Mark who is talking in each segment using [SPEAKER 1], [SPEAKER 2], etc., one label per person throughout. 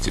[SPEAKER 1] Se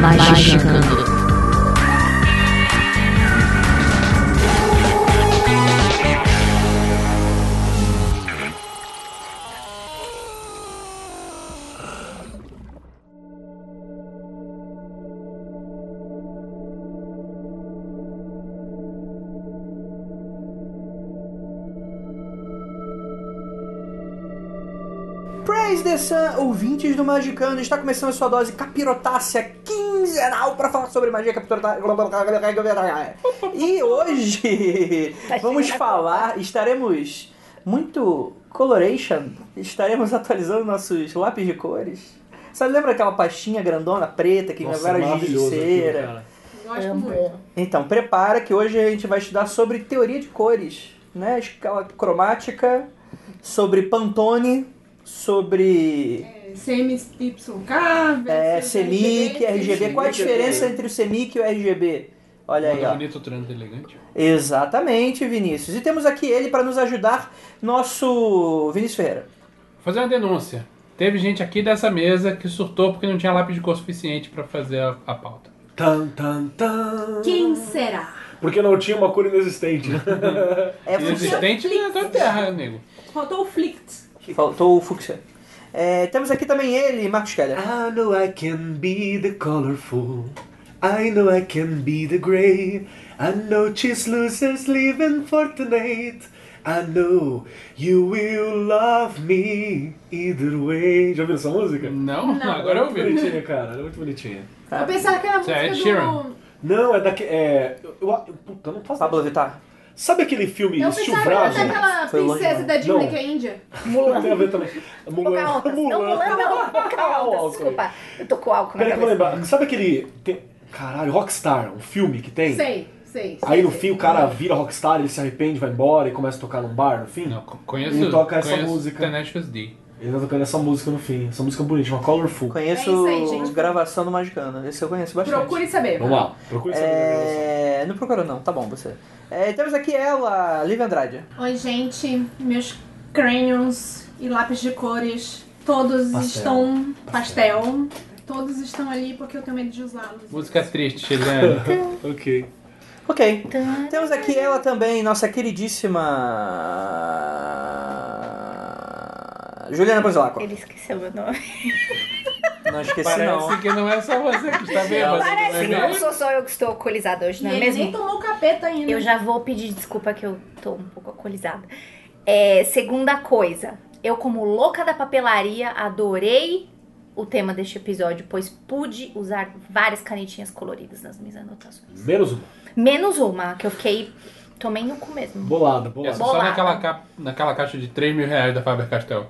[SPEAKER 2] Magicando.
[SPEAKER 3] Praise the Sun, ouvintes do Magicano, está começando a sua dose capirotácea quinzenal para falar sobre magia capirotácea. E hoje
[SPEAKER 4] Tá
[SPEAKER 3] vamos
[SPEAKER 4] cheio da
[SPEAKER 3] falar, estaremos muito coloration, estaremos atualizando nossos lápis de cores. Sabe, lembra aquela pastinha grandona preta que tinha
[SPEAKER 5] Nossa,
[SPEAKER 3] vários giz de
[SPEAKER 5] maravilhoso
[SPEAKER 3] cera?
[SPEAKER 5] aquilo, cara.
[SPEAKER 6] Gosto muito.
[SPEAKER 3] Então, prepara que hoje a gente vai estudar sobre teoria de cores, né? Escala cromática, sobre Pantone, sobre
[SPEAKER 6] CMYK,
[SPEAKER 3] é,
[SPEAKER 6] versus
[SPEAKER 3] CMYK, RGB. Qual a diferença entre o CMYK e o RGB? Olha aí,
[SPEAKER 5] Olha,
[SPEAKER 3] ó.
[SPEAKER 5] bonito, trânsito elegante.
[SPEAKER 3] Exatamente, Vinícius. E temos aqui ele para nos ajudar, nosso Vinícius Ferreira.
[SPEAKER 5] Vou Fazer uma denúncia. Teve gente aqui dessa mesa que surtou porque não tinha lápis de cor suficiente pra fazer a, a pauta.
[SPEAKER 7] Tan, tan, tan.
[SPEAKER 4] Quem será?
[SPEAKER 7] Porque não tinha uma cor inexistente.
[SPEAKER 3] É, fuxa.
[SPEAKER 5] Inexistente na da terra, nego.
[SPEAKER 6] Faltou o Flicked.
[SPEAKER 3] Faltou o Fuxa. É, temos aqui também ele, Marcos Keller.
[SPEAKER 6] Ah.
[SPEAKER 7] I know I can be the colorful. I know I can be the gray. I know cheese losers living for tonight. I know you will love me either way. Já ouviu essa música? Ah,
[SPEAKER 5] Não, agora eu
[SPEAKER 7] Muito
[SPEAKER 5] vi.
[SPEAKER 7] bonitinha, cara. Ela é muito bonitinha.
[SPEAKER 3] Tá.
[SPEAKER 6] Eu pensava que era a
[SPEAKER 5] Isso é
[SPEAKER 6] música
[SPEAKER 5] Ed
[SPEAKER 6] do...
[SPEAKER 5] Sheeran.
[SPEAKER 7] Não, é daquele. É, eu, eu- puta, eu não posso.
[SPEAKER 3] Pablo Vittar.
[SPEAKER 7] Sabe aquele filme
[SPEAKER 6] Eu pensava que era
[SPEAKER 7] Chuvrazo?
[SPEAKER 6] daquela
[SPEAKER 3] Foi longe
[SPEAKER 6] princesa da Disney
[SPEAKER 7] Não.
[SPEAKER 6] que é índia.
[SPEAKER 7] Tem a ver também. Mulan. Ah,
[SPEAKER 4] Pocahontas. Não, Mulan não. Pocahontas, desculpa. Eu tô com álcool
[SPEAKER 6] é
[SPEAKER 4] na
[SPEAKER 7] Peraí que eu vou
[SPEAKER 4] cabeça.
[SPEAKER 7] lembrar. Sabe aquele. tem- Caralho, Rockstar, um filme que tem?
[SPEAKER 6] Sei, sei. sei,
[SPEAKER 7] Aí no
[SPEAKER 6] sei.
[SPEAKER 7] fim o cara vira Rockstar, ele se arrepende, vai embora e começa a tocar num bar no fim?
[SPEAKER 5] Não, co- conheço.
[SPEAKER 7] Ele toca essa
[SPEAKER 5] conheço
[SPEAKER 7] música.
[SPEAKER 5] Tenacious D.
[SPEAKER 7] Ele tá tocando essa música no fim. Essa música é bonita, uma Colorful.
[SPEAKER 3] Conheço
[SPEAKER 6] É isso aí, gente.
[SPEAKER 3] gravação do Magicano. Esse eu conheço
[SPEAKER 7] é
[SPEAKER 3] bastante.
[SPEAKER 6] Procure saber.
[SPEAKER 7] Vamos lá, procura essa é...
[SPEAKER 3] É, não procurou não, tá bom você. É, temos aqui ela, Lívia Andrade.
[SPEAKER 6] Oi, gente. Meus crânios e lápis de cores, todos
[SPEAKER 7] Pastel.
[SPEAKER 6] estão pastel. Todos estão ali porque eu tenho medo de usá-los.
[SPEAKER 5] Música triste, Eliane.
[SPEAKER 7] Ok.
[SPEAKER 3] Ok. Temos aqui ela também, nossa queridíssima. Juliana Ponzilacqua.
[SPEAKER 4] Ele esqueceu meu nome.
[SPEAKER 3] Não esqueci
[SPEAKER 5] Parece
[SPEAKER 3] não.
[SPEAKER 5] que não é só você que está bêbado.
[SPEAKER 4] Parece que É não
[SPEAKER 5] né?
[SPEAKER 4] sou só eu que estou alcoolizada hoje,
[SPEAKER 6] E
[SPEAKER 4] não é
[SPEAKER 6] ele nem né?
[SPEAKER 4] mesmo?
[SPEAKER 6] tomou capeta ainda.
[SPEAKER 4] Eu já vou pedir desculpa que eu tô um pouco alcoolizada. É, segunda coisa, eu como louca da papelaria adorei o tema deste episódio, pois pude usar várias canetinhas coloridas nas minhas anotações.
[SPEAKER 7] Menos uma.
[SPEAKER 4] Menos uma, que eu fiquei... Tomei no cu mesmo.
[SPEAKER 7] Bolada,
[SPEAKER 5] É
[SPEAKER 7] bolada.
[SPEAKER 5] só
[SPEAKER 4] Bolada.
[SPEAKER 5] naquela, ca- naquela caixa de 3 mil reais da Faber Castell.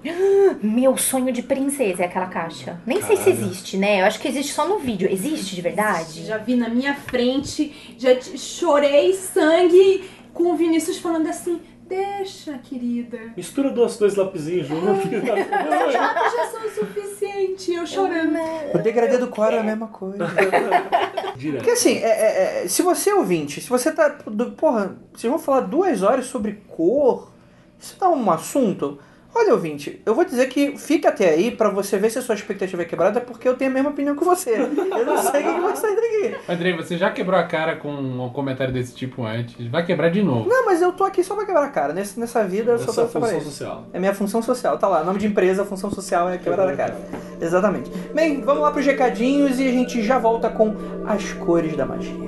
[SPEAKER 4] Meu sonho de princesa é aquela caixa. Nem sei se
[SPEAKER 7] Caralho.
[SPEAKER 4] existe, né? Eu acho que existe só no vídeo. Existe de verdade?
[SPEAKER 6] Já vi na minha frente, já te- chorei sangue com o Vinícius falando assim: deixa, querida.
[SPEAKER 7] Mistura dois, dois lapisinhos juntos.
[SPEAKER 6] Chapas já são o suficiente. Eu chorando.
[SPEAKER 3] O degradê do Cora é a mesma coisa. Porque
[SPEAKER 7] Direto.
[SPEAKER 3] assim, é- é- é, se você é ouvinte, se você tá. do- Porra, vocês vão falar duas horas sobre cor, isso dá um assunto. Olha, ouvinte, eu vou dizer que fica até aí pra você ver se a sua expectativa é quebrada, porque eu tenho a mesma opinião que você. Eu não sei o que que vai sair daqui.
[SPEAKER 5] Andrei, você já quebrou a cara com um comentário desse tipo antes. Vai quebrar de novo.
[SPEAKER 3] Não, mas eu tô aqui só pra quebrar a cara. Nesse, nessa vida eu só
[SPEAKER 7] Essa é
[SPEAKER 3] tô
[SPEAKER 7] a
[SPEAKER 3] só pra
[SPEAKER 7] função
[SPEAKER 3] isso.
[SPEAKER 7] social.
[SPEAKER 3] É minha função social, tá lá. Nome de empresa, função social é quebrar a cara. Exatamente. Bem, vamos lá pros recadinhos e a gente já volta com as cores da magia.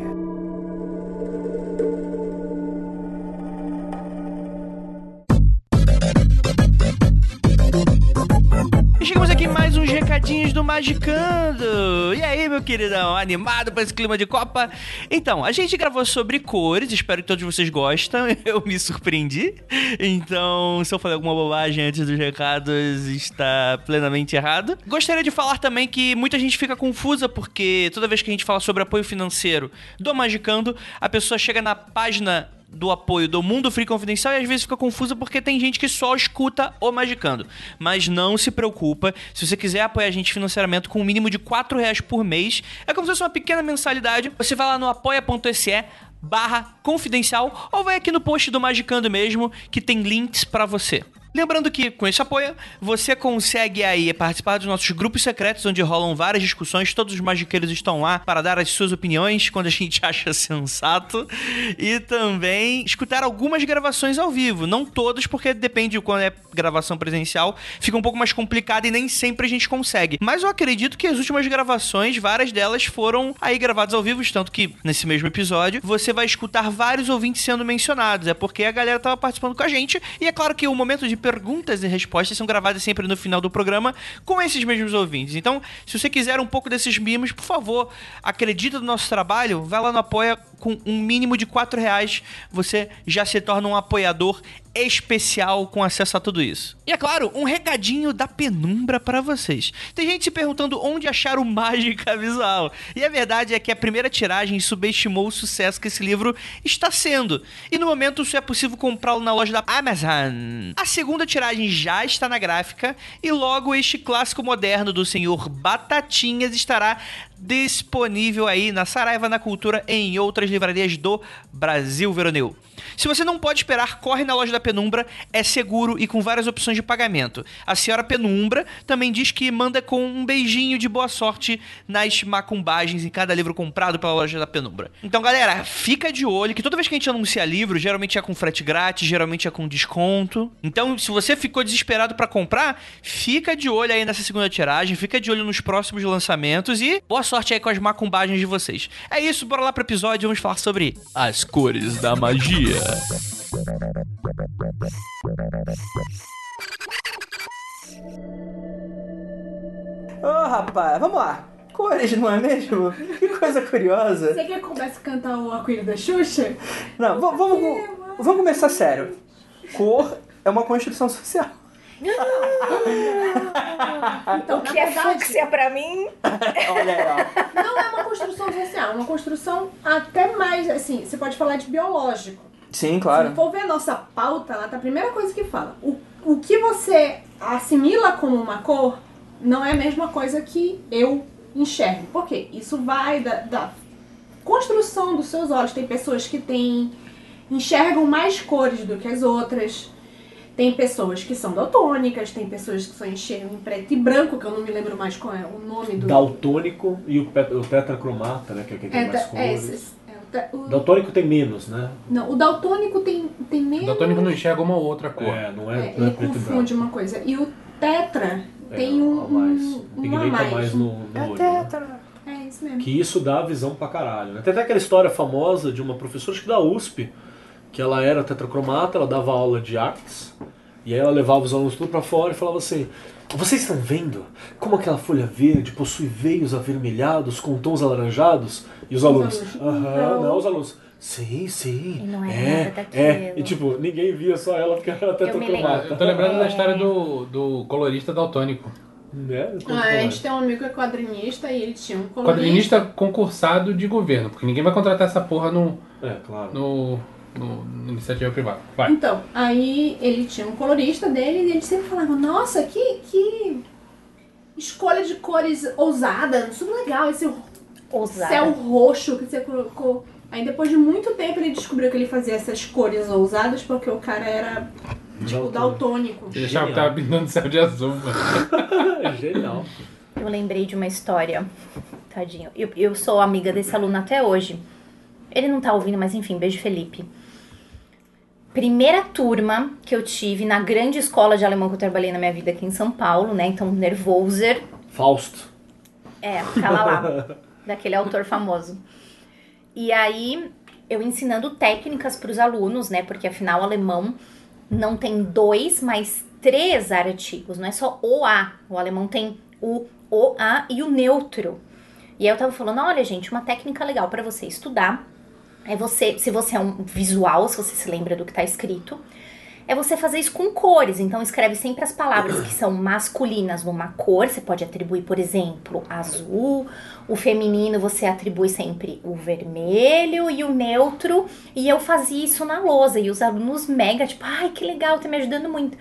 [SPEAKER 3] E chegamos aqui em mais um os recadinhos do Magicando. E aí, meu queridão, animado pra esse clima de Copa? Então, a gente gravou sobre cores, espero que todos vocês gostam. Eu me surpreendi. Então, se eu falei alguma bobagem antes dos recados, está plenamente errado. Gostaria de falar também que muita gente fica confusa porque toda vez que a gente fala sobre apoio financeiro do Magicando, a pessoa chega na página do apoio do Mundo Free Confidencial e às vezes fica confusa porque tem gente que só escuta o Magicando. Mas não se preocupa, se você quiser apoiar a gente financeiramente com um mínimo de 4 reais por mês, é como se fosse uma pequena mensalidade, você vai lá no apoia.se barra confidencial ou vai aqui no post do Magicando mesmo que tem links pra você. Lembrando que com esse apoio você consegue aí participar dos nossos grupos secretos onde rolam várias discussões, todos os magiqueiros estão lá para dar as suas opiniões quando a gente acha sensato e também escutar algumas gravações ao vivo, não todas porque depende de quando é gravação presencial, fica um pouco mais complicado e nem sempre a gente consegue. Mas eu acredito que as últimas gravações, várias delas foram aí gravadas ao vivo, tanto que nesse mesmo episódio você vai escutar vários ouvintes sendo mencionados, é porque a galera tava participando com a gente e é claro que o momento de perguntas e respostas são gravadas sempre no final do programa com esses mesmos ouvintes. Então, se você quiser um pouco desses mimos, por favor, acredita no nosso trabalho, vai lá no Apoia com um mínimo de 4 reais, você já se torna um apoiador especial com acesso a tudo isso. E é claro, um recadinho da penumbra para vocês. Tem gente se perguntando onde achar o Mágica Visual. E a verdade é que a primeira tiragem subestimou o sucesso que esse livro está sendo. E no momento isso é possível comprá-lo na loja da Amazon. A segunda tiragem já está na gráfica e logo este clássico moderno do senhor Batatinhas estará disponível aí na Saraiva, na Cultura e em outras livrarias do Brasil, Veroneu. Se você não pode esperar, corre na loja da Penumbra, é seguro e com várias opções de pagamento. A senhora Penumbra também diz que manda com um beijinho de boa sorte nas macumbagens em cada livro comprado pela loja da Penumbra. Então, galera, fica de olho que toda vez que a gente anuncia livro, geralmente é com frete grátis, geralmente é com desconto. Então, se você ficou desesperado pra comprar, fica de olho aí nessa segunda tiragem, fica de olho nos próximos lançamentos e boa sorte aí com as macumbagens de vocês. É isso, bora lá pro episódio, vamos falar sobre as cores da magia.
[SPEAKER 8] Ô rapaz, vamos lá. Cores, não é mesmo? Que coisa curiosa.
[SPEAKER 6] Você quer que eu comece a cantar o Arco-Íris da Xuxa?
[SPEAKER 8] Não, va- vamos, co- vamos começar sério. Cor é uma construção social.
[SPEAKER 6] Então,
[SPEAKER 4] O
[SPEAKER 6] na
[SPEAKER 4] que é
[SPEAKER 6] verdade,
[SPEAKER 4] fúcsia pra mim?
[SPEAKER 8] Olha aí, ó.
[SPEAKER 6] não é uma construção social, é uma construção até mais, assim, você pode falar de biológico.
[SPEAKER 8] Sim,
[SPEAKER 6] Se
[SPEAKER 8] claro.
[SPEAKER 6] for ver a nossa pauta, lá tá a primeira coisa que fala. O, o que você assimila como uma cor não é a mesma coisa que eu enxergo. Por quê? Isso vai da, da construção dos seus olhos. Tem pessoas que têm enxergam mais cores do que as outras. Tem pessoas que são daltônicas, tem pessoas que só enxergam em preto e branco, que eu não me lembro mais qual é o nome do...
[SPEAKER 7] Daltônico e o, pet- o tetracromata, né? Que é quem tem
[SPEAKER 6] é,
[SPEAKER 7] mais
[SPEAKER 6] da- é,
[SPEAKER 7] cores.
[SPEAKER 6] esses- é, o da- o-
[SPEAKER 7] Daltônico tem menos, né?
[SPEAKER 6] não, o daltônico tem, tem
[SPEAKER 5] O
[SPEAKER 6] menos...
[SPEAKER 5] Daltônico não enxerga uma ou outra cor.
[SPEAKER 7] É, não
[SPEAKER 6] É,
[SPEAKER 7] é, não é
[SPEAKER 6] ele
[SPEAKER 7] preto e
[SPEAKER 6] confunde
[SPEAKER 7] branco.
[SPEAKER 6] uma coisa. E o tetra
[SPEAKER 7] É,
[SPEAKER 6] tem um,
[SPEAKER 7] a
[SPEAKER 6] mais.
[SPEAKER 7] mais.
[SPEAKER 6] um, um a
[SPEAKER 7] Pigmenta
[SPEAKER 6] mais.
[SPEAKER 7] mais no, no olho. né?
[SPEAKER 6] É isso mesmo.
[SPEAKER 7] Que isso dá visão pra caralho. Né? Tem até aquela história famosa de uma professora, acho que da USP, que ela era tetracromata, ela dava aula de artes, e aí ela levava os alunos tudo pra fora e falava assim: Vocês estão vendo como aquela folha verde possui veios avermelhados com tons alaranjados? E os alunos:
[SPEAKER 6] alunos, então."
[SPEAKER 7] Aham,
[SPEAKER 6] não."
[SPEAKER 7] não, os alunos. Sim, sim.
[SPEAKER 4] E não é nada
[SPEAKER 7] é,
[SPEAKER 4] daquilo.
[SPEAKER 7] é. E tipo, ninguém via só ela porque ela era
[SPEAKER 4] Eu me lembro.
[SPEAKER 5] Ah,
[SPEAKER 7] tetracromata.
[SPEAKER 5] Eu tô lembrando da história do, do colorista daltônico.
[SPEAKER 7] Né? Conta
[SPEAKER 6] Ah,
[SPEAKER 7] pra
[SPEAKER 6] a
[SPEAKER 7] nós.
[SPEAKER 6] gente tem um amigo que é quadrinista e ele tinha um colorista.
[SPEAKER 5] Quadrinista concursado de governo, porque ninguém vai contratar essa porra no,
[SPEAKER 7] É, claro.
[SPEAKER 5] no, no- na iniciativa privada.
[SPEAKER 7] Hum,
[SPEAKER 5] Vai.
[SPEAKER 6] Então, aí ele tinha um colorista dele e ele sempre falava, nossa, que, que escolha de cores ousada, super legal, esse
[SPEAKER 4] Ousada.
[SPEAKER 6] céu roxo que você colocou. Aí depois de muito tempo ele descobriu que ele fazia essas cores ousadas porque o cara era, tipo, daltônico.
[SPEAKER 5] Ele achava que
[SPEAKER 7] Genial.
[SPEAKER 5] tava pintando céu de azul, mano.
[SPEAKER 7] Genial.
[SPEAKER 4] Eu lembrei de uma história. Tadinho. Eu, eu sou amiga desse aluno até hoje. Ele não tá ouvindo, mas enfim, beijo, Felipe. Primeira turma que eu tive na grande escola de alemão que eu trabalhei na minha vida aqui em São Paulo, né? Então, Nervoser.
[SPEAKER 7] Fausto.
[SPEAKER 4] É, cala lá. daquele autor famoso. E aí, eu ensinando técnicas para os alunos, né? Porque afinal, o alemão não tem dois, mas três artigos. Não é só o A. O alemão tem o O, A e o neutro. E aí eu tava falando, olha, gente, uma técnica legal pra você estudar é você, se você é um visual, se você se lembra do que tá escrito, é você fazer isso com cores. Então escreve sempre as palavras que são masculinas numa cor, você pode atribuir, por exemplo, azul, o feminino você atribui sempre o vermelho e o neutro. E eu fazia isso na lousa e os alunos mega, tipo, ai, que legal, tá me ajudando muito.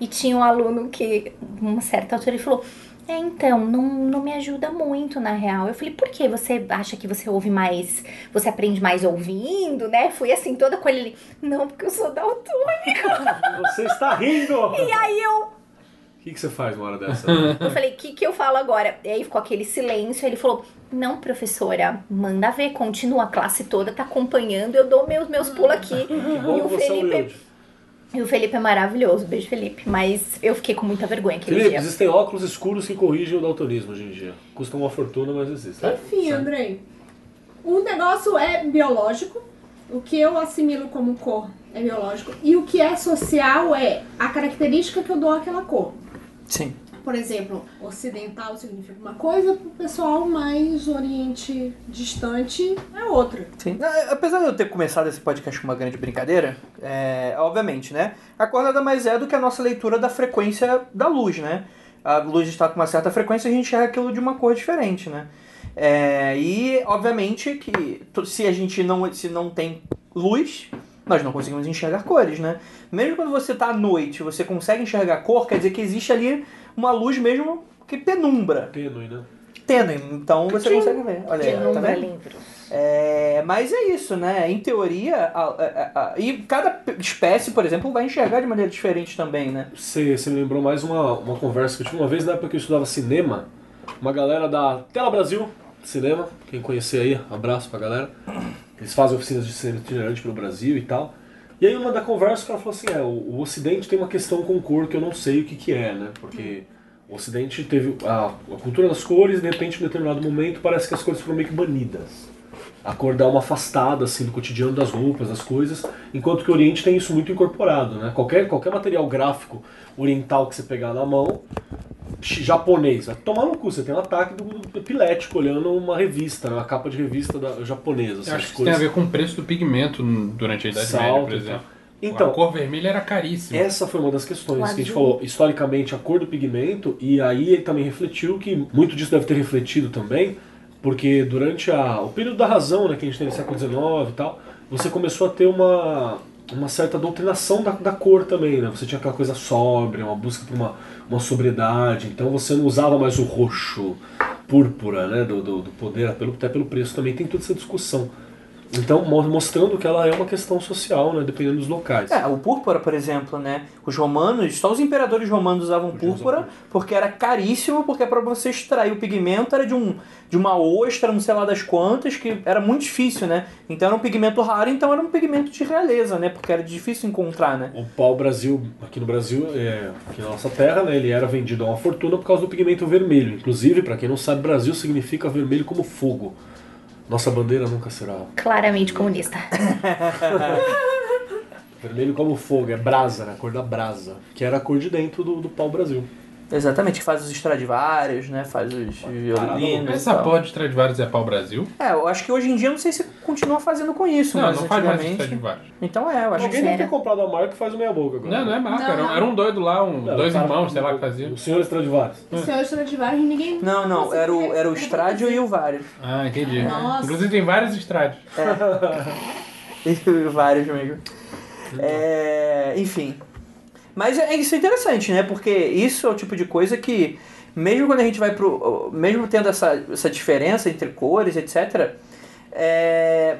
[SPEAKER 4] E tinha um aluno que, uma certa altura, ele falou: É, então, não, não me ajuda muito, na real. Eu falei, por que você acha que você ouve mais, você aprende mais ouvindo, né? Fui assim, toda com ele. ele, Não, porque eu sou daltônico.
[SPEAKER 7] Você está rindo!
[SPEAKER 4] E aí eu.
[SPEAKER 7] O que, que você faz uma hora dessa?
[SPEAKER 4] Eu falei, o que, que eu falo agora? E aí ficou aquele silêncio. Ele falou, não, professora, manda ver, continua, a classe toda tá acompanhando, eu dou meus, meus pulos aqui.
[SPEAKER 7] Bom,
[SPEAKER 4] E o,
[SPEAKER 7] você é
[SPEAKER 4] Felipe,
[SPEAKER 7] humilde.
[SPEAKER 4] e o Felipe é maravilhoso, beijo, Felipe. Mas eu fiquei com muita vergonha aquele
[SPEAKER 7] Felipe,
[SPEAKER 4] dia.
[SPEAKER 7] existem óculos escuros que corrigem o daltonismo hoje em dia. Custam uma fortuna, mas existem.
[SPEAKER 6] Enfim, Andrei. O negócio é biológico. O que eu assimilo como cor é biológico. E o que é social é a característica que eu dou àquela cor.
[SPEAKER 3] Sim.
[SPEAKER 6] Por exemplo, ocidental significa uma coisa, pro pessoal mais oriente distante é outra.
[SPEAKER 3] Sim. Na- Apesar de eu ter começado esse podcast com uma grande brincadeira, é, obviamente, né? A cor nada mais é do que a nossa leitura da frequência da luz, né? A luz está com uma certa frequência e a gente enxerga aquilo de uma cor diferente, né? É, e, obviamente, que to- se a gente não, se não tem luz, nós não conseguimos enxergar cores, né? Mesmo quando você está à noite você consegue enxergar cor, quer dizer que existe ali uma luz mesmo que penumbra,
[SPEAKER 7] Tênue, né?
[SPEAKER 3] tênue. Então você consegue ver. Olha
[SPEAKER 4] De
[SPEAKER 3] aí, tá
[SPEAKER 4] número
[SPEAKER 3] vendo?
[SPEAKER 4] livro.
[SPEAKER 3] É, mas é isso, né? Em teoria, a- a- a- e cada p- espécie, por exemplo, vai enxergar de maneira diferente também, né?
[SPEAKER 7] Você, você me lembrou mais uma, uma conversa que eu tive uma vez na época que eu estudava cinema. Uma galera da Tela Brasil Cinema, quem conhecer aí, abraço pra galera. Eles fazem oficinas de cinema itinerante pelo Brasil e tal. E aí, uma da conversa, o cara falou assim: é, o, o Ocidente tem uma questão com cor que eu não sei o que, que é, né? Porque o Ocidente teve a, a cultura das cores e de repente, em um determinado momento, parece que as cores foram meio que banidas. A cor dá uma afastada assim do cotidiano das roupas, das coisas, enquanto que o Oriente tem isso muito incorporado, né? Qualquer, qualquer material gráfico oriental que você pegar na mão, chi- japonês, vai tomar no cu, você tem um ataque do, do epilético olhando uma revista, né? uma capa de revista da- japonesa. assim,
[SPEAKER 5] Eu
[SPEAKER 7] as
[SPEAKER 5] acho que isso tem
[SPEAKER 7] cores-
[SPEAKER 5] a ver com o preço do pigmento durante a Idade Média, por
[SPEAKER 7] Salto e tal.
[SPEAKER 5] exemplo.
[SPEAKER 7] Então, é
[SPEAKER 5] a cor vermelha era caríssima.
[SPEAKER 7] Essa foi uma das questões
[SPEAKER 4] O
[SPEAKER 7] que a gente
[SPEAKER 4] azul.
[SPEAKER 7] falou, historicamente, a cor do pigmento, e aí ele também refletiu que muito disso deve ter refletido também, porque durante a- o período da razão, né, que a gente teve no século XIX e tal, você começou a ter uma, uma certa doutrinação da, da cor também, né? Você tinha aquela coisa sóbria, uma busca por uma, uma sobriedade, então você não usava mais o roxo, púrpura, né, do, do, do poder, até pelo, até pelo preço também, tem toda essa discussão. Então, mo- mostrando que ela é uma questão social, né, dependendo dos locais.
[SPEAKER 3] É, o púrpura, por exemplo, né? Os romanos, só os imperadores romanos usavam
[SPEAKER 7] Podiam
[SPEAKER 3] púrpura
[SPEAKER 7] usar
[SPEAKER 3] porque era caríssimo, porque para você extrair o pigmento era de, um, de uma ostra, não sei lá das quantas, que era muito difícil, né? Então era um pigmento raro, então era um pigmento de realeza, né? Porque era difícil encontrar, né?
[SPEAKER 7] O pau Brasil, aqui no Brasil, é, aqui na nossa terra, né, ele era vendido a uma fortuna por causa do pigmento vermelho. Inclusive, para quem não sabe, Brasil significa vermelho como fogo. Nossa bandeira nunca será
[SPEAKER 4] Claramente comunista.
[SPEAKER 7] vermelho como fogo, é brasa, né, a cor da brasa, que era a cor de dentro do, do pau Brasil.
[SPEAKER 3] Exatamente, que faz os Stradivarius, né? Faz os violinos. e
[SPEAKER 5] Essa
[SPEAKER 3] tal.
[SPEAKER 5] porra de Stradivarius é pau-brasil?
[SPEAKER 3] É, eu acho que hoje em dia eu não sei se continua fazendo com isso,
[SPEAKER 5] Não,
[SPEAKER 3] mas
[SPEAKER 5] não faz mais
[SPEAKER 3] antigamente.
[SPEAKER 5] Stradivarius.
[SPEAKER 3] então é, eu acho que
[SPEAKER 7] Alguém deve
[SPEAKER 4] era.
[SPEAKER 7] ter comprado a marca e faz o meia boca agora.
[SPEAKER 5] Não, não é marca.
[SPEAKER 6] Não,
[SPEAKER 5] era, um-
[SPEAKER 6] não.
[SPEAKER 5] era um doido lá, um,
[SPEAKER 7] É, o
[SPEAKER 5] dois
[SPEAKER 7] cara-
[SPEAKER 5] irmãos, sei lá, que faziam.
[SPEAKER 7] O senhor Stradivarius.
[SPEAKER 6] O senhor Stradivarius é ninguém.
[SPEAKER 3] Não, não,
[SPEAKER 6] Nossa,
[SPEAKER 3] era o,
[SPEAKER 6] que-
[SPEAKER 3] era o Estradio
[SPEAKER 6] um
[SPEAKER 3] e o Vários.
[SPEAKER 5] Ah, entendi.
[SPEAKER 6] Nossa.
[SPEAKER 5] Inclusive tem vários estrados.
[SPEAKER 3] E o Vários mesmo. É, enfim. Mas é, isso é interessante, né? Porque isso é o tipo de coisa que, mesmo quando a gente vai pro. Mesmo tendo essa, essa diferença entre cores, etc., é,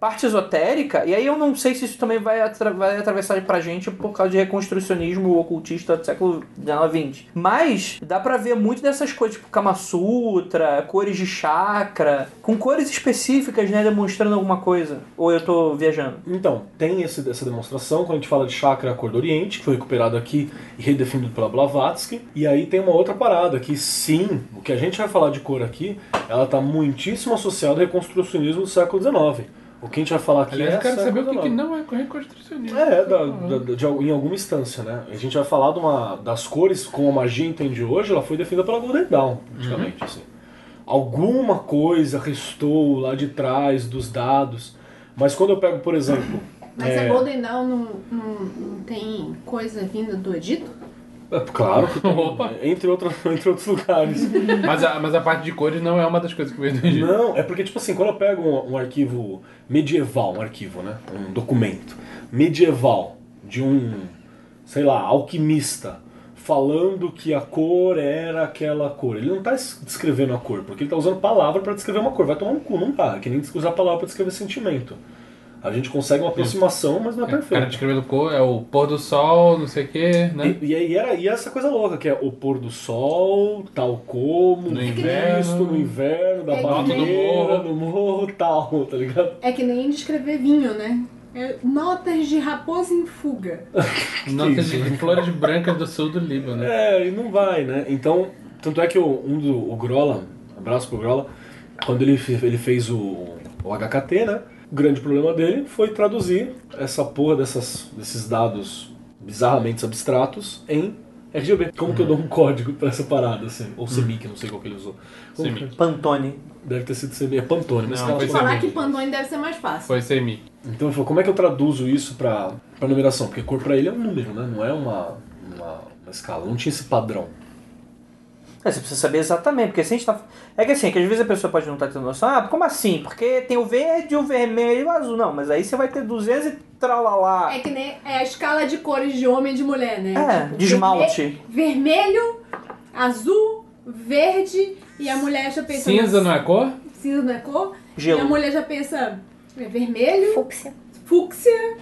[SPEAKER 3] parte esotérica, e aí eu não sei se isso também vai, atra- vai atravessar pra gente por causa de reconstrucionismo ocultista do século XIX, XX. Mas dá pra ver muito dessas coisas, tipo Kama Sutra, cores de chakra, com cores específicas, né, demonstrando alguma coisa. Ou eu tô viajando.
[SPEAKER 7] Então, tem esse- essa demonstração quando a gente fala de chakra cor do Oriente, que foi recuperado aqui e redefinido pela Blavatsky. E aí tem uma outra parada que sim, o tá que a gente vai falar de cor aqui, ela está muitíssimo associada ao reconstrucionismo do século XIX. O que a gente vai falar aqui
[SPEAKER 5] Aliás,
[SPEAKER 7] é
[SPEAKER 5] eu quero
[SPEAKER 7] essa
[SPEAKER 5] saber o que,
[SPEAKER 7] coisa
[SPEAKER 5] que não
[SPEAKER 7] nova.
[SPEAKER 5] é reconstrucionismo.
[SPEAKER 7] É, da- da- de al- em alguma instância, né? A gente vai falar de uma- das cores como a magia entende hoje, ela foi definida pela Golden Dawn,
[SPEAKER 5] Uhum.
[SPEAKER 7] praticamente. assim. Alguma coisa restou lá de trás dos dados, mas quando eu pego, por exemplo.
[SPEAKER 6] Mas a Golden Dawn não, não, não tem coisa vinda do Egito?
[SPEAKER 7] É, claro que tem, né?
[SPEAKER 5] Opa.
[SPEAKER 7] entre, outros, entre outros lugares.
[SPEAKER 5] Mas a, mas a parte de cores não é uma das coisas que veio do Egito.
[SPEAKER 7] Não, é porque, tipo assim, quando eu pego um, um arquivo medieval, um arquivo, né? Um documento medieval de um, sei lá, alquimista falando que a cor era aquela cor. Ele não tá es- descrevendo a cor, porque ele tá usando palavra para descrever uma cor. Vai tomar um cu, não tá. É que nem usar palavra para descrever sentimento. A gente consegue uma aproximação, mas não é
[SPEAKER 5] É, o cara
[SPEAKER 7] perfeito.
[SPEAKER 5] descrevendo cor é o pôr do sol, não sei o que, né?
[SPEAKER 7] E, e aí era e essa coisa louca, que é o pôr do sol, tal como,
[SPEAKER 5] No
[SPEAKER 7] visto
[SPEAKER 5] inverno.
[SPEAKER 7] no inverno, da
[SPEAKER 6] É que
[SPEAKER 7] barreira,
[SPEAKER 5] nem-
[SPEAKER 7] do morro, tal, tá ligado?
[SPEAKER 6] É que nem descrever vinho, né? É notas de raposa em fuga.
[SPEAKER 5] Notas
[SPEAKER 7] isso,
[SPEAKER 5] de flores brancas do sul do Líbano.
[SPEAKER 7] É, e não vai, né? Então, tanto é que o, um do o Grola, abraço pro Grola, quando ele, fe- ele fez o, o HKT, né? O grande problema dele foi traduzir essa porra dessas, desses dados bizarramente abstratos em RGB. Como que eu dou
[SPEAKER 5] Uhum.
[SPEAKER 7] um código pra essa parada, assim? Ou CMYK, não sei qual que ele usou. Como que-
[SPEAKER 5] Semi.
[SPEAKER 3] Pantone.
[SPEAKER 7] Deve ter sido CMYK, é Pantone, mas
[SPEAKER 5] Não,
[SPEAKER 7] cara,
[SPEAKER 5] foi
[SPEAKER 7] tipo,
[SPEAKER 6] Falar
[SPEAKER 5] mesmo.
[SPEAKER 6] que Pandone deve ser mais fácil.
[SPEAKER 5] Foi semi.
[SPEAKER 7] Então ele falou, como é que eu traduzo isso pra, pra numeração? Porque cor pra ele é um número, né? Não é uma, uma, uma escala, não tinha esse padrão.
[SPEAKER 3] É, você precisa saber exatamente, porque se a gente tá. É que assim, que às vezes a pessoa pode não estar tendo noção, ah, como assim? Porque tem o verde, o vermelho e o azul. Não, mas aí você vai ter 200 e tralalá.
[SPEAKER 6] É que nem é a escala de cores de homem e de mulher, né?
[SPEAKER 3] É, de esmalte.
[SPEAKER 6] verme- Vermelho, azul, verde e a mulher já pensa.
[SPEAKER 5] Cinza não é cor?
[SPEAKER 6] Cinza não é cor?
[SPEAKER 3] Gelo.
[SPEAKER 6] E a mulher já pensa é vermelho,
[SPEAKER 4] Fúcsia.
[SPEAKER 6] fúcsia,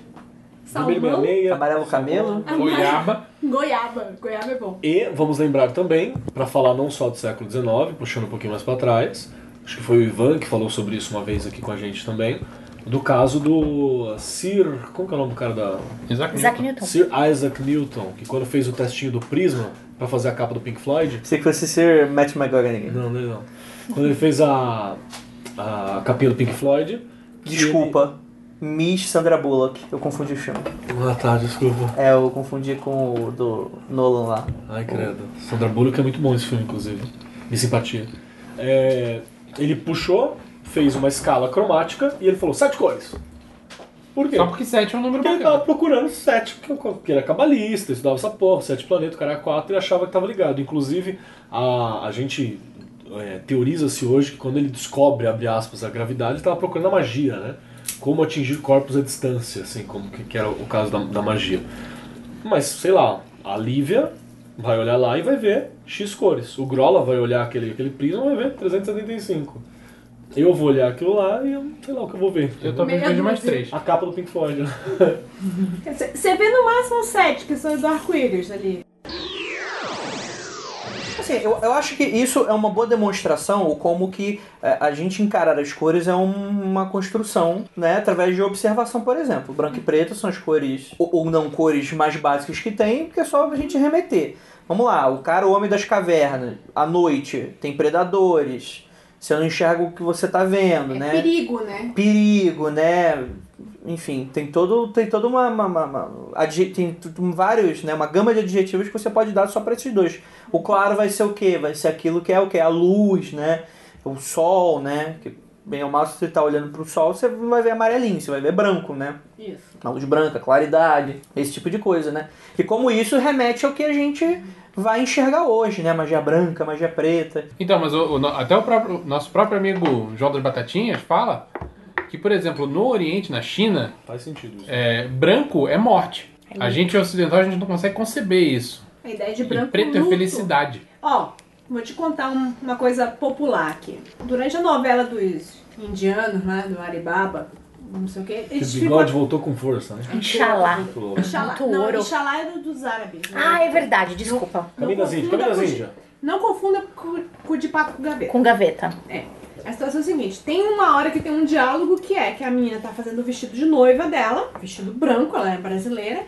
[SPEAKER 6] salmão,
[SPEAKER 7] meia,
[SPEAKER 3] Amarelo camelo.
[SPEAKER 5] Goiaba.
[SPEAKER 6] goiaba. Goiaba é bom.
[SPEAKER 7] E vamos lembrar também, para falar não só do século XIX, puxando um pouquinho mais para trás, acho que foi o Ivan que falou sobre isso uma vez aqui com a gente também, do caso do Sir, como que é o nome do cara da
[SPEAKER 5] Isaac Newton.
[SPEAKER 4] Isaac Newton.
[SPEAKER 7] Sir Isaac Newton, que quando fez o testinho do prisma para fazer a capa do Pink Floyd,
[SPEAKER 3] Se fosse ser Matt McGogan.
[SPEAKER 7] não, não, não. Quando ele fez a a capinha do Pink Floyd, que
[SPEAKER 3] Desculpa. Miss Sandra Bullock. Eu confundi o filme.
[SPEAKER 7] ele- Ah, tá, desculpa.
[SPEAKER 3] É, eu confundi com o do Nolan lá.
[SPEAKER 7] Ai, credo. Sandra Bullock é muito bom esse filme, inclusive. De simpatia. É, ele puxou, fez uma escala cromática e ele falou sete cores. Por quê?
[SPEAKER 5] Só porque 7 é um número
[SPEAKER 7] Porque ele tava
[SPEAKER 5] bacana.
[SPEAKER 7] procurando sete, porque eu- porque ele era cabalista, estudava essa porra, sete planetas, o cara era quatro, e achava que tava ligado. Inclusive, a, a gente é, teoriza-se hoje que quando ele descobre, abre aspas, a gravidade, ele tava procurando a magia, né? Como atingir corpos à distância, assim, como que, que era o caso da, da magia. Mas, sei lá, a Lívia vai olhar lá e vai ver X cores. O Grola vai olhar aquele, aquele prisma e vai ver 375. Eu vou olhar aquilo lá e eu sei lá o que eu vou ver.
[SPEAKER 5] Eu também
[SPEAKER 6] Meia
[SPEAKER 5] vejo mais
[SPEAKER 6] dúzia.
[SPEAKER 5] 3.
[SPEAKER 7] A capa do Pink Floyd, né?
[SPEAKER 6] Você vê no máximo sete, que são os do arco-íris ali.
[SPEAKER 3] Assim, eu, eu acho que isso é uma boa demonstração, ou como que é, a gente encarar as cores é um- uma construção, né? Através de observação, por exemplo. Branco e preto são as cores, ou, ou não cores mais básicas que tem, porque é só a gente remeter. Vamos lá, o cara, o homem das cavernas, à noite, tem predadores, você não enxerga o que você tá vendo,
[SPEAKER 6] É
[SPEAKER 3] né?
[SPEAKER 6] perigo, né?
[SPEAKER 3] perigo, né? Enfim, tem todo tem toda uma, uma, uma- uma- adje- tem tu- tu- vários, né, uma gama de adjetivos que você pode dar só para esses dois. O claro vai ser o quê? Vai ser aquilo que é o quê? A luz, né? O sol, né? Que bem ou mal se você tá olhando pro sol, você não vai ver amarelinho, você vai ver branco, né?
[SPEAKER 6] Isso.
[SPEAKER 3] A luz branca, claridade, esse tipo de coisa, né? E como isso remete ao que a gente vai enxergar hoje, né? Magia branca, magia preta.
[SPEAKER 5] Então, mas o- o no- até o próprio- o nosso próprio amigo João das Batatinhas fala que, por exemplo, no Oriente, na China,
[SPEAKER 7] Faz sentido isso.
[SPEAKER 5] é, branco é morte. A gente ocidental, a gente não consegue conceber isso.
[SPEAKER 6] A ideia de
[SPEAKER 5] E
[SPEAKER 6] branco
[SPEAKER 5] preto é
[SPEAKER 6] luto.
[SPEAKER 5] felicidade.
[SPEAKER 6] Ó, vou te contar um- uma coisa popular aqui. Durante a novela dos indianos, né, do Alibaba, não sei o quê,
[SPEAKER 7] Que o
[SPEAKER 6] eles
[SPEAKER 7] bigode voltou com força, né?
[SPEAKER 4] Inxalá.
[SPEAKER 6] Inxalá.
[SPEAKER 4] Muito
[SPEAKER 6] Não,
[SPEAKER 4] ouro.
[SPEAKER 6] Inxalá é do- dos árabes. né?
[SPEAKER 4] Ah, é verdade, desculpa.
[SPEAKER 6] Não
[SPEAKER 7] Caminho das Índias,
[SPEAKER 6] confunda
[SPEAKER 7] Caminho das
[SPEAKER 6] com-
[SPEAKER 7] Índias.
[SPEAKER 6] Não confunda cu, cu de pato com gaveta.
[SPEAKER 4] Com gaveta.
[SPEAKER 6] É. A situação é a seguinte: tem uma hora que tem um diálogo que é que a menina tá fazendo o vestido de noiva dela, vestido branco, ela é brasileira,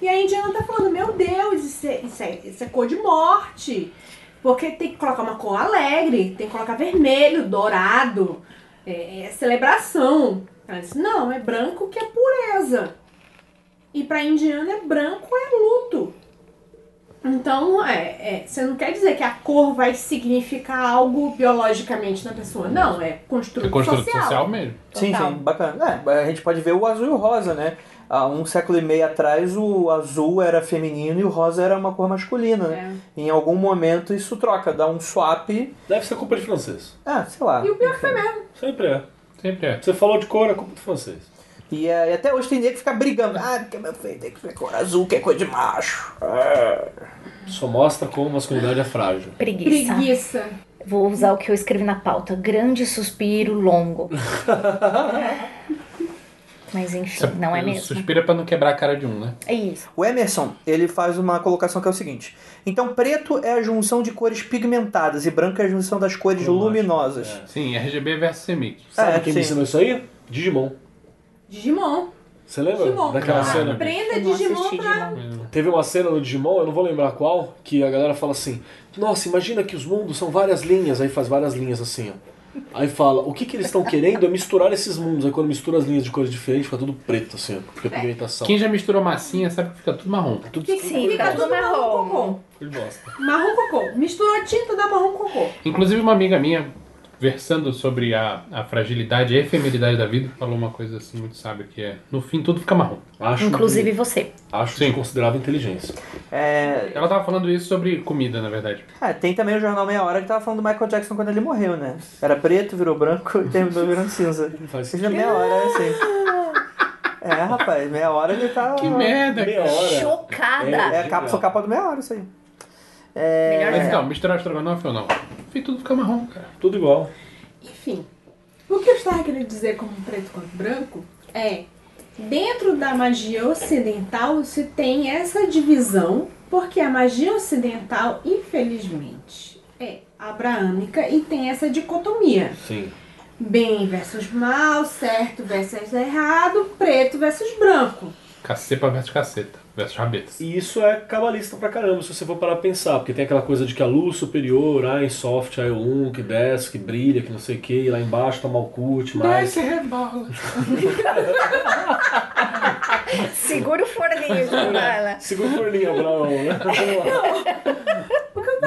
[SPEAKER 6] e a indiana tá falando: Meu Deus, isso é, isso é- isso é cor de morte. Porque tem que colocar uma cor alegre, tem que colocar vermelho, dourado, é, é celebração. Ela disse, não, é branco que é pureza. E pra indiana é branco é luto. Então, é, é, você não quer dizer que a cor vai significar algo biologicamente na pessoa. Não, é construto,
[SPEAKER 5] É construto social,
[SPEAKER 6] social
[SPEAKER 5] mesmo.
[SPEAKER 3] Sim,
[SPEAKER 6] Total.
[SPEAKER 3] sim, bacana. É, a gente pode ver o azul e o rosa, né? Há um século e meio atrás, o azul era feminino e o rosa era uma cor masculina,
[SPEAKER 6] É.
[SPEAKER 3] né? Em algum momento isso troca, dá um swap.
[SPEAKER 7] Deve ser culpa de francês.
[SPEAKER 3] Ah, sei lá.
[SPEAKER 6] E o pior que foi mesmo.
[SPEAKER 7] Sempre é.
[SPEAKER 5] Sempre é.
[SPEAKER 7] Você falou de cor, é culpa do francês.
[SPEAKER 3] E, é, e até hoje tem nego que fica brigando. Ah, porque meu filho tem que ser cor azul, que é cor de macho. É.
[SPEAKER 7] Só mostra como a masculinidade é frágil.
[SPEAKER 4] Preguiça.
[SPEAKER 6] Preguiça.
[SPEAKER 4] Vou usar o que eu escrevi na pauta. Grande suspiro longo. Mas enfim, não é mesmo.
[SPEAKER 5] Suspira pra não quebrar a cara de um, né?
[SPEAKER 4] É isso.
[SPEAKER 3] O Emerson, ele faz uma colocação que é o seguinte. Então, preto é a junção de cores pigmentadas e branco é a junção das cores luminosas.
[SPEAKER 5] Sim, RGB versus CMYK.
[SPEAKER 7] Sabe
[SPEAKER 3] É,
[SPEAKER 7] quem
[SPEAKER 3] sim.
[SPEAKER 7] me ensinou isso aí? Digimon.
[SPEAKER 6] Digimon.
[SPEAKER 7] Você lembra
[SPEAKER 6] Digimon.
[SPEAKER 7] daquela
[SPEAKER 5] Ah,
[SPEAKER 7] cena?
[SPEAKER 6] Aprenda
[SPEAKER 4] Eu não
[SPEAKER 6] Digimon
[SPEAKER 4] assisti
[SPEAKER 6] pra.
[SPEAKER 4] Digimon.
[SPEAKER 7] Teve uma cena no Digimon, eu não vou lembrar qual, que a galera fala assim: Nossa, imagina que os mundos são várias linhas, aí faz várias linhas assim, ó. Aí fala: O que, que eles estão querendo é misturar esses mundos. Aí quando mistura as linhas de cores diferentes, fica tudo preto, assim, ó, porque é pigmentação.
[SPEAKER 5] Quem já misturou massinha sabe que fica tudo marrom.
[SPEAKER 7] Tudo
[SPEAKER 4] Que sim,
[SPEAKER 6] Fica
[SPEAKER 4] fica
[SPEAKER 6] tudo
[SPEAKER 4] tudo
[SPEAKER 6] marrom
[SPEAKER 4] marrom.
[SPEAKER 6] cocô.
[SPEAKER 7] de bosta.
[SPEAKER 6] Marrom cocô. Misturou tinta da marrom cocô.
[SPEAKER 5] Inclusive, uma amiga minha, versando sobre a, a fragilidade e a efemeridade da vida, falou uma coisa assim muito sábia, que é, no fim, tudo fica marrom.
[SPEAKER 7] Acho,
[SPEAKER 4] Inclusive você.
[SPEAKER 7] acho que considerava inteligência.
[SPEAKER 3] É,
[SPEAKER 5] Ela tava falando isso sobre comida, na verdade.
[SPEAKER 3] Ah, tem também o jornal Meia Hora que tava falando do Michael Jackson quando ele morreu, né? Era preto, virou branco e terminou virando cinza.
[SPEAKER 7] Faz
[SPEAKER 3] Seja meia hora, é assim. É, rapaz, meia hora ele tá.
[SPEAKER 5] Que merda!
[SPEAKER 7] Meia hora.
[SPEAKER 4] Chocada.
[SPEAKER 3] É a capa, sou capa do meia hora, isso aí.
[SPEAKER 5] Mas
[SPEAKER 4] Melhor
[SPEAKER 5] então, misturar estrogonofe ou não? No fim, tudo fica marrom, cara.
[SPEAKER 7] Tudo igual.
[SPEAKER 6] Enfim. O que eu estava querendo dizer como preto quanto branco é. Dentro da magia ocidental se tem essa divisão, porque a magia ocidental, infelizmente, é abraâmica e tem essa dicotomia.
[SPEAKER 7] Sim.
[SPEAKER 6] Bem versus mal, certo versus errado, preto versus branco.
[SPEAKER 5] Cacepa versus caceta, versus rabeta.
[SPEAKER 7] E isso é cabalista pra caramba, se você for parar pra pensar, porque tem aquela coisa de que a luz superior, ah, em soft, ah, é um que desce, que brilha, que não sei o que, e lá embaixo tá Malkuth, mas.
[SPEAKER 4] é
[SPEAKER 5] rebola.
[SPEAKER 4] Segura o forninho, Carla.
[SPEAKER 7] Segura o forninho, Abraão, né?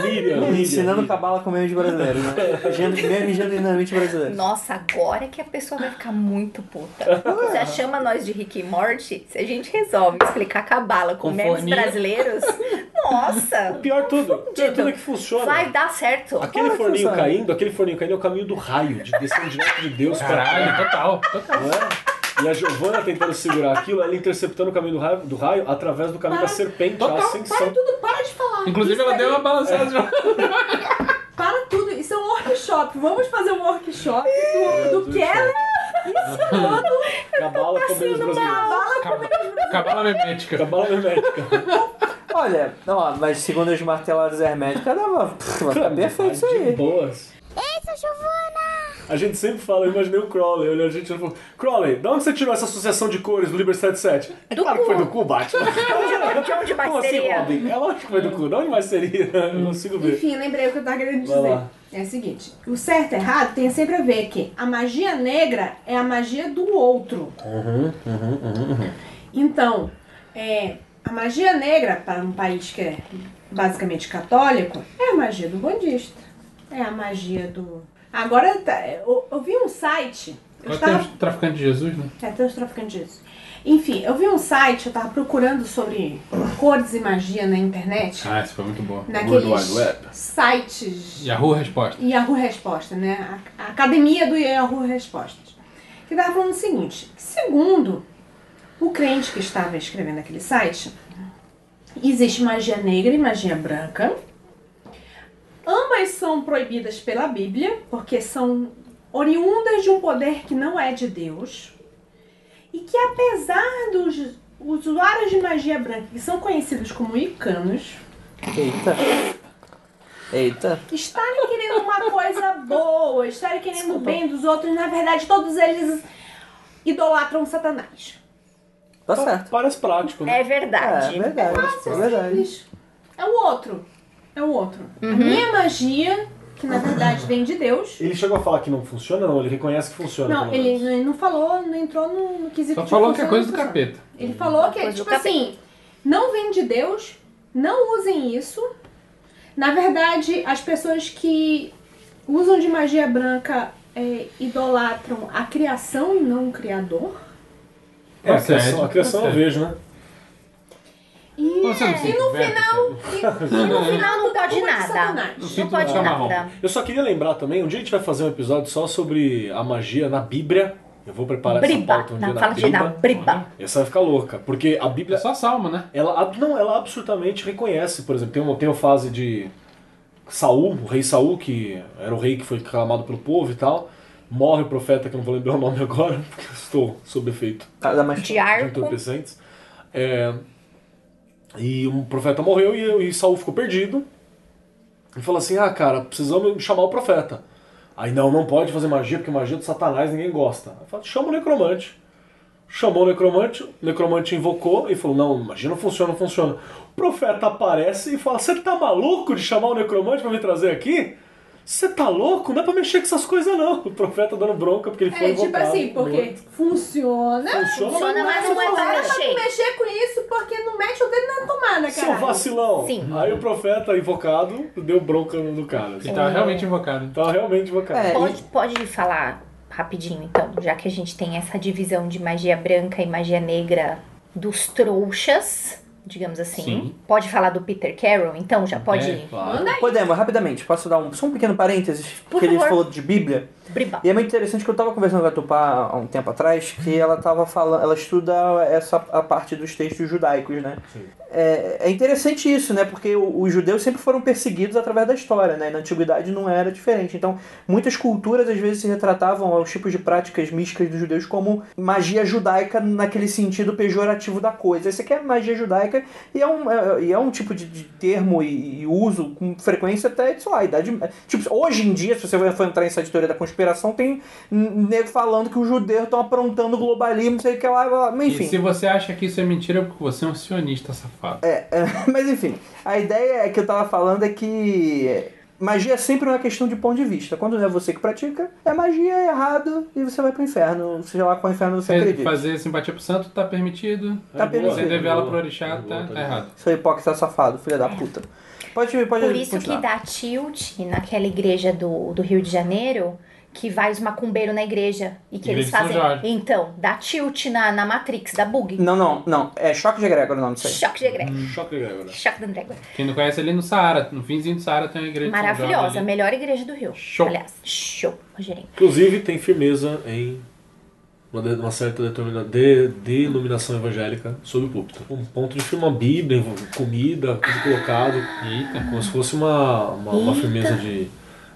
[SPEAKER 7] Miriam, Miriam.
[SPEAKER 3] Ensinando
[SPEAKER 7] Miriam.
[SPEAKER 3] cabala com meio de brasileiro, né? Genu- Meio genuinamente brasileiro.
[SPEAKER 4] Nossa, agora é que a pessoa vai ficar muito puta. Já chama nós de Rick e Morty, se a gente resolve explicar cabala com,
[SPEAKER 5] Com
[SPEAKER 4] memes
[SPEAKER 5] forninho.
[SPEAKER 4] brasileiros, nossa,
[SPEAKER 7] Pior tudo, pior tudo é que funciona.
[SPEAKER 4] vai dar certo.
[SPEAKER 7] Aquele
[SPEAKER 3] Vai
[SPEAKER 7] forninho
[SPEAKER 3] funcionar.
[SPEAKER 7] caindo, aquele forninho caindo é o caminho do raio, de descendo direto de Deus pra
[SPEAKER 5] Caralho,
[SPEAKER 7] cá,
[SPEAKER 5] total, total.
[SPEAKER 7] não é? E a Giovana tentando segurar aquilo, ela interceptando o caminho do raio, do raio através do caminho da serpente, a
[SPEAKER 6] Total, para
[SPEAKER 7] ascensão.
[SPEAKER 6] tudo, para de falar.
[SPEAKER 5] Inclusive,
[SPEAKER 6] Isso é
[SPEAKER 5] ela
[SPEAKER 6] aí,
[SPEAKER 5] deu uma balançada.
[SPEAKER 6] Para tudo, isso é um workshop. Vamos fazer um workshop do, do Keller ensinando
[SPEAKER 7] Cabala
[SPEAKER 4] Assim,
[SPEAKER 7] com menos brasileiro.
[SPEAKER 6] cabala
[SPEAKER 5] de- Cabala memética.
[SPEAKER 7] Cabala hermética.
[SPEAKER 3] Olha, ó, mas segundo as marteladas herméticas, dava. Pff, mas tá perfeito isso
[SPEAKER 7] De
[SPEAKER 3] aí.
[SPEAKER 7] boas. A gente sempre fala, eu imaginei o Crowley, olha a gente e falou, Crowley, de onde você tirou essa associação de cores do Liber 77? É
[SPEAKER 4] Do
[SPEAKER 7] claro que
[SPEAKER 4] cu.
[SPEAKER 7] foi do cu, Batman.
[SPEAKER 4] De onde mais
[SPEAKER 7] Como assim,
[SPEAKER 4] seria? Hum.
[SPEAKER 7] Robin? É lógico que foi do cu, de onde mais seria? Eu não consigo ver.
[SPEAKER 6] Enfim, lembrei o que eu tava querendo
[SPEAKER 7] Vai
[SPEAKER 6] dizer.
[SPEAKER 7] lá.
[SPEAKER 6] É o seguinte, o certo e errado tem sempre a ver que a magia negra é a magia do outro.
[SPEAKER 7] Uhum,
[SPEAKER 6] Então, é, a magia negra, para um país que é basicamente católico, é a magia do bandista. É a magia do... Agora, tá- eu, eu vi um site... Eu
[SPEAKER 5] Agora tem os traficantes de Jesus, né?
[SPEAKER 6] é, tem os traficantes disso. Enfim, eu vi um site, eu tava procurando sobre cores e magia na internet.
[SPEAKER 5] Ah, isso foi muito bom.
[SPEAKER 6] naqueles sites
[SPEAKER 5] Yahoo Resposta.
[SPEAKER 6] Yahoo Resposta, né? A a academia do Yahoo Respostas. Que tava falando o seguinte: que segundo o crente que estava escrevendo aquele site, existe magia negra e magia branca. Ambas são proibidas pela Bíblia, porque são oriundas de um poder que não é de Deus. E que apesar dos usuários de magia branca, que são conhecidos como icanos,
[SPEAKER 3] Eita. Eita.
[SPEAKER 6] estarem querendo uma coisa boa, estarem querendo o bem dos outros, na verdade, todos eles idolatram Satanás.
[SPEAKER 3] Tá certo.
[SPEAKER 7] Parece prático, né?
[SPEAKER 4] É
[SPEAKER 3] É,
[SPEAKER 4] verdade.
[SPEAKER 3] é verdade. É verdade.
[SPEAKER 6] Simples. É o outro. É o outro. A minha magia que
[SPEAKER 3] Uhum.
[SPEAKER 6] na verdade vem de
[SPEAKER 4] É.
[SPEAKER 6] Deus.
[SPEAKER 7] Ele chegou a falar que não funciona, não. Ele reconhece que funciona.
[SPEAKER 6] Não,
[SPEAKER 7] pelo
[SPEAKER 6] ele,
[SPEAKER 7] menos.
[SPEAKER 6] ele não falou, não entrou no, no quesito
[SPEAKER 5] Só
[SPEAKER 6] de
[SPEAKER 5] falou que é
[SPEAKER 6] funciona,
[SPEAKER 5] coisa do
[SPEAKER 6] não funciona.
[SPEAKER 5] capeta.
[SPEAKER 6] Ele falou que,
[SPEAKER 4] Coisa do
[SPEAKER 6] tipo
[SPEAKER 4] capeta.
[SPEAKER 6] assim, não vem de Deus, não usem isso. Na verdade, as pessoas que usam de magia branca é, idolatram a criação e não o criador.
[SPEAKER 7] É, a
[SPEAKER 5] Procede,
[SPEAKER 7] criação, a criação eu
[SPEAKER 5] procede.
[SPEAKER 7] vejo, né?
[SPEAKER 6] E,
[SPEAKER 4] é.
[SPEAKER 5] Você não se
[SPEAKER 6] e no
[SPEAKER 5] diverte,
[SPEAKER 6] final. E, e no final
[SPEAKER 4] Não pode
[SPEAKER 6] tudo é de
[SPEAKER 4] nada.
[SPEAKER 6] Satanás.
[SPEAKER 5] No fim,
[SPEAKER 4] Não
[SPEAKER 5] tu
[SPEAKER 4] pode
[SPEAKER 5] vai chamar
[SPEAKER 4] nada.
[SPEAKER 7] Eu só queria lembrar também, um dia a gente vai fazer um episódio só sobre a magia na Bíblia. Eu vou preparar essa
[SPEAKER 4] Briba.
[SPEAKER 7] pauta um dia
[SPEAKER 4] Não,
[SPEAKER 7] na
[SPEAKER 4] fala de
[SPEAKER 7] Bíblia.
[SPEAKER 4] dar briba.
[SPEAKER 7] Essa vai ficar louca, porque a Bíblia
[SPEAKER 5] É só salmo, né?
[SPEAKER 7] Ela ab- não, ela absolutamente reconhece, por exemplo, tem uma, tem uma fase de Saul, o rei Saul, que era o rei que foi clamado pelo povo e tal. Morre o profeta, que eu não vou lembrar o nome agora, porque eu estou sob efeito
[SPEAKER 3] Tá, dá mais-
[SPEAKER 4] De
[SPEAKER 7] de
[SPEAKER 4] arco.
[SPEAKER 7] entorpecentes. É, e um profeta morreu e, e Saul ficou perdido. E falou assim: Ah, cara, precisamos chamar o profeta. Aí não, não pode fazer magia, porque magia é de Satanás ninguém gosta. Aí fala, chama o necromante. Chamou o necromante, o necromante invocou e falou: Não, magia não funciona, não funciona. O profeta aparece e fala: Você tá maluco de chamar o necromante pra me trazer aqui? Você tá louco? Não é pra mexer com essas coisas, não. O profeta dando bronca porque ele foi
[SPEAKER 6] É tipo
[SPEAKER 7] invocado.
[SPEAKER 6] assim, porque funciona.
[SPEAKER 7] Funciona,
[SPEAKER 4] Funciona, mas não é pra
[SPEAKER 6] Para pra
[SPEAKER 4] mexer.
[SPEAKER 6] mexer com isso, porque não mexe o dedo na tomada,
[SPEAKER 7] Seu
[SPEAKER 6] cara.
[SPEAKER 7] vacilão!
[SPEAKER 4] Sim.
[SPEAKER 7] Aí o profeta invocado deu bronca no cara.
[SPEAKER 5] Ele
[SPEAKER 7] Assim.
[SPEAKER 4] É.
[SPEAKER 5] tava tá realmente invocado.
[SPEAKER 7] Tava realmente invocado.
[SPEAKER 3] É,
[SPEAKER 4] Pode, pode falar rapidinho, então, já que a gente tem essa divisão de magia branca e magia negra dos trouxas, digamos assim.
[SPEAKER 5] Sim.
[SPEAKER 4] Pode falar do Peter Carroll, então? Já pode
[SPEAKER 5] É, claro.
[SPEAKER 6] Manda aí.
[SPEAKER 3] Podemos, rapidamente, posso dar um, só um pequeno parênteses,
[SPEAKER 4] Por
[SPEAKER 3] porque ele
[SPEAKER 4] favor.
[SPEAKER 3] falou de Bíblia.
[SPEAKER 4] bribar.
[SPEAKER 3] E é muito interessante que eu tava conversando com a Tupá há um tempo atrás, que ela tava falando, ela estuda essa a parte dos textos judaicos, né? É, é interessante isso, né? Porque o- os judeus sempre foram perseguidos através da história, né? Na antiguidade não era diferente. Então, muitas culturas às vezes se retratavam aos tipos de práticas místicas dos judeus como magia judaica naquele sentido pejorativo da coisa. Isso aqui é magia judaica e é um, é, e é um tipo de, de termo e, e uso com frequência até, sei lá, idade. Tipo, hoje em dia, se você for entrar em site de teoria da conspiração, tem n- nego falando que os judeus estão aprontando globalismo, não sei o que lá, blá, blá.
[SPEAKER 4] Ah,
[SPEAKER 3] Mas, enfim.
[SPEAKER 5] E se você acha que isso é mentira, é porque você é um sionista safado.
[SPEAKER 3] É, Mas enfim, a ideia é que eu tava falando é que magia é sempre uma questão de ponto de vista. Quando não é você que pratica, é magia é errado e você vai pro inferno. Seja lá qual inferno você
[SPEAKER 5] Você
[SPEAKER 3] acredita.
[SPEAKER 5] fazer simpatia pro santo tá permitido.
[SPEAKER 3] Tá
[SPEAKER 5] Você
[SPEAKER 3] permitido.
[SPEAKER 5] devela pro orixá, tá, tá errado.
[SPEAKER 3] Seu hipócrita safado, filha da puta. Pode, pode
[SPEAKER 4] É. Por isso
[SPEAKER 3] continuar.
[SPEAKER 4] que dá tilt naquela igreja do, do Rio de Janeiro, que vai os macumbeiros na igreja. E que
[SPEAKER 5] Igreja
[SPEAKER 4] eles
[SPEAKER 5] de São
[SPEAKER 4] fazem.
[SPEAKER 5] Jorge.
[SPEAKER 4] Então, dá tilt na, na Matrix, da bug.
[SPEAKER 3] Não, não, não. É choque de egrégor o nome disso aí.
[SPEAKER 4] Choque de egrégora.
[SPEAKER 7] Choque
[SPEAKER 5] Hum.
[SPEAKER 7] agora.
[SPEAKER 4] Choque de egrégora.
[SPEAKER 5] Quem não conhece ali no Saara, no finzinho do Saara tem uma igreja de São Jorge
[SPEAKER 4] Maravilhosa,
[SPEAKER 5] ali.
[SPEAKER 4] melhor igreja do Rio.
[SPEAKER 5] Show.
[SPEAKER 4] Aliás, show, Rogerinho.
[SPEAKER 7] Inclusive, tem firmeza em uma, de- uma certa determina- de- denominação evangélica sob o púlpito. Um ponto de firma, uma Bíblia, comida, tudo colocado.
[SPEAKER 5] Eita.
[SPEAKER 7] Como se fosse uma, uma, uma
[SPEAKER 4] Eita.
[SPEAKER 7] firmeza de,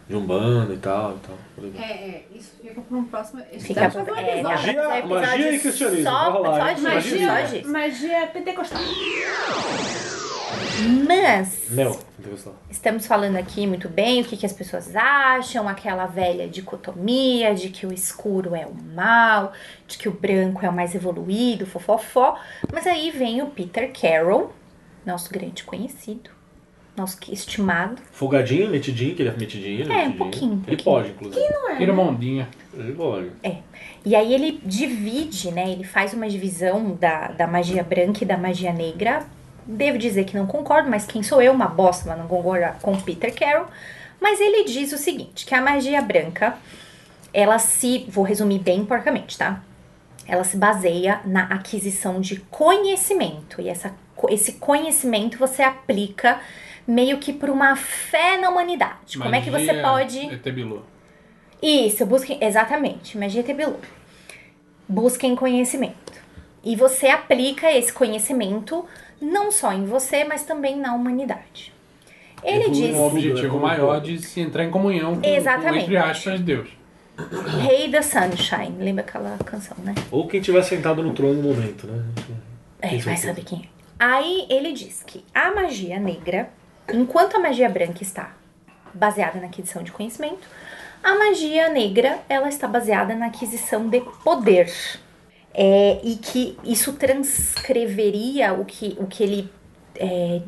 [SPEAKER 7] de umbanda e tal. então, tá E tal. por aí vai.
[SPEAKER 6] É, é, isso fica para um próximo.
[SPEAKER 4] Fica
[SPEAKER 6] pra fazer um
[SPEAKER 4] é,
[SPEAKER 6] episódio.
[SPEAKER 7] Magia-
[SPEAKER 4] dá pra fazer um
[SPEAKER 7] magia
[SPEAKER 4] episódio
[SPEAKER 7] e cristianismo,
[SPEAKER 4] Só,
[SPEAKER 7] vai lá,
[SPEAKER 4] só
[SPEAKER 7] hein?
[SPEAKER 4] disso,
[SPEAKER 7] Magia.
[SPEAKER 4] só disso.
[SPEAKER 6] Magia pentecostal.
[SPEAKER 4] Mas
[SPEAKER 7] Mel, tem que gostar.
[SPEAKER 4] estamos falando aqui muito bem o que, que as pessoas acham, aquela velha dicotomia de que o escuro é o mal, de que o branco é o mais evoluído, fofofó. Mas aí vem o Peter Carroll, nosso grande conhecido, nosso que- estimado.
[SPEAKER 7] Folgadinho, metidinho, que ele é metidinho. ele
[SPEAKER 4] É, um
[SPEAKER 7] metidinho.
[SPEAKER 4] pouquinho, um
[SPEAKER 7] Ele
[SPEAKER 4] pouquinho.
[SPEAKER 7] pode, inclusive.
[SPEAKER 5] Irmãozinha.
[SPEAKER 7] Ele pode.
[SPEAKER 4] E aí ele divide, né? Ele faz uma divisão da, da magia branca e da magia negra. Devo dizer que não concordo, mas quem sou eu, uma bosta, mas não concordo com Peter Carroll. Mas ele diz o seguinte, que a magia branca, ela se, vou resumir bem porcamente, tá? Ela se baseia na aquisição de conhecimento. E essa, co- esse conhecimento você aplica meio que por uma fé na humanidade. Como é que você
[SPEAKER 5] Magia
[SPEAKER 4] pode...
[SPEAKER 5] É tebilu.
[SPEAKER 4] Isso, busquem. Exatamente, magia Tebelu. Busquem conhecimento. E você aplica esse conhecimento não só em você, mas também na humanidade. Ele
[SPEAKER 7] Evolui
[SPEAKER 4] diz,
[SPEAKER 5] Um objetivo
[SPEAKER 7] Como-
[SPEAKER 5] maior de se entrar em comunhão com, com
[SPEAKER 4] Exatamente.
[SPEAKER 5] entre aspas, Deus.
[SPEAKER 4] Rei da Sunshine. Lembra aquela canção, né?
[SPEAKER 7] Ou quem tiver sentado no trono no momento, né?
[SPEAKER 4] É,
[SPEAKER 7] Quem
[SPEAKER 4] vai
[SPEAKER 7] são
[SPEAKER 4] saber quem é. Aí ele diz que a magia negra, enquanto a magia branca está baseada na aquisição de conhecimento, a magia negra ela está baseada na aquisição de poder. É, e que isso transcreveria o que, o que ele é,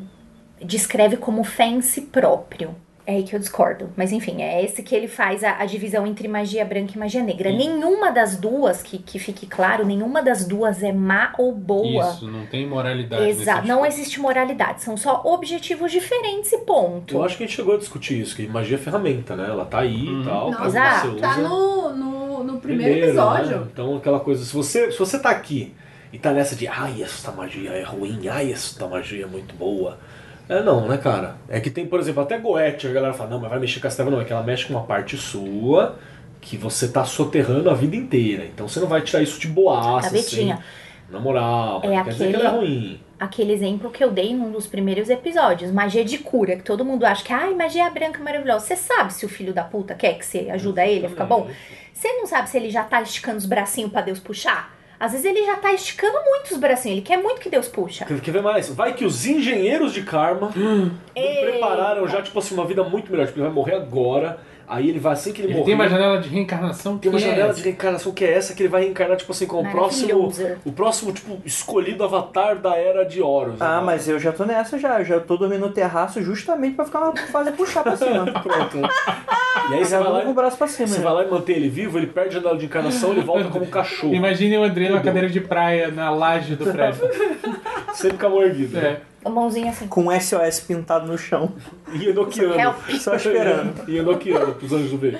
[SPEAKER 4] descreve como fé em si próprio. É aí que eu discordo. Mas enfim, é esse que ele faz a, a divisão entre magia branca e magia negra. Nenhuma das duas, que, que fique claro, nenhuma das duas é má ou boa.
[SPEAKER 5] Isso, não tem moralidade. nesse
[SPEAKER 4] Exato. Não
[SPEAKER 5] aspecto.
[SPEAKER 4] existe moralidade. São só objetivos diferentes e ponto.
[SPEAKER 7] Eu acho que a gente chegou a discutir isso, que magia é ferramenta, né? Ela tá aí e tal.
[SPEAKER 6] Não,
[SPEAKER 7] tá,
[SPEAKER 4] exato.
[SPEAKER 7] Você usa
[SPEAKER 6] Tá no, no, no primeiro episódio.
[SPEAKER 7] né? Então aquela coisa, se você, se você tá aqui e tá nessa de ai, esta magia é ruim, ai, esta magia é muito boa. É não, né, cara? É que tem, por exemplo, até Goethe, a galera fala, não, mas vai mexer com as trevas, não, é que ela mexe com uma parte sua que você tá soterrando a vida inteira. Então você não vai tirar isso de boaça,
[SPEAKER 4] Gavetinha.
[SPEAKER 7] assim, na moral.
[SPEAKER 4] É
[SPEAKER 7] não quer dizer que
[SPEAKER 4] aquele-
[SPEAKER 7] ela é ruim.
[SPEAKER 4] Aquele exemplo que eu dei num dos primeiros episódios, magia de cura, que todo mundo acha que, ai, magia branca é maravilhosa. Você sabe se o filho da puta quer que você ajuda ele a ficar bom? Você não sabe se ele já tá esticando os bracinhos pra Deus puxar? Às vezes ele já tá esticando muito os bracinhos, ele quer muito que Deus puxa.
[SPEAKER 7] Quer, quer ver mais? Vai que os engenheiros de karma não
[SPEAKER 4] Eita.
[SPEAKER 7] prepararam já, tipo assim, uma vida muito melhor. Tipo, ele vai morrer agora, aí ele vai, assim que ele,
[SPEAKER 5] Ele
[SPEAKER 7] morrer...
[SPEAKER 5] tem uma janela de reencarnação
[SPEAKER 7] Tem uma
[SPEAKER 5] que é
[SPEAKER 7] janela
[SPEAKER 5] essa.
[SPEAKER 7] de reencarnação que é essa que ele vai reencarnar, tipo assim, com o próximo.
[SPEAKER 4] Maravilhoso.
[SPEAKER 7] O próximo, tipo, escolhido avatar da era de Horus.
[SPEAKER 3] Ah,
[SPEAKER 7] né?
[SPEAKER 3] mas eu já tô nessa já. Eu já tô dormindo no terraço justamente pra ficar uma fase puxar pra cima.
[SPEAKER 7] Pronto. E aí
[SPEAKER 3] Eu
[SPEAKER 7] você
[SPEAKER 3] já
[SPEAKER 7] vai,
[SPEAKER 3] tô com o
[SPEAKER 7] lá,
[SPEAKER 3] braço pra cima.
[SPEAKER 7] você
[SPEAKER 3] já.
[SPEAKER 7] vai lá e mantém ele vivo, ele perde a janela de encarnação ele volta como um cachorro.
[SPEAKER 5] Imagine o André numa cadeira de praia na laje do prédio.
[SPEAKER 7] Sempre com a mão erguida.
[SPEAKER 5] É.
[SPEAKER 4] A mãozinha assim.
[SPEAKER 3] Com um SOS pintado no chão.
[SPEAKER 7] E enoquiano.
[SPEAKER 4] Help.
[SPEAKER 3] Só esperando.
[SPEAKER 7] E enoquiano pros anjos do bem.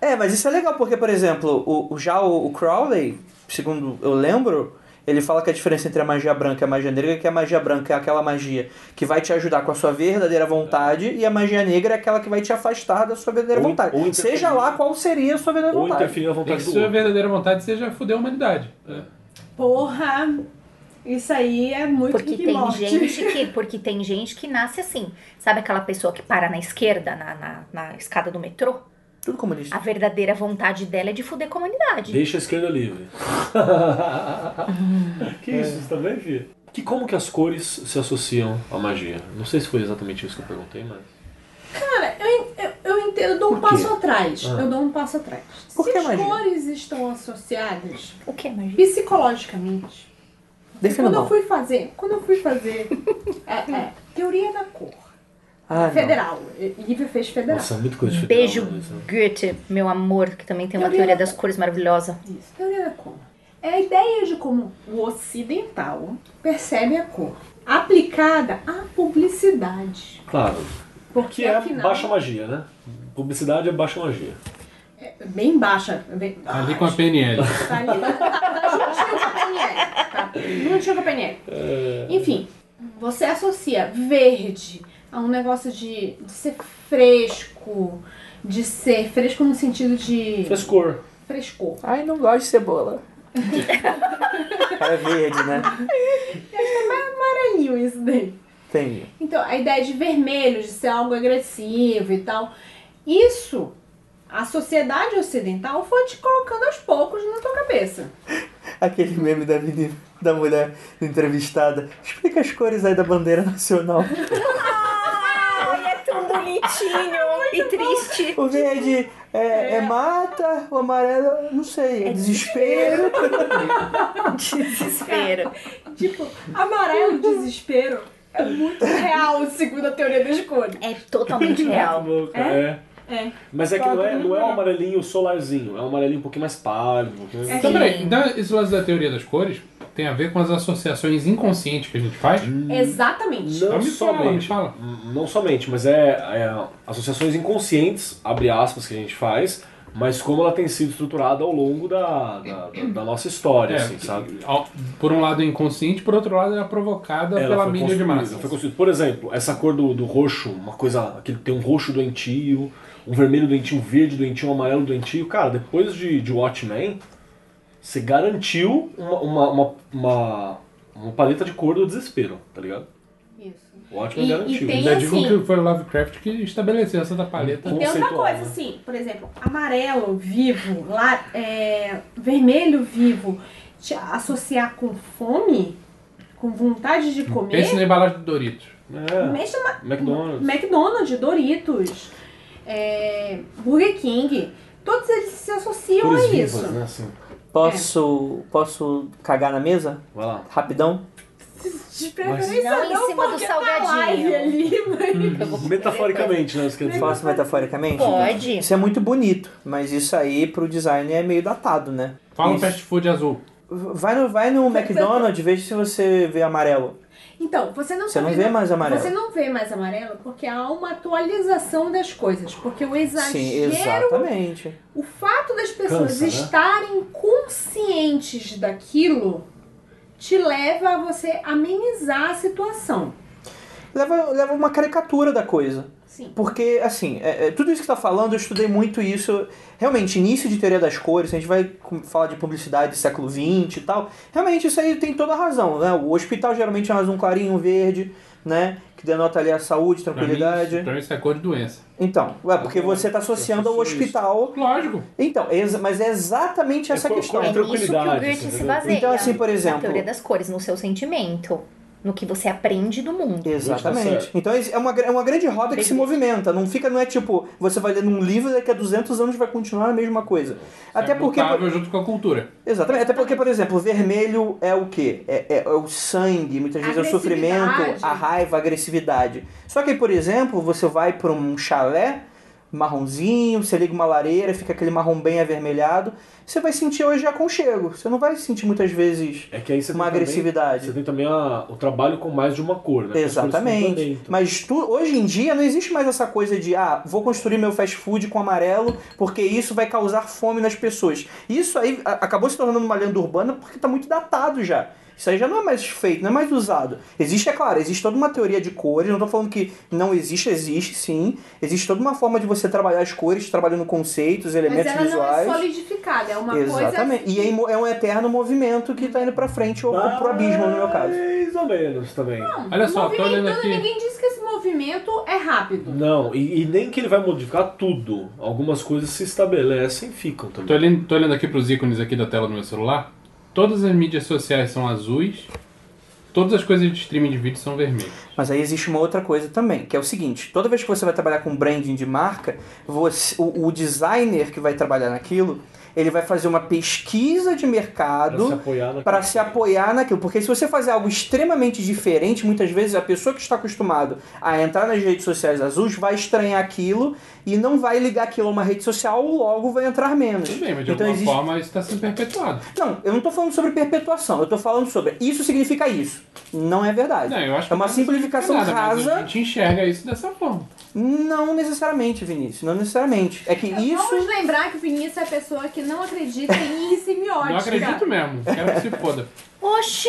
[SPEAKER 3] É, mas isso é legal, porque, por exemplo, o, o- já o, o Crowley, segundo eu lembro, ele fala que a diferença entre a magia branca e a magia negra é que a magia branca é aquela magia que vai te ajudar com a sua verdadeira vontade e a magia negra é aquela que vai te afastar da sua verdadeira
[SPEAKER 7] Ou-
[SPEAKER 3] vontade.
[SPEAKER 7] ou interferir.
[SPEAKER 3] Seja lá qual seria a sua verdadeira
[SPEAKER 7] Ou
[SPEAKER 3] vontade.
[SPEAKER 7] interferir na
[SPEAKER 5] Tem que
[SPEAKER 7] vontade do
[SPEAKER 5] sua
[SPEAKER 7] outro.
[SPEAKER 5] verdadeira vontade seja fuder a humanidade. né?
[SPEAKER 6] Porra, isso aí é muito
[SPEAKER 4] Porque
[SPEAKER 6] Rick e
[SPEAKER 4] tem
[SPEAKER 6] Morty.
[SPEAKER 4] gente que. Porque tem gente que nasce assim. Sabe aquela pessoa que para na esquerda, na, na, na escada do metrô?
[SPEAKER 3] Tudo comunista.
[SPEAKER 4] A
[SPEAKER 6] Ah,
[SPEAKER 4] verdadeira vontade dela é de fuder a comunidade.
[SPEAKER 7] Deixa a esquerda livre. que isso, você também, filho? Que como que as cores se associam à magia? Não sei se foi exatamente isso que eu perguntei, mas.
[SPEAKER 6] Cara, eu, eu, eu entendo, eu dou um
[SPEAKER 7] Por quê?
[SPEAKER 6] passo atrás.
[SPEAKER 7] Ah.
[SPEAKER 6] Eu dou um passo atrás.
[SPEAKER 3] Por
[SPEAKER 6] Se
[SPEAKER 3] que
[SPEAKER 6] as
[SPEAKER 3] magia?
[SPEAKER 6] cores estão associadas
[SPEAKER 4] O que, magia?
[SPEAKER 6] psicologicamente,
[SPEAKER 3] Defina
[SPEAKER 6] quando eu
[SPEAKER 3] mal.
[SPEAKER 6] fui fazer, quando eu fui fazer é, é, teoria da cor,
[SPEAKER 3] Ah, não.
[SPEAKER 6] federal, Lívia fez federal.
[SPEAKER 7] Nossa, é muito coisa de federal,
[SPEAKER 4] Beijo,
[SPEAKER 7] né, isso, né?
[SPEAKER 4] Goethe, meu amor, que também tem uma
[SPEAKER 6] Teoria
[SPEAKER 4] teoria
[SPEAKER 6] da-
[SPEAKER 4] das cores maravilhosa.
[SPEAKER 6] Isso, teoria da cor. É a ideia de como o ocidental percebe a cor aplicada à publicidade.
[SPEAKER 7] Claro.
[SPEAKER 6] Porque
[SPEAKER 7] Que é
[SPEAKER 6] afinal,
[SPEAKER 7] baixa magia, né? Publicidade é baixa magia.
[SPEAKER 6] é bem baixa. Bem...
[SPEAKER 7] Ah,
[SPEAKER 5] Ali com a PNL.
[SPEAKER 6] Tá ali. Não tinha com a PNL. Tá? Não tinha com a PNL. Enfim, você associa verde a um negócio de, de ser fresco, de ser fresco no sentido de
[SPEAKER 7] Frescor.
[SPEAKER 6] frescor.
[SPEAKER 3] Ai, não gosto de cebola. é verde, né?
[SPEAKER 6] É, Amarelinho isso daí.
[SPEAKER 3] Entendi.
[SPEAKER 6] Então, a ideia de vermelho, de ser algo agressivo e tal. Isso, a sociedade ocidental foi te colocando aos poucos na tua cabeça.
[SPEAKER 3] Aquele meme da menina, da mulher entrevistada. Explica as cores aí da bandeira nacional.
[SPEAKER 4] Ai, é tão bonitinho e triste.
[SPEAKER 3] O verde é, é mata, o amarelo, não sei, é desespero.
[SPEAKER 4] Desespero.
[SPEAKER 6] Tipo, amarelo, desespero, é muito real, segundo a teoria das cores.
[SPEAKER 4] É totalmente real.
[SPEAKER 7] É.
[SPEAKER 6] É.
[SPEAKER 7] Mas é que não é, não é um amarelinho solarzinho, é um amarelinho um pouquinho mais pálido. Um pouquinho...
[SPEAKER 6] É.
[SPEAKER 5] Então, peraí, então esse lance da teoria das cores tem a ver com as associações inconscientes que a gente faz?
[SPEAKER 7] Hum,
[SPEAKER 6] Exatamente.
[SPEAKER 7] Não
[SPEAKER 5] Então me fala,
[SPEAKER 7] somente.
[SPEAKER 5] me fala.
[SPEAKER 7] Não somente, mas é, é associações inconscientes, abre aspas, que a gente faz, mas como ela tem sido estruturada ao longo da, da, da- da nossa
[SPEAKER 5] É,
[SPEAKER 7] história, assim, sabe?
[SPEAKER 5] ao- por um lado é inconsciente, por outro lado é provocada pela
[SPEAKER 7] foi
[SPEAKER 5] mídia de
[SPEAKER 7] construída,
[SPEAKER 5] massa.
[SPEAKER 7] foi construída. Por exemplo, essa cor do, do roxo, uma coisa. Aquele, tem um roxo doentio, um vermelho doentio, um verde doentio, um amarelo doentio. Cara, depois de, de Watchmen, você garantiu uma, uma, uma, uma, uma paleta de cor do desespero, tá ligado?
[SPEAKER 6] Isso.
[SPEAKER 7] O Watchmen
[SPEAKER 6] E- e
[SPEAKER 7] garantiu.
[SPEAKER 6] tem-
[SPEAKER 5] Ainda digo
[SPEAKER 6] assim-
[SPEAKER 5] que foi o Lovecraft que estabeleceu essa da paleta.
[SPEAKER 6] E tem outra
[SPEAKER 7] Conceitual,
[SPEAKER 6] coisa,
[SPEAKER 7] né?
[SPEAKER 6] assim, por exemplo, amarelo vivo, lá, é, vermelho vivo, te associar com fome, com vontade de
[SPEAKER 5] Pense
[SPEAKER 6] comer,
[SPEAKER 5] na embalagem do Doritos.
[SPEAKER 7] É,
[SPEAKER 6] mexe na
[SPEAKER 7] McDonald's.
[SPEAKER 6] McDonald's, Doritos, é, Burger King, todos eles se associam
[SPEAKER 7] Cores
[SPEAKER 6] a
[SPEAKER 7] vivas,
[SPEAKER 6] é isso.
[SPEAKER 7] né? Assim.
[SPEAKER 3] Posso, posso cagar na mesa?
[SPEAKER 7] Vai lá.
[SPEAKER 3] Rapidão?
[SPEAKER 6] De preferência
[SPEAKER 4] Não em
[SPEAKER 6] não,
[SPEAKER 4] cima do
[SPEAKER 6] porque
[SPEAKER 4] salgadinho.
[SPEAKER 6] Tá live ali, mas...
[SPEAKER 7] Metaforicamente, né? Você quer dizer.
[SPEAKER 3] Posso metaforicamente?
[SPEAKER 4] Pode.
[SPEAKER 3] Isso é muito bonito, mas isso aí pro design é meio datado, né?
[SPEAKER 5] Fala um
[SPEAKER 3] Isso.
[SPEAKER 5] fast food azul.
[SPEAKER 3] Vai no, vai no McDonald's, veja se você vê amarelo.
[SPEAKER 6] Então, você não,
[SPEAKER 3] Você
[SPEAKER 6] tá
[SPEAKER 3] não
[SPEAKER 6] vendo-
[SPEAKER 3] vê mais amarelo.
[SPEAKER 6] Você não vê mais amarelo porque há uma atualização das coisas. Porque o exagero,
[SPEAKER 3] Sim, exatamente.
[SPEAKER 6] o fato das pessoas
[SPEAKER 7] Cansa, né?
[SPEAKER 6] estarem conscientes daquilo, te leva a você amenizar a situação.
[SPEAKER 3] Leva, leva uma caricatura da coisa.
[SPEAKER 6] Sim.
[SPEAKER 3] Porque, assim, é- é, tudo isso que tá falando, eu estudei muito isso. Realmente, início de teoria das cores, a gente vai com- falar de publicidade do século XX e tal. Realmente, isso aí tem toda a razão, né? O hospital geralmente é mais um clarinho, um verde, né? Que denota ali a saúde,
[SPEAKER 5] Pra mim, isso-
[SPEAKER 3] tranquilidade.
[SPEAKER 5] pra mim isso é cor de doença.
[SPEAKER 3] Então, é porque você tá associando ao
[SPEAKER 7] associo isso.
[SPEAKER 3] hospital.
[SPEAKER 5] Lógico.
[SPEAKER 3] Então, é exa- mas é exatamente essa
[SPEAKER 7] co-
[SPEAKER 3] questão.
[SPEAKER 7] com
[SPEAKER 4] É nisso que o
[SPEAKER 7] tranquilidade,
[SPEAKER 4] Goethe
[SPEAKER 7] você
[SPEAKER 4] se
[SPEAKER 7] entendeu?
[SPEAKER 4] baseia.
[SPEAKER 3] Então, assim, por exemplo-
[SPEAKER 4] Na teoria das cores, no seu sentimento. No que você aprende do mundo.
[SPEAKER 7] Tá
[SPEAKER 3] Exatamente.
[SPEAKER 7] certo.
[SPEAKER 3] Então é uma, gra- é uma grande roda que se movimenta. Não fica, não é tipo, você vai ler num livro e daqui a 200 anos vai continuar a mesma coisa. Até
[SPEAKER 5] é
[SPEAKER 3] porque.
[SPEAKER 5] mutável junto com a cultura.
[SPEAKER 3] Exatamente. Até porque, por exemplo, o vermelho é o quê? É, é- é o sangue, muitas vezes é o sofrimento,
[SPEAKER 6] Agressividade.
[SPEAKER 3] a raiva, a agressividade. Só que, por exemplo, você vai para um chalé marronzinho, você liga uma lareira, fica aquele marrom bem avermelhado, você vai sentir hoje aconchego. Você não vai sentir muitas vezes
[SPEAKER 7] É que aí você
[SPEAKER 3] uma
[SPEAKER 7] tem também-
[SPEAKER 3] agressividade.
[SPEAKER 7] Você tem também a- o trabalho com mais de uma cor, né?
[SPEAKER 3] Exatamente.
[SPEAKER 7] então.
[SPEAKER 3] Mas tu- hoje em dia não existe mais essa coisa de, ah, vou construir meu fast food com amarelo porque isso vai causar fome nas pessoas. Isso aí a- acabou se tornando uma lenda urbana porque tá muito datado já. Isso aí já não é mais feito, não é mais usado. Existe, é claro, existe toda uma teoria de cores, não tô falando que não existe, existe sim. Existe toda uma forma de você trabalhar as cores, trabalhando conceitos,
[SPEAKER 6] Mas
[SPEAKER 3] elementos
[SPEAKER 6] ela não é
[SPEAKER 3] visuais.
[SPEAKER 6] solidificada, é uma
[SPEAKER 3] Exatamente.
[SPEAKER 6] coisa.
[SPEAKER 3] E é em mo- é um eterno movimento que tá indo pra frente ou pro abismo, no meu caso.
[SPEAKER 7] Mais ou menos também. Não,
[SPEAKER 5] Olha só, tô olhando
[SPEAKER 6] movimentando,
[SPEAKER 5] aqui.
[SPEAKER 6] ninguém diz que esse movimento é rápido.
[SPEAKER 7] e, e nem que ele vai modificar tudo. Algumas coisas se estabelecem e ficam
[SPEAKER 5] Tô
[SPEAKER 7] também.
[SPEAKER 5] olhando, tô olhando aqui pros ícones aqui da tela do meu celular. Todas as mídias sociais são azuis. Todas as coisas de streaming de vídeo são vermelhas.
[SPEAKER 3] Mas aí existe uma outra coisa também, que é o seguinte: toda vez que você vai trabalhar com um branding de marca, você- o, o designer que vai trabalhar naquilo, ele vai fazer uma pesquisa de
[SPEAKER 7] Pra se
[SPEAKER 3] mercado
[SPEAKER 7] apoiar naquilo.
[SPEAKER 3] para se apoiar naquilo. Porque se você fazer algo extremamente diferente, muitas vezes a pessoa que está acostumado a entrar nas redes sociais azuis vai estranhar aquilo e não vai ligar aquilo a uma rede social, logo vai entrar menos. Então
[SPEAKER 5] Tudo bem, mas de alguma forma isso está sendo perpetuado.
[SPEAKER 3] Não, eu não tô falando sobre perpetuação, eu tô falando sobre isso significa isso. Não é verdade.
[SPEAKER 5] Não, eu acho que
[SPEAKER 3] é uma
[SPEAKER 5] não
[SPEAKER 3] simplificação
[SPEAKER 5] significa nada, mas
[SPEAKER 3] rasa.
[SPEAKER 5] A gente enxerga isso dessa forma.
[SPEAKER 3] Não necessariamente, Vinícius, não necessariamente. É que
[SPEAKER 6] Vamos
[SPEAKER 3] isso.
[SPEAKER 6] lembrar que o Vinícius é a pessoa que não acredita em semiótica.
[SPEAKER 5] Não acredito mesmo. Quero que se foda.
[SPEAKER 4] Oxi!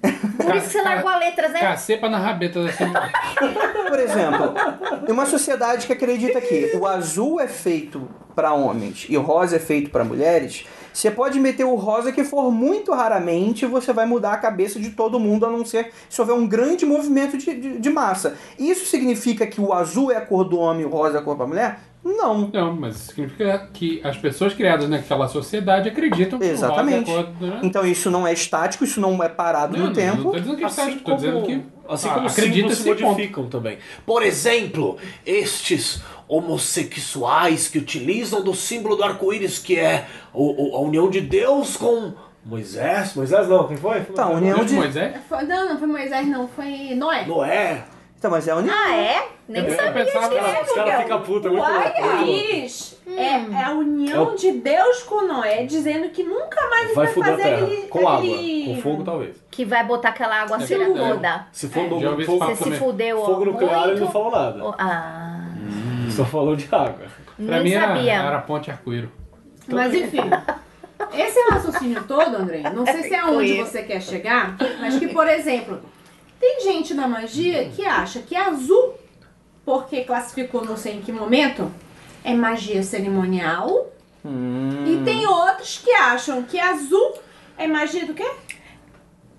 [SPEAKER 4] Por isso que você largou a letras, né?
[SPEAKER 5] Cacepa na rabeta da semana.
[SPEAKER 3] Por exemplo, uma sociedade que acredita que o azul é feito para homens e o rosa é feito para mulheres, você pode meter o rosa que for muito raramente, você vai mudar a cabeça de todo mundo, a não ser se houver um grande movimento de, de, de massa. Isso significa que o azul é a cor do homem e o rosa é a cor da mulher? Não.
[SPEAKER 5] Não, mas isso significa que as pessoas criadas naquela sociedade acreditam que o rosa é
[SPEAKER 3] Exatamente.
[SPEAKER 5] a cor do-
[SPEAKER 3] Então isso não é estático, isso não é parado
[SPEAKER 5] Não,
[SPEAKER 3] no
[SPEAKER 5] não,
[SPEAKER 3] tempo.
[SPEAKER 5] Não tô dizendo que está,
[SPEAKER 7] Assim
[SPEAKER 5] tô dizendo
[SPEAKER 7] como,
[SPEAKER 5] que
[SPEAKER 7] assim
[SPEAKER 5] ah,
[SPEAKER 7] como os
[SPEAKER 5] acredita
[SPEAKER 7] símbolos se
[SPEAKER 5] se ponto.
[SPEAKER 7] modificam também. Por exemplo, estes homossexuais que utilizam do símbolo do arco-íris, que é o- o- a união de Deus com Moisés. Moisés não, quem foi?
[SPEAKER 3] Tá, a união de.
[SPEAKER 5] Moisés?
[SPEAKER 6] Foi- Não, não foi Moisés, não, foi Noé.
[SPEAKER 7] Noé.
[SPEAKER 3] Então, mas é a união.
[SPEAKER 4] Ah, é? Nem
[SPEAKER 5] Eu
[SPEAKER 4] sabia
[SPEAKER 5] pensava-
[SPEAKER 4] disso.
[SPEAKER 5] Cara,
[SPEAKER 7] os caras ficam putos, é muito
[SPEAKER 6] Uai,
[SPEAKER 7] louco, muito louco.
[SPEAKER 6] Iris, é, é a união de Deus com Noé, dizendo que nunca mais
[SPEAKER 7] Vai
[SPEAKER 6] vai
[SPEAKER 7] foder a
[SPEAKER 6] fazer
[SPEAKER 7] terra.
[SPEAKER 6] aquele.
[SPEAKER 7] Com água.
[SPEAKER 6] aquele-
[SPEAKER 7] Com fogo, talvez.
[SPEAKER 4] Que vai botar aquela água
[SPEAKER 5] É
[SPEAKER 4] cera
[SPEAKER 5] verdade.
[SPEAKER 4] toda.
[SPEAKER 7] Se for
[SPEAKER 5] já ouvi
[SPEAKER 7] no
[SPEAKER 5] esse
[SPEAKER 7] fogo,
[SPEAKER 4] Você
[SPEAKER 5] papo
[SPEAKER 4] se
[SPEAKER 5] também.
[SPEAKER 4] fudeu. ó,
[SPEAKER 7] fogo nuclear, ele
[SPEAKER 4] muito.
[SPEAKER 7] não falou nada.
[SPEAKER 4] Ah,
[SPEAKER 5] Hum.
[SPEAKER 7] Só falou de água.
[SPEAKER 5] Pra
[SPEAKER 4] não
[SPEAKER 5] mim era,
[SPEAKER 4] sabia.
[SPEAKER 5] era a ponte arco-íro.
[SPEAKER 6] Mas enfim. Esse é o raciocínio todo, André. Não sei se é onde
[SPEAKER 4] Incluir.
[SPEAKER 6] você quer chegar, mas que, por exemplo, tem gente da magia que acha que azul, porque classificou não sei em que momento, é magia cerimonial. E tem outros que acham que azul é magia do quê?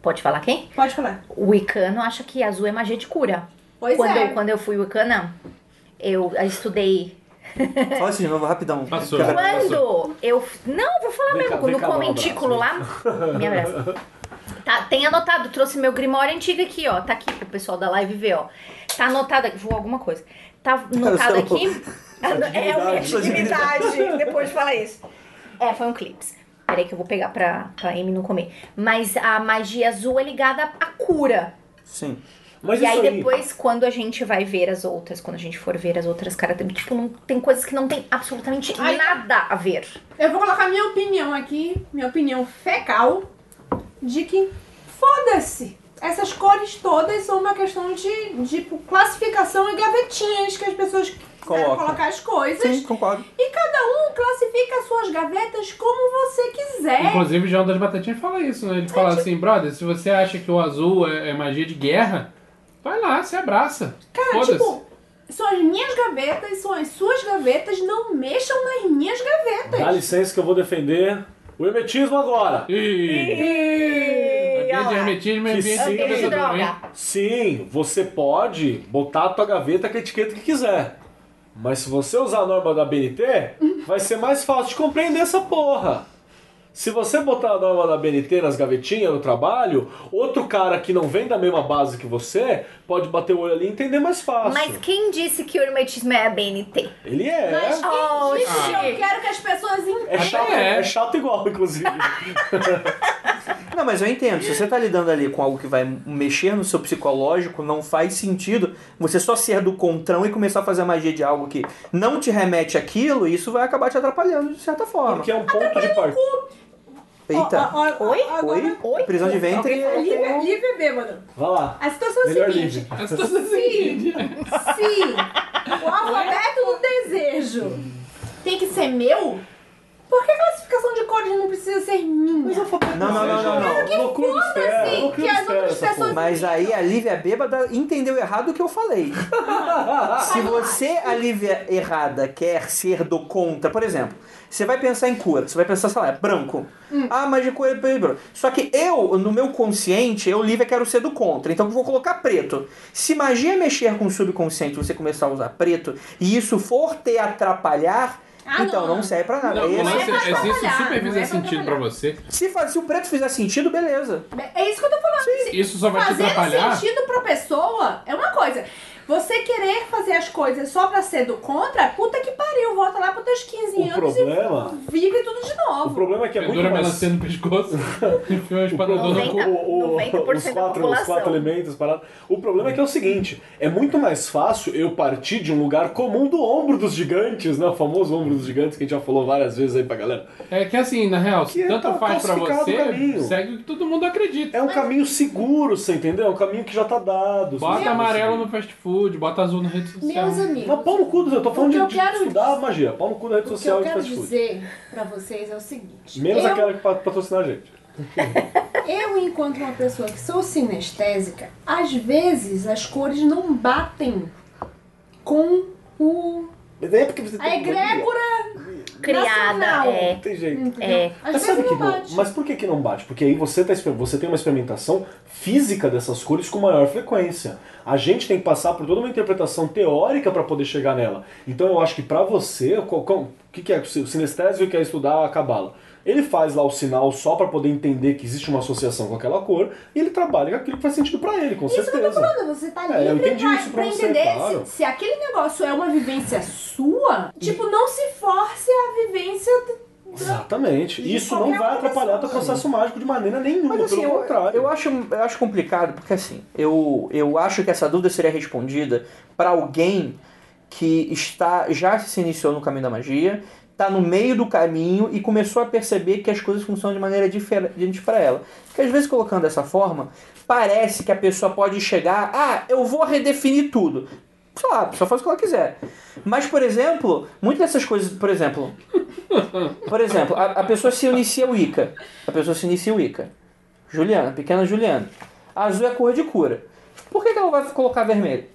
[SPEAKER 4] Pode falar quem?
[SPEAKER 6] Pode falar.
[SPEAKER 4] O Wicano acha que azul é magia de cura.
[SPEAKER 6] Pois
[SPEAKER 4] quando,
[SPEAKER 6] é.
[SPEAKER 4] eu, quando eu fui Wicana, eu estudei.
[SPEAKER 3] Fala isso de novo, rapidão.
[SPEAKER 5] Passou.
[SPEAKER 3] Cara,
[SPEAKER 4] Quando eu. Não, vou falar
[SPEAKER 7] Vem cá,
[SPEAKER 4] mesmo.
[SPEAKER 7] vem
[SPEAKER 4] no
[SPEAKER 7] cá, dá um
[SPEAKER 4] comentículo lá. Me abraça. Tá, tem anotado, trouxe meu grimório antigo aqui, ó. Tá aqui pro pessoal da live ver, ó. Tá anotado aqui, voou alguma coisa. Tá anotado
[SPEAKER 3] Eu sou-
[SPEAKER 4] aqui. É a minha
[SPEAKER 3] dignidade, sua
[SPEAKER 4] dignidade. Depois de falar isso. É, foi um clips. Peraí que eu vou pegar pra, pra Amy não comer. Mas a magia azul é ligada à cura.
[SPEAKER 3] Sim.
[SPEAKER 7] Mas
[SPEAKER 4] e
[SPEAKER 7] isso
[SPEAKER 4] aí depois, quando a gente vai ver as outras, quando a gente for ver as outras características, tipo, não, tem coisas que não tem absolutamente
[SPEAKER 6] Ai.
[SPEAKER 4] nada a ver.
[SPEAKER 6] Eu vou colocar minha opinião aqui, minha opinião fecal, de que foda-se. Essas cores todas são uma questão de, de classificação e gavetinhas que as pessoas quiseram
[SPEAKER 3] Coloca.
[SPEAKER 6] colocar as coisas.
[SPEAKER 3] Sim, concordo.
[SPEAKER 6] E cada um classifica as suas gavetas como você quiser.
[SPEAKER 5] Inclusive, o João das Batatinhas fala isso, né? Ele fala assim, brother, se você acha que o azul é, é magia de guerra, vai lá, se abraça.
[SPEAKER 6] Cara,
[SPEAKER 5] Foda-se.
[SPEAKER 6] tipo, são as minhas gavetas, são as suas gavetas, não mexam nas minhas gavetas.
[SPEAKER 7] Dá licença que eu vou defender o hermetismo agora.
[SPEAKER 5] Ih, ambiente de hermetismo é
[SPEAKER 7] Que
[SPEAKER 5] ambiente de
[SPEAKER 7] sim.
[SPEAKER 5] cabeça
[SPEAKER 4] Ambiente de
[SPEAKER 5] doente.
[SPEAKER 4] droga.
[SPEAKER 7] Sim, você pode botar a tua gaveta com a etiqueta que quiser. Mas se você usar a norma da BNT, vai ser mais fácil de compreender essa porra. Se você botar a norma da BNT nas gavetinhas no trabalho, outro cara que não vem da mesma base que você pode bater o olho ali e entender mais fácil.
[SPEAKER 4] Mas quem disse que o hermetismo é a BNT?
[SPEAKER 7] Ele é.
[SPEAKER 6] Mas quem
[SPEAKER 4] Oh,
[SPEAKER 6] disse que eu
[SPEAKER 4] chique.
[SPEAKER 6] quero que as pessoas
[SPEAKER 7] É
[SPEAKER 6] entendam?
[SPEAKER 7] chato,
[SPEAKER 5] É.
[SPEAKER 7] é chato igual, inclusive.
[SPEAKER 3] Não, mas eu entendo. Se você tá lidando ali com algo que vai mexer no seu psicológico, não faz sentido você só ser do contrão e começar a fazer magia de algo que não te remete àquilo, e isso vai acabar te atrapalhando de certa forma.
[SPEAKER 7] Porque é um ponto de partida.
[SPEAKER 3] Eita.
[SPEAKER 6] Ó, ó, ó,
[SPEAKER 4] Oi?
[SPEAKER 6] agora- tá
[SPEAKER 3] Oi?
[SPEAKER 4] Oi?
[SPEAKER 3] Prisão de ventre.
[SPEAKER 4] Alguém falou?
[SPEAKER 6] Lívia, Lívia bêbada.
[SPEAKER 7] Vai lá.
[SPEAKER 6] A situação é a
[SPEAKER 7] Melhor
[SPEAKER 6] seguinte.
[SPEAKER 7] livre.
[SPEAKER 5] As pessoas assim,
[SPEAKER 6] Se o alfabeto do desejo tem que ser meu, por que a classificação de cores não precisa ser minha?
[SPEAKER 3] Não, não, não, não, não.
[SPEAKER 7] Loucura do
[SPEAKER 6] foda-se
[SPEAKER 7] espera.
[SPEAKER 6] que é as outras pessoas-
[SPEAKER 3] Mas aí a Lívia bêbada entendeu errado o que eu falei. Se você, a Lívia errada, quer ser do contra, por exemplo, você vai pensar em cor, você vai pensar, sei lá, é branco. Ah, mas de cor é branco. Só que eu, no meu consciente, eu, Lívia, quero ser do contra, então eu vou colocar preto. Se magia mexer com o subconsciente você começar a usar preto e isso for te atrapalhar,
[SPEAKER 6] Ah,
[SPEAKER 3] então
[SPEAKER 6] não,
[SPEAKER 3] não,
[SPEAKER 6] não.
[SPEAKER 3] serve pra nada.
[SPEAKER 5] Não,
[SPEAKER 3] Esse-
[SPEAKER 5] o lance
[SPEAKER 6] pra
[SPEAKER 5] é, se isso
[SPEAKER 6] trabalhar,
[SPEAKER 5] super
[SPEAKER 6] não é
[SPEAKER 5] fizer
[SPEAKER 6] pra
[SPEAKER 5] sentido pra
[SPEAKER 6] trabalhar.
[SPEAKER 5] você,
[SPEAKER 3] se, fa- se o preto fizer sentido, beleza.
[SPEAKER 6] É isso que eu tô falando. Se-
[SPEAKER 5] isso só vai te
[SPEAKER 6] Fazer
[SPEAKER 5] atrapalhar.
[SPEAKER 6] sentido pra pessoa é uma coisa. Você querer fazer as coisas só pra ser do contra, puta que pariu, volta lá pros teus 15
[SPEAKER 7] O
[SPEAKER 6] anos
[SPEAKER 7] problema.
[SPEAKER 6] e vive tudo de
[SPEAKER 7] O
[SPEAKER 6] novo.
[SPEAKER 7] problema é que é muito
[SPEAKER 5] Pendura
[SPEAKER 7] mais...
[SPEAKER 5] melancia no pescoço, enfia uma espadador no cu.
[SPEAKER 4] 90%.
[SPEAKER 7] os,
[SPEAKER 4] 90% da
[SPEAKER 7] quatro, os
[SPEAKER 4] população.
[SPEAKER 7] quatro elementos parados. O problema é que é o seguinte: é muito mais fácil eu partir de um lugar comum do ombro dos gigantes, né? O famoso ombro dos gigantes que a gente já falou várias vezes aí pra galera.
[SPEAKER 5] É que assim, na real,
[SPEAKER 7] Que é
[SPEAKER 5] tanto
[SPEAKER 6] um
[SPEAKER 7] pra
[SPEAKER 5] faz pra
[SPEAKER 7] classificar
[SPEAKER 5] você,
[SPEAKER 7] o caminho.
[SPEAKER 5] segue o que todo mundo acredita.
[SPEAKER 7] É um caminho seguro, você entendeu? É um caminho que já tá dado.
[SPEAKER 5] Bota
[SPEAKER 7] Você-
[SPEAKER 5] amarelo no fast food, bota azul na rede social.
[SPEAKER 6] Meus amigos.
[SPEAKER 7] Mas pau no cu, eu tô falando
[SPEAKER 6] O que
[SPEAKER 7] de,
[SPEAKER 6] eu
[SPEAKER 7] de
[SPEAKER 6] quero
[SPEAKER 7] estudar
[SPEAKER 6] dizer-
[SPEAKER 7] magia. Pau no cu da
[SPEAKER 6] O
[SPEAKER 7] rede
[SPEAKER 6] que eu
[SPEAKER 7] social e de
[SPEAKER 6] quero
[SPEAKER 7] fast food.
[SPEAKER 6] dizer pra vocês é o seguinte.
[SPEAKER 7] Menos
[SPEAKER 6] eu,
[SPEAKER 7] aquela que pat- patrocina a gente.
[SPEAKER 6] eu, enquanto uma pessoa que sou sinestésica, às vezes as cores não batem com o,
[SPEAKER 7] Mas é porque você
[SPEAKER 6] a
[SPEAKER 7] tem mania.
[SPEAKER 6] egrégora
[SPEAKER 4] Criada,
[SPEAKER 6] nacional.
[SPEAKER 4] é.
[SPEAKER 7] Não tem jeito.
[SPEAKER 6] Entendeu?
[SPEAKER 4] É.
[SPEAKER 6] Às
[SPEAKER 7] Mas
[SPEAKER 6] vezes
[SPEAKER 7] sabe
[SPEAKER 6] não
[SPEAKER 7] que
[SPEAKER 6] bate.
[SPEAKER 7] não? Mas por que, que não bate? Porque aí você, tá, exper- você tem uma experimentação física dessas cores com maior frequência. A gente tem que passar por toda uma interpretação teórica para poder chegar nela. Então eu acho que para você, qual- qual- o que, que é? O sinestésio quer estudar a cabala. Ele faz lá o sinal só para poder entender que existe uma associação com aquela cor e ele trabalha com aquilo que faz sentido para ele, com
[SPEAKER 6] Isso que eu tô
[SPEAKER 7] certeza.
[SPEAKER 6] falando, você tá
[SPEAKER 7] É, eu
[SPEAKER 6] livre
[SPEAKER 7] entendi
[SPEAKER 6] pra,
[SPEAKER 7] isso pra
[SPEAKER 6] pra
[SPEAKER 7] você,
[SPEAKER 6] entender se-
[SPEAKER 7] claro.
[SPEAKER 6] se, aquele negócio é uma vivência sua, tipo, não se force a vivência. do-
[SPEAKER 7] Exatamente.
[SPEAKER 6] De
[SPEAKER 7] Isso não
[SPEAKER 6] qualquer
[SPEAKER 7] vai
[SPEAKER 6] outra
[SPEAKER 7] atrapalhar teu
[SPEAKER 6] pessoa.
[SPEAKER 7] processo mágico de maneira nenhuma,
[SPEAKER 3] Mas assim,
[SPEAKER 7] pelo
[SPEAKER 3] eu,
[SPEAKER 7] contrário.
[SPEAKER 3] eu acho, eu acho complicado, porque assim, eu, eu acho que essa dúvida seria respondida para alguém que está já se iniciou no caminho da magia, está no meio do caminho e começou a perceber que as coisas funcionam de maneira diferente para ela. Porque às vezes colocando dessa forma, parece que a pessoa pode chegar, ah, eu vou redefinir tudo. Sei lá, a pessoa faz o que ela quiser. Mas, por exemplo, muitas dessas coisas, por exemplo, por exemplo, a, a pessoa se inicia o Ica. A pessoa se inicia o Ica. Juliana, pequena Juliana. Azul é cor de cura. Por que, que ela vai colocar vermelho?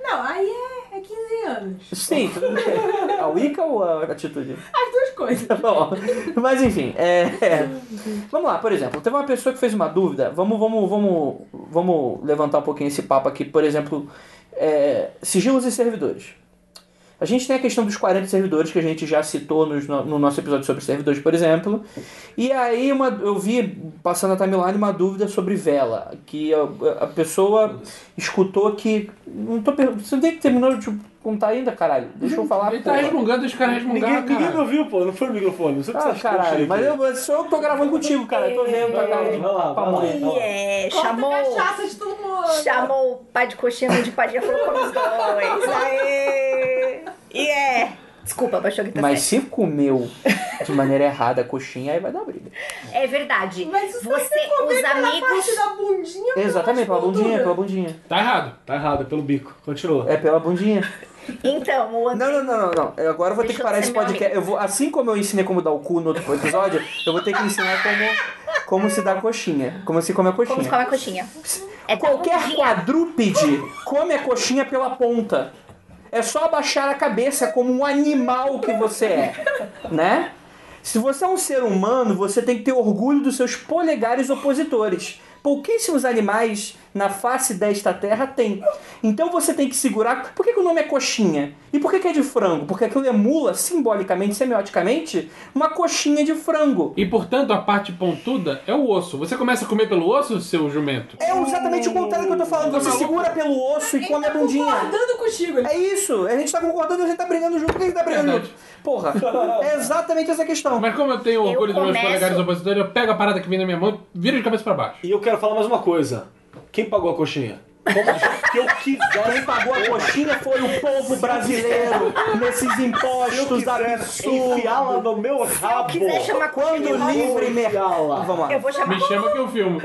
[SPEAKER 6] Não, aí é, é 15 anos.
[SPEAKER 3] Sim, tudo bem. A Wicca ou a atitude?
[SPEAKER 6] As duas coisas.
[SPEAKER 3] Tá Bom, mas enfim, é, é. vamos lá, por exemplo, teve uma pessoa que fez uma dúvida, vamos, vamos, vamos, vamos levantar um pouquinho esse papo aqui, por exemplo, é, sigilos e servidores. A gente tem a questão dos 40 servidores que a gente já citou nos no, no nosso episódio sobre servidores, por exemplo. E aí uma, eu vi, passando a timeline, uma dúvida sobre vela, que a, a pessoa escutou que. Não tô per- Você nem terminou de Como tá ainda, caralho? Deixa eu falar.
[SPEAKER 5] Ele tá
[SPEAKER 3] porra.
[SPEAKER 5] resmungando, os caras
[SPEAKER 7] Ninguém,
[SPEAKER 5] resmungaram,
[SPEAKER 7] ninguém me
[SPEAKER 5] cara.
[SPEAKER 7] ouviu, pô. Não foi no microfone. Não sei o que você
[SPEAKER 3] Ah,
[SPEAKER 7] acha que eu achei
[SPEAKER 3] caralho, mas
[SPEAKER 7] aqui.
[SPEAKER 3] eu sou eu que tô gravando contigo, cara. Eu tô Tá vendo tua cara de
[SPEAKER 7] Vai lá, vai lá. então.
[SPEAKER 3] pamonha.
[SPEAKER 4] E é,
[SPEAKER 6] Corta
[SPEAKER 4] chamou.
[SPEAKER 6] a cachaça de todo mundo.
[SPEAKER 4] Chamou o pai de coxinha de padinha falou com os dois. Aê! E é. Desculpa, baixou a guitarra.
[SPEAKER 3] Mas se comeu de maneira errada a coxinha, aí vai dar briga.
[SPEAKER 4] É verdade.
[SPEAKER 6] Mas isso
[SPEAKER 4] Você,
[SPEAKER 6] tem que comer
[SPEAKER 4] os
[SPEAKER 6] pela
[SPEAKER 4] amigos.
[SPEAKER 6] parte da bundinha. pela
[SPEAKER 3] Exatamente, pela
[SPEAKER 6] gordura.
[SPEAKER 3] bundinha, pela bundinha.
[SPEAKER 5] Tá errado.
[SPEAKER 7] Tá errado, é pelo bico. Continua.
[SPEAKER 3] É pela bundinha.
[SPEAKER 4] Então, o André.
[SPEAKER 3] Não, não, não, não, não. Eu agora vou ter
[SPEAKER 4] Deixa
[SPEAKER 3] que parar
[SPEAKER 4] eu
[SPEAKER 3] esse
[SPEAKER 4] ser meu
[SPEAKER 3] podcast. Eu vou, assim como eu ensinei como dar o cu no outro episódio, eu vou ter que ensinar como, como se dá coxinha. Como se come a
[SPEAKER 4] Como se
[SPEAKER 3] coxinha.
[SPEAKER 4] come a coxinha? É da
[SPEAKER 3] Qualquer
[SPEAKER 4] bundinha.
[SPEAKER 3] quadrúpede come a coxinha pela ponta. É só abaixar a cabeça como um animal que você é, né? Se você é um ser humano, você tem que ter orgulho dos seus polegares opositores. Pouquíssimos animais na face desta terra têm. Então você tem que segurar. Por que, que o nome é coxinha? E por que, que é de frango? Porque aquilo emula, simbolicamente, semioticamente, uma coxinha de frango.
[SPEAKER 5] E portanto, a parte pontuda é o osso. Você começa a comer pelo osso, seu jumento?
[SPEAKER 3] É exatamente o contrário do que eu tô falando. Você segura pelo osso e
[SPEAKER 6] Ele
[SPEAKER 3] come a
[SPEAKER 6] tá
[SPEAKER 3] bundinha.
[SPEAKER 6] concordando contigo. ele-
[SPEAKER 3] É isso, a gente tá concordando, a gente tá brigando junto, por que a gente tá brigando
[SPEAKER 5] Verdade.
[SPEAKER 3] junto? Porra, é exatamente essa questão.
[SPEAKER 5] Mas como eu tenho orgulho dos meus
[SPEAKER 4] começo-
[SPEAKER 5] colegas opositores, eu pego a parada que vem na minha mão e viro de cabeça pra baixo.
[SPEAKER 7] E eu quero falar mais uma coisa. Quem pagou a coxinha? Como que eu quiser.
[SPEAKER 3] Quem pagou a coxinha foi o povo brasileiro nesses
[SPEAKER 7] Se eu
[SPEAKER 3] impostos
[SPEAKER 7] quiser enfiá-la
[SPEAKER 3] absursos.
[SPEAKER 7] no meu rabo.
[SPEAKER 4] quiser chamar
[SPEAKER 3] Quando
[SPEAKER 4] coxinha, eu
[SPEAKER 3] livre mercado.
[SPEAKER 7] Fiala.
[SPEAKER 3] Vamos
[SPEAKER 4] Eu
[SPEAKER 3] lá.
[SPEAKER 4] vou chamar.
[SPEAKER 5] Me chama que eu filmo.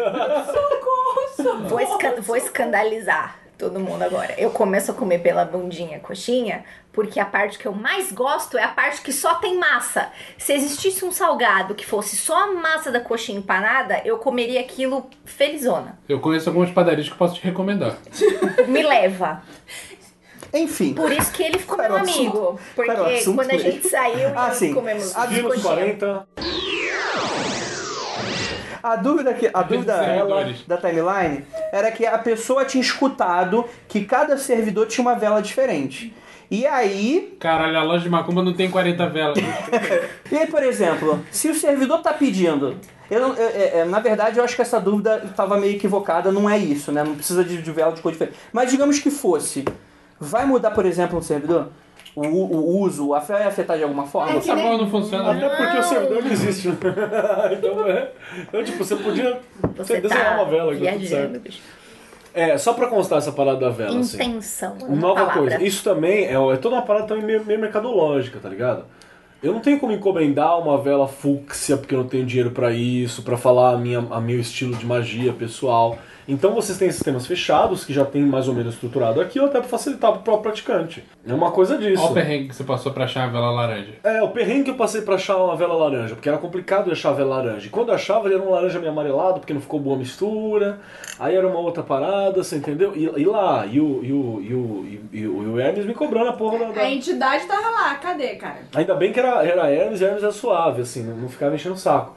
[SPEAKER 4] Vou, esca- vou escandalizar todo mundo agora. Eu começo a comer pela bundinha coxinha, porque a parte que eu mais gosto é a parte que só tem massa. Se existisse um salgado que fosse só a massa da coxinha empanada, eu comeria aquilo felizona.
[SPEAKER 5] Eu conheço algumas padarias que eu posso te recomendar.
[SPEAKER 4] Me leva.
[SPEAKER 3] Enfim.
[SPEAKER 4] Por isso que ele ficou
[SPEAKER 3] Qual era
[SPEAKER 4] meu
[SPEAKER 3] o assunto?
[SPEAKER 4] amigo.
[SPEAKER 3] Qual
[SPEAKER 4] Porque
[SPEAKER 3] era o assunto
[SPEAKER 4] quando a
[SPEAKER 3] mesmo?
[SPEAKER 4] gente saiu,
[SPEAKER 3] Ah,
[SPEAKER 4] nós
[SPEAKER 3] sim.
[SPEAKER 4] comemos
[SPEAKER 3] A
[SPEAKER 7] Vinos
[SPEAKER 4] coxinha.
[SPEAKER 7] 40.
[SPEAKER 3] A dúvida, que, a dúvida dela,
[SPEAKER 5] servidores.
[SPEAKER 3] da timeline era que a pessoa tinha escutado que cada servidor tinha uma vela diferente. E aí,
[SPEAKER 5] Caralho, a loja de macumba não tem 40 velas.
[SPEAKER 3] E aí, por exemplo, se o servidor tá pedindo. Eu, não- eu- é- é, na verdade, eu acho que essa dúvida estava meio equivocada, não é isso, né? Não precisa de, de vela de cor diferente. Mas digamos que fosse. Vai mudar, por exemplo, um servidor? O, o- o uso, a fé vai afetar de alguma forma?
[SPEAKER 5] O sabor não funciona.
[SPEAKER 7] Até porque o servidor não existe. né? então, é, então, tipo, você podia
[SPEAKER 4] Você
[SPEAKER 7] desenhar
[SPEAKER 4] tá
[SPEAKER 7] uma vela. que tá tudo
[SPEAKER 4] viajando,
[SPEAKER 7] certo.
[SPEAKER 4] bicho.
[SPEAKER 7] É, só pra constar essa parada da
[SPEAKER 3] Ah,
[SPEAKER 7] vela, assim.
[SPEAKER 4] Intenção. é uma
[SPEAKER 7] Nova
[SPEAKER 4] palavra.
[SPEAKER 7] coisa. Isso também é, é toda uma parada também meio, meio mercadológica, tá ligado? Eu não tenho como encomendar uma vela fúcsia porque eu não tenho dinheiro pra isso, pra falar a minha a meu estilo de magia pessoal. Então vocês têm sistemas fechados que já tem mais ou menos estruturado aquilo até pra facilitar pro próprio praticante. É uma coisa disso.
[SPEAKER 5] Olha o perrengue que você passou pra achar a vela laranja.
[SPEAKER 7] É, o perrengue que eu passei pra achar uma vela laranja, porque era complicado de achar a vela laranja. E quando eu achava, ele era um laranja meio amarelado, porque não ficou boa a mistura. Aí era uma outra parada, você entendeu? E, e lá, e o, e, o, e, o, e, o, e o Hermes me cobrando a porra da. da-
[SPEAKER 6] A entidade tava lá, cadê, cara?
[SPEAKER 7] Ainda bem que era, era Hermes e Hermes era suave, assim, não, não ficava enchendo o saco.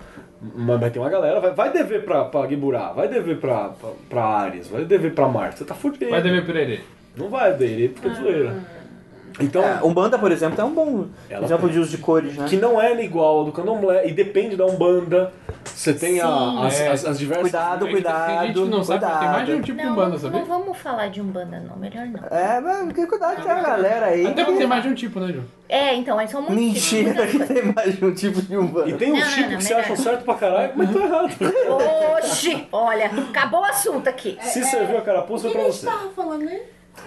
[SPEAKER 7] Mas, mas tem uma galera, vai, vai dever pra, pra Guiburá, vai dever pra, pra, pra Ares, vai dever pra Marte. Você tá fudido.
[SPEAKER 5] Vai dever pererê.
[SPEAKER 7] Não vai dever, porque é zoeira. Então,
[SPEAKER 3] É, Umbanda, por exemplo, é um bom
[SPEAKER 7] Ela
[SPEAKER 3] exemplo
[SPEAKER 7] tem.
[SPEAKER 3] de uso de cores, né?
[SPEAKER 7] que não é igual ao do candomblé e depende da umbanda. Você tem a- as,
[SPEAKER 5] é.
[SPEAKER 7] as- as diversas.
[SPEAKER 3] Cuidado,
[SPEAKER 5] Tem gente
[SPEAKER 3] cuidado,
[SPEAKER 5] que não sabe, mas tem mais de um
[SPEAKER 3] cuidado.
[SPEAKER 5] tipo de
[SPEAKER 4] Não,
[SPEAKER 5] umbanda,
[SPEAKER 4] não
[SPEAKER 5] sabia?
[SPEAKER 4] vamos falar de Umbanda, não. Melhor não.
[SPEAKER 3] É, mas que cuidado que a galera aí.
[SPEAKER 5] Até porque tem mais de um tipo, né, Ju?
[SPEAKER 4] É, então, eles são muito
[SPEAKER 3] Mentira que tem mais de um tipo de
[SPEAKER 7] E
[SPEAKER 3] Umbanda.
[SPEAKER 7] tem uns
[SPEAKER 4] Não, não,
[SPEAKER 7] tipos
[SPEAKER 4] não,
[SPEAKER 7] que você
[SPEAKER 4] não. Uhum.
[SPEAKER 7] acham certo pra caralho, mas tá errado.
[SPEAKER 4] Oxi! Olha, acabou o assunto aqui.
[SPEAKER 7] Se serviu a carapuça, é pra
[SPEAKER 6] Quem a gente
[SPEAKER 7] você.
[SPEAKER 6] tava falando, né?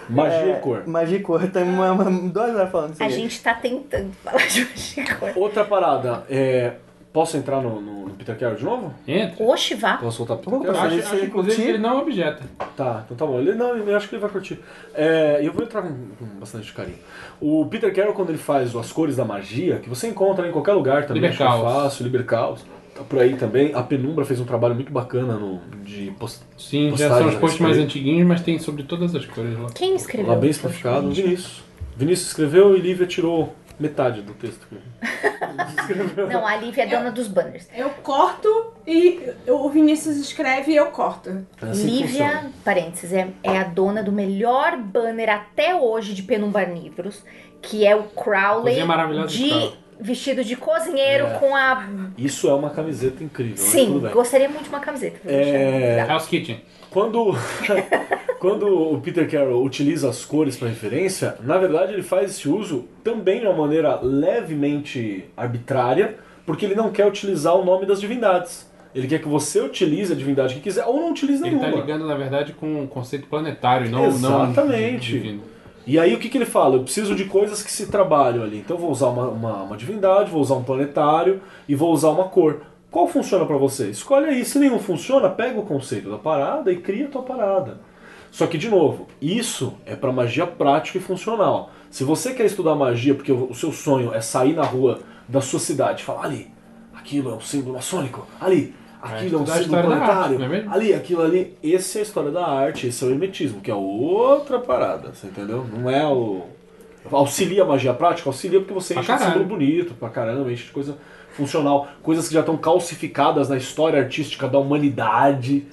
[SPEAKER 7] Magia
[SPEAKER 3] É,
[SPEAKER 7] e cor.
[SPEAKER 3] Magia e cor, tem uma, uma, duas horas falando isso
[SPEAKER 4] A
[SPEAKER 3] aí.
[SPEAKER 4] gente tá tentando falar de uma coisa.
[SPEAKER 7] Outra parada, é. Posso entrar no, no- no Peter Carroll de novo?
[SPEAKER 5] Entra.
[SPEAKER 4] Oxe, vá.
[SPEAKER 7] Posso soltar o Peter
[SPEAKER 3] Vamos
[SPEAKER 7] Carroll?
[SPEAKER 3] Mas
[SPEAKER 5] Acho,
[SPEAKER 3] ele
[SPEAKER 5] acho,
[SPEAKER 3] ia
[SPEAKER 5] inclusive, que
[SPEAKER 7] tipo.
[SPEAKER 3] curtir?
[SPEAKER 5] ele não é um objeta.
[SPEAKER 7] Tá, então tá bom. Ele, não, eu acho que ele vai curtir. É, eu vou entrar com, com bastante carinho. O Peter Carroll, quando ele faz as cores da magia, que você encontra em qualquer lugar também,
[SPEAKER 5] Liber
[SPEAKER 7] acho que é
[SPEAKER 5] Caos.
[SPEAKER 7] fácil, Liber Caos, tá por aí também. A Penumbra fez um trabalho muito bacana no, de post,
[SPEAKER 5] Sim, já
[SPEAKER 7] Postagem
[SPEAKER 5] são os
[SPEAKER 7] a
[SPEAKER 5] posts mais
[SPEAKER 7] respeito.
[SPEAKER 5] antiguinhos, mas tem sobre todas as cores lá.
[SPEAKER 4] Quem
[SPEAKER 7] Lá
[SPEAKER 4] escreveu?
[SPEAKER 7] bem especificado. Vinícius. Vinícius escreveu e Lívia tirou metade do texto.
[SPEAKER 4] Não, a Lívia é dona dos banners.
[SPEAKER 6] Eu corto e o Vinícius escreve e eu corto.
[SPEAKER 7] É assim que funciona.
[SPEAKER 4] Lívia, parênteses, é, é a dona do melhor banner até hoje de Penumbarnívoros, que é o Crowley
[SPEAKER 5] Cozinha maravilhosa de
[SPEAKER 4] de
[SPEAKER 5] Crowley.
[SPEAKER 4] vestido de cozinheiro
[SPEAKER 7] É.
[SPEAKER 4] com a...
[SPEAKER 7] Isso é uma camiseta incrível. mas tudo
[SPEAKER 4] Sim,
[SPEAKER 7] bem.
[SPEAKER 4] gostaria muito de uma camiseta.
[SPEAKER 7] É.
[SPEAKER 5] House Kitchen.
[SPEAKER 7] Quando. Quando o Peter Carroll utiliza as cores para referência, na verdade ele faz esse uso também de uma maneira levemente arbitrária, porque ele não quer utilizar o nome das divindades. Ele quer que você utilize a divindade que quiser ou não utilize
[SPEAKER 5] Ele
[SPEAKER 7] nenhuma.
[SPEAKER 5] tá ligando, na verdade, com um conceito planetário e não,
[SPEAKER 7] Exatamente.
[SPEAKER 5] não divino.
[SPEAKER 7] E aí o que, que ele fala? Eu preciso de coisas que se trabalham ali. Então eu vou usar uma, uma, uma divindade, vou usar um planetário e vou usar uma cor. Qual funciona pra você? Escolhe aí. Se nenhum funciona, pega o conceito da parada e cria a tua parada. Só que, de novo, isso é pra magia prática e funcional. Se você quer estudar magia porque o seu sonho é sair na rua da sua cidade e falar ali, aquilo é um símbolo maçônico, ali, aquilo é um
[SPEAKER 5] estudar a
[SPEAKER 7] símbolo
[SPEAKER 5] história da arte,
[SPEAKER 7] planetário,
[SPEAKER 5] não é mesmo?
[SPEAKER 7] ali, aquilo ali. Essa é a história da arte, esse é o hermetismo, que é outra parada, você entendeu? Não é o. Auxilia a magia prática, auxilia porque você
[SPEAKER 5] Pra
[SPEAKER 7] enche de
[SPEAKER 5] caralho.
[SPEAKER 7] símbolo bonito pra caramba, enche de coisa funcional, coisas que já estão calcificadas na história artística da humanidade,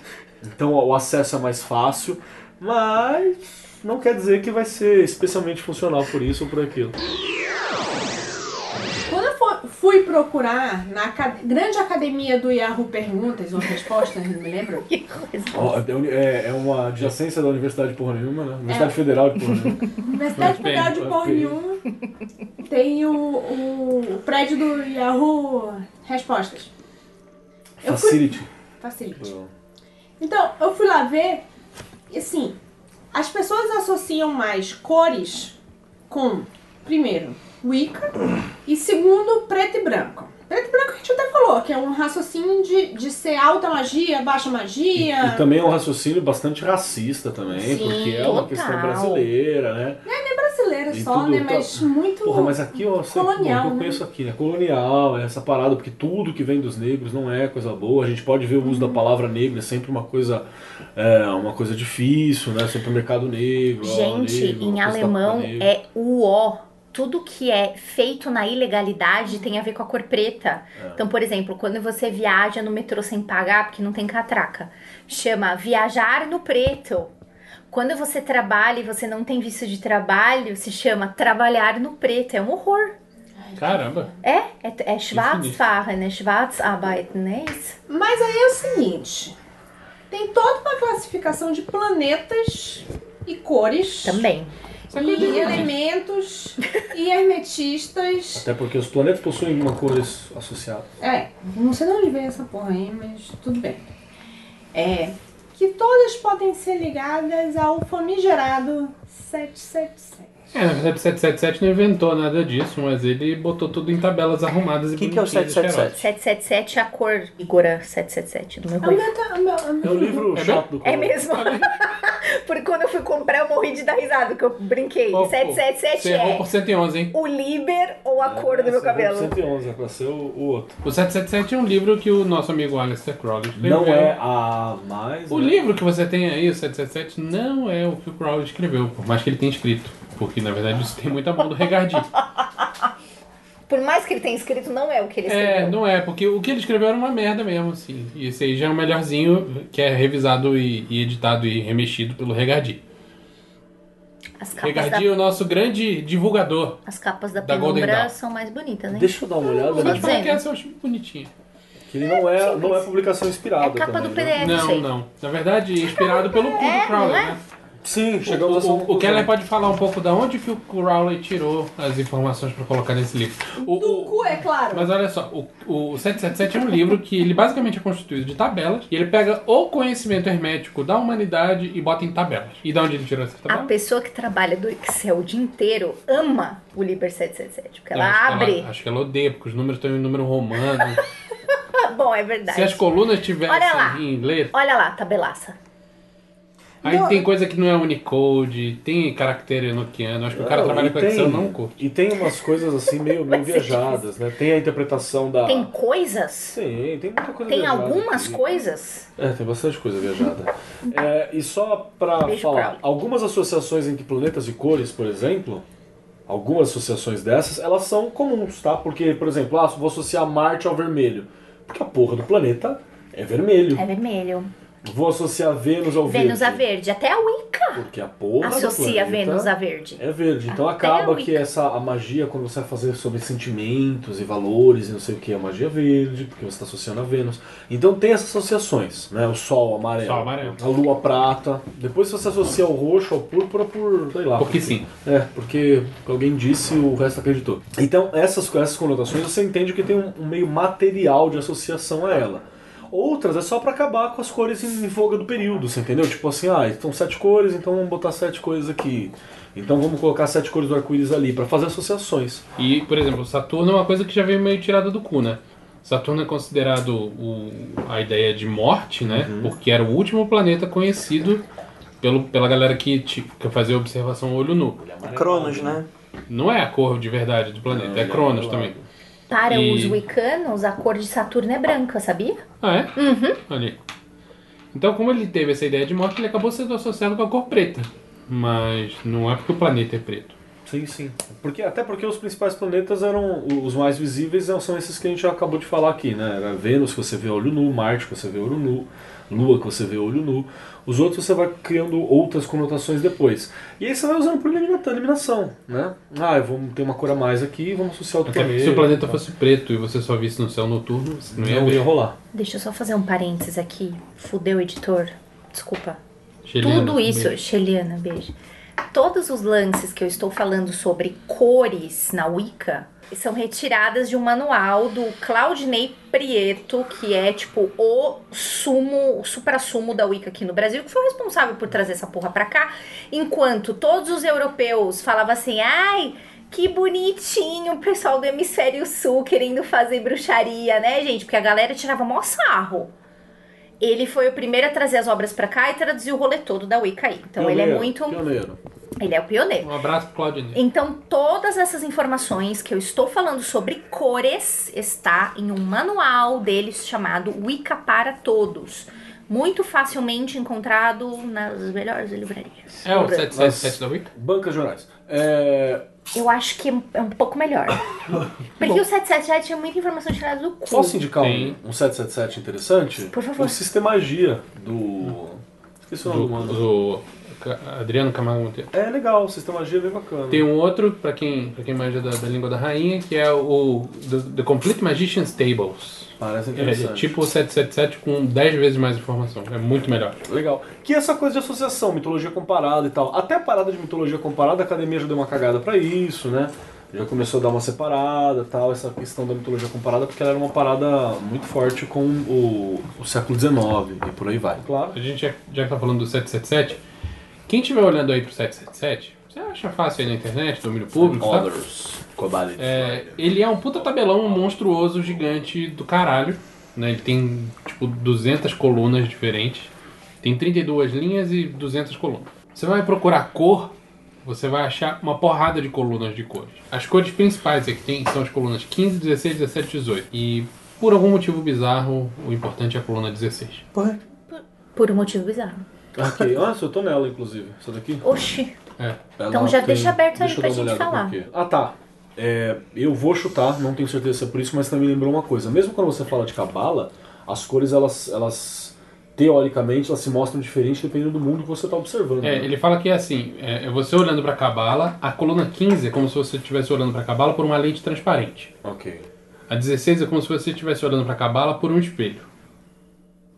[SPEAKER 7] então o acesso é mais fácil, mas não quer dizer que vai ser especialmente funcional por isso ou por aquilo.
[SPEAKER 6] Quando eu fo- fui procurar na acad- grande academia do Yahoo Perguntas ou Respostas, não me lembro,
[SPEAKER 7] Ó, é uni- É, é uma adjacência da Universidade de Porra Nenhuma, né? Universidade Federal de Porra Nenhuma.
[SPEAKER 6] Universidade
[SPEAKER 5] Mas
[SPEAKER 6] Federal de
[SPEAKER 7] bem,
[SPEAKER 6] Porra
[SPEAKER 7] ok.
[SPEAKER 6] Nenhuma, tem o, o, o prédio do Yahoo Respostas. Eu fui-
[SPEAKER 7] Facility.
[SPEAKER 6] Facilite. Então, eu fui lá ver, e assim, as pessoas associam mais cores com, primeiro, Wicca, e segundo, preto e branco. Preto e branco a gente até falou, que é um raciocínio de, de ser alta magia, baixa
[SPEAKER 7] E,
[SPEAKER 6] magia.
[SPEAKER 7] e também é um raciocínio bastante racista também,
[SPEAKER 4] ah, Sim,
[SPEAKER 7] porque é uma
[SPEAKER 4] total.
[SPEAKER 7] questão brasileira, né?
[SPEAKER 6] brasileira
[SPEAKER 7] e
[SPEAKER 6] só,
[SPEAKER 7] tudo
[SPEAKER 6] né?
[SPEAKER 7] tá-
[SPEAKER 6] Mas muito.
[SPEAKER 7] Porra, mas aqui ó, você-
[SPEAKER 6] Colonial,
[SPEAKER 7] bom, o que eu
[SPEAKER 6] né?
[SPEAKER 7] conheço aqui, né? Colonial, é essa parada, porque tudo que vem dos negros não é coisa boa. A gente pode ver o uso
[SPEAKER 4] Uhum.
[SPEAKER 7] da palavra negra é sempre uma coisa, é, uma coisa difícil, né? Sempre o mercado negro. ó, tá
[SPEAKER 4] Gente,
[SPEAKER 7] negro,
[SPEAKER 4] em
[SPEAKER 7] coisa da
[SPEAKER 4] alemão
[SPEAKER 7] negro.
[SPEAKER 4] é UO. Tudo que é feito na ilegalidade tem a ver com a cor preta. Então, por exemplo, quando você viaja no metrô sem pagar, porque não tem catraca, chama viajar no preto. Quando você trabalha e você não tem visto de trabalho, se chama trabalhar no preto. É um horror.
[SPEAKER 5] Caramba.
[SPEAKER 4] É, é, é Schwarzfahren, é Schwarzarbeit, não é isso?
[SPEAKER 6] Mas aí é o seguinte: tem toda uma classificação de planetas e cores.
[SPEAKER 4] Também.
[SPEAKER 5] Só que eu digo,
[SPEAKER 6] E elementos e hermetistas.
[SPEAKER 7] Até porque os planetas possuem uma cor as- associada.
[SPEAKER 6] É, não sei de onde veio essa porra aí, mas tudo bem. É. Que todas podem ser ligadas ao famigerado 777.
[SPEAKER 5] É, na verdade, 777 não inventou nada disso, mas ele botou tudo em tabelas arrumadas e
[SPEAKER 3] Que que é o
[SPEAKER 5] bonitinhas,
[SPEAKER 3] 777?
[SPEAKER 4] 777 é a cor Igora 777 do meu
[SPEAKER 6] É o
[SPEAKER 4] rosto.
[SPEAKER 6] meu. ta- o meu- o
[SPEAKER 7] É
[SPEAKER 6] meu-
[SPEAKER 7] o livro
[SPEAKER 5] É
[SPEAKER 7] chato do
[SPEAKER 4] É
[SPEAKER 7] Colombo.
[SPEAKER 4] mesmo? Porque quando eu fui comprar, eu morri de dar risada, que eu brinquei.
[SPEAKER 5] Pô, pô, Você
[SPEAKER 4] 777
[SPEAKER 5] errou
[SPEAKER 4] é
[SPEAKER 5] por 111, hein?
[SPEAKER 4] o Liber ou a cor do
[SPEAKER 7] Essa
[SPEAKER 4] meu
[SPEAKER 7] é
[SPEAKER 4] cabelo.
[SPEAKER 7] 111, é pra ser o, o outro.
[SPEAKER 5] O 777 é um livro que o nosso amigo Alistair Crowley escreveu.
[SPEAKER 7] Não é a mais.
[SPEAKER 5] O
[SPEAKER 7] né?
[SPEAKER 5] livro que você tem aí, o 777, não é o que o Crowley escreveu, por mais que ele tenha escrito. Porque, na verdade, isso tem muita mão do Regardi.
[SPEAKER 4] Por mais que ele tenha escrito, não é o que ele escreveu.
[SPEAKER 5] É, não é, porque o que ele escreveu era uma merda mesmo, assim. E esse aí já é o melhorzinho, que é revisado e, e editado e remexido pelo Regardi.
[SPEAKER 4] As capas da,
[SPEAKER 5] Regardi é o nosso grande divulgador.
[SPEAKER 4] as capas da
[SPEAKER 5] da Golden
[SPEAKER 4] penumbra
[SPEAKER 5] Dawn.
[SPEAKER 4] são mais bonitas, né?
[SPEAKER 7] Deixa eu dar uma olhada,
[SPEAKER 5] Só
[SPEAKER 4] tô
[SPEAKER 5] de
[SPEAKER 7] né?
[SPEAKER 5] falar
[SPEAKER 4] dizendo.
[SPEAKER 5] que é essa eu acho bonitinha.
[SPEAKER 7] Que ele não é, não é publicação
[SPEAKER 4] É
[SPEAKER 7] inspirada.
[SPEAKER 4] a capa
[SPEAKER 7] também,
[SPEAKER 4] do
[SPEAKER 7] né?
[SPEAKER 4] PDF, isso
[SPEAKER 5] Não,
[SPEAKER 4] aí.
[SPEAKER 5] não. Na verdade, inspirado pelo cu do Crowley, né?
[SPEAKER 7] Sim,
[SPEAKER 5] O,
[SPEAKER 7] chegamos a essa
[SPEAKER 5] o, o, o
[SPEAKER 7] conclusão.
[SPEAKER 5] Keller pode falar um pouco da onde que o Crowley tirou as informações pra colocar nesse livro. O-
[SPEAKER 6] Do
[SPEAKER 5] o-
[SPEAKER 6] cu, é claro.
[SPEAKER 5] Mas olha só, o, o 777 é um livro que ele basicamente é constituído de tabelas e ele pega o conhecimento hermético da humanidade e bota em tabelas. E de onde ele tirou essas
[SPEAKER 4] A
[SPEAKER 5] tabelas?
[SPEAKER 4] pessoa que trabalha do Excel o dia inteiro ama o Liber 777, porque
[SPEAKER 5] Eu acho que
[SPEAKER 4] ela abre.
[SPEAKER 5] acho que ela odeia, porque os números estão em número romano.
[SPEAKER 4] Bom, é
[SPEAKER 5] Se as
[SPEAKER 4] verdade.
[SPEAKER 5] colunas
[SPEAKER 4] Olha lá.
[SPEAKER 5] tivessem em letra,
[SPEAKER 4] Olha lá, tabelaça.
[SPEAKER 5] aí
[SPEAKER 3] Não.
[SPEAKER 5] tem coisa que não é Unicode, tem caractere enoquiano. Acho que o cara
[SPEAKER 7] Não,
[SPEAKER 5] trabalha
[SPEAKER 7] É, e
[SPEAKER 5] com
[SPEAKER 7] tem-
[SPEAKER 5] Excel, não curte.
[SPEAKER 7] E tem umas coisas assim meio, meio
[SPEAKER 4] Você
[SPEAKER 7] viajadas, né? Tem a interpretação da.
[SPEAKER 4] Tem coisas?
[SPEAKER 7] Ah. Sim, tem muita coisa
[SPEAKER 4] Tem
[SPEAKER 7] viajada
[SPEAKER 4] algumas
[SPEAKER 7] aqui.
[SPEAKER 4] coisas?
[SPEAKER 7] É, tem bastante coisa viajada. É, e só pra
[SPEAKER 4] Beijo,
[SPEAKER 7] falar,
[SPEAKER 4] Crowley.
[SPEAKER 7] algumas associações entre planetas e cores, por exemplo, algumas associações dessas, elas são comuns, tá? Porque, por exemplo, ah, vou associar Marte ao vermelho. Porque a porra do planeta é vermelho.
[SPEAKER 4] É vermelho.
[SPEAKER 7] Vou associar Vênus ao
[SPEAKER 4] Vênus
[SPEAKER 7] verde.
[SPEAKER 4] a verde. Até a Wicca.
[SPEAKER 7] Porque a porra
[SPEAKER 4] associa
[SPEAKER 7] do planeta
[SPEAKER 4] Vênus a verde.
[SPEAKER 7] É verde. Então
[SPEAKER 4] Até
[SPEAKER 7] acaba
[SPEAKER 4] o
[SPEAKER 7] que essa a magia, quando você vai fazer sobre sentimentos e valores e não sei o que, é magia verde, porque você está associando a Vênus. Então tem essas associações, né? O sol amarelo,
[SPEAKER 5] Sol amarelo.
[SPEAKER 7] a lua prata. Depois você associa ao roxo, ao púrpura, por sei lá.
[SPEAKER 5] Porque sim.
[SPEAKER 7] É, porque alguém disse e o resto acreditou. Então essas, essas conotações você entende que tem um, um meio material de associação a ela. Outras é só pra acabar com as cores em em voga do período, você entendeu? Tipo assim, ah, estão sete cores, então vamos botar sete cores aqui. Então vamos colocar sete cores do arco-íris ali, pra fazer associações.
[SPEAKER 5] E, por exemplo, Saturno é uma coisa que já veio meio tirada do cu, né? Saturno é considerado o- a ideia de morte, né? Porque era o último planeta conhecido pelo, pela galera que, ti- que fazia observação olho nu.
[SPEAKER 3] Cronos, né?
[SPEAKER 5] Não é a cor de verdade do planeta, é Cronos também.
[SPEAKER 4] Para
[SPEAKER 5] E-
[SPEAKER 4] os Wicanos, a cor de Saturno é branca, sabia?
[SPEAKER 5] Ah, é? Uhum. Ali. Então, como ele teve essa ideia de morte, ele acabou sendo associado com a cor preta. Mas não é porque o planeta é preto.
[SPEAKER 7] Sim, sim. Porque, até porque os principais planetas eram os mais visíveis, né, são esses que a gente acabou de falar aqui, né? Era Vênus que você vê a olho nu, Marte que você vê a olho nu, Lua que você vê a olho nu. Os outros você vai criando outras conotações depois. E aí você vai usando por elimina- eliminação, né? Ah, eu vou ter uma cor a mais aqui, vamos associar outro
[SPEAKER 5] Até porque
[SPEAKER 7] planeta.
[SPEAKER 5] se o planeta fosse preto e você só visse no céu noturno, você não ia
[SPEAKER 7] tá. não ia
[SPEAKER 5] ver.
[SPEAKER 7] rolar.
[SPEAKER 4] Deixa eu só fazer um parênteses aqui. Fudeu, editor. Desculpa.
[SPEAKER 5] Cheliana,
[SPEAKER 4] Tudo isso,
[SPEAKER 5] beijo.
[SPEAKER 4] Xeliana, beijo. Todos os lances que eu estou falando sobre cores na Wicca são retiradas de um manual do Claudinei Prieto, que é tipo o sumo, o supra-sumo da Wicca aqui no Brasil, que foi o responsável por trazer essa porra pra cá, enquanto todos os europeus falavam assim: "Ai, que bonitinho o pessoal do hemisfério sul querendo fazer bruxaria, né, gente? Porque a galera tirava mó sarro. Ele foi o primeiro a trazer as obras pra cá e traduzir o rolê todo da Wicca aí. Então ele é
[SPEAKER 7] Pioneiro,
[SPEAKER 4] muito.
[SPEAKER 7] Pioneiro.
[SPEAKER 4] Ele é o pioneiro.
[SPEAKER 5] Um abraço pro Claudinei.
[SPEAKER 4] Então, todas essas informações que eu estou falando sobre cores está em um manual deles chamado Wicca para Todos. Muito facilmente encontrado nas melhores livrarias.
[SPEAKER 5] É o
[SPEAKER 4] Por aí.
[SPEAKER 5] 777 da Wicca?
[SPEAKER 7] Bancas de Jornais. É,
[SPEAKER 4] Eu acho que é um- é um pouco melhor. Porque o 777 tinha muita informação tirada do cu.
[SPEAKER 7] Posso indicar um,
[SPEAKER 5] Tem.
[SPEAKER 7] um 777 interessante?
[SPEAKER 4] Por favor. Hum.
[SPEAKER 7] O Sistemagia do. Esqueci o nome do
[SPEAKER 5] Do,
[SPEAKER 7] mano.
[SPEAKER 5] do Ca- Adriano Camargo Monteiro.
[SPEAKER 7] É legal, o sistema G é bem bacana.
[SPEAKER 5] Tem um outro, pra quem, pra quem manja da, da língua da rainha, que é o The, The Complete Magician's Tables.
[SPEAKER 7] Parece
[SPEAKER 5] É,
[SPEAKER 7] interessante.
[SPEAKER 5] é tipo o 777 com 10 vezes mais informação. É muito melhor.
[SPEAKER 7] Legal. Que é essa coisa de associação, mitologia comparada e tal. Até a parada de mitologia comparada, a academia já deu uma cagada pra isso, né? Já começou a dar uma separada tal, essa questão da mitologia comparada, porque ela era uma parada muito forte com o, o século XIX e por aí vai. Claro.
[SPEAKER 5] A gente já, já que tá falando do 777, quem estiver olhando aí pro 777, você acha fácil aí na internet, domínio público, tá?
[SPEAKER 7] Others. Cobali.
[SPEAKER 5] É, ele é um puta tabelão monstruoso, gigante do caralho. Né? Ele tem, tipo, 200 colunas diferentes. Tem 32 linhas e 200 colunas. Você vai procurar cor, você vai achar uma porrada de colunas de cores. As cores principais aqui tem são as colunas 15, 16, 17 e 18. E por algum motivo bizarro, o importante é a coluna 16.
[SPEAKER 3] Porra.
[SPEAKER 4] Por um motivo bizarro.
[SPEAKER 7] Ok. Nossa, eu tô nela, inclusive. Essa daqui.
[SPEAKER 4] Oxi.
[SPEAKER 5] É.
[SPEAKER 7] Ela
[SPEAKER 4] Então já deixa aberto aí
[SPEAKER 7] eu
[SPEAKER 4] pra
[SPEAKER 7] dar uma
[SPEAKER 4] gente
[SPEAKER 7] olhada
[SPEAKER 4] falar.
[SPEAKER 7] por quê. Ah, tá. É, eu vou chutar, não tenho certeza se é por isso, mas também lembrou uma coisa. Mesmo quando você fala de cabala, as cores, elas, elas teoricamente, elas se mostram diferentes dependendo do mundo que você está observando.
[SPEAKER 5] É,
[SPEAKER 7] né?
[SPEAKER 5] ele fala que é assim, é é você olhando pra cabala, a coluna 15 é como se você estivesse olhando pra cabala por uma lente transparente.
[SPEAKER 7] Ok.
[SPEAKER 5] A 16 é como se você estivesse olhando para a cabala por um espelho.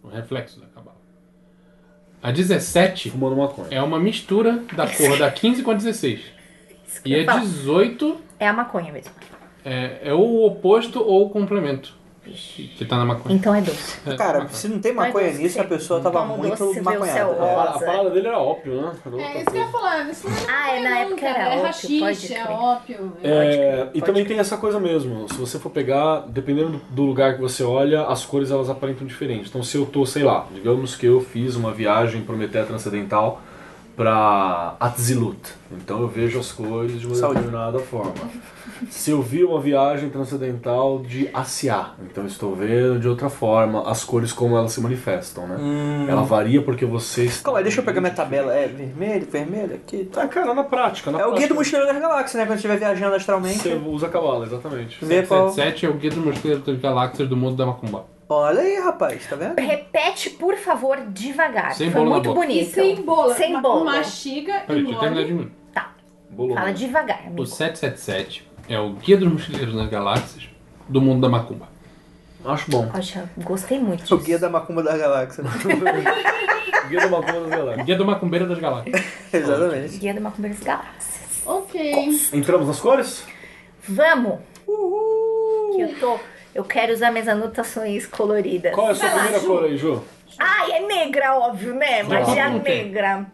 [SPEAKER 5] Um reflexo da cabala. A 17
[SPEAKER 7] Fumando maconha.
[SPEAKER 5] é uma mistura da cor da 15 com a 16.
[SPEAKER 4] Isso que
[SPEAKER 5] E é
[SPEAKER 4] eu
[SPEAKER 5] a
[SPEAKER 4] ia falar.
[SPEAKER 5] 18
[SPEAKER 4] É a maconha mesmo.
[SPEAKER 5] é, é ou o oposto ou o complemento. Que tá na maconha.
[SPEAKER 4] Então é doce.
[SPEAKER 5] É,
[SPEAKER 3] Cara,
[SPEAKER 5] maconha.
[SPEAKER 3] se não tem maconha
[SPEAKER 4] Ai,
[SPEAKER 3] nisso, a
[SPEAKER 4] você
[SPEAKER 3] pessoa tava
[SPEAKER 4] toma um
[SPEAKER 3] muito
[SPEAKER 4] doce, vê o
[SPEAKER 3] maconhada. É.
[SPEAKER 4] céu.
[SPEAKER 7] A, pa- a
[SPEAKER 4] rosa.
[SPEAKER 7] parada dele era ópio, né? Era outra
[SPEAKER 6] É isso que eu ia
[SPEAKER 7] coisa.
[SPEAKER 6] falar. Isso não é
[SPEAKER 4] Ah, é,
[SPEAKER 6] maconha,
[SPEAKER 4] na
[SPEAKER 6] não,
[SPEAKER 4] época
[SPEAKER 6] cara,
[SPEAKER 4] era
[SPEAKER 6] É
[SPEAKER 4] ópio, pode
[SPEAKER 6] rachixe,
[SPEAKER 4] crer.
[SPEAKER 6] é ópio.
[SPEAKER 7] É,
[SPEAKER 4] Pode
[SPEAKER 7] e
[SPEAKER 4] crer.
[SPEAKER 7] também tem essa coisa mesmo. Se você for pegar, dependendo do- do lugar que você olha, as cores elas aparentam diferentes. Então se eu tô, sei lá, digamos que eu fiz uma viagem Prometeia Transcendental pra Atzilut. Então eu vejo as cores de uma
[SPEAKER 3] Saúde.
[SPEAKER 7] determinada forma. Se eu vi uma viagem transcendental de Asiá, então eu estou vendo de outra forma as cores como elas se manifestam, né? Ela varia porque você está...
[SPEAKER 3] Hum. Calma aí, deixa eu pegar minha tabela. É vermelho, vermelho, aqui. Tá.
[SPEAKER 7] Ah, cara, na prática, na
[SPEAKER 3] É o guia
[SPEAKER 7] prática,
[SPEAKER 3] do mochileiro das galáxias, né? Quando estiver viajando
[SPEAKER 7] Você
[SPEAKER 3] astralmente,
[SPEAKER 7] usa a cabala, exatamente.
[SPEAKER 3] vê qual...
[SPEAKER 5] é 7 é o guia do mosteiro das galáxias do mundo da macumba.
[SPEAKER 3] Olha aí, rapaz, tá vendo?
[SPEAKER 4] Repete, por favor, devagar.
[SPEAKER 5] Sem
[SPEAKER 4] Foi
[SPEAKER 5] bolo na
[SPEAKER 4] muito
[SPEAKER 5] boca.
[SPEAKER 6] E
[SPEAKER 4] bonito.
[SPEAKER 6] sem bola.
[SPEAKER 4] Sem
[SPEAKER 6] ma-
[SPEAKER 4] bolo.
[SPEAKER 6] Mastiga e
[SPEAKER 5] Peraí, deixa eu terminar de
[SPEAKER 6] engole.
[SPEAKER 5] mim.
[SPEAKER 4] Tá.
[SPEAKER 7] Bolou.
[SPEAKER 4] Fala devagar, amigo.
[SPEAKER 5] O 777 é o Guia dos Mochileiros nas Galáxias do mundo da Macumba.
[SPEAKER 7] Acho
[SPEAKER 5] é
[SPEAKER 7] bom.
[SPEAKER 4] Poxa, gostei muito disso.
[SPEAKER 3] O guia da macumba da galáxia.
[SPEAKER 7] Guia do Macumba das Galáxias.
[SPEAKER 5] Guia da Macumbeira das Galáxias.
[SPEAKER 3] Exatamente.
[SPEAKER 4] Guia da Macumba das Galáxias.
[SPEAKER 6] Ok.
[SPEAKER 7] Entramos nas cores?
[SPEAKER 4] Vamos! Que eu tô... Eu quero usar minhas anotações coloridas.
[SPEAKER 7] Qual é a sua
[SPEAKER 6] Vai lá,
[SPEAKER 7] primeira
[SPEAKER 6] Ju.
[SPEAKER 7] cor aí, Ju?
[SPEAKER 4] Ai, é negra, óbvio, né? Magia
[SPEAKER 5] não tem.
[SPEAKER 4] negra.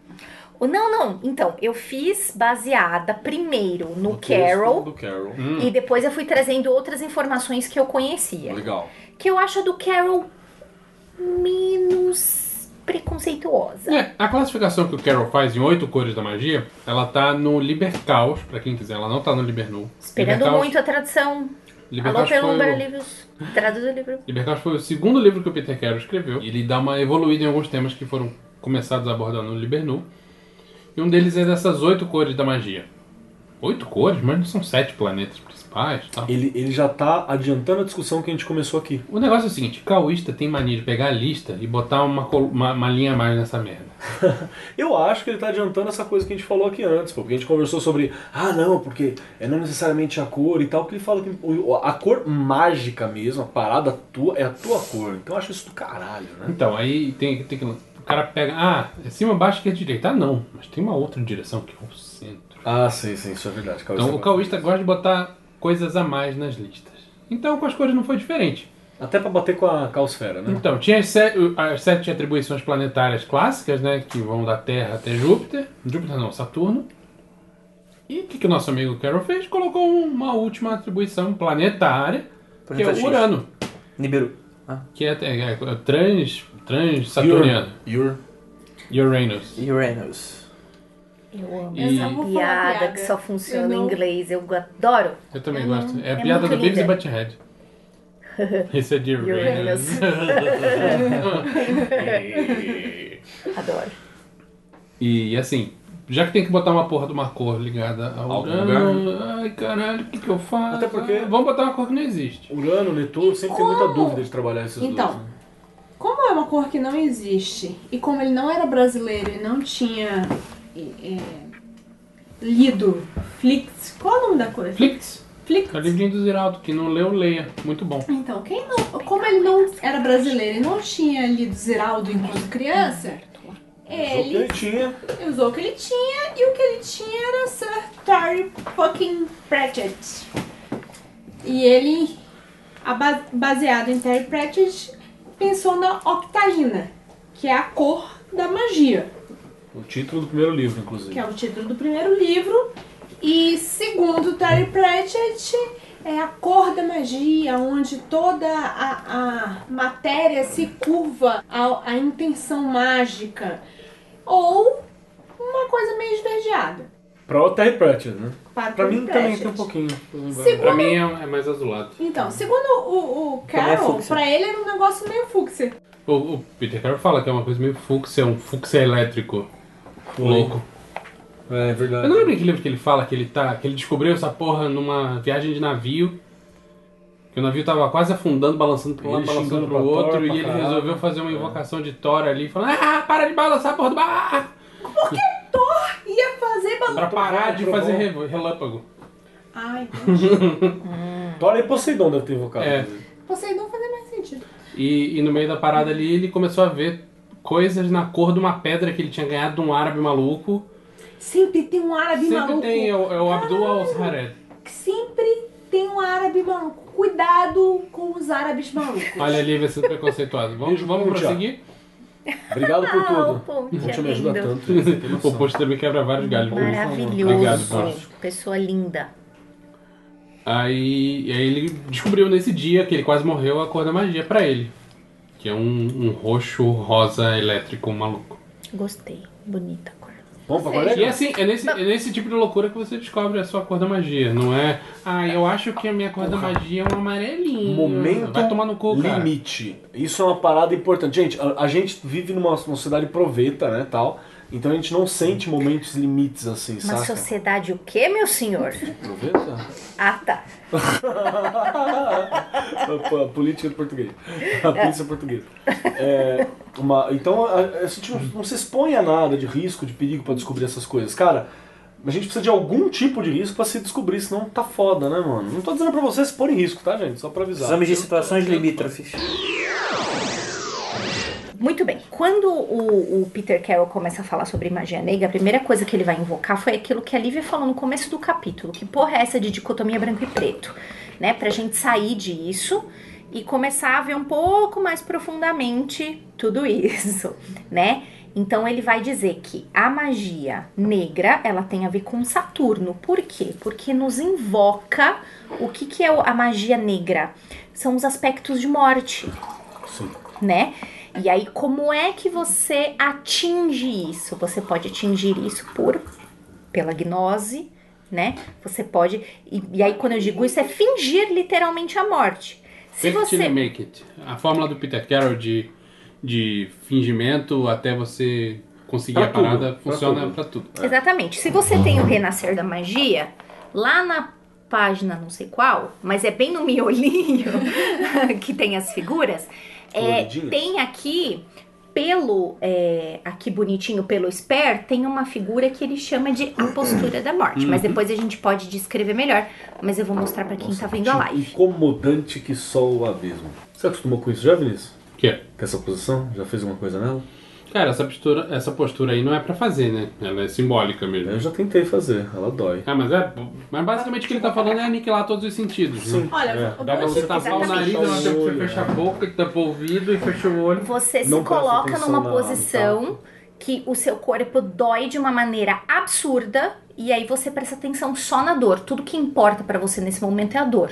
[SPEAKER 4] O- Não, não. Então, eu fiz baseada primeiro no,
[SPEAKER 7] O texto
[SPEAKER 4] Carol.
[SPEAKER 7] Do Carol.
[SPEAKER 4] E depois eu fui trazendo outras informações que eu conhecia.
[SPEAKER 7] Legal.
[SPEAKER 4] Que eu acho a do Carol menos preconceituosa.
[SPEAKER 5] É, a classificação que o Carol faz em oito cores da magia, ela tá no Liber Caos, pra quem quiser, ela não tá no Liber Nu.
[SPEAKER 4] Esperando
[SPEAKER 5] Liber Caos-
[SPEAKER 4] muito a tradução.
[SPEAKER 5] Liber
[SPEAKER 4] Alô,
[SPEAKER 5] Caos foi
[SPEAKER 4] Pelumbra
[SPEAKER 5] o-
[SPEAKER 4] Livros. Traduz o livro.
[SPEAKER 5] Libercaus foi o segundo livro que o Peter Carroll escreveu. E ele dá uma evoluída em alguns temas que foram começados a abordar no Libernu. E um deles é dessas oito cores da magia. Oito cores? Mas não são sete planetas principais tal.
[SPEAKER 7] Ele, ele já tá adiantando a discussão que a gente começou aqui.
[SPEAKER 5] O negócio é o seguinte, caoísta tem mania de pegar a lista e botar uma, col- uma, uma linha a mais nessa merda.
[SPEAKER 7] Eu acho que ele tá adiantando essa coisa que a gente falou aqui antes, pô, porque a gente conversou sobre, ah, não, porque é não necessariamente a cor e tal, porque ele fala que o- a cor mágica mesmo, a parada tua, é a tua cor. Então eu acho isso do caralho, né?
[SPEAKER 5] Então, aí tem, tem que... O cara pega... Ah, é cima, baixo, esquerda, direita. Ah, não. Mas tem uma outra direção que é o centro.
[SPEAKER 7] Ah, sim, sim, isso é verdade.
[SPEAKER 5] Então, o caoísta gosta de botar coisas a mais nas listas. Então, com as cores não foi diferente.
[SPEAKER 7] Até pra bater com a caosfera,
[SPEAKER 3] É.
[SPEAKER 7] né?
[SPEAKER 5] Então, tinha as sete, as sete atribuições planetárias clássicas, né? Que vão da Terra até Júpiter. Júpiter não, Saturno. E o que, que o nosso amigo Carol fez? Colocou uma última atribuição planetária, que é
[SPEAKER 3] Planeta X.
[SPEAKER 5] o Urano.
[SPEAKER 3] Nibiru.
[SPEAKER 5] Que é, é, é trans, trans Saturniano.
[SPEAKER 7] Your.
[SPEAKER 5] Uranus.
[SPEAKER 3] Uranus.
[SPEAKER 4] Eu amo
[SPEAKER 5] E-
[SPEAKER 4] essa
[SPEAKER 5] Eu
[SPEAKER 6] vou falar
[SPEAKER 4] piada,
[SPEAKER 6] piada.
[SPEAKER 4] que só funciona
[SPEAKER 6] Eu não-
[SPEAKER 4] em inglês. Eu adoro.
[SPEAKER 5] Eu também
[SPEAKER 4] Eu não-
[SPEAKER 5] gosto. É a
[SPEAKER 4] é
[SPEAKER 5] piada
[SPEAKER 4] muito
[SPEAKER 5] do Beavis e
[SPEAKER 4] linda.
[SPEAKER 5] Butthead. Esse é de Uranus.
[SPEAKER 4] Uranus. Adoro.
[SPEAKER 5] E assim, já que tem que botar uma porra de uma cor ligada ao
[SPEAKER 7] Algum
[SPEAKER 5] Urano, ai caralho, o que, que eu faço?
[SPEAKER 7] Até porque-
[SPEAKER 5] Ah, Vamos botar uma cor que não existe.
[SPEAKER 7] Urano, Netuno, sempre tem muita
[SPEAKER 6] Como?
[SPEAKER 7] dúvida de trabalhar esses dois.
[SPEAKER 6] Então,
[SPEAKER 7] né?
[SPEAKER 6] como é uma cor que não existe e como ele não era brasileiro e não tinha é, é, lido Flix, qual é o nome da cor?
[SPEAKER 5] Flix,
[SPEAKER 6] Flix.
[SPEAKER 5] é o livrinho do Ziraldo, que não leu, leia. Muito bom.
[SPEAKER 6] Então, quem não, como ele não era brasileiro e não tinha lido Ziraldo enquanto criança,
[SPEAKER 7] Só que
[SPEAKER 6] ele
[SPEAKER 7] ele tinha.
[SPEAKER 6] usou o que ele tinha e o que ele tinha era Sir Terry fucking Pratchett. E ele, a ba- baseado em Terry Pratchett, pensou na octalina, que é a cor da magia,
[SPEAKER 7] O título do primeiro livro, inclusive.
[SPEAKER 6] que é o título do primeiro livro. E segundo Terry Pratchett, é a cor da magia, onde toda a, a matéria se curva ao- à intenção mágica. Ou uma coisa meio esverdeada.
[SPEAKER 7] Pra o Terry Pratchett, né?
[SPEAKER 6] Para
[SPEAKER 7] Pra mim também
[SPEAKER 6] Pratchett.
[SPEAKER 7] tem um pouquinho.
[SPEAKER 6] Segundo-
[SPEAKER 5] Pra mim é, é mais azulado.
[SPEAKER 6] Então, segundo o, o
[SPEAKER 3] Também é
[SPEAKER 6] Carol,
[SPEAKER 3] fúcsia.
[SPEAKER 6] pra ele era um negócio meio fúcsia.
[SPEAKER 5] O, o Peter Carroll fala que é uma coisa meio fúcsia, um fúcsia elétrico. Louco.
[SPEAKER 7] É, é verdade.
[SPEAKER 5] Eu não lembro em que livro que ele fala que ele tá. que ele descobriu essa porra numa viagem de navio. Que o navio tava quase afundando, balançando pra um lado,
[SPEAKER 7] Ele
[SPEAKER 5] balançando
[SPEAKER 7] xingando
[SPEAKER 5] pro
[SPEAKER 7] pra Thor,
[SPEAKER 5] outro,
[SPEAKER 7] pra
[SPEAKER 5] e ele
[SPEAKER 7] caralho. É.
[SPEAKER 5] resolveu fazer uma invocação de Thor ali, falando, ah, para de balançar a porra do bar!
[SPEAKER 6] Ia fazer balanço.
[SPEAKER 5] Pra parar de
[SPEAKER 7] Trovão.
[SPEAKER 5] fazer re- relâmpago.
[SPEAKER 6] Ai, entendi.
[SPEAKER 7] Thor e Poseidon deve ter invocado.
[SPEAKER 5] É.
[SPEAKER 7] inclusive.
[SPEAKER 6] Você não fazia mais sentido.
[SPEAKER 5] E, e no meio da parada ali, ele começou a ver coisas na cor de uma pedra que ele tinha ganhado de um árabe maluco.
[SPEAKER 6] Sempre tem um árabe
[SPEAKER 5] Sempre
[SPEAKER 6] maluco.
[SPEAKER 5] tem, é o, é o Abdul al-Hared.
[SPEAKER 6] Sempre tem um árabe maluco. Cuidado com os árabes malucos.
[SPEAKER 5] Olha ali, vai ser preconceituoso. Vamos,
[SPEAKER 7] Beijo,
[SPEAKER 5] vamos
[SPEAKER 7] Ponte, ó.
[SPEAKER 5] prosseguir?
[SPEAKER 7] Obrigado por
[SPEAKER 4] Ah, o
[SPEAKER 7] tudo.
[SPEAKER 4] Ponte
[SPEAKER 7] Não te
[SPEAKER 4] é
[SPEAKER 7] me ajuda
[SPEAKER 4] lindo.
[SPEAKER 7] tanto. você tem noção.
[SPEAKER 5] O post também quebra vários galhos. por isso. Obrigado,
[SPEAKER 4] Maravilhoso.
[SPEAKER 5] Paulo.
[SPEAKER 4] Pessoa linda.
[SPEAKER 5] Aí, aí ele descobriu nesse dia que ele quase morreu a cor da magia pra ele. Que é um, um roxo rosa elétrico maluco.
[SPEAKER 4] Gostei. Bonita a cor.
[SPEAKER 7] Vamos pra
[SPEAKER 5] E é
[SPEAKER 7] colega?
[SPEAKER 5] assim, é nesse, é nesse tipo de loucura que você descobre a sua cor da magia. Não é, ah, eu acho que a minha cor da magia é um amarelinho.
[SPEAKER 7] Momento
[SPEAKER 5] Vai tomar no cu, cara.
[SPEAKER 7] limite. Isso é uma parada importante. Gente, a, a gente vive numa sociedade proveta, né, tal. Então a gente não sente momentos limites assim,
[SPEAKER 4] Uma
[SPEAKER 7] saca?
[SPEAKER 4] sociedade o quê, meu senhor?
[SPEAKER 7] Aproveita.
[SPEAKER 4] Ah, tá.
[SPEAKER 7] A po- a política do português. A polícia portuguesa. É, uma- então a, a gente não, não se expõe a nada de risco, de perigo pra descobrir essas coisas. Cara, a gente precisa de algum tipo de risco pra se descobrir, senão tá foda, né, mano? Não tô dizendo pra vocês se pôr em risco, tá, gente? Só pra avisar.
[SPEAKER 3] Exames de situações limítrofes.
[SPEAKER 4] Muito bem. Quando o, o Peter Carroll começa a falar sobre magia negra, a primeira coisa que ele vai invocar foi aquilo que a Lívia falou no começo do capítulo. Que porra é essa de dicotomia branco e preto? Né? Pra gente sair disso e começar a ver um pouco mais profundamente tudo isso, né? Então ele vai dizer que a magia negra, ela tem a ver com Saturno. Por quê? Porque nos invoca o que, que é o- a magia negra? São os aspectos de morte né? E aí, como é que você atinge isso? Você pode atingir isso por pela gnose, né? Você pode. E, e aí, quando eu digo isso, é fingir literalmente a morte. Se
[SPEAKER 5] Fake it till you
[SPEAKER 4] você.
[SPEAKER 5] make it. A fórmula do Peter Carroll de, de fingimento até você conseguir
[SPEAKER 7] Pra
[SPEAKER 5] a parada
[SPEAKER 7] tudo, pra
[SPEAKER 5] funciona
[SPEAKER 7] tudo.
[SPEAKER 5] pra tudo.
[SPEAKER 4] Exatamente. Se você tem o renascer da magia, lá na página não sei qual, mas é bem no miolinho que tem as figuras, é,
[SPEAKER 7] Coloridinhas?
[SPEAKER 4] tem aqui pelo é, aqui bonitinho pelo Sper tem uma figura que ele chama de impostura da morte, mas depois a gente pode descrever melhor, mas eu vou mostrar pra quem tá vendo a live.
[SPEAKER 7] Incomodante que só o abismo. Você acostumou com isso já, Vinícius?
[SPEAKER 5] Que é?
[SPEAKER 7] Com essa posição? Já fez alguma coisa nela?
[SPEAKER 5] Cara, essa postura, essa postura aí não é pra fazer, né? Ela é simbólica mesmo.
[SPEAKER 7] Eu já tentei fazer, ela dói.
[SPEAKER 5] Ah, mas é. Mas basicamente o que ele tá falando é aniquilar todos os sentidos, né?
[SPEAKER 6] Olha,
[SPEAKER 7] É,
[SPEAKER 6] o
[SPEAKER 5] Dá pra você tapar o é. nariz,
[SPEAKER 4] Exatamente.
[SPEAKER 5] dá pra você fechar a boca, tapa o ouvido e fecha o olho.
[SPEAKER 4] Você se
[SPEAKER 7] Não presta
[SPEAKER 4] coloca
[SPEAKER 7] atenção
[SPEAKER 4] numa
[SPEAKER 7] na-
[SPEAKER 4] posição que o seu corpo dói de uma maneira absurda e aí você presta atenção só na dor. Tudo que importa pra você nesse momento é a dor.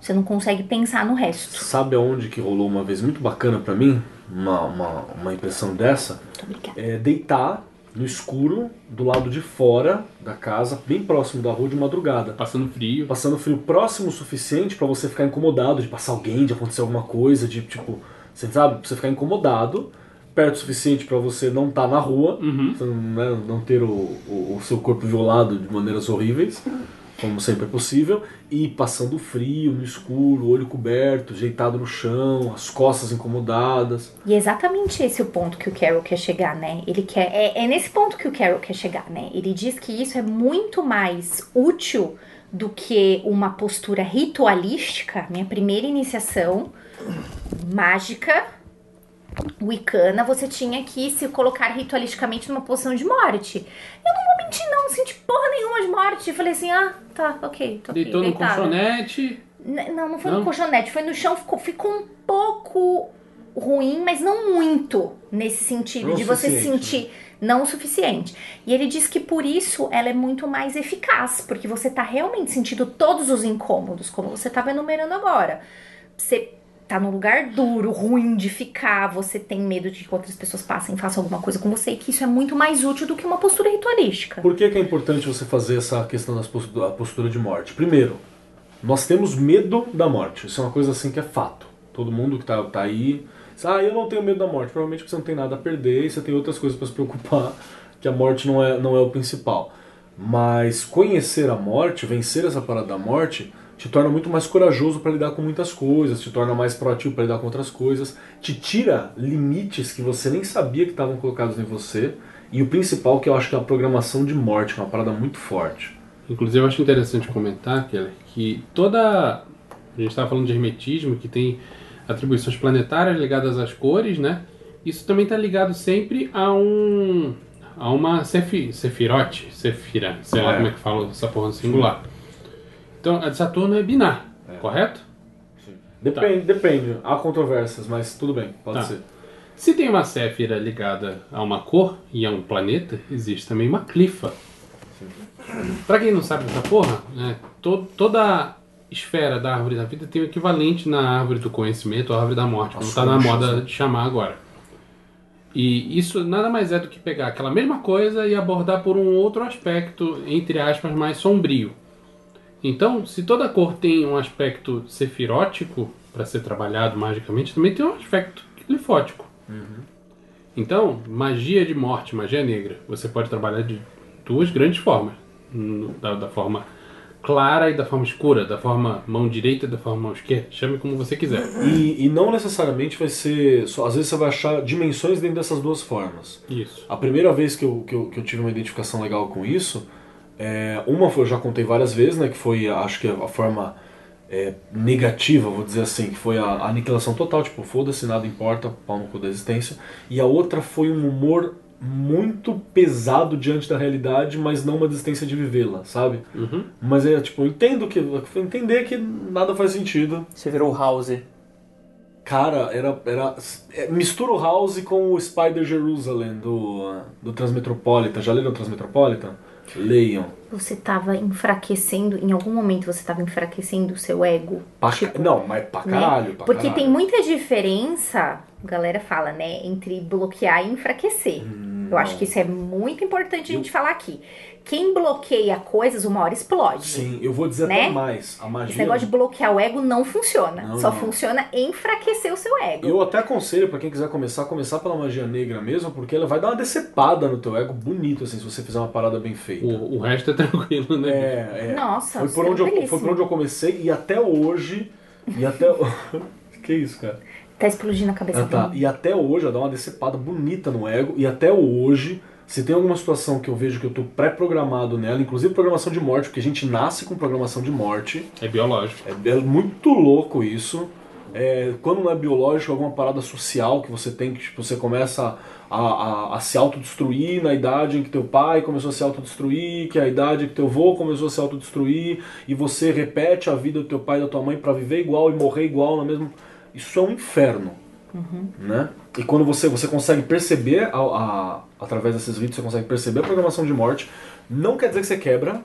[SPEAKER 4] Você não consegue pensar no resto.
[SPEAKER 7] Sabe aonde que rolou uma vez muito bacana pra mim? Uma, uma, uma impressão dessa?
[SPEAKER 4] Muito obrigada.
[SPEAKER 7] É deitar no escuro, do lado de fora da casa, bem próximo da rua de madrugada.
[SPEAKER 5] Passando frio.
[SPEAKER 7] Passando frio próximo o suficiente pra você ficar incomodado, de passar alguém, de acontecer alguma coisa, de tipo, você sabe, pra você ficar incomodado, perto o suficiente pra você não estar na rua,
[SPEAKER 5] Uhum.
[SPEAKER 7] você não, né, não ter o, o, o seu corpo violado de maneiras horríveis, como sempre é possível, e passando frio, no escuro, olho coberto, deitado no chão, as costas incomodadas.
[SPEAKER 4] E é exatamente esse o ponto que o Carol quer chegar, né? Ele quer. É, é nesse ponto que o Carol quer chegar, né? Ele diz que isso é muito mais útil do que uma postura ritualística. Minha primeira iniciação mágica. Wicana, você tinha que se colocar ritualisticamente numa posição de morte. Eu não vou mentir, não, não senti porra nenhuma de morte. Eu falei assim, ah, tá, ok, tô aqui,
[SPEAKER 5] Deitou no
[SPEAKER 4] deitada.
[SPEAKER 5] colchonete.
[SPEAKER 4] N- Né, Não, não foi
[SPEAKER 5] Não?
[SPEAKER 4] no colchonete, foi no chão, ficou, ficou um pouco ruim, mas não muito nesse sentido,
[SPEAKER 7] Não o
[SPEAKER 4] de você
[SPEAKER 7] suficiente, né?
[SPEAKER 4] sentir não o suficiente. E ele diz que por isso ela é muito mais eficaz, porque você tá realmente sentindo todos os incômodos, como você tava enumerando agora. Você tá num lugar duro, ruim de ficar, você tem medo de que outras pessoas passem e façam alguma coisa com você, e que isso é muito mais útil do que uma postura ritualística.
[SPEAKER 7] Por que, que é importante você fazer essa questão da postura, postura de morte? Primeiro, nós temos medo da morte. Isso é uma coisa assim que é fato. Todo mundo que tá, tá aí. diz, Ah, eu não tenho medo da morte. Provavelmente porque você não tem nada a perder e você tem outras coisas para se preocupar, que a morte não é, não é o principal. Mas conhecer a morte, vencer essa parada da morte, te torna muito mais corajoso para lidar com muitas coisas, te torna mais proativo para lidar com outras coisas, te tira limites que você nem sabia que estavam colocados em você. E o principal que eu acho que é a programação de morte, que é uma parada muito forte.
[SPEAKER 5] Inclusive, eu acho interessante comentar, Keller, que toda. A gente estava falando de hermetismo, que tem atribuições planetárias ligadas às cores, né? Isso também está ligado sempre a um. a uma sefi, sefirote, sefira, sei lá
[SPEAKER 7] É.
[SPEAKER 5] como é que fala essa porra no singular. Então, a de Saturno é binar, correto?
[SPEAKER 7] Depende, depende. Há controvérsias, mas tudo bem, pode
[SPEAKER 5] Tá.
[SPEAKER 7] ser.
[SPEAKER 5] Se tem uma séfira ligada a uma cor e a um planeta, existe também uma clifa. Pra quem não sabe dessa porra, né, to- toda esfera da árvore da vida tem o equivalente na árvore do conhecimento, a árvore da morte, como
[SPEAKER 7] Nossa,
[SPEAKER 5] tá na
[SPEAKER 7] como
[SPEAKER 5] moda
[SPEAKER 7] chama?
[SPEAKER 5] de chamar agora. E isso nada mais é do que pegar aquela mesma coisa e abordar por um outro aspecto, entre aspas, mais sombrio. Então, se toda cor tem um aspecto sefirótico para ser trabalhado magicamente, também tem um aspecto clifótico. Então, magia de morte, magia negra, você pode trabalhar de duas grandes formas. Hum, Da, da forma clara e da forma escura, da forma mão direita e da forma mão esquerda. Chame como você quiser.
[SPEAKER 7] E, e não necessariamente vai ser. Só, às vezes você vai achar dimensões dentro dessas duas formas.
[SPEAKER 5] Isso.
[SPEAKER 7] A primeira vez que eu, que eu, que eu tive uma identificação legal com isso, é, uma foi, eu já contei várias vezes, né, que foi, acho que a forma é, negativa, vou dizer assim, que foi a, a aniquilação total, tipo, foda-se, nada importa, pau no cu da existência. E a outra foi um humor muito pesado diante da realidade, mas não uma desistência de vivê-la, sabe? Mas é tipo, eu entendo que, eu fui entender que nada faz sentido,
[SPEAKER 3] Você virou o House.
[SPEAKER 7] Cara, era. era é, mistura o House com o Spider Jerusalem do, ah, do Transmetropolitan. Já leram o Transmetropolitan? Leiam.
[SPEAKER 4] Você tava enfraquecendo, em algum momento você tava enfraquecendo o seu ego.
[SPEAKER 7] Pra ca-
[SPEAKER 4] tipo,
[SPEAKER 7] não, mas pra
[SPEAKER 4] né?
[SPEAKER 7] caralho. Pra
[SPEAKER 4] Porque
[SPEAKER 7] caralho.
[SPEAKER 4] tem muita diferença, a galera fala, né, entre bloquear e enfraquecer. Eu acho que isso é muito importante a
[SPEAKER 7] Hum.
[SPEAKER 4] gente falar aqui. Quem bloqueia coisas, uma hora explode.
[SPEAKER 7] Sim, eu vou dizer
[SPEAKER 4] Né?
[SPEAKER 7] até mais. A magia.
[SPEAKER 4] Esse negócio de bloquear o ego não funciona.
[SPEAKER 7] Não,
[SPEAKER 4] Só
[SPEAKER 7] não.
[SPEAKER 4] funciona enfraquecer o seu ego.
[SPEAKER 7] Eu até aconselho pra quem quiser começar, começar pela magia negra mesmo, porque ela vai dar uma decepada no teu ego bonito, assim, se você fizer uma parada bem feita.
[SPEAKER 5] O, o resto é tranquilo, né?
[SPEAKER 7] É, é.
[SPEAKER 4] Nossa,
[SPEAKER 7] foi, por onde eu, foi por onde eu comecei e até hoje. E até. que isso, cara?
[SPEAKER 4] Tá explodindo a cabeça
[SPEAKER 7] Ah, tá.
[SPEAKER 4] dele.
[SPEAKER 7] E até hoje, ela dá uma decepada bonita no ego, e até hoje, se tem alguma situação que eu vejo que eu tô pré-programado nela, inclusive programação de morte, porque a gente nasce com programação de morte,
[SPEAKER 5] É biológico.
[SPEAKER 7] é, é muito louco isso. É, quando não é biológico, é alguma parada social que você tem, que tipo, você começa a, a, a se autodestruir na idade em que teu pai começou a se autodestruir, que é a idade em que teu avô começou a se autodestruir, e você repete a vida do teu pai e da tua mãe pra viver igual e morrer igual na mesma. Isso é um inferno né? E quando você, você consegue perceber, a, a- através desses vídeos, você consegue perceber a programação de morte. Não quer dizer que você quebra,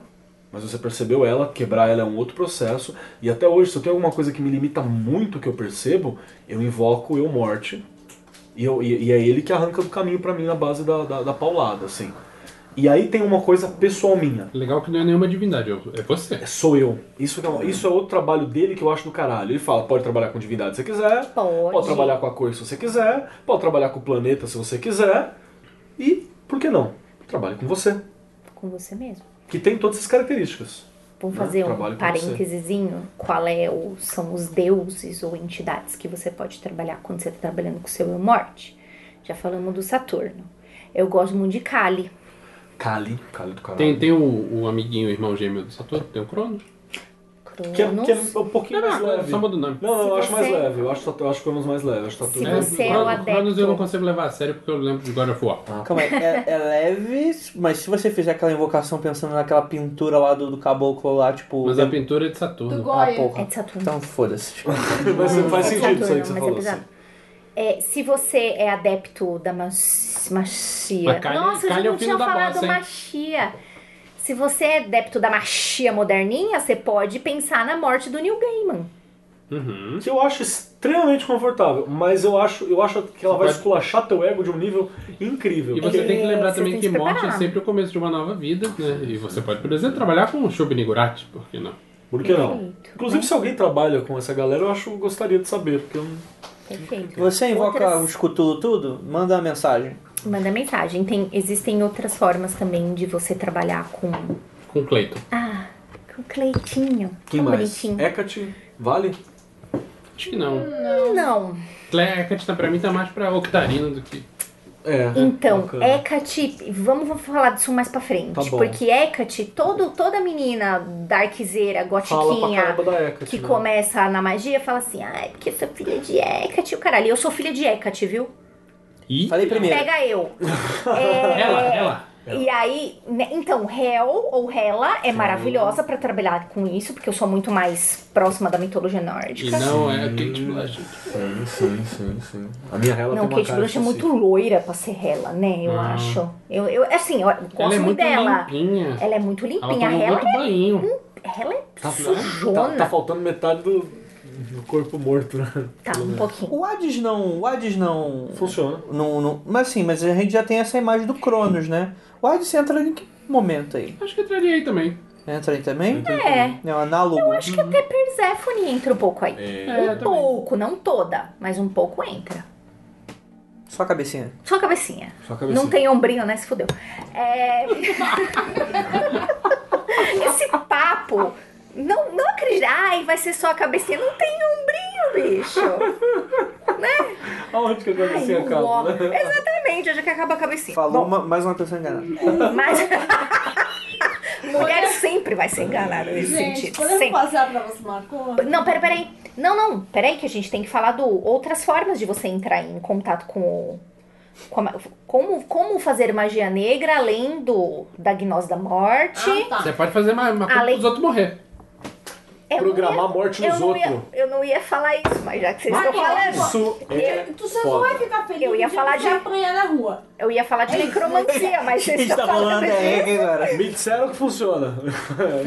[SPEAKER 7] mas você percebeu ela, quebrar ela é um outro processo. E até hoje, se eu tenho alguma coisa que me limita muito que eu percebo, eu invoco o eu morte. E, eu, e, e é ele que arranca o caminho pra mim na base da, da, da paulada, assim. E aí tem uma coisa pessoal minha.
[SPEAKER 5] Legal que não é nenhuma divindade, é você.
[SPEAKER 7] É, Sou eu. Isso, que é um- isso é outro trabalho dele que eu acho do caralho. Ele fala, pode trabalhar com divindade se você quiser,
[SPEAKER 4] Pode.
[SPEAKER 7] Pode trabalhar com a cor se você quiser, pode trabalhar com o planeta se você quiser. E, por que não? Trabalhe com você,
[SPEAKER 4] Com você mesmo.
[SPEAKER 7] que tem todas essas características.
[SPEAKER 4] Vamos
[SPEAKER 7] Não,
[SPEAKER 4] fazer
[SPEAKER 7] Né? trabalho
[SPEAKER 4] um
[SPEAKER 7] com
[SPEAKER 4] parêntesezinho. Qual é o, são os deuses ou entidades que você pode trabalhar quando você está trabalhando com o seu eu morte? Já falamos do Saturno. Eu gosto muito de Kali.
[SPEAKER 7] Cali, Cali do caralho.
[SPEAKER 5] Tem, tem o, o amiguinho, o irmão gêmeo do Saturno, tem o Cronos.
[SPEAKER 4] Cronos.
[SPEAKER 7] Que, é, que é um pouquinho mais
[SPEAKER 5] Não,
[SPEAKER 7] leve.
[SPEAKER 5] só
[SPEAKER 7] Não,
[SPEAKER 5] muda o nome.
[SPEAKER 7] não, eu
[SPEAKER 4] Se
[SPEAKER 7] acho mais
[SPEAKER 4] você-
[SPEAKER 7] leve. Eu acho, eu acho que é um dos mais leves. Eu acho que tá tudo
[SPEAKER 4] Se
[SPEAKER 7] bem.
[SPEAKER 4] você é
[SPEAKER 5] Cro-
[SPEAKER 4] o adepto-
[SPEAKER 5] Cronos eu não consigo levar a sério porque eu lembro de God of War.
[SPEAKER 3] Calma aí, é, é leve, mas se você fizer aquela invocação pensando naquela pintura lá do, do caboclo lá, tipo.
[SPEAKER 5] Mas
[SPEAKER 3] tem-
[SPEAKER 5] a pintura é de
[SPEAKER 6] Do
[SPEAKER 5] Saturno.
[SPEAKER 3] Ah,
[SPEAKER 6] Goya.
[SPEAKER 4] É
[SPEAKER 3] porra.
[SPEAKER 4] de Saturno.
[SPEAKER 3] Então foda-se.
[SPEAKER 7] Mas faz sentido isso aí que você
[SPEAKER 4] mas
[SPEAKER 7] falou.
[SPEAKER 4] é pesado.
[SPEAKER 7] assim.
[SPEAKER 4] É, se você é adepto da mas- machia.
[SPEAKER 5] Mas Kali-
[SPEAKER 4] Nossa, eu
[SPEAKER 5] Kali
[SPEAKER 4] já
[SPEAKER 5] é o
[SPEAKER 4] não
[SPEAKER 5] fino
[SPEAKER 4] tinha
[SPEAKER 5] da
[SPEAKER 4] falado
[SPEAKER 5] bossa, hein?
[SPEAKER 4] machia. Se você é adepto da machia moderninha, você pode pensar na morte do Neil Gaiman.
[SPEAKER 5] Uhum.
[SPEAKER 7] Que eu acho extremamente confortável, mas eu acho, eu acho que ela
[SPEAKER 5] Você
[SPEAKER 7] vai
[SPEAKER 5] pode-
[SPEAKER 7] esculachar teu ego de um nível incrível.
[SPEAKER 5] E você
[SPEAKER 4] É,
[SPEAKER 5] tem que lembrar
[SPEAKER 4] você
[SPEAKER 5] também
[SPEAKER 4] tem
[SPEAKER 5] que
[SPEAKER 4] que se
[SPEAKER 5] morte é
[SPEAKER 4] preparar.
[SPEAKER 5] sempre o começo de uma nova vida, né? E você pode, por exemplo, trabalhar com o Shobinigurati, por que não?
[SPEAKER 7] Por que não?
[SPEAKER 4] Perfeito.
[SPEAKER 7] Inclusive, se alguém trabalha com essa galera, eu acho eu gostaria de saber, porque eu não.
[SPEAKER 4] Tá Perfeito.
[SPEAKER 3] Você invoca
[SPEAKER 4] Outras-
[SPEAKER 3] os cutulo tudo? Manda uma mensagem.
[SPEAKER 4] Manda mensagem. Tem, existem outras formas também de você trabalhar com.
[SPEAKER 5] Com Cleiton.
[SPEAKER 4] Ah, com Cleitinho.
[SPEAKER 7] Quem
[SPEAKER 4] Tão
[SPEAKER 7] mais?
[SPEAKER 4] bonitinho.
[SPEAKER 7] Hecate? Vale?
[SPEAKER 5] Acho que não.
[SPEAKER 7] É um
[SPEAKER 4] Não.
[SPEAKER 5] Clecat pra mim tá mais pra Octarina do que.
[SPEAKER 7] É.
[SPEAKER 4] Então,
[SPEAKER 7] bacana.
[SPEAKER 4] Hecate, vamos vamos falar disso mais pra frente.
[SPEAKER 7] Tá bom.
[SPEAKER 4] porque Hecate, todo, toda menina darkzeira,
[SPEAKER 7] Fala pra
[SPEAKER 4] gotiquinha,
[SPEAKER 7] caramba da Hecate.
[SPEAKER 4] que
[SPEAKER 7] né?
[SPEAKER 4] começa na magia, fala assim, ai, porque eu sou filha de Hecate, o caralho. Eu sou filha de Hecate, viu?
[SPEAKER 5] Ih,
[SPEAKER 3] Falei primeiro.
[SPEAKER 4] Pega eu. É,
[SPEAKER 5] ela, ela.
[SPEAKER 4] E aí, né, então, Hel ou Hela é maravilhosa pra trabalhar com isso, porque eu sou muito mais próxima da mitologia
[SPEAKER 5] E
[SPEAKER 4] nórdica.
[SPEAKER 5] não é Kate Blanchett.
[SPEAKER 7] Sim, sim, sim, sim. A minha rela
[SPEAKER 4] Não,
[SPEAKER 7] tem uma
[SPEAKER 4] Kate
[SPEAKER 7] cara assim.
[SPEAKER 4] Blanchett é
[SPEAKER 7] de
[SPEAKER 4] muito loira pra ser Hela, né? Eu
[SPEAKER 5] Ah.
[SPEAKER 4] acho. Eu, eu, assim, eu gosto
[SPEAKER 5] Ela é
[SPEAKER 4] muito
[SPEAKER 5] muito
[SPEAKER 4] dela.
[SPEAKER 5] limpinha.
[SPEAKER 4] Ela é muito
[SPEAKER 5] Ela
[SPEAKER 4] limpinha.
[SPEAKER 5] toma
[SPEAKER 4] Hela,
[SPEAKER 5] muito banho.
[SPEAKER 4] Hela é
[SPEAKER 7] Tá, tá,
[SPEAKER 4] sujona.
[SPEAKER 7] tá
[SPEAKER 4] Tá,
[SPEAKER 7] faltando metade do, do corpo morto, né? Pelo
[SPEAKER 4] um
[SPEAKER 7] menos.
[SPEAKER 4] pouquinho.
[SPEAKER 3] O Hades não. O Hades não.
[SPEAKER 7] Funciona.
[SPEAKER 3] não, não- Mas sim, mas a gente já tem essa imagem do Cronos, né? O Hades entra em que momento aí?
[SPEAKER 5] Acho que eu traria aí também.
[SPEAKER 3] Entra aí também?
[SPEAKER 4] É.
[SPEAKER 3] É um análogo.
[SPEAKER 4] Acho que até Persephone entra um pouco aí.
[SPEAKER 5] É,
[SPEAKER 4] um
[SPEAKER 5] também.
[SPEAKER 4] pouco, não toda, mas um pouco entra.
[SPEAKER 3] Só a cabecinha.
[SPEAKER 4] Só a cabecinha.
[SPEAKER 7] Só a cabecinha.
[SPEAKER 4] Não tem ombrinho, né? Se fudeu. É... Esse papo. Não, não acredito. Ai, vai ser só a cabecinha. Não tem ombrinho, bicho.
[SPEAKER 7] Aonde que a cabecinha
[SPEAKER 4] Ai,
[SPEAKER 7] acaba,
[SPEAKER 4] uó.
[SPEAKER 7] né?
[SPEAKER 4] Exatamente, onde é que acaba a cabecinha.
[SPEAKER 3] Falou
[SPEAKER 4] Bom,
[SPEAKER 3] uma- mais uma pessoa enganada.
[SPEAKER 4] mas. Mulher sempre vai ser enganada nesse
[SPEAKER 6] Gente,
[SPEAKER 4] sentido.
[SPEAKER 6] podemos
[SPEAKER 4] Sempre.
[SPEAKER 6] passar pra você uma coisa?
[SPEAKER 4] Não, pera, peraí. Não, não, peraí, que a gente tem que falar do outras formas de você entrar em contato com o. com a ma- como, como fazer magia negra além do, da gnose da morte.
[SPEAKER 6] Ah, tá.
[SPEAKER 5] Você pode fazer mais uma coisa
[SPEAKER 4] Ah, Ale-
[SPEAKER 5] pros outros morrer.
[SPEAKER 4] Eu não
[SPEAKER 7] Programar
[SPEAKER 4] ia-
[SPEAKER 7] a morte
[SPEAKER 4] eu
[SPEAKER 7] nos
[SPEAKER 4] não ia-
[SPEAKER 7] outros.
[SPEAKER 4] eu não ia falar isso, mas já que vocês
[SPEAKER 6] Vai,
[SPEAKER 4] estão falando,
[SPEAKER 7] Isso é
[SPEAKER 6] Tu só não
[SPEAKER 7] foda.
[SPEAKER 6] vai ficar feliz
[SPEAKER 4] Eu ia
[SPEAKER 6] de
[SPEAKER 4] falar
[SPEAKER 6] você
[SPEAKER 4] de-
[SPEAKER 6] apanhar na rua.
[SPEAKER 4] eu ia falar
[SPEAKER 6] É
[SPEAKER 4] de necromancia, mas vocês
[SPEAKER 3] tá
[SPEAKER 4] estão falando disso.
[SPEAKER 3] DR agora.
[SPEAKER 7] Me disseram que funciona.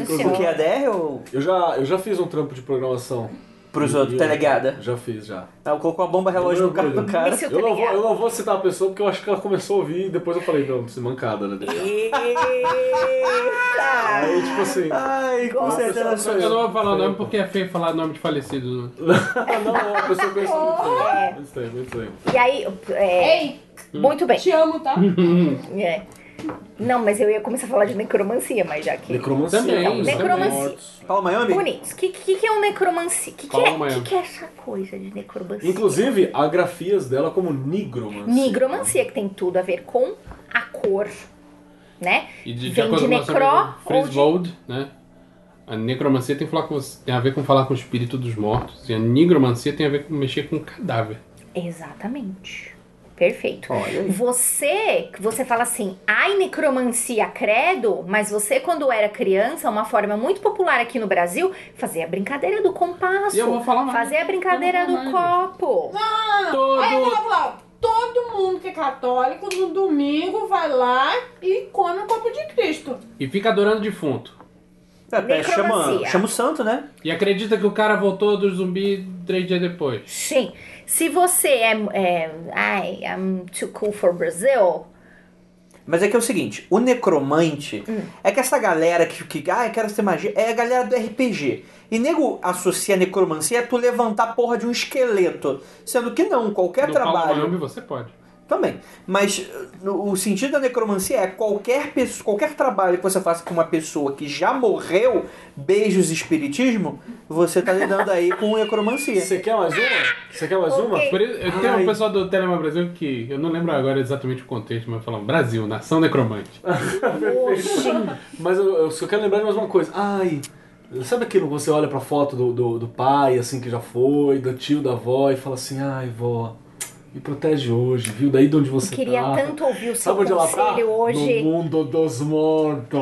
[SPEAKER 4] Funciona.
[SPEAKER 3] O é. que é DR ou
[SPEAKER 7] Eu já, eu já fiz um trampo de programação.
[SPEAKER 3] pros outros, tá ligado?
[SPEAKER 7] Já fiz, já.
[SPEAKER 3] Ela colocou a bomba relógio no carro do cara.
[SPEAKER 4] Míssil,
[SPEAKER 7] Eu
[SPEAKER 4] tá
[SPEAKER 7] não, vou,
[SPEAKER 4] ligado?
[SPEAKER 7] eu não vou citar a pessoa porque eu acho que ela começou a ouvir e depois eu falei, não, isso é mancada, né?
[SPEAKER 4] Eita!
[SPEAKER 7] Aí, tipo assim,
[SPEAKER 3] Ai, Ah, com
[SPEAKER 5] Só
[SPEAKER 3] certeza sou
[SPEAKER 5] que Ah, eu
[SPEAKER 3] eu.
[SPEAKER 5] não vou falar o nome porque é feio falar nome de falecido. né?
[SPEAKER 7] não, é uma pessoa que eu
[SPEAKER 4] É.
[SPEAKER 7] estranho. Muito estranho, muito estranho.
[SPEAKER 4] E aí, é,
[SPEAKER 6] Ei,
[SPEAKER 4] muito bem.
[SPEAKER 6] te amo, tá?
[SPEAKER 7] Uhum.
[SPEAKER 4] É. Não, mas eu ia começar a falar de necromancia, mas já que.
[SPEAKER 7] Necromancia.
[SPEAKER 5] Também,
[SPEAKER 7] os
[SPEAKER 4] necromancia.
[SPEAKER 7] mortos.
[SPEAKER 3] Paulo Miami?
[SPEAKER 4] Bonitos. O que, que, que é um necromancia? O que, que,
[SPEAKER 5] Fala,
[SPEAKER 4] é,
[SPEAKER 5] Maiana.
[SPEAKER 4] que, que é essa coisa de necromancia?
[SPEAKER 7] Inclusive, há grafias dela como nigromancia.
[SPEAKER 4] Nigromancia, que tem tudo a ver com a cor, né?
[SPEAKER 5] E de,
[SPEAKER 4] Vem
[SPEAKER 5] acordo
[SPEAKER 4] de
[SPEAKER 5] com o nosso
[SPEAKER 4] necró
[SPEAKER 5] amigo
[SPEAKER 4] ou de-
[SPEAKER 5] Friswold, né? A necromancia tem, que falar com, tem a ver com falar com o espírito dos mortos. E a nigromancia tem a ver com mexer com cadáver.
[SPEAKER 4] Exatamente. Perfeito. Você, você fala assim, ai, necromancia, credo, mas você, quando era criança, uma forma muito popular aqui no Brasil, fazia a brincadeira do compasso.
[SPEAKER 5] E eu vou falar mais.
[SPEAKER 4] Fazer a brincadeira
[SPEAKER 5] Eu vou
[SPEAKER 4] do
[SPEAKER 5] falar
[SPEAKER 4] copo. Ah,
[SPEAKER 5] Todo...
[SPEAKER 6] Aí
[SPEAKER 4] é.
[SPEAKER 6] eu vou lá, todo mundo que é católico, no domingo, vai lá e come o corpo de Cristo.
[SPEAKER 5] E fica adorando defunto.
[SPEAKER 3] É, pera, chama,
[SPEAKER 4] Necromancia.
[SPEAKER 3] chama o santo, né?
[SPEAKER 5] E acredita que o cara voltou do zumbi três dias depois.
[SPEAKER 4] Sim. Se você é, é ai, I'm too cool for Brazil,
[SPEAKER 3] Mas é que é o seguinte, o necromante é que essa galera que, que ah, eu quero ser magia, é a galera do RPG. E nego associa a necromancia a tu levantar a porra de um esqueleto. Sendo que não, qualquer
[SPEAKER 5] no Paulo
[SPEAKER 3] trabalho.
[SPEAKER 5] Mayombe você pode.
[SPEAKER 3] Também. Mas uh, no- o sentido da necromancia é qualquer, pessoa, qualquer trabalho que você faça com uma pessoa que já morreu, beijos espiritismo, você tá lidando aí com necromancia.
[SPEAKER 7] Você quer mais uma? Você quer mais uma?
[SPEAKER 4] Ok.
[SPEAKER 5] Por isso, eu tenho um pessoal do Telema Brasil que eu não lembro agora exatamente o contexto, mas falam Brasil, nação necromante.
[SPEAKER 7] Mas eu, eu só quero lembrar de mais uma coisa. Ai, sabe aquilo que você olha pra foto do, do, do pai, assim, que já foi, do tio, da avó, e fala assim, ai, vó, me protege hoje, viu? Daí de onde você
[SPEAKER 4] queria
[SPEAKER 5] Ah.
[SPEAKER 7] tá.
[SPEAKER 4] tanto ouvir o seu
[SPEAKER 7] Sabe onde ela tá?
[SPEAKER 4] conselho hoje.
[SPEAKER 7] No mundo dos mortos.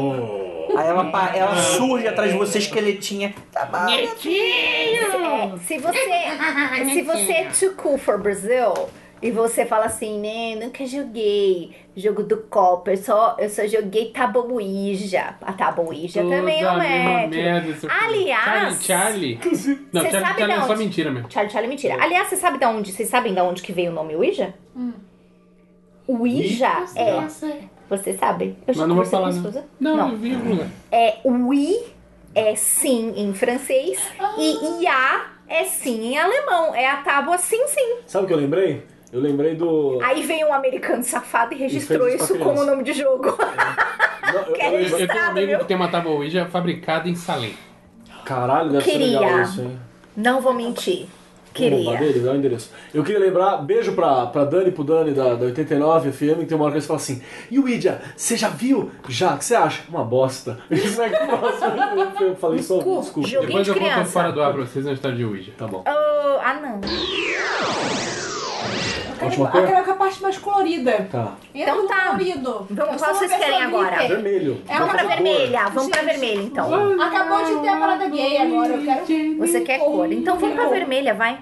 [SPEAKER 3] Aí ela, pa- ela surge atrás de você, esqueletinha. Tá bom.
[SPEAKER 4] É, se
[SPEAKER 6] Ah,
[SPEAKER 4] você, se você é too cool for Brazil e você fala assim, né, nunca joguei jogo do copo, eu só, eu só joguei tabuija. A tabuija também é
[SPEAKER 5] Toda
[SPEAKER 4] um
[SPEAKER 5] a mesma
[SPEAKER 4] método.
[SPEAKER 5] merda, seu filho.
[SPEAKER 4] Aliás-
[SPEAKER 5] Charlie, Charlie. Não, Charlie,
[SPEAKER 4] Você sabe
[SPEAKER 5] Charlie
[SPEAKER 4] de
[SPEAKER 5] é só
[SPEAKER 4] onde?
[SPEAKER 5] mentira mesmo.
[SPEAKER 4] Charlie, Charlie, mentira. Aliás, vocês sabem da onde, vocês sabem da onde que veio o nome Ouija? Ouija é. Vocês sabem? Eu já
[SPEAKER 5] tá. Mas não vou
[SPEAKER 4] conversei
[SPEAKER 5] falar,
[SPEAKER 4] com
[SPEAKER 5] não.
[SPEAKER 4] Susan.
[SPEAKER 5] Não,
[SPEAKER 4] Não.
[SPEAKER 5] eu vi em algum lugar.
[SPEAKER 4] É oui é sim em francês e ia é sim em alemão. É a tábua sim sim.
[SPEAKER 7] Sabe o que eu lembrei? Eu lembrei do...
[SPEAKER 4] Aí veio um americano safado e registrou
[SPEAKER 7] fez isso
[SPEAKER 4] isso
[SPEAKER 7] pra
[SPEAKER 4] como
[SPEAKER 7] criança.
[SPEAKER 4] nome de jogo.
[SPEAKER 7] Não, eu-
[SPEAKER 4] quero
[SPEAKER 7] eu-
[SPEAKER 5] Eu, eu tenho um
[SPEAKER 4] Estado,
[SPEAKER 5] amigo
[SPEAKER 4] viu?
[SPEAKER 5] que tem uma tábua Ouija fabricada em Salem.
[SPEAKER 7] Caralho, deve ser
[SPEAKER 4] Queria.
[SPEAKER 7] legal isso, hein?
[SPEAKER 4] Não vou mentir.
[SPEAKER 7] Vamos lá,
[SPEAKER 4] Queria.
[SPEAKER 7] dele, dá o endereço. Eu queria lembrar, beijo pra, pra Dani, pro Dani da, da 89 FM, que tem uma hora que eles falam assim: E o Idia, você já viu? Já, o que você acha? Uma bosta. Isso é que bosta. Eu falei só,
[SPEAKER 4] Cu,
[SPEAKER 7] desculpa.
[SPEAKER 4] joguei.
[SPEAKER 5] Depois eu conto
[SPEAKER 4] criança.
[SPEAKER 5] fora do ar pra vocês na história de Ouija.
[SPEAKER 7] Tá bom.
[SPEAKER 4] Oh, ah, não.
[SPEAKER 7] Última
[SPEAKER 6] Eu
[SPEAKER 7] cor?
[SPEAKER 6] quero com a parte mais colorida.
[SPEAKER 7] Tá.
[SPEAKER 6] Entra
[SPEAKER 4] Então
[SPEAKER 6] no
[SPEAKER 4] tá.
[SPEAKER 6] colorido.
[SPEAKER 4] Vamos,
[SPEAKER 6] Eu
[SPEAKER 4] qual
[SPEAKER 6] sou uma
[SPEAKER 4] vocês
[SPEAKER 6] pessoa
[SPEAKER 4] querem agora?
[SPEAKER 6] livre.
[SPEAKER 7] Vermelho.
[SPEAKER 4] Vamos pra
[SPEAKER 7] Cor.
[SPEAKER 4] vermelha. Vamos pra
[SPEAKER 6] Gente,
[SPEAKER 4] vermelha, então.
[SPEAKER 6] Acabou de ter a parada gay agora. Eu quero.
[SPEAKER 4] Você quer cor. Então vamos pra
[SPEAKER 6] Cor.
[SPEAKER 4] vermelha, vai.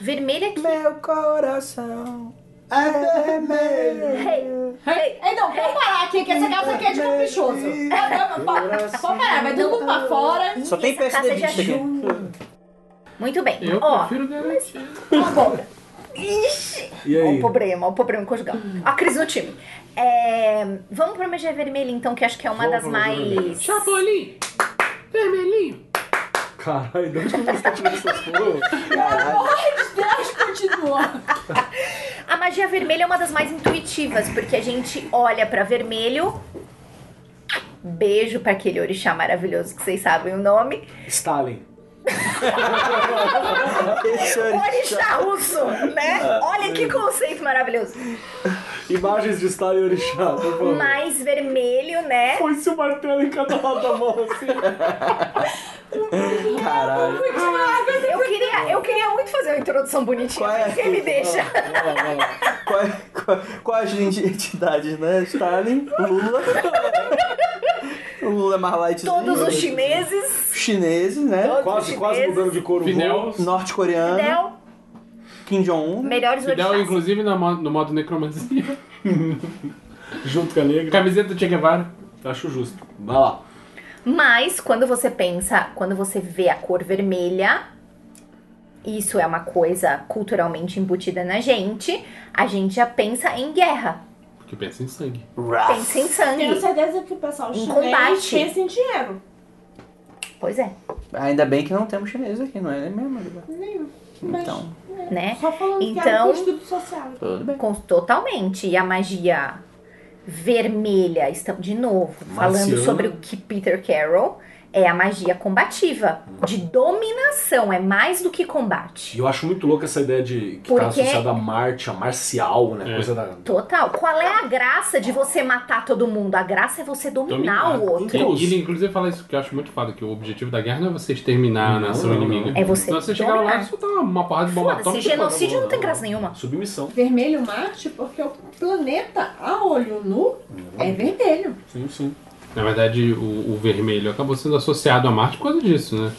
[SPEAKER 4] Vermelha que...
[SPEAKER 3] Meu coração é vermelho.
[SPEAKER 4] Hey, hey.
[SPEAKER 6] Ei, não, vamos parar aqui, que essa casa aqui é de caprichoso. Vamos parar, vai todo mundo pra fora.
[SPEAKER 3] Só tem
[SPEAKER 4] Essa casa é de
[SPEAKER 3] PSDBista aqui.
[SPEAKER 4] ajuda. Muito bem.
[SPEAKER 5] Eu
[SPEAKER 4] Ó,
[SPEAKER 5] prefiro garantir.
[SPEAKER 4] ixi.
[SPEAKER 7] E
[SPEAKER 4] Olha o
[SPEAKER 7] aí?
[SPEAKER 4] problema, olha o problema conjugal. A crise no time. É, vamos pra magia vermelha, então, que acho que é uma
[SPEAKER 7] Vamos
[SPEAKER 4] das
[SPEAKER 7] pra magia
[SPEAKER 4] mais...
[SPEAKER 5] Chapolin! Vermelhinho!
[SPEAKER 7] Caralho, de onde que você tá tirando essas coisas?
[SPEAKER 6] Pelo amor de Deus, continua.
[SPEAKER 4] A magia vermelha é uma das mais intuitivas, porque a gente olha pra vermelho. Beijo pra aquele orixá maravilhoso que vocês sabem o nome.
[SPEAKER 7] Stalin.
[SPEAKER 3] Esse é o-
[SPEAKER 4] Orixá russo, né? Olha que conceito maravilhoso.
[SPEAKER 7] Imagens de Stalin e Orixá, tá por favor.
[SPEAKER 4] Mais vermelho, né?
[SPEAKER 7] Põe-se o martelo em cada lado da mão, assim.
[SPEAKER 3] Caralho.
[SPEAKER 4] Eu queria, eu queria muito fazer uma introdução bonitinha,
[SPEAKER 3] Qual é?
[SPEAKER 4] mas você me deixa.
[SPEAKER 3] Quais, quais, quais entidades, né? Stalin, Lula. o Lula é mais lightzinho.
[SPEAKER 4] Todos os chineses.
[SPEAKER 3] Chineses, né?
[SPEAKER 4] Todos Né?
[SPEAKER 7] Quase,
[SPEAKER 4] os
[SPEAKER 7] quase
[SPEAKER 4] chineses.
[SPEAKER 7] mudando de cor o
[SPEAKER 5] Fidel,
[SPEAKER 7] voo.
[SPEAKER 3] Norte-coreano.
[SPEAKER 4] Fidel,
[SPEAKER 3] Kim Jong-un.
[SPEAKER 4] melhores
[SPEAKER 5] Fidel,
[SPEAKER 4] orixás.
[SPEAKER 5] inclusive, na mo- no modo necromancia.
[SPEAKER 7] Junto com a negra.
[SPEAKER 5] Camiseta do Che Guevara.
[SPEAKER 7] Acho justo. Vai lá.
[SPEAKER 4] Mas quando você pensa, quando você vê a cor vermelha, isso é uma coisa culturalmente embutida na gente, a gente já pensa em guerra,
[SPEAKER 5] Porque pensa em sangue.
[SPEAKER 4] pensa em
[SPEAKER 6] Tenho
[SPEAKER 4] sangue.
[SPEAKER 6] certeza que o pessoal chinês
[SPEAKER 4] Um combate.
[SPEAKER 6] pensa em dinheiro.
[SPEAKER 4] Pois é,
[SPEAKER 3] Ainda bem que não temos chineses aqui, não é mesmo? Liba?
[SPEAKER 6] Nenhum. Mas
[SPEAKER 3] Então,
[SPEAKER 4] né?
[SPEAKER 6] só falando que é um era
[SPEAKER 4] Então-
[SPEAKER 6] construto social.
[SPEAKER 3] tudo bem.
[SPEAKER 4] Com- totalmente. E a magia vermelha, estamos de novo falando
[SPEAKER 7] Marciana.
[SPEAKER 4] sobre o que Peter Carroll é a magia combativa, de dominação, é mais do que combate.
[SPEAKER 7] E eu acho muito louca essa ideia de que tá
[SPEAKER 4] Porque-
[SPEAKER 7] associada a Marte, a marcial, né?
[SPEAKER 5] É.
[SPEAKER 7] Coisa da.
[SPEAKER 4] Total. Qual é a graça de você matar todo mundo? A graça é você dominar
[SPEAKER 5] Dominar.
[SPEAKER 4] o outro.
[SPEAKER 7] Então,
[SPEAKER 5] E ele, inclusive, fala isso que eu acho muito foda, que o objetivo da guerra não é você exterminar a
[SPEAKER 7] Não,
[SPEAKER 5] nação
[SPEAKER 7] não, não.
[SPEAKER 5] inimiga.
[SPEAKER 4] É você
[SPEAKER 5] Então você chegava lá
[SPEAKER 4] dominar.
[SPEAKER 5] e soltava uma porrada de bomba
[SPEAKER 4] Foda-se,
[SPEAKER 5] atômica.
[SPEAKER 4] genocídio não tem
[SPEAKER 7] não.
[SPEAKER 4] graça nenhuma.
[SPEAKER 7] Submissão.
[SPEAKER 6] Vermelho Marte, porque o planeta a olho nu é vermelho.
[SPEAKER 7] Sim, sim.
[SPEAKER 5] Na verdade, o, o vermelho acabou sendo associado a Marte por causa disso, né?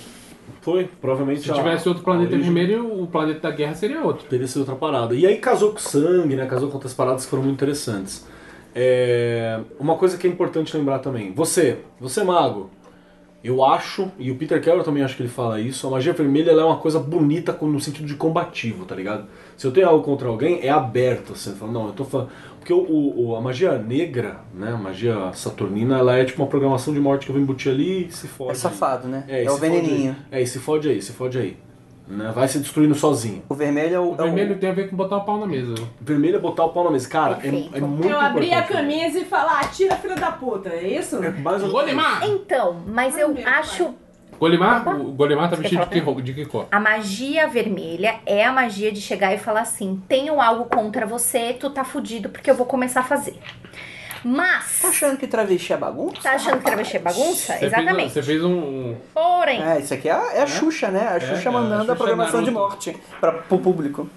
[SPEAKER 7] Foi, provavelmente.
[SPEAKER 5] Se
[SPEAKER 7] a-
[SPEAKER 5] tivesse outro
[SPEAKER 7] a
[SPEAKER 5] planeta
[SPEAKER 7] origem
[SPEAKER 5] vermelho, o planeta da guerra seria outro.
[SPEAKER 7] Teria sido outra parada. E aí casou com sangue, né? Casou com outras paradas que foram muito interessantes. É, Uma coisa que é importante lembrar também. Você, você é mago. Eu acho, e o Peter Carroll também acho que ele fala isso, a magia vermelha ela é uma coisa bonita com- no sentido de combativo, tá ligado? Se eu tenho algo contra alguém, é aberto. Você fala, não, eu tô falando. Porque o, o- o- a magia negra, né? A magia saturnina, ela é tipo uma programação de morte que eu vou embutir ali e se fode.
[SPEAKER 3] É safado, né?
[SPEAKER 7] É,
[SPEAKER 3] É,
[SPEAKER 7] e
[SPEAKER 3] o
[SPEAKER 7] se fode aí.
[SPEAKER 3] veneninho.
[SPEAKER 7] É, e se fode aí, se fode aí. Né? Vai se destruindo sozinho.
[SPEAKER 3] O vermelho é o.
[SPEAKER 5] O
[SPEAKER 7] Então-
[SPEAKER 5] vermelho tem a ver com botar o pau na mesa. né?
[SPEAKER 7] Vermelho é botar o pau na mesa. Cara, é,
[SPEAKER 4] Perfeito.
[SPEAKER 7] é muito
[SPEAKER 6] eu abri a
[SPEAKER 7] importante. né?
[SPEAKER 6] camisa e falar, atira filho da puta, é isso?
[SPEAKER 7] É mais ou menos
[SPEAKER 5] Golimar!
[SPEAKER 4] Então, mas eu
[SPEAKER 6] meu
[SPEAKER 4] acho
[SPEAKER 5] Golimar? O Golimar tá
[SPEAKER 4] Você
[SPEAKER 5] vestido de
[SPEAKER 4] quer
[SPEAKER 5] que,
[SPEAKER 4] falar
[SPEAKER 5] roupa- de que cor?
[SPEAKER 4] a magia vermelha é a magia de chegar e falar assim: tenho algo contra você, tu tá fudido porque eu vou começar a fazer.
[SPEAKER 3] Tá
[SPEAKER 4] Mas,
[SPEAKER 3] achando que travesti é bagunça?
[SPEAKER 4] tá achando que travesti é bagunça?
[SPEAKER 5] Você fez um-
[SPEAKER 4] Exatamente.
[SPEAKER 5] Você fez um.
[SPEAKER 4] Porém,
[SPEAKER 3] É, isso aqui é, a- é a Xuxa, né? A Xuxa
[SPEAKER 5] é,
[SPEAKER 3] mandando
[SPEAKER 5] a
[SPEAKER 3] a,
[SPEAKER 5] Xuxa
[SPEAKER 3] programação de
[SPEAKER 5] Naruto.
[SPEAKER 3] morte pra, pro público.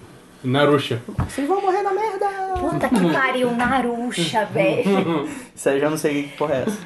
[SPEAKER 5] um Narusha.
[SPEAKER 3] Vocês vão morrer na merda!
[SPEAKER 4] puta que pariu, Narusha, velho.
[SPEAKER 3] Isso aí eu já não sei que porra é essa.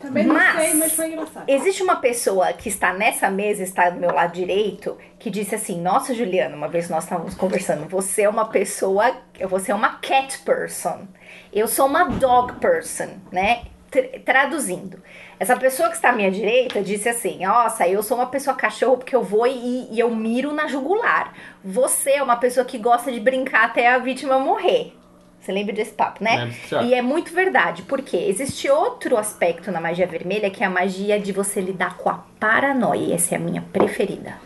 [SPEAKER 6] Também não
[SPEAKER 4] Mas-
[SPEAKER 6] sei, mas foi engraçado.
[SPEAKER 4] Existe uma pessoa que está nessa mesa, está do meu lado direito, que disse assim: Nossa, Juliana, uma vez nós estávamos conversando, você é uma pessoa, você é uma cat person. Eu sou uma dog person, né? Tr- Traduzindo. Essa pessoa que está à minha direita disse assim: Nossa, eu sou uma pessoa cachorro porque eu vou e, e eu miro na jugular. Você é uma pessoa que gosta de brincar até a vítima morrer. Você lembra desse papo, né?
[SPEAKER 5] Lembro, certo.
[SPEAKER 4] E é muito verdade, porque existe outro aspecto na magia vermelha que é a magia de você lidar com a paranoia. E essa é a minha preferida.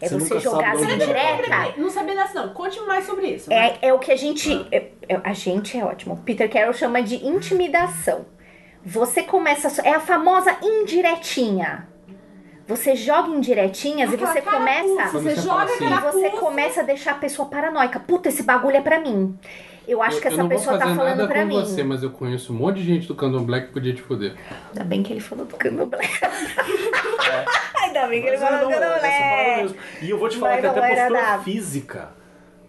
[SPEAKER 4] É
[SPEAKER 7] Você
[SPEAKER 4] você,
[SPEAKER 7] nunca
[SPEAKER 4] jogar
[SPEAKER 7] sabe
[SPEAKER 4] as
[SPEAKER 7] de onde vai
[SPEAKER 4] indiretas.
[SPEAKER 6] Não sabia dessa não, conte mais sobre isso. né?
[SPEAKER 4] É, é o que a gente. é- é- a gente é ótimo. Peter Carroll chama de intimidação. Você começa. a so- É a famosa indiretinha. Você joga indiretinhas e
[SPEAKER 6] Aquela
[SPEAKER 4] você
[SPEAKER 6] carapuça,
[SPEAKER 4] começa.
[SPEAKER 5] Quando
[SPEAKER 6] Você
[SPEAKER 5] você
[SPEAKER 6] joga
[SPEAKER 5] fala assim,
[SPEAKER 4] E
[SPEAKER 6] aquela
[SPEAKER 4] você
[SPEAKER 6] carapuça.
[SPEAKER 4] começa a deixar a pessoa paranoica. Puta, esse bagulho é pra mim. Eu acho que
[SPEAKER 5] eu
[SPEAKER 4] essa
[SPEAKER 5] não vou
[SPEAKER 4] pessoa
[SPEAKER 5] fazer
[SPEAKER 4] tá falando
[SPEAKER 5] nada
[SPEAKER 4] pra
[SPEAKER 5] com
[SPEAKER 4] mim.
[SPEAKER 5] você, mas eu conheço um monte de gente do Candomblé que podia te foder.
[SPEAKER 4] Ainda bem que ele falou do Candomblé. Ainda bem que ele
[SPEAKER 7] Mas é,
[SPEAKER 4] falou do
[SPEAKER 7] não, é essa parada
[SPEAKER 4] Candomblé.
[SPEAKER 7] mesmo. E eu vou te falar
[SPEAKER 4] Mas
[SPEAKER 7] que
[SPEAKER 4] não
[SPEAKER 7] até
[SPEAKER 4] era
[SPEAKER 7] postura
[SPEAKER 4] nada.
[SPEAKER 7] física.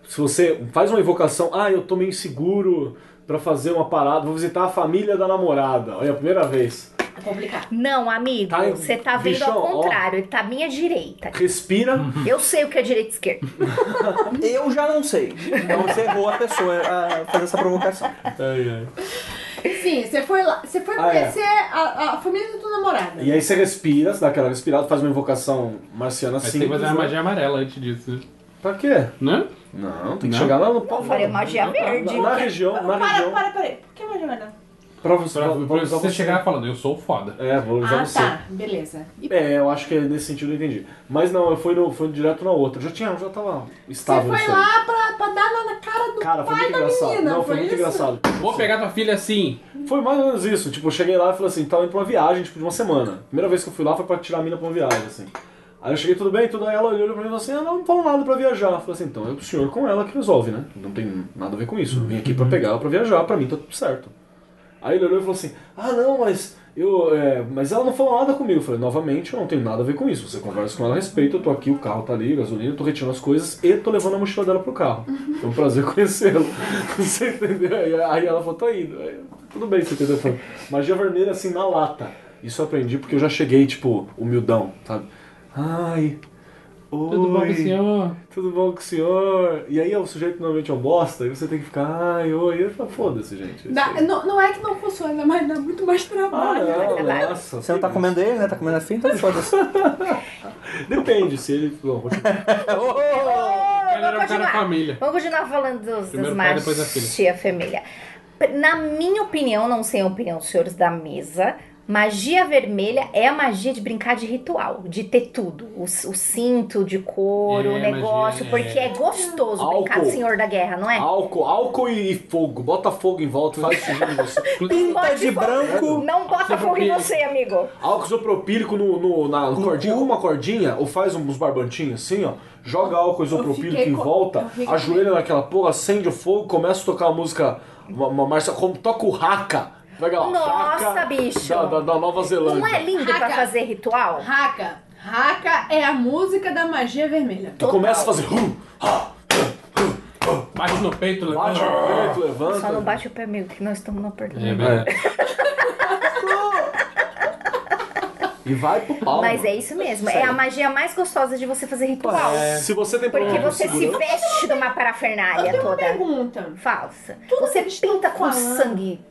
[SPEAKER 7] Se você faz uma invocação, ah, eu tô meio inseguro pra fazer uma parada, vou visitar a família da namorada. Olha, a primeira vez.
[SPEAKER 6] É complicado.
[SPEAKER 4] Não, amigo,
[SPEAKER 7] Tá, eu-
[SPEAKER 4] você tá vendo
[SPEAKER 7] bichão,
[SPEAKER 4] ao
[SPEAKER 7] ó.
[SPEAKER 4] contrário. Ele tá à minha direita.
[SPEAKER 7] Respira.
[SPEAKER 4] Eu sei o que é direita e esquerda.
[SPEAKER 3] Eu já não sei. Então você errou a pessoa a fazer essa provocação.
[SPEAKER 7] Ai, ai.
[SPEAKER 6] Sim, você foi lá, você foi
[SPEAKER 7] Ah, é.
[SPEAKER 6] conhecer a, a família da tua namorada.
[SPEAKER 7] E aí você respira, você dá aquela respirada, faz uma invocação marciana
[SPEAKER 5] Mas
[SPEAKER 7] assim.
[SPEAKER 5] tem que fazer a magia amarela antes disso. né?
[SPEAKER 7] Pra quê?
[SPEAKER 5] Né?
[SPEAKER 7] Não, tem que
[SPEAKER 5] Não.
[SPEAKER 7] chegar lá no
[SPEAKER 4] Então Eu falei magia
[SPEAKER 7] Na,
[SPEAKER 4] verde.
[SPEAKER 7] na região, na
[SPEAKER 6] para,
[SPEAKER 7] região.
[SPEAKER 6] para, para, aí. Por que mais ou menos?
[SPEAKER 7] Pra você,
[SPEAKER 5] Pra, pra
[SPEAKER 7] valorizar
[SPEAKER 5] você chegar falando, eu sou foda.
[SPEAKER 7] É, valorizar
[SPEAKER 6] Ah,
[SPEAKER 7] você.
[SPEAKER 6] tá. Beleza. E
[SPEAKER 7] É, eu acho que é nesse sentido eu entendi. Mas não, eu fui, no, fui direto na outra. Já tinha, já tá tava
[SPEAKER 6] você
[SPEAKER 7] estável.
[SPEAKER 6] foi
[SPEAKER 7] isso aí.
[SPEAKER 6] lá pra, pra dar na na cara do
[SPEAKER 7] Cara, foi
[SPEAKER 6] pai
[SPEAKER 7] muito
[SPEAKER 6] da
[SPEAKER 7] engraçado.
[SPEAKER 6] menina,
[SPEAKER 7] não, foi,
[SPEAKER 6] foi
[SPEAKER 7] muito
[SPEAKER 6] isso?
[SPEAKER 7] engraçado.
[SPEAKER 5] Vou pegar tua filha assim.
[SPEAKER 7] Foi mais ou menos isso. Tipo, eu cheguei lá e falei assim, tava indo pra uma viagem, tipo, de uma semana. Primeira vez que eu fui lá foi pra tirar a mina pra uma viagem, assim. Aí eu cheguei, tudo bem, tudo aí ela olhou pra mim e falou assim, ah, não vão nada pra viajar. Eu falei assim, então é o senhor com ela que resolve, né? Não tem nada a ver com isso. Eu vim aqui pra pegar ela pra viajar, pra mim tá tudo certo. Aí ele olhou e falou assim, ah não, mas eu. é, mas ela não falou nada comigo. Eu falei, novamente, eu não tenho nada a ver com isso. Você conversa com ela a respeito, eu tô aqui, o carro tá ali, gasolina, eu tô retirando as coisas e tô levando a mochila dela pro carro. Foi um prazer conhecê-la. Você entendeu? Aí- Aí ela falou, tô indo. Aí, Tudo bem, você entendeu? Eu falei, Magia vermelha assim na lata. Isso eu aprendi porque eu já cheguei, tipo, humildão, sabe? Ai. Oi,
[SPEAKER 5] Tudo bom com o senhor?
[SPEAKER 7] tudo bom com o senhor? E aí o sujeito normalmente é um bosta, aí você tem que ficar, ai, oi, eu falo, foda-se, gente.
[SPEAKER 6] Dá-
[SPEAKER 7] Isso aí.
[SPEAKER 6] não, não é que não funciona, mas dá muito mais
[SPEAKER 7] Ah,
[SPEAKER 6] trabalho.
[SPEAKER 7] não,
[SPEAKER 4] trabalho.
[SPEAKER 7] nossa.
[SPEAKER 3] Você não tá
[SPEAKER 7] tem
[SPEAKER 3] comendo ele, né? Tá comendo a filha, então foda-se.
[SPEAKER 7] isso. Depende, se ele. Bom,
[SPEAKER 5] O cara era o cara da família.
[SPEAKER 4] Vamos continuar falando dos, dos
[SPEAKER 5] Primeiro pai, depois a filha.
[SPEAKER 4] magia família. P- Na minha opinião, não sei a opinião dos senhores da mesa, magia vermelha é a magia de brincar de ritual, de ter tudo. O, c- o cinto de couro,
[SPEAKER 5] É,
[SPEAKER 4] o negócio,
[SPEAKER 5] magia,
[SPEAKER 4] porque é gostoso brincar do
[SPEAKER 7] Álcool.
[SPEAKER 4] senhor da guerra, não é?
[SPEAKER 7] álcool, álcool e e fogo. Bota fogo em volta, faz surgir em você.
[SPEAKER 4] Bote
[SPEAKER 3] Pinta de
[SPEAKER 4] fogo-
[SPEAKER 3] branco.
[SPEAKER 4] Não bota
[SPEAKER 5] Sobre
[SPEAKER 4] fogo em
[SPEAKER 5] ele.
[SPEAKER 4] você, amigo.
[SPEAKER 7] Álcool isopropílico no, no, na cordinha, uma cordinha, ou faz uns barbantinhos assim, ó. Joga álcool isopropílico
[SPEAKER 6] fiquei
[SPEAKER 7] em
[SPEAKER 6] com- eu
[SPEAKER 7] volta,
[SPEAKER 6] fiquei com
[SPEAKER 7] ajoelha naquela porra, acende o fogo, começa a tocar a música, uma, uma marcha, como toca o raca. Pega lá,
[SPEAKER 4] Nossa,
[SPEAKER 7] Haka
[SPEAKER 4] bicho.
[SPEAKER 7] Da, da, da Nova Zelândia.
[SPEAKER 4] Não é lindo pra
[SPEAKER 6] Raga.
[SPEAKER 4] fazer ritual?
[SPEAKER 7] né?
[SPEAKER 6] Raca. Raca é a música da magia vermelha.
[SPEAKER 7] Tu começa a fazer. Hum, ah,
[SPEAKER 5] Bate no peito, né?
[SPEAKER 7] bate
[SPEAKER 5] levanta.
[SPEAKER 7] o peito, levanta.
[SPEAKER 4] Só não bate o pé, amigo, que nós estamos no
[SPEAKER 5] É,
[SPEAKER 4] perdão.
[SPEAKER 5] velho.
[SPEAKER 7] E vai pro pau.
[SPEAKER 4] Mas
[SPEAKER 7] mano.
[SPEAKER 4] é isso mesmo. É a magia mais gostosa de você fazer ritual.
[SPEAKER 7] Se você tem
[SPEAKER 4] Porque
[SPEAKER 7] problema
[SPEAKER 4] você
[SPEAKER 7] com
[SPEAKER 4] se
[SPEAKER 7] segurança-
[SPEAKER 4] veste de uma parafernália
[SPEAKER 6] Tem uma
[SPEAKER 4] toda
[SPEAKER 6] pergunta.
[SPEAKER 4] falsa.
[SPEAKER 6] Tudo
[SPEAKER 4] você
[SPEAKER 6] que eles estão
[SPEAKER 4] pinta com o
[SPEAKER 6] falando.
[SPEAKER 4] sangue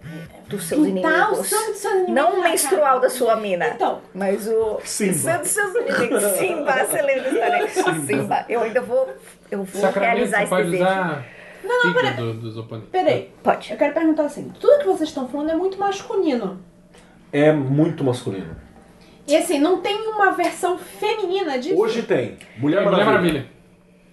[SPEAKER 4] dos seus
[SPEAKER 6] Pintar
[SPEAKER 4] inimigos.
[SPEAKER 6] o sangue dos seus inimigos.
[SPEAKER 4] Não
[SPEAKER 6] na
[SPEAKER 4] o
[SPEAKER 6] cara.
[SPEAKER 4] menstrual da sua mina.
[SPEAKER 6] Então.
[SPEAKER 4] Mas o
[SPEAKER 7] Simba.
[SPEAKER 4] o sangue dos seus inimigos. Simba, você lembra da história? Simba. Eu ainda vou, eu vou
[SPEAKER 5] Sacramento,
[SPEAKER 4] realizar
[SPEAKER 5] você
[SPEAKER 4] esse
[SPEAKER 5] pode
[SPEAKER 4] desejo.
[SPEAKER 5] usar não, do, dos oponentes.
[SPEAKER 6] Peraí, eu
[SPEAKER 4] Pode.
[SPEAKER 6] quero perguntar assim: tudo que vocês estão falando é muito masculino.
[SPEAKER 7] É muito masculino.
[SPEAKER 6] E assim, não tem uma versão feminina disso?
[SPEAKER 7] Hoje tem. Mulher,
[SPEAKER 5] Mulher Maravilha.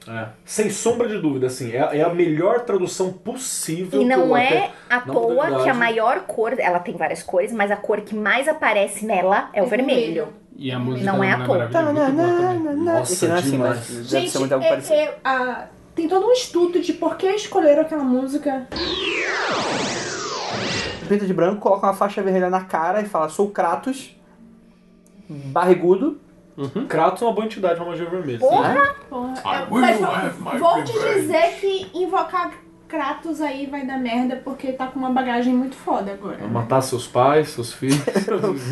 [SPEAKER 7] É. Sem sombra de dúvida, assim. É, é a melhor tradução possível.
[SPEAKER 4] E
[SPEAKER 7] que um
[SPEAKER 4] não
[SPEAKER 7] eu
[SPEAKER 4] é
[SPEAKER 7] até-
[SPEAKER 4] à
[SPEAKER 7] na
[SPEAKER 4] toa que a
[SPEAKER 7] modernidade-
[SPEAKER 4] maior cor, ela tem várias cores, mas a cor que mais aparece nela é o vermelho.
[SPEAKER 5] E a música
[SPEAKER 4] Não
[SPEAKER 5] da
[SPEAKER 4] é à
[SPEAKER 5] Mulher
[SPEAKER 4] toa.
[SPEAKER 3] Tá, né,
[SPEAKER 5] Maravilha é muito boa também.
[SPEAKER 7] Nossa,
[SPEAKER 3] Esse não é assim,
[SPEAKER 7] demais.
[SPEAKER 3] mas deve
[SPEAKER 6] Gente,
[SPEAKER 3] ser muito algo
[SPEAKER 6] é-
[SPEAKER 3] parecido.
[SPEAKER 6] é- ah, tem todo um estudo de por que escolheram aquela música. é-
[SPEAKER 3] Pinta de branco, coloca uma faixa vermelha na cara e fala, sou Kratos, barrigudo.
[SPEAKER 7] Kratos é uma boa entidade na magia vermelha.
[SPEAKER 4] Porra!
[SPEAKER 6] Porra,
[SPEAKER 5] I
[SPEAKER 6] é-
[SPEAKER 5] will
[SPEAKER 6] mas vou-
[SPEAKER 5] have my
[SPEAKER 6] vou te
[SPEAKER 5] revenge.
[SPEAKER 6] dizer que invocar Kratos aí vai dar merda porque tá com uma bagagem muito foda agora.
[SPEAKER 7] Vai Matar seus pais, seus filhos.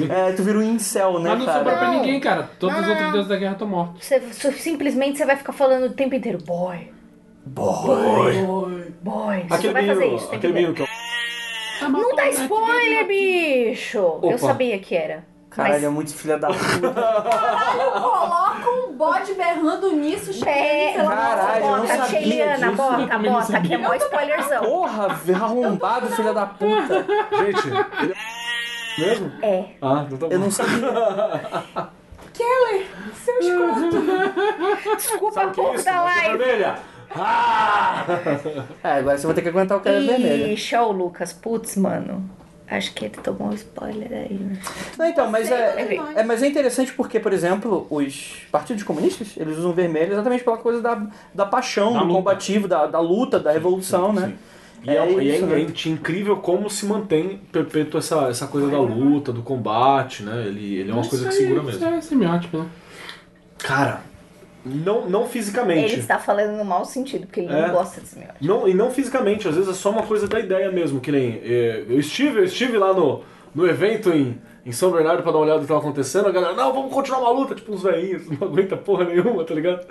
[SPEAKER 3] É, tu vira um incel, né,
[SPEAKER 5] Mas não sobrou
[SPEAKER 3] cara?
[SPEAKER 5] pra
[SPEAKER 4] Não.
[SPEAKER 5] ninguém, cara. Todos
[SPEAKER 4] Não,
[SPEAKER 5] os
[SPEAKER 4] não,
[SPEAKER 5] outros
[SPEAKER 4] não.
[SPEAKER 5] deuses da guerra estão mortos.
[SPEAKER 4] Você, você- simplesmente você vai ficar falando o tempo inteiro, boy, boy. Você
[SPEAKER 7] aquele
[SPEAKER 4] vai fazer isso.
[SPEAKER 7] menino,
[SPEAKER 4] o
[SPEAKER 7] aquele
[SPEAKER 4] tempo inteiro.
[SPEAKER 7] menino que é
[SPEAKER 5] Tá
[SPEAKER 4] Não dá spoiler, bicho! Eu
[SPEAKER 7] Opa.
[SPEAKER 4] sabia que era.
[SPEAKER 3] Caralho, é
[SPEAKER 4] mas...
[SPEAKER 3] muito filha da puta.
[SPEAKER 6] Coloca um bode berrando nisso,
[SPEAKER 4] É,
[SPEAKER 6] pela
[SPEAKER 3] Caralho, eu não
[SPEAKER 4] bota,
[SPEAKER 3] sabia
[SPEAKER 4] Cheiana,
[SPEAKER 3] disso. Eu
[SPEAKER 4] bota,
[SPEAKER 5] também não
[SPEAKER 4] bota, que é
[SPEAKER 5] sabia.
[SPEAKER 4] mó spoilerzão.
[SPEAKER 3] Porra, velho, arrombado, filha da puta.
[SPEAKER 7] o. Gente, ele é. Mesmo?
[SPEAKER 4] É.
[SPEAKER 7] Ah, então tá bom.
[SPEAKER 3] Eu não sabia.
[SPEAKER 6] Keller, seu escroto.
[SPEAKER 4] Desculpa
[SPEAKER 7] Sabe
[SPEAKER 4] um
[SPEAKER 7] o que é
[SPEAKER 4] pouco
[SPEAKER 7] isso?
[SPEAKER 4] da
[SPEAKER 7] Magia
[SPEAKER 4] live.
[SPEAKER 7] vermelha! Ah!
[SPEAKER 3] É, agora você vai ter que aguentar o cara vermelho.
[SPEAKER 4] Ixi, ó o Lucas. Putz, mano. Acho que ele tomou um spoiler aí.
[SPEAKER 3] Não, então, mas é,
[SPEAKER 6] Sempre nós.
[SPEAKER 3] é, mas é interessante porque, por exemplo, os partidos comunistas, eles usam vermelho exatamente pela coisa da, da paixão,
[SPEAKER 5] Da
[SPEAKER 3] do
[SPEAKER 5] luta.
[SPEAKER 3] combativo, da, da luta, da revolução, né?
[SPEAKER 7] Sim. E é, e é
[SPEAKER 3] isso, né?
[SPEAKER 7] in- incrível como se mantém perpétua essa, essa coisa da luta, do combate, né? Ele, ele é uma coisa que segura
[SPEAKER 5] Isso
[SPEAKER 7] mesmo.
[SPEAKER 5] é semiótico, né?
[SPEAKER 7] Cara, não, não fisicamente.
[SPEAKER 4] Ele está falando no mau sentido, porque ele
[SPEAKER 7] É.
[SPEAKER 4] não gosta desse meu.
[SPEAKER 7] Não, e não fisicamente, às vezes é só uma coisa da ideia mesmo, que nem. é, eu estive, eu estive lá no, no evento em, em São Bernardo pra dar uma olhada no que tava acontecendo, a galera, não, vamos continuar uma luta, tipo uns velhinhos, não aguenta porra nenhuma, tá ligado?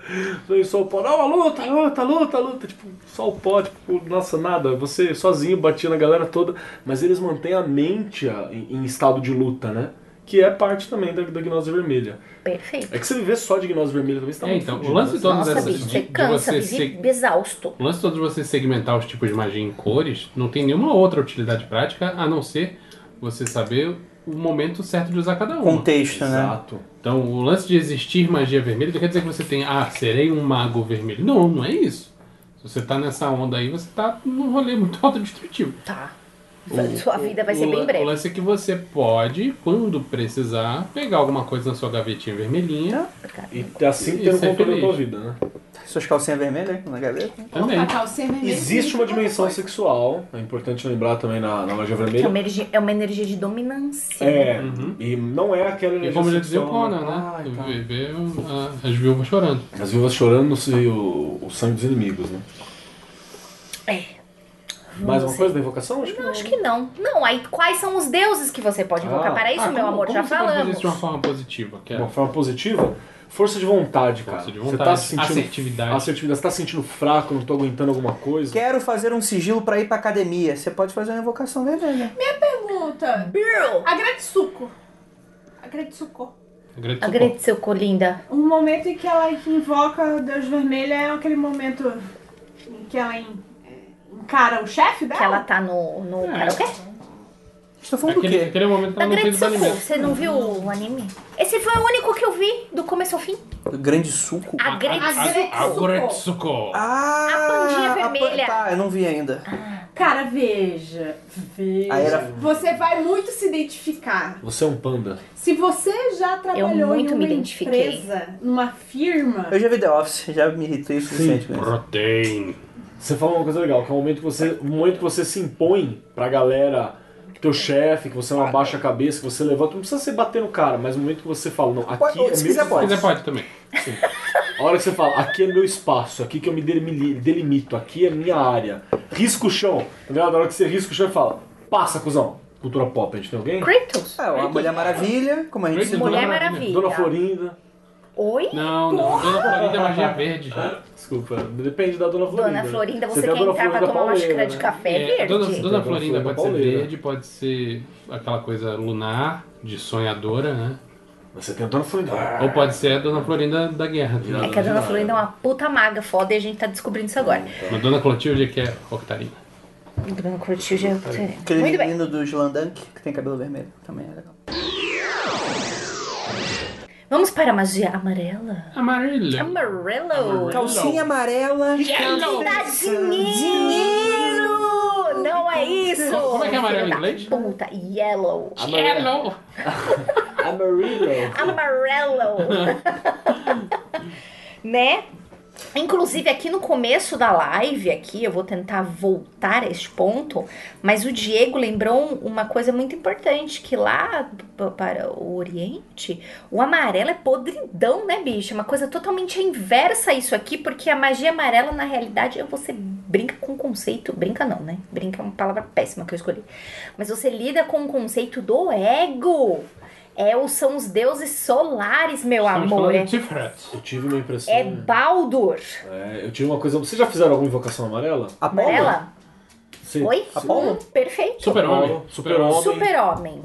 [SPEAKER 7] Aí só o pó, não, uma luta, luta, luta, luta, tipo, só o pó, tipo, nossa, nada, você sozinho batia na galera toda, mas eles mantêm a mente ah, em, em estado de luta, né? Que é parte também da, da gnose vermelha.
[SPEAKER 4] Perfeito.
[SPEAKER 7] É que você viver só de gnose vermelha também, você tá
[SPEAKER 5] É,
[SPEAKER 7] muito
[SPEAKER 5] então, o
[SPEAKER 7] fudido,
[SPEAKER 5] lance
[SPEAKER 7] né?
[SPEAKER 5] do-
[SPEAKER 4] Nossa,
[SPEAKER 5] dessas
[SPEAKER 4] bicho,
[SPEAKER 5] de-
[SPEAKER 4] você
[SPEAKER 5] de
[SPEAKER 4] cansa,
[SPEAKER 5] você
[SPEAKER 4] bicho,
[SPEAKER 5] ser-
[SPEAKER 4] exausto.
[SPEAKER 5] O lance todo de você segmentar os tipos de magia em cores não tem nenhuma outra utilidade prática a não ser você saber o momento certo de usar cada uma.
[SPEAKER 3] Contexto, né?
[SPEAKER 5] Exato. Então, o lance de existir magia vermelha não quer dizer que você tem, ah, serei um mago vermelho. Não, não é isso. Se você tá nessa onda aí, você tá num rolê muito autodestrutivo.
[SPEAKER 4] Tá. Sua vida vai ser
[SPEAKER 5] O
[SPEAKER 4] bem
[SPEAKER 5] lan- O
[SPEAKER 4] breve.
[SPEAKER 5] lance é que você pode, quando precisar, pegar alguma coisa na sua gavetinha vermelhinha.
[SPEAKER 7] E assim
[SPEAKER 5] Isso,
[SPEAKER 7] ter um
[SPEAKER 5] é
[SPEAKER 7] controle da
[SPEAKER 5] feliz.
[SPEAKER 7] tua vida, né?
[SPEAKER 3] Suas calcinhas vermelhas né, na gaveta.
[SPEAKER 4] Tá.
[SPEAKER 5] Também.
[SPEAKER 6] Colocar calcinha vermelha.
[SPEAKER 7] Existe uma dimensão sexual, é importante lembrar também na, na magia
[SPEAKER 4] Que é
[SPEAKER 7] vermelha.
[SPEAKER 4] uma energia, é uma energia de dominância.
[SPEAKER 7] É, e não é aquela
[SPEAKER 5] Uhum. E
[SPEAKER 7] energia
[SPEAKER 5] como já dizia
[SPEAKER 7] sexual,
[SPEAKER 5] o Conan,
[SPEAKER 7] Ah,
[SPEAKER 5] né?
[SPEAKER 7] tá.
[SPEAKER 5] Vê- vê o- a- as viúvas chorando.
[SPEAKER 7] As viúvas chorando e o, o sangue dos inimigos, né?
[SPEAKER 4] É.
[SPEAKER 7] Mais uma
[SPEAKER 4] sei.
[SPEAKER 7] coisa da invocação? Acho que
[SPEAKER 4] Não, acho que não. Não, aí quais são os deuses que você pode invocar
[SPEAKER 7] Ah.
[SPEAKER 4] para É isso,
[SPEAKER 5] Ah,
[SPEAKER 4] meu
[SPEAKER 5] como-
[SPEAKER 4] amor?
[SPEAKER 5] como
[SPEAKER 4] Já
[SPEAKER 5] você pode fazer
[SPEAKER 4] falamos.
[SPEAKER 5] isso de uma forma positiva, que é
[SPEAKER 7] De uma forma positiva, força de vontade, cara.
[SPEAKER 5] Força de
[SPEAKER 7] Você
[SPEAKER 5] vontade,
[SPEAKER 7] tá se sentindo.
[SPEAKER 5] assertividade.
[SPEAKER 7] Assertividade. Você tá se sentindo fraco, não tô aguentando alguma coisa.
[SPEAKER 3] Quero fazer um sigilo pra ir pra academia. Você pode fazer uma invocação vermelha.
[SPEAKER 6] Pergunta.
[SPEAKER 4] Girl!
[SPEAKER 6] Agretsuko. Agretsuko.
[SPEAKER 5] Agradece um pouco.
[SPEAKER 4] Agrade seu colinda.
[SPEAKER 6] Um momento em que ela invoca o Deus Vermelho é aquele momento em que ela en- encara o chefe dela?
[SPEAKER 4] Que ela tá no, no
[SPEAKER 5] É.
[SPEAKER 4] karaokê?
[SPEAKER 3] Estou falando
[SPEAKER 5] Aquele,
[SPEAKER 3] do quê?
[SPEAKER 5] aquele momento que ela não
[SPEAKER 4] Agrade
[SPEAKER 5] fez
[SPEAKER 4] seu cu.
[SPEAKER 5] banimento.
[SPEAKER 4] Você não viu o anime? Esse foi o único que eu vi do começo ao fim.
[SPEAKER 3] Do grande suco?
[SPEAKER 4] Agrade
[SPEAKER 5] Ah,
[SPEAKER 6] a-
[SPEAKER 4] seu cu.
[SPEAKER 5] Agretsuko.
[SPEAKER 3] Ah!
[SPEAKER 4] A pandinha
[SPEAKER 3] pan-
[SPEAKER 4] vermelha. Ah.
[SPEAKER 3] Tá, eu não vi ainda.
[SPEAKER 6] Cara, veja. Veja.
[SPEAKER 3] Aí era-
[SPEAKER 6] Você vai muito se identificar.
[SPEAKER 7] Você é um panda.
[SPEAKER 6] Se você já trabalhou
[SPEAKER 4] muito
[SPEAKER 6] em
[SPEAKER 4] me
[SPEAKER 6] uma
[SPEAKER 4] identifiquei.
[SPEAKER 6] empresa, numa firma,
[SPEAKER 3] Eu já vi The Office, já me irritei o suficiente mesmo.
[SPEAKER 5] Protein.
[SPEAKER 7] Você fala uma coisa legal, que é o momento que você, o momento que você se impõe pra galera, teu chefe, que você não abaixa a cabeça, que você levanta. Não precisa você bater no cara, mas o momento que você fala, não, aqui
[SPEAKER 3] Pode-
[SPEAKER 7] é
[SPEAKER 3] se
[SPEAKER 7] meu
[SPEAKER 3] quiser,
[SPEAKER 5] Mas
[SPEAKER 3] pode.
[SPEAKER 5] é pode também.
[SPEAKER 7] Sim. A hora que você fala, aqui é meu espaço, aqui que eu me delimi- delimito, aqui é minha área. Risca o chão, tá ligado? A hora que você risca o chão e fala, passa, cuzão. Cultura pop, a gente tem alguém?
[SPEAKER 4] Kratos.
[SPEAKER 3] É, uma Mulher Maravilha, como a gente se
[SPEAKER 5] Great
[SPEAKER 4] Mulher
[SPEAKER 5] ah, Dona Maravilha.
[SPEAKER 7] Dona
[SPEAKER 4] Maravilha.
[SPEAKER 7] Florinda.
[SPEAKER 4] Oi?
[SPEAKER 5] Não, não. Dona Florinda é magia verde.
[SPEAKER 7] Desculpa, depende da Dona Florinda.
[SPEAKER 4] Dona
[SPEAKER 7] né?
[SPEAKER 4] Florinda, você,
[SPEAKER 7] tem a
[SPEAKER 4] quer
[SPEAKER 7] Dona
[SPEAKER 4] entrar pra
[SPEAKER 7] Florinda
[SPEAKER 4] tomar uma xícara
[SPEAKER 7] Pauleira,
[SPEAKER 4] de
[SPEAKER 7] né?
[SPEAKER 4] café
[SPEAKER 5] É, a
[SPEAKER 4] verde?
[SPEAKER 5] Dona, Dona Florinda
[SPEAKER 7] Dona Florinda
[SPEAKER 5] pode ser
[SPEAKER 7] Paulera.
[SPEAKER 5] verde, pode ser aquela coisa lunar, de sonhadora, né?
[SPEAKER 7] Você tem a Dona Florinda.
[SPEAKER 4] Ah.
[SPEAKER 5] Ou pode ser a Dona Florinda da guerra.
[SPEAKER 7] Virada.
[SPEAKER 4] É que a dona Florinda é uma puta maga foda e a gente tá descobrindo isso agora.
[SPEAKER 5] Uma Dona Clotilde que é Octarina.
[SPEAKER 4] Dona Clotilde é o
[SPEAKER 3] Aquele
[SPEAKER 4] Muito bem.
[SPEAKER 3] menino do Slandank, que tem cabelo vermelho, também é legal.
[SPEAKER 4] Vamos para a magia amarela? É.
[SPEAKER 5] Amarelo.
[SPEAKER 4] Amarelo.
[SPEAKER 3] Calcinha amarela.
[SPEAKER 5] Yellow.
[SPEAKER 4] Dá dinheiro! Não é isso!
[SPEAKER 5] Como é que é amarelo em
[SPEAKER 4] Filho da
[SPEAKER 5] inglês?
[SPEAKER 4] Puta, yellow.
[SPEAKER 5] Yellow.
[SPEAKER 7] Amarillo.
[SPEAKER 4] Amarelo. né? Inclusive, aqui no começo da live, aqui, eu vou tentar voltar a este ponto, mas o Diego lembrou um- uma coisa muito importante, que lá p- para o Oriente, o amarelo é podridão, né, bicho? É uma coisa totalmente inversa a isso aqui, porque a magia amarela, na realidade, é você brinca com o conceito, brinca não, né? Brinca é uma palavra péssima que eu escolhi. Mas você lida com o conceito do ego. É, o- são os deuses solares, meu
[SPEAKER 5] Estamos
[SPEAKER 4] amor.
[SPEAKER 5] falando
[SPEAKER 4] É
[SPEAKER 5] de Tiferet.
[SPEAKER 7] Eu tive uma impressão.
[SPEAKER 4] é Baldur.
[SPEAKER 7] É, eu tive uma coisa. Vocês já fizeram alguma invocação amarela?
[SPEAKER 4] Ah,
[SPEAKER 3] Apolo?
[SPEAKER 4] Amarela?
[SPEAKER 7] Sim.
[SPEAKER 4] Oi?
[SPEAKER 3] Apolo?
[SPEAKER 4] Hum, Perfeito.
[SPEAKER 5] Super-Homem.
[SPEAKER 7] Super-Homem.
[SPEAKER 4] Super-homem.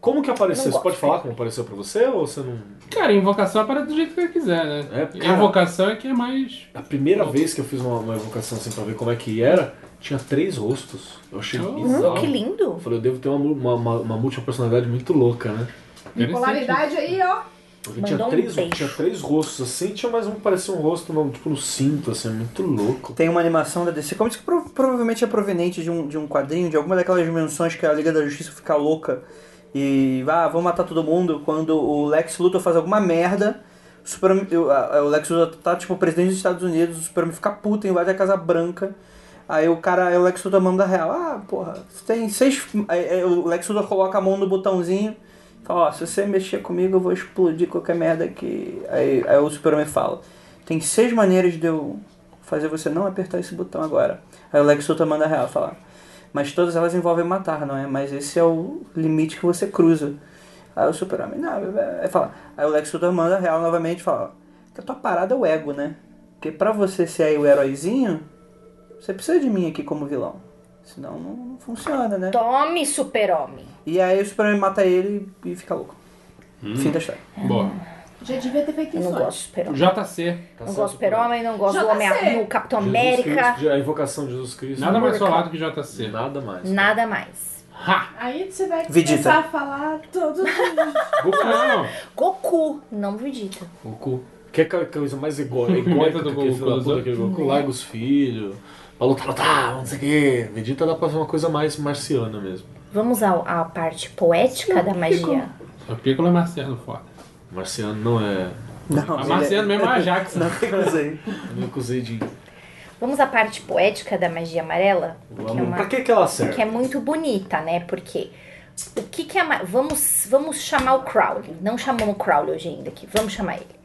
[SPEAKER 7] Como que apareceu?
[SPEAKER 4] Não
[SPEAKER 7] Você pode
[SPEAKER 4] gosto.
[SPEAKER 7] falar como apareceu pra você ou você não.
[SPEAKER 5] Cara, invocação é para do jeito que ele quiser, né?
[SPEAKER 7] É, cara.
[SPEAKER 5] Invocação é que é mais.
[SPEAKER 7] A primeira vez que eu fiz uma, uma invocação assim pra ver como é que era, tinha três rostos. Eu achei
[SPEAKER 5] Hum,
[SPEAKER 4] Hum,
[SPEAKER 7] bizarro.
[SPEAKER 4] que lindo.
[SPEAKER 7] Eu falei, eu devo ter uma, mu- uma, uma, uma multipersonalidade muito louca, né?
[SPEAKER 6] polaridade aí, ó.
[SPEAKER 7] Porque
[SPEAKER 4] Mandou
[SPEAKER 7] tinha
[SPEAKER 4] um
[SPEAKER 7] três,
[SPEAKER 4] beijo.
[SPEAKER 7] tinha três rostos assim, tinha mais um que parecia um rosto, não, tipo no cinto, assim, muito louco.
[SPEAKER 3] Tem uma animação da DC Comics que pro- provavelmente é proveniente de um, de um quadrinho, de alguma daquelas dimensões que a Liga da Justiça fica louca e ah, vão matar todo mundo quando o Lex Luthor faz alguma merda. o Superman- o, a- o Lex Luthor tá tipo o presidente dos Estados Unidos, o Superman fica puto, invade a Casa Branca. Aí o cara, aí o Lex Luthor manda real. Ah, porra, tem seis. Aí, aí o Lex Luthor coloca a mão no botãozinho e fala: Ó, se você mexer comigo, eu vou explodir qualquer merda que. Aí, aí o Superman fala: Tem seis maneiras de eu fazer você não apertar esse botão agora. Aí o Lex Luthor manda real falar. Mas todas elas envolvem matar, não é? Mas esse é o limite que você cruza. Aí o super-homem, não, é falar. Aí o Lex Luthor manda real novamente e fala, ó, que a tua parada é o ego, né? Porque pra você ser aí o heróizinho, você precisa de mim aqui como vilão. Senão não, não funciona, né?
[SPEAKER 4] Tome, super-homem.
[SPEAKER 3] E aí o super-homem mata ele e fica louco. Fim da história.
[SPEAKER 5] Boa.
[SPEAKER 6] Já devia ter feito
[SPEAKER 4] Eu não
[SPEAKER 6] isso
[SPEAKER 4] gosto
[SPEAKER 6] antes.
[SPEAKER 4] de super-homem.
[SPEAKER 5] JC.
[SPEAKER 7] tá
[SPEAKER 4] Não gosto de Um super-homem, não gosto do
[SPEAKER 6] Já
[SPEAKER 4] homem
[SPEAKER 6] sei.
[SPEAKER 4] no Capitão
[SPEAKER 7] Jesus
[SPEAKER 4] América.
[SPEAKER 7] Cristo, a invocação de Jesus Cristo.
[SPEAKER 5] Nada mais solado que JC.
[SPEAKER 7] Nada mais.
[SPEAKER 4] Nada mais.
[SPEAKER 5] Ha!
[SPEAKER 6] Aí você vai
[SPEAKER 3] Vegeta.
[SPEAKER 6] começar a falar todos os...
[SPEAKER 5] Goku não.
[SPEAKER 4] Goku, não Vegeta.
[SPEAKER 7] Goku. Quer aquela coisa mais egó-
[SPEAKER 5] Meta
[SPEAKER 7] egóica
[SPEAKER 5] do
[SPEAKER 7] do Goku,
[SPEAKER 5] Goku,
[SPEAKER 7] filho da puta,
[SPEAKER 5] né?
[SPEAKER 7] aquele Goku larga os filhos, pra lutar, lutar, tá, não sei o quê. Vegeta dá pra fazer uma coisa mais marciana mesmo.
[SPEAKER 4] Vamos ao- à parte poética da magia.
[SPEAKER 5] Só Piccolo é Marciano foda.
[SPEAKER 7] Marciano não é.
[SPEAKER 3] Não,
[SPEAKER 5] A Marciano mesmo é a Ajax.
[SPEAKER 3] Não, não sei.
[SPEAKER 7] Eu acusei de.
[SPEAKER 4] Vamos à parte poética da magia amarela? Que é,
[SPEAKER 7] Vamos. Pra
[SPEAKER 4] uma,
[SPEAKER 7] que, que ela
[SPEAKER 4] que
[SPEAKER 7] serve?
[SPEAKER 4] é muito bonita, né? Porque o que, que é. ma- Vamos, vamos chamar o Crowley. Não chamamos o Crowley hoje ainda aqui. Vamos chamar ele.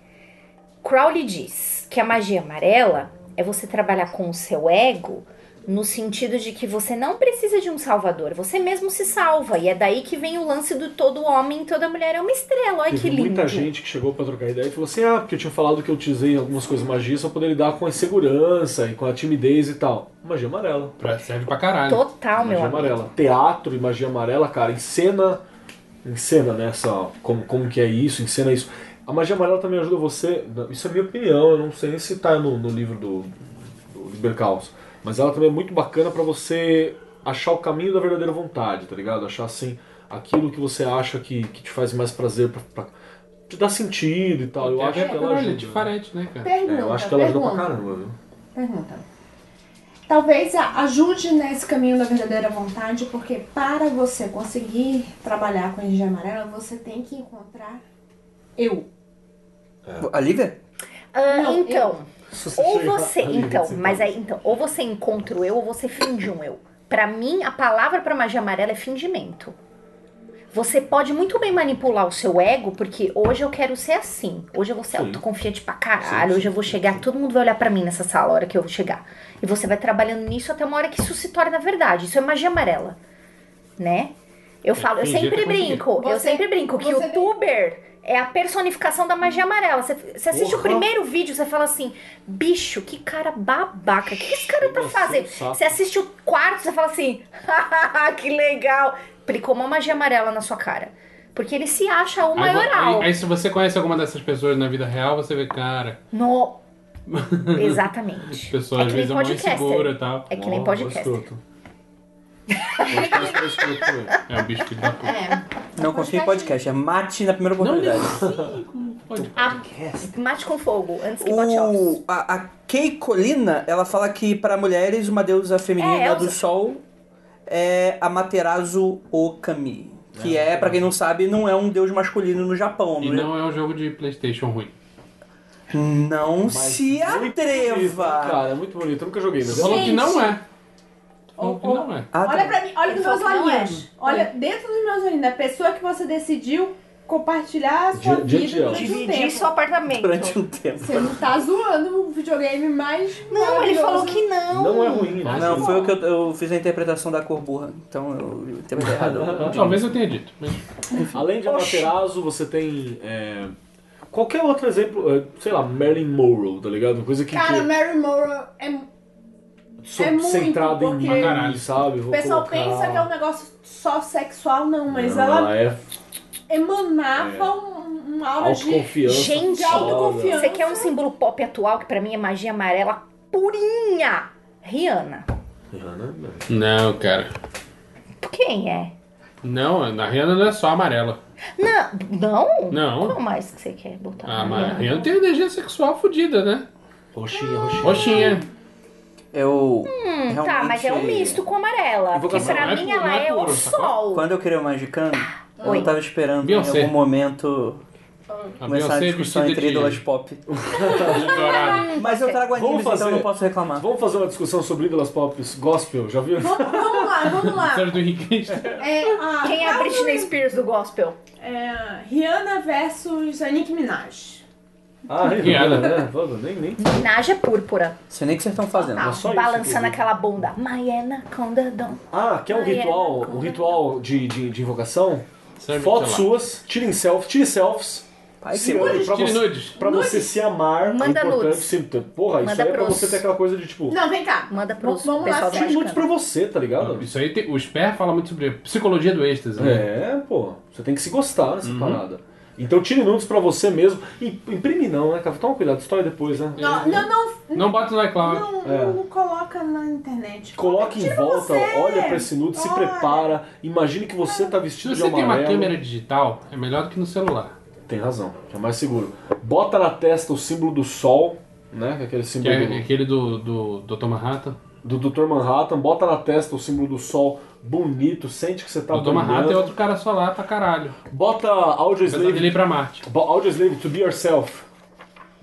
[SPEAKER 4] Crowley diz que a magia amarela é você trabalhar com o seu ego no sentido de que você não precisa de um salvador, você mesmo se salva. E é daí que vem o lance do todo homem e toda mulher é uma estrela. Olha que
[SPEAKER 7] Teve
[SPEAKER 4] lindo.
[SPEAKER 7] muita gente que chegou pra trocar ideia e falou assim: ah, porque eu tinha falado que eu utilizei algumas coisas de magia só poder lidar com a insegurança e com a timidez e tal. Magia amarela.
[SPEAKER 5] Pra- Serve pra caralho.
[SPEAKER 4] Total, Ah, meu
[SPEAKER 7] magia
[SPEAKER 4] amigo.
[SPEAKER 7] amarela. Teatro e magia amarela, cara, encena. Encena, né? Essa, como, como que é isso, encena isso. A magia amarela também ajuda você. Isso é minha opinião, eu não sei nem se tá no, no livro do, do Liber Caos. Mas ela também é muito bacana pra você achar o caminho da verdadeira vontade, tá ligado? Achar assim aquilo que você acha que, que te faz mais prazer, pra, pra te dar sentido e tal. Eu
[SPEAKER 5] Tem
[SPEAKER 7] acho
[SPEAKER 5] até
[SPEAKER 7] que ela
[SPEAKER 5] caralho,
[SPEAKER 7] ajuda.
[SPEAKER 5] É diferente, né, cara?
[SPEAKER 6] Pergunta,
[SPEAKER 7] É, eu acho que ela ajuda pra
[SPEAKER 6] pergunta,
[SPEAKER 7] caramba, viu?
[SPEAKER 6] pergunta. Talvez a- ajude nesse caminho da verdadeira vontade, porque para você conseguir trabalhar com energia amarela, você tem que encontrar eu.
[SPEAKER 3] A Lívia?
[SPEAKER 4] Ah,
[SPEAKER 6] Não,
[SPEAKER 4] então.
[SPEAKER 7] Se
[SPEAKER 4] Ou
[SPEAKER 7] chegar
[SPEAKER 4] você,
[SPEAKER 7] ali,
[SPEAKER 4] então,
[SPEAKER 7] você
[SPEAKER 4] mas
[SPEAKER 7] tá-
[SPEAKER 4] aí, então, ou você encontra o eu ou você finge um eu. Pra mim, a palavra pra magia amarela é fingimento. Você pode muito bem manipular o seu ego, porque hoje eu quero ser assim. Hoje eu vou ser
[SPEAKER 7] Sim.
[SPEAKER 4] autoconfiante pra
[SPEAKER 7] Sim,
[SPEAKER 4] caralho.
[SPEAKER 7] sim,
[SPEAKER 4] Hoje eu vou chegar, todo mundo vai olhar pra mim nessa sala a hora que eu chegar. E você vai trabalhando nisso até uma hora que isso se torna verdade. Isso é magia amarela, né? Eu
[SPEAKER 7] É,
[SPEAKER 4] falo, eu
[SPEAKER 5] fingir até
[SPEAKER 4] sempre
[SPEAKER 5] conseguir.
[SPEAKER 4] brinco, eu
[SPEAKER 6] Você-
[SPEAKER 4] sempre brinco que
[SPEAKER 6] você
[SPEAKER 4] o
[SPEAKER 6] vem-
[SPEAKER 4] tuber é a personificação da magia amarela. Você, você assiste o
[SPEAKER 7] Porra.
[SPEAKER 4] primeiro vídeo, você fala assim, bicho, que cara babaca, o que, que esse cara tá
[SPEAKER 7] Nossa,
[SPEAKER 4] fazendo?
[SPEAKER 7] um saco.
[SPEAKER 4] Você assiste o quarto, você fala assim, hahaha, que legal. Aplicou uma magia amarela na sua cara. Porque ele se acha o
[SPEAKER 5] Aí vo-
[SPEAKER 4] maioral.
[SPEAKER 5] Aí, aí se você conhece alguma dessas pessoas na vida real, você vê, cara,
[SPEAKER 4] No...
[SPEAKER 5] a
[SPEAKER 4] Exatamente.
[SPEAKER 5] pessoa
[SPEAKER 4] é
[SPEAKER 5] às
[SPEAKER 4] que nem
[SPEAKER 5] vezes é mais
[SPEAKER 4] podcaster.
[SPEAKER 5] segura e tal.
[SPEAKER 4] É que nem
[SPEAKER 7] Ó,
[SPEAKER 4] podcast.
[SPEAKER 7] escroto. Podcast é escroto mesmo.
[SPEAKER 5] É o bicho que dá porra.
[SPEAKER 3] Não confia em podcast, é mate na primeira oportunidade.
[SPEAKER 4] A... Ah, Mate com fogo, antes que bote ovos.
[SPEAKER 3] O, a, a Kay Colina, ela fala que para mulheres uma deusa feminina
[SPEAKER 4] É, Elsa.
[SPEAKER 3] do sol é Amaterasu Okami. Que é, pra quem não sabe, não é um deus masculino no Japão.
[SPEAKER 5] E
[SPEAKER 3] não é-
[SPEAKER 5] não é um jogo de Playstation ruim.
[SPEAKER 3] Não
[SPEAKER 7] Mas
[SPEAKER 3] se
[SPEAKER 7] muito bonito,
[SPEAKER 3] atreva!
[SPEAKER 7] cara, é muito bonito. Eu nunca joguei, mas
[SPEAKER 5] Falou que
[SPEAKER 6] Gente.
[SPEAKER 5] não é. Falou
[SPEAKER 6] Ou-
[SPEAKER 5] que não é.
[SPEAKER 3] Ah, tá.
[SPEAKER 6] Olha pra mim, olha
[SPEAKER 4] Ele
[SPEAKER 6] nos meus
[SPEAKER 4] falou que não é,
[SPEAKER 6] olhinhos. Olha dentro dos meus olhinhos, da pessoa que você decidiu compartilhar a sua
[SPEAKER 7] Dia- dia de
[SPEAKER 6] vida
[SPEAKER 7] aula.
[SPEAKER 6] durante um
[SPEAKER 4] Dividir
[SPEAKER 6] tempo.
[SPEAKER 4] seu apartamento.
[SPEAKER 6] então.
[SPEAKER 3] Durante um tempo.
[SPEAKER 6] Você não tá zoando o videogame mais
[SPEAKER 4] Não, ele
[SPEAKER 6] maravilhoso.
[SPEAKER 4] falou que não.
[SPEAKER 7] não é ruim, né?
[SPEAKER 5] Ah,
[SPEAKER 3] Não,
[SPEAKER 5] sim.
[SPEAKER 3] foi o que eu, eu fiz a interpretação da cor burra. Então eu interpretei errado.
[SPEAKER 5] Talvez eu tenha dito. mas-
[SPEAKER 7] Além de Amaterasu, você tem. é, qualquer outro exemplo, é, sei lá, Marilyn Monroe, tá ligado? Uma coisa que,
[SPEAKER 6] Cara,
[SPEAKER 7] que
[SPEAKER 6] Mary Morrow é.
[SPEAKER 7] so-
[SPEAKER 6] é muito,
[SPEAKER 7] centrada em
[SPEAKER 6] porque-
[SPEAKER 7] mim,
[SPEAKER 5] Caralho.
[SPEAKER 7] sabe?
[SPEAKER 6] O
[SPEAKER 7] Vou
[SPEAKER 6] pessoal
[SPEAKER 7] colocar-
[SPEAKER 6] pensa que é um negócio só sexual, não, mas
[SPEAKER 7] Não,
[SPEAKER 6] ela,
[SPEAKER 7] é
[SPEAKER 6] emanava
[SPEAKER 7] É.
[SPEAKER 6] um, um aura de.
[SPEAKER 7] autoconfiança.
[SPEAKER 4] Gente,
[SPEAKER 6] de
[SPEAKER 7] foda.
[SPEAKER 6] autoconfiança.
[SPEAKER 4] Você quer um símbolo pop atual que pra mim é magia amarela purinha? Rihanna.
[SPEAKER 7] Rihanna, né?
[SPEAKER 5] Não, cara.
[SPEAKER 4] Quem é?
[SPEAKER 5] Não, na Rihanna não é só amarela.
[SPEAKER 4] Não?
[SPEAKER 5] Não. Ah,
[SPEAKER 4] Qual mais que você quer botar?
[SPEAKER 5] A
[SPEAKER 4] na
[SPEAKER 5] ma-
[SPEAKER 4] Rihanna?
[SPEAKER 5] Rihanna tem energia sexual fodida, né?
[SPEAKER 7] Roxinha, roxinha.
[SPEAKER 5] Roxinha.
[SPEAKER 3] Eu.
[SPEAKER 4] Hum,
[SPEAKER 3] realmente...
[SPEAKER 4] Tá, mas é um misto com amarela. Porque
[SPEAKER 5] Invocação
[SPEAKER 4] pra
[SPEAKER 5] não é
[SPEAKER 4] mim
[SPEAKER 5] puro, não
[SPEAKER 4] ela
[SPEAKER 5] é
[SPEAKER 4] é o
[SPEAKER 5] puro, sacou?
[SPEAKER 4] sol.
[SPEAKER 3] Quando eu criei o Magicano,
[SPEAKER 4] Ah, Oi.
[SPEAKER 3] eu tava esperando
[SPEAKER 5] Beyoncé.
[SPEAKER 3] em algum momento
[SPEAKER 5] A
[SPEAKER 3] começar a
[SPEAKER 5] Beyoncé
[SPEAKER 3] discussão
[SPEAKER 5] vestida
[SPEAKER 3] entre
[SPEAKER 5] de
[SPEAKER 3] ídolas pop.
[SPEAKER 5] de dourado.
[SPEAKER 3] Mas eu trago
[SPEAKER 7] Vamos
[SPEAKER 3] animes, então
[SPEAKER 7] fazer-
[SPEAKER 3] eu não posso reclamar.
[SPEAKER 7] Vamos fazer uma discussão sobre ídolas pop gospel, já viu?
[SPEAKER 6] Vamos, vamos lá, vamos lá.
[SPEAKER 5] Sério do Henrique Cristo.
[SPEAKER 6] É a,
[SPEAKER 4] Quem é a Britney Spears do gospel?
[SPEAKER 6] é a Rihanna versus a Nicki Minaj.
[SPEAKER 7] Ah, Rihanna, né? Vamos, Nem, nem.
[SPEAKER 4] Minaj é púrpura.
[SPEAKER 3] Não sei nem o que vocês estão fazendo.
[SPEAKER 4] Ah,
[SPEAKER 7] mas só isso,
[SPEAKER 4] balançando
[SPEAKER 7] inclusive.
[SPEAKER 4] aquela bunda. Maiena Condadon.
[SPEAKER 7] Ah, quer um
[SPEAKER 4] Ai, é,
[SPEAKER 7] ritual,
[SPEAKER 4] como
[SPEAKER 7] um
[SPEAKER 4] é?
[SPEAKER 7] ritual de, de, de invocação?
[SPEAKER 5] Serve,
[SPEAKER 7] Fotos
[SPEAKER 5] sei
[SPEAKER 7] suas, tirem self, tire selfies.
[SPEAKER 3] Pai,
[SPEAKER 7] Se-
[SPEAKER 3] que
[SPEAKER 7] pra
[SPEAKER 5] lá. Tire
[SPEAKER 7] você-
[SPEAKER 5] nudes.
[SPEAKER 7] Pra você se amar,
[SPEAKER 4] Manda
[SPEAKER 7] é importante
[SPEAKER 4] nudes.
[SPEAKER 7] sempre. Porra, isso
[SPEAKER 4] Manda
[SPEAKER 7] aí é pra
[SPEAKER 4] pros-
[SPEAKER 7] você ter aquela coisa de tipo, "Ah,
[SPEAKER 6] Não, vem cá.
[SPEAKER 4] Manda pro
[SPEAKER 6] Vamos- vamos lá,
[SPEAKER 4] pessoal da
[SPEAKER 7] tire nudes
[SPEAKER 4] Magicana.
[SPEAKER 7] pra você, tá ligado?
[SPEAKER 5] Isso aí, tem, o Sper fala muito sobre a psicologia do êxtase, né? Uhum.
[SPEAKER 7] É, pô. Você tem que se gostar nessa parada. Então tire números pra você mesmo. E imprime não, né, cara? Toma cuidado, história depois, né?
[SPEAKER 5] Uhum.
[SPEAKER 6] Não, não, não,
[SPEAKER 5] Não bota no iCloud.
[SPEAKER 6] não,
[SPEAKER 7] É.
[SPEAKER 6] não coloca na internet.
[SPEAKER 7] Coloque em
[SPEAKER 6] Tira
[SPEAKER 7] volta,
[SPEAKER 6] você.
[SPEAKER 7] olha pra esse nude, se
[SPEAKER 6] Olha.
[SPEAKER 7] prepara, imagine que você tá
[SPEAKER 5] Se
[SPEAKER 7] vestido
[SPEAKER 5] você
[SPEAKER 7] de
[SPEAKER 5] tem uma
[SPEAKER 7] amarelo.
[SPEAKER 5] câmera digital, é melhor do que no celular.
[SPEAKER 7] Tem razão, é mais seguro. Bota na testa o símbolo do sol, né? que é Aquele
[SPEAKER 5] Que
[SPEAKER 7] símbolo
[SPEAKER 5] é aquele do, do, do Dr. Manhattan.
[SPEAKER 7] do, do Dr. Manhattan, bota na testa o símbolo do sol bonito, sente que você tá
[SPEAKER 5] o Dr. Manhattan
[SPEAKER 7] brilhando.
[SPEAKER 5] é outro cara solar pra caralho.
[SPEAKER 7] Bota Audio
[SPEAKER 5] Apesar dele ir
[SPEAKER 7] Slave,
[SPEAKER 5] pra Marte.
[SPEAKER 7] bo- Audio Slave to be yourself.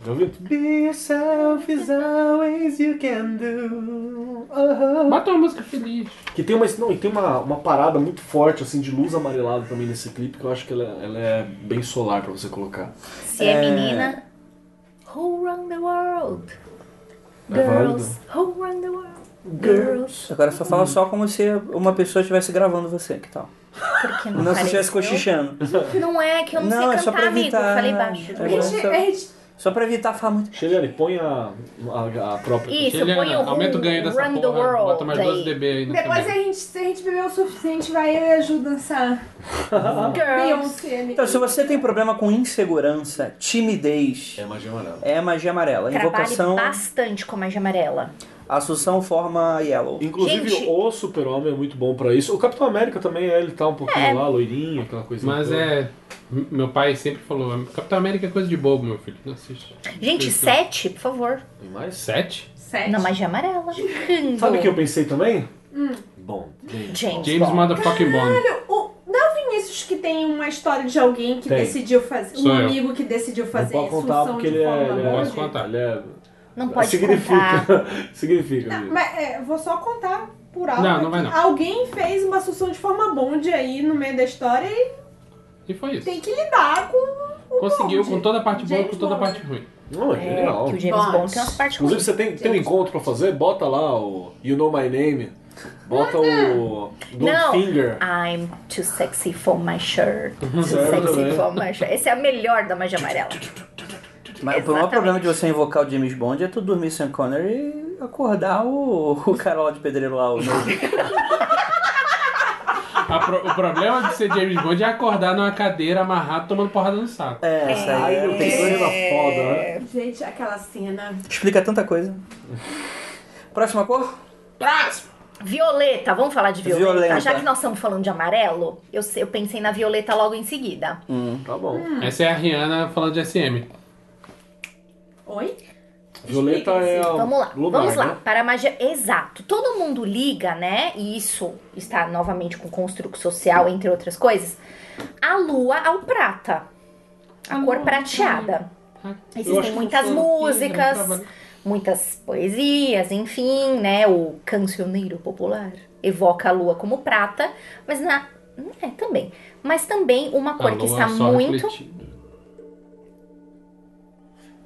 [SPEAKER 7] Já ouviu? To be yourself is always you can do. Oh, oh.
[SPEAKER 5] Bota uma música feliz.
[SPEAKER 7] Que tem uma, não, e tem uma, uma parada muito forte assim de luz amarelada também nesse clipe que eu acho que ela, ela é bem solar pra você colocar.
[SPEAKER 4] Se é, menina, who run the world?
[SPEAKER 3] Tá
[SPEAKER 7] É válido.
[SPEAKER 4] Girls, who run the world? Girls.
[SPEAKER 3] Agora só fala só como se uma pessoa estivesse gravando você, que tal?
[SPEAKER 4] Porque não
[SPEAKER 3] Não se estivesse
[SPEAKER 4] apareceu?
[SPEAKER 3] cochichando.
[SPEAKER 4] Não é que eu não,
[SPEAKER 3] Não,
[SPEAKER 4] sei
[SPEAKER 3] é só
[SPEAKER 4] cantar,
[SPEAKER 3] pra
[SPEAKER 4] amigo.
[SPEAKER 3] evitar.
[SPEAKER 4] Eu falei baixo.
[SPEAKER 3] É
[SPEAKER 6] Gente,
[SPEAKER 3] Nossa.
[SPEAKER 6] é ridículo.
[SPEAKER 3] Só pra evitar falar muito.
[SPEAKER 7] Shelley, põe a, a, a própria.
[SPEAKER 4] Isso,
[SPEAKER 5] Ele
[SPEAKER 4] põe o
[SPEAKER 5] aumenta o ganho
[SPEAKER 4] who
[SPEAKER 5] dessa
[SPEAKER 4] run the
[SPEAKER 5] porra,
[SPEAKER 4] world
[SPEAKER 5] bota mais 12
[SPEAKER 4] aí.
[SPEAKER 5] dB aí na
[SPEAKER 6] Depois a
[SPEAKER 5] câmera.
[SPEAKER 6] gente, se a gente beber o suficiente, vai eu e a Ju dançar.
[SPEAKER 4] Girls.
[SPEAKER 6] Beyoncé ali.
[SPEAKER 3] Então, se você tem problema com insegurança, timidez,
[SPEAKER 7] É magia amarela.
[SPEAKER 3] é magia amarela.
[SPEAKER 4] Trabalhe
[SPEAKER 3] Invocação,
[SPEAKER 4] bastante com a magia amarela.
[SPEAKER 3] Assunção forma Yellow.
[SPEAKER 7] Inclusive
[SPEAKER 4] Gente-
[SPEAKER 7] o Super-Homem é muito bom pra isso. O Capitão América também é, ele tá um pouquinho lá, loirinho, aquela coisa.
[SPEAKER 5] Mas é. m- Meu pai sempre falou: Capitão América é coisa de bobo, meu filho. Não assiste.
[SPEAKER 4] Gente,
[SPEAKER 5] Isso.
[SPEAKER 4] sete, por favor.
[SPEAKER 7] Tem mais?
[SPEAKER 5] Sete?
[SPEAKER 6] Sete.
[SPEAKER 4] Na magia amarela. Gringo.
[SPEAKER 7] Sabe o que eu pensei também?
[SPEAKER 4] Hum.
[SPEAKER 7] Bom,
[SPEAKER 4] James,
[SPEAKER 5] James
[SPEAKER 4] Bond.
[SPEAKER 5] Motherfucking Bond.
[SPEAKER 6] O, não é o Vinícius que tem uma história de alguém que
[SPEAKER 7] Tem.
[SPEAKER 6] decidiu fazer.
[SPEAKER 5] Sou
[SPEAKER 6] um
[SPEAKER 5] eu.
[SPEAKER 6] amigo que decidiu
[SPEAKER 7] não
[SPEAKER 6] fazer a
[SPEAKER 7] pode contar
[SPEAKER 6] Assunção
[SPEAKER 7] porque
[SPEAKER 6] de
[SPEAKER 7] ele é.
[SPEAKER 6] forma
[SPEAKER 7] Ele é,
[SPEAKER 5] Não pode
[SPEAKER 6] hoje.
[SPEAKER 5] contar.
[SPEAKER 7] ele é-
[SPEAKER 4] Não pode
[SPEAKER 7] significa.
[SPEAKER 4] contar.
[SPEAKER 7] significa.
[SPEAKER 6] Não,
[SPEAKER 7] gente.
[SPEAKER 6] mas é, vou só contar por alto.
[SPEAKER 5] Não, não
[SPEAKER 6] aqui.
[SPEAKER 5] vai não.
[SPEAKER 6] Alguém fez uma Assunção de forma bonde aí no meio da história e
[SPEAKER 5] E foi isso.
[SPEAKER 6] tem que lidar com o
[SPEAKER 5] Conseguiu
[SPEAKER 6] bonde.
[SPEAKER 5] com toda a parte boa e com
[SPEAKER 6] James
[SPEAKER 5] toda a
[SPEAKER 6] Bond.
[SPEAKER 5] parte ruim.
[SPEAKER 7] Não, é
[SPEAKER 4] É,
[SPEAKER 7] genial.
[SPEAKER 4] que o James
[SPEAKER 6] Bond.
[SPEAKER 4] Bond tem umas partes
[SPEAKER 7] Inclusive,
[SPEAKER 4] ruins.
[SPEAKER 7] você tem, tem um encontro pra fazer? Bota lá o You Know My Name. Bota o
[SPEAKER 4] Não,
[SPEAKER 7] Goldfinger.
[SPEAKER 4] I'm too sexy for my shirt.
[SPEAKER 5] Uhum.
[SPEAKER 4] Too
[SPEAKER 5] É,
[SPEAKER 7] Certo,
[SPEAKER 4] sexy
[SPEAKER 7] né?
[SPEAKER 4] for my shirt. Esse é a melhor da magia amarela.
[SPEAKER 3] Mas o maior
[SPEAKER 4] Exatamente.
[SPEAKER 3] problema de você invocar o James Bond é tu dormir sem o Connery e acordar o, o Carol de Pedreiro lá. O
[SPEAKER 5] A pro- o problema de ser James Bond é acordar numa cadeira amarrado tomando porrada no saco.
[SPEAKER 3] é, essa aí.
[SPEAKER 7] Ai,
[SPEAKER 3] eu
[SPEAKER 7] eu
[SPEAKER 3] pensei.
[SPEAKER 7] pensou na foda, né?
[SPEAKER 6] Gente, aquela cena.
[SPEAKER 3] Explica tanta coisa. Próxima cor?
[SPEAKER 4] Violeta, vamos falar de violeta.
[SPEAKER 3] Violenta.
[SPEAKER 4] Já que nós estamos falando de amarelo, eu, se- eu pensei na violeta logo em seguida.
[SPEAKER 7] Tá bom.
[SPEAKER 4] Hum,
[SPEAKER 5] Essa é a Rihanna falando de SM.
[SPEAKER 6] Oi?
[SPEAKER 7] Violeta é a
[SPEAKER 5] Então,
[SPEAKER 4] Vamos lá,
[SPEAKER 7] lunar,
[SPEAKER 4] vamos lá.
[SPEAKER 7] né?
[SPEAKER 4] Para a magia. Exato. Todo mundo liga, né? E isso está novamente com construto social, entre outras coisas. A lua ao prata. A cor prateada.
[SPEAKER 5] acho
[SPEAKER 4] Existem
[SPEAKER 5] que
[SPEAKER 4] muitas
[SPEAKER 5] não foi um aqui,
[SPEAKER 4] músicas,
[SPEAKER 5] não tava-
[SPEAKER 4] muitas poesias, enfim, né? O cancioneiro popular evoca a lua como prata, mas na. É, também. Mas também uma
[SPEAKER 5] A
[SPEAKER 4] cor
[SPEAKER 5] lua
[SPEAKER 4] que está
[SPEAKER 5] é só
[SPEAKER 4] muito.
[SPEAKER 5] refletindo.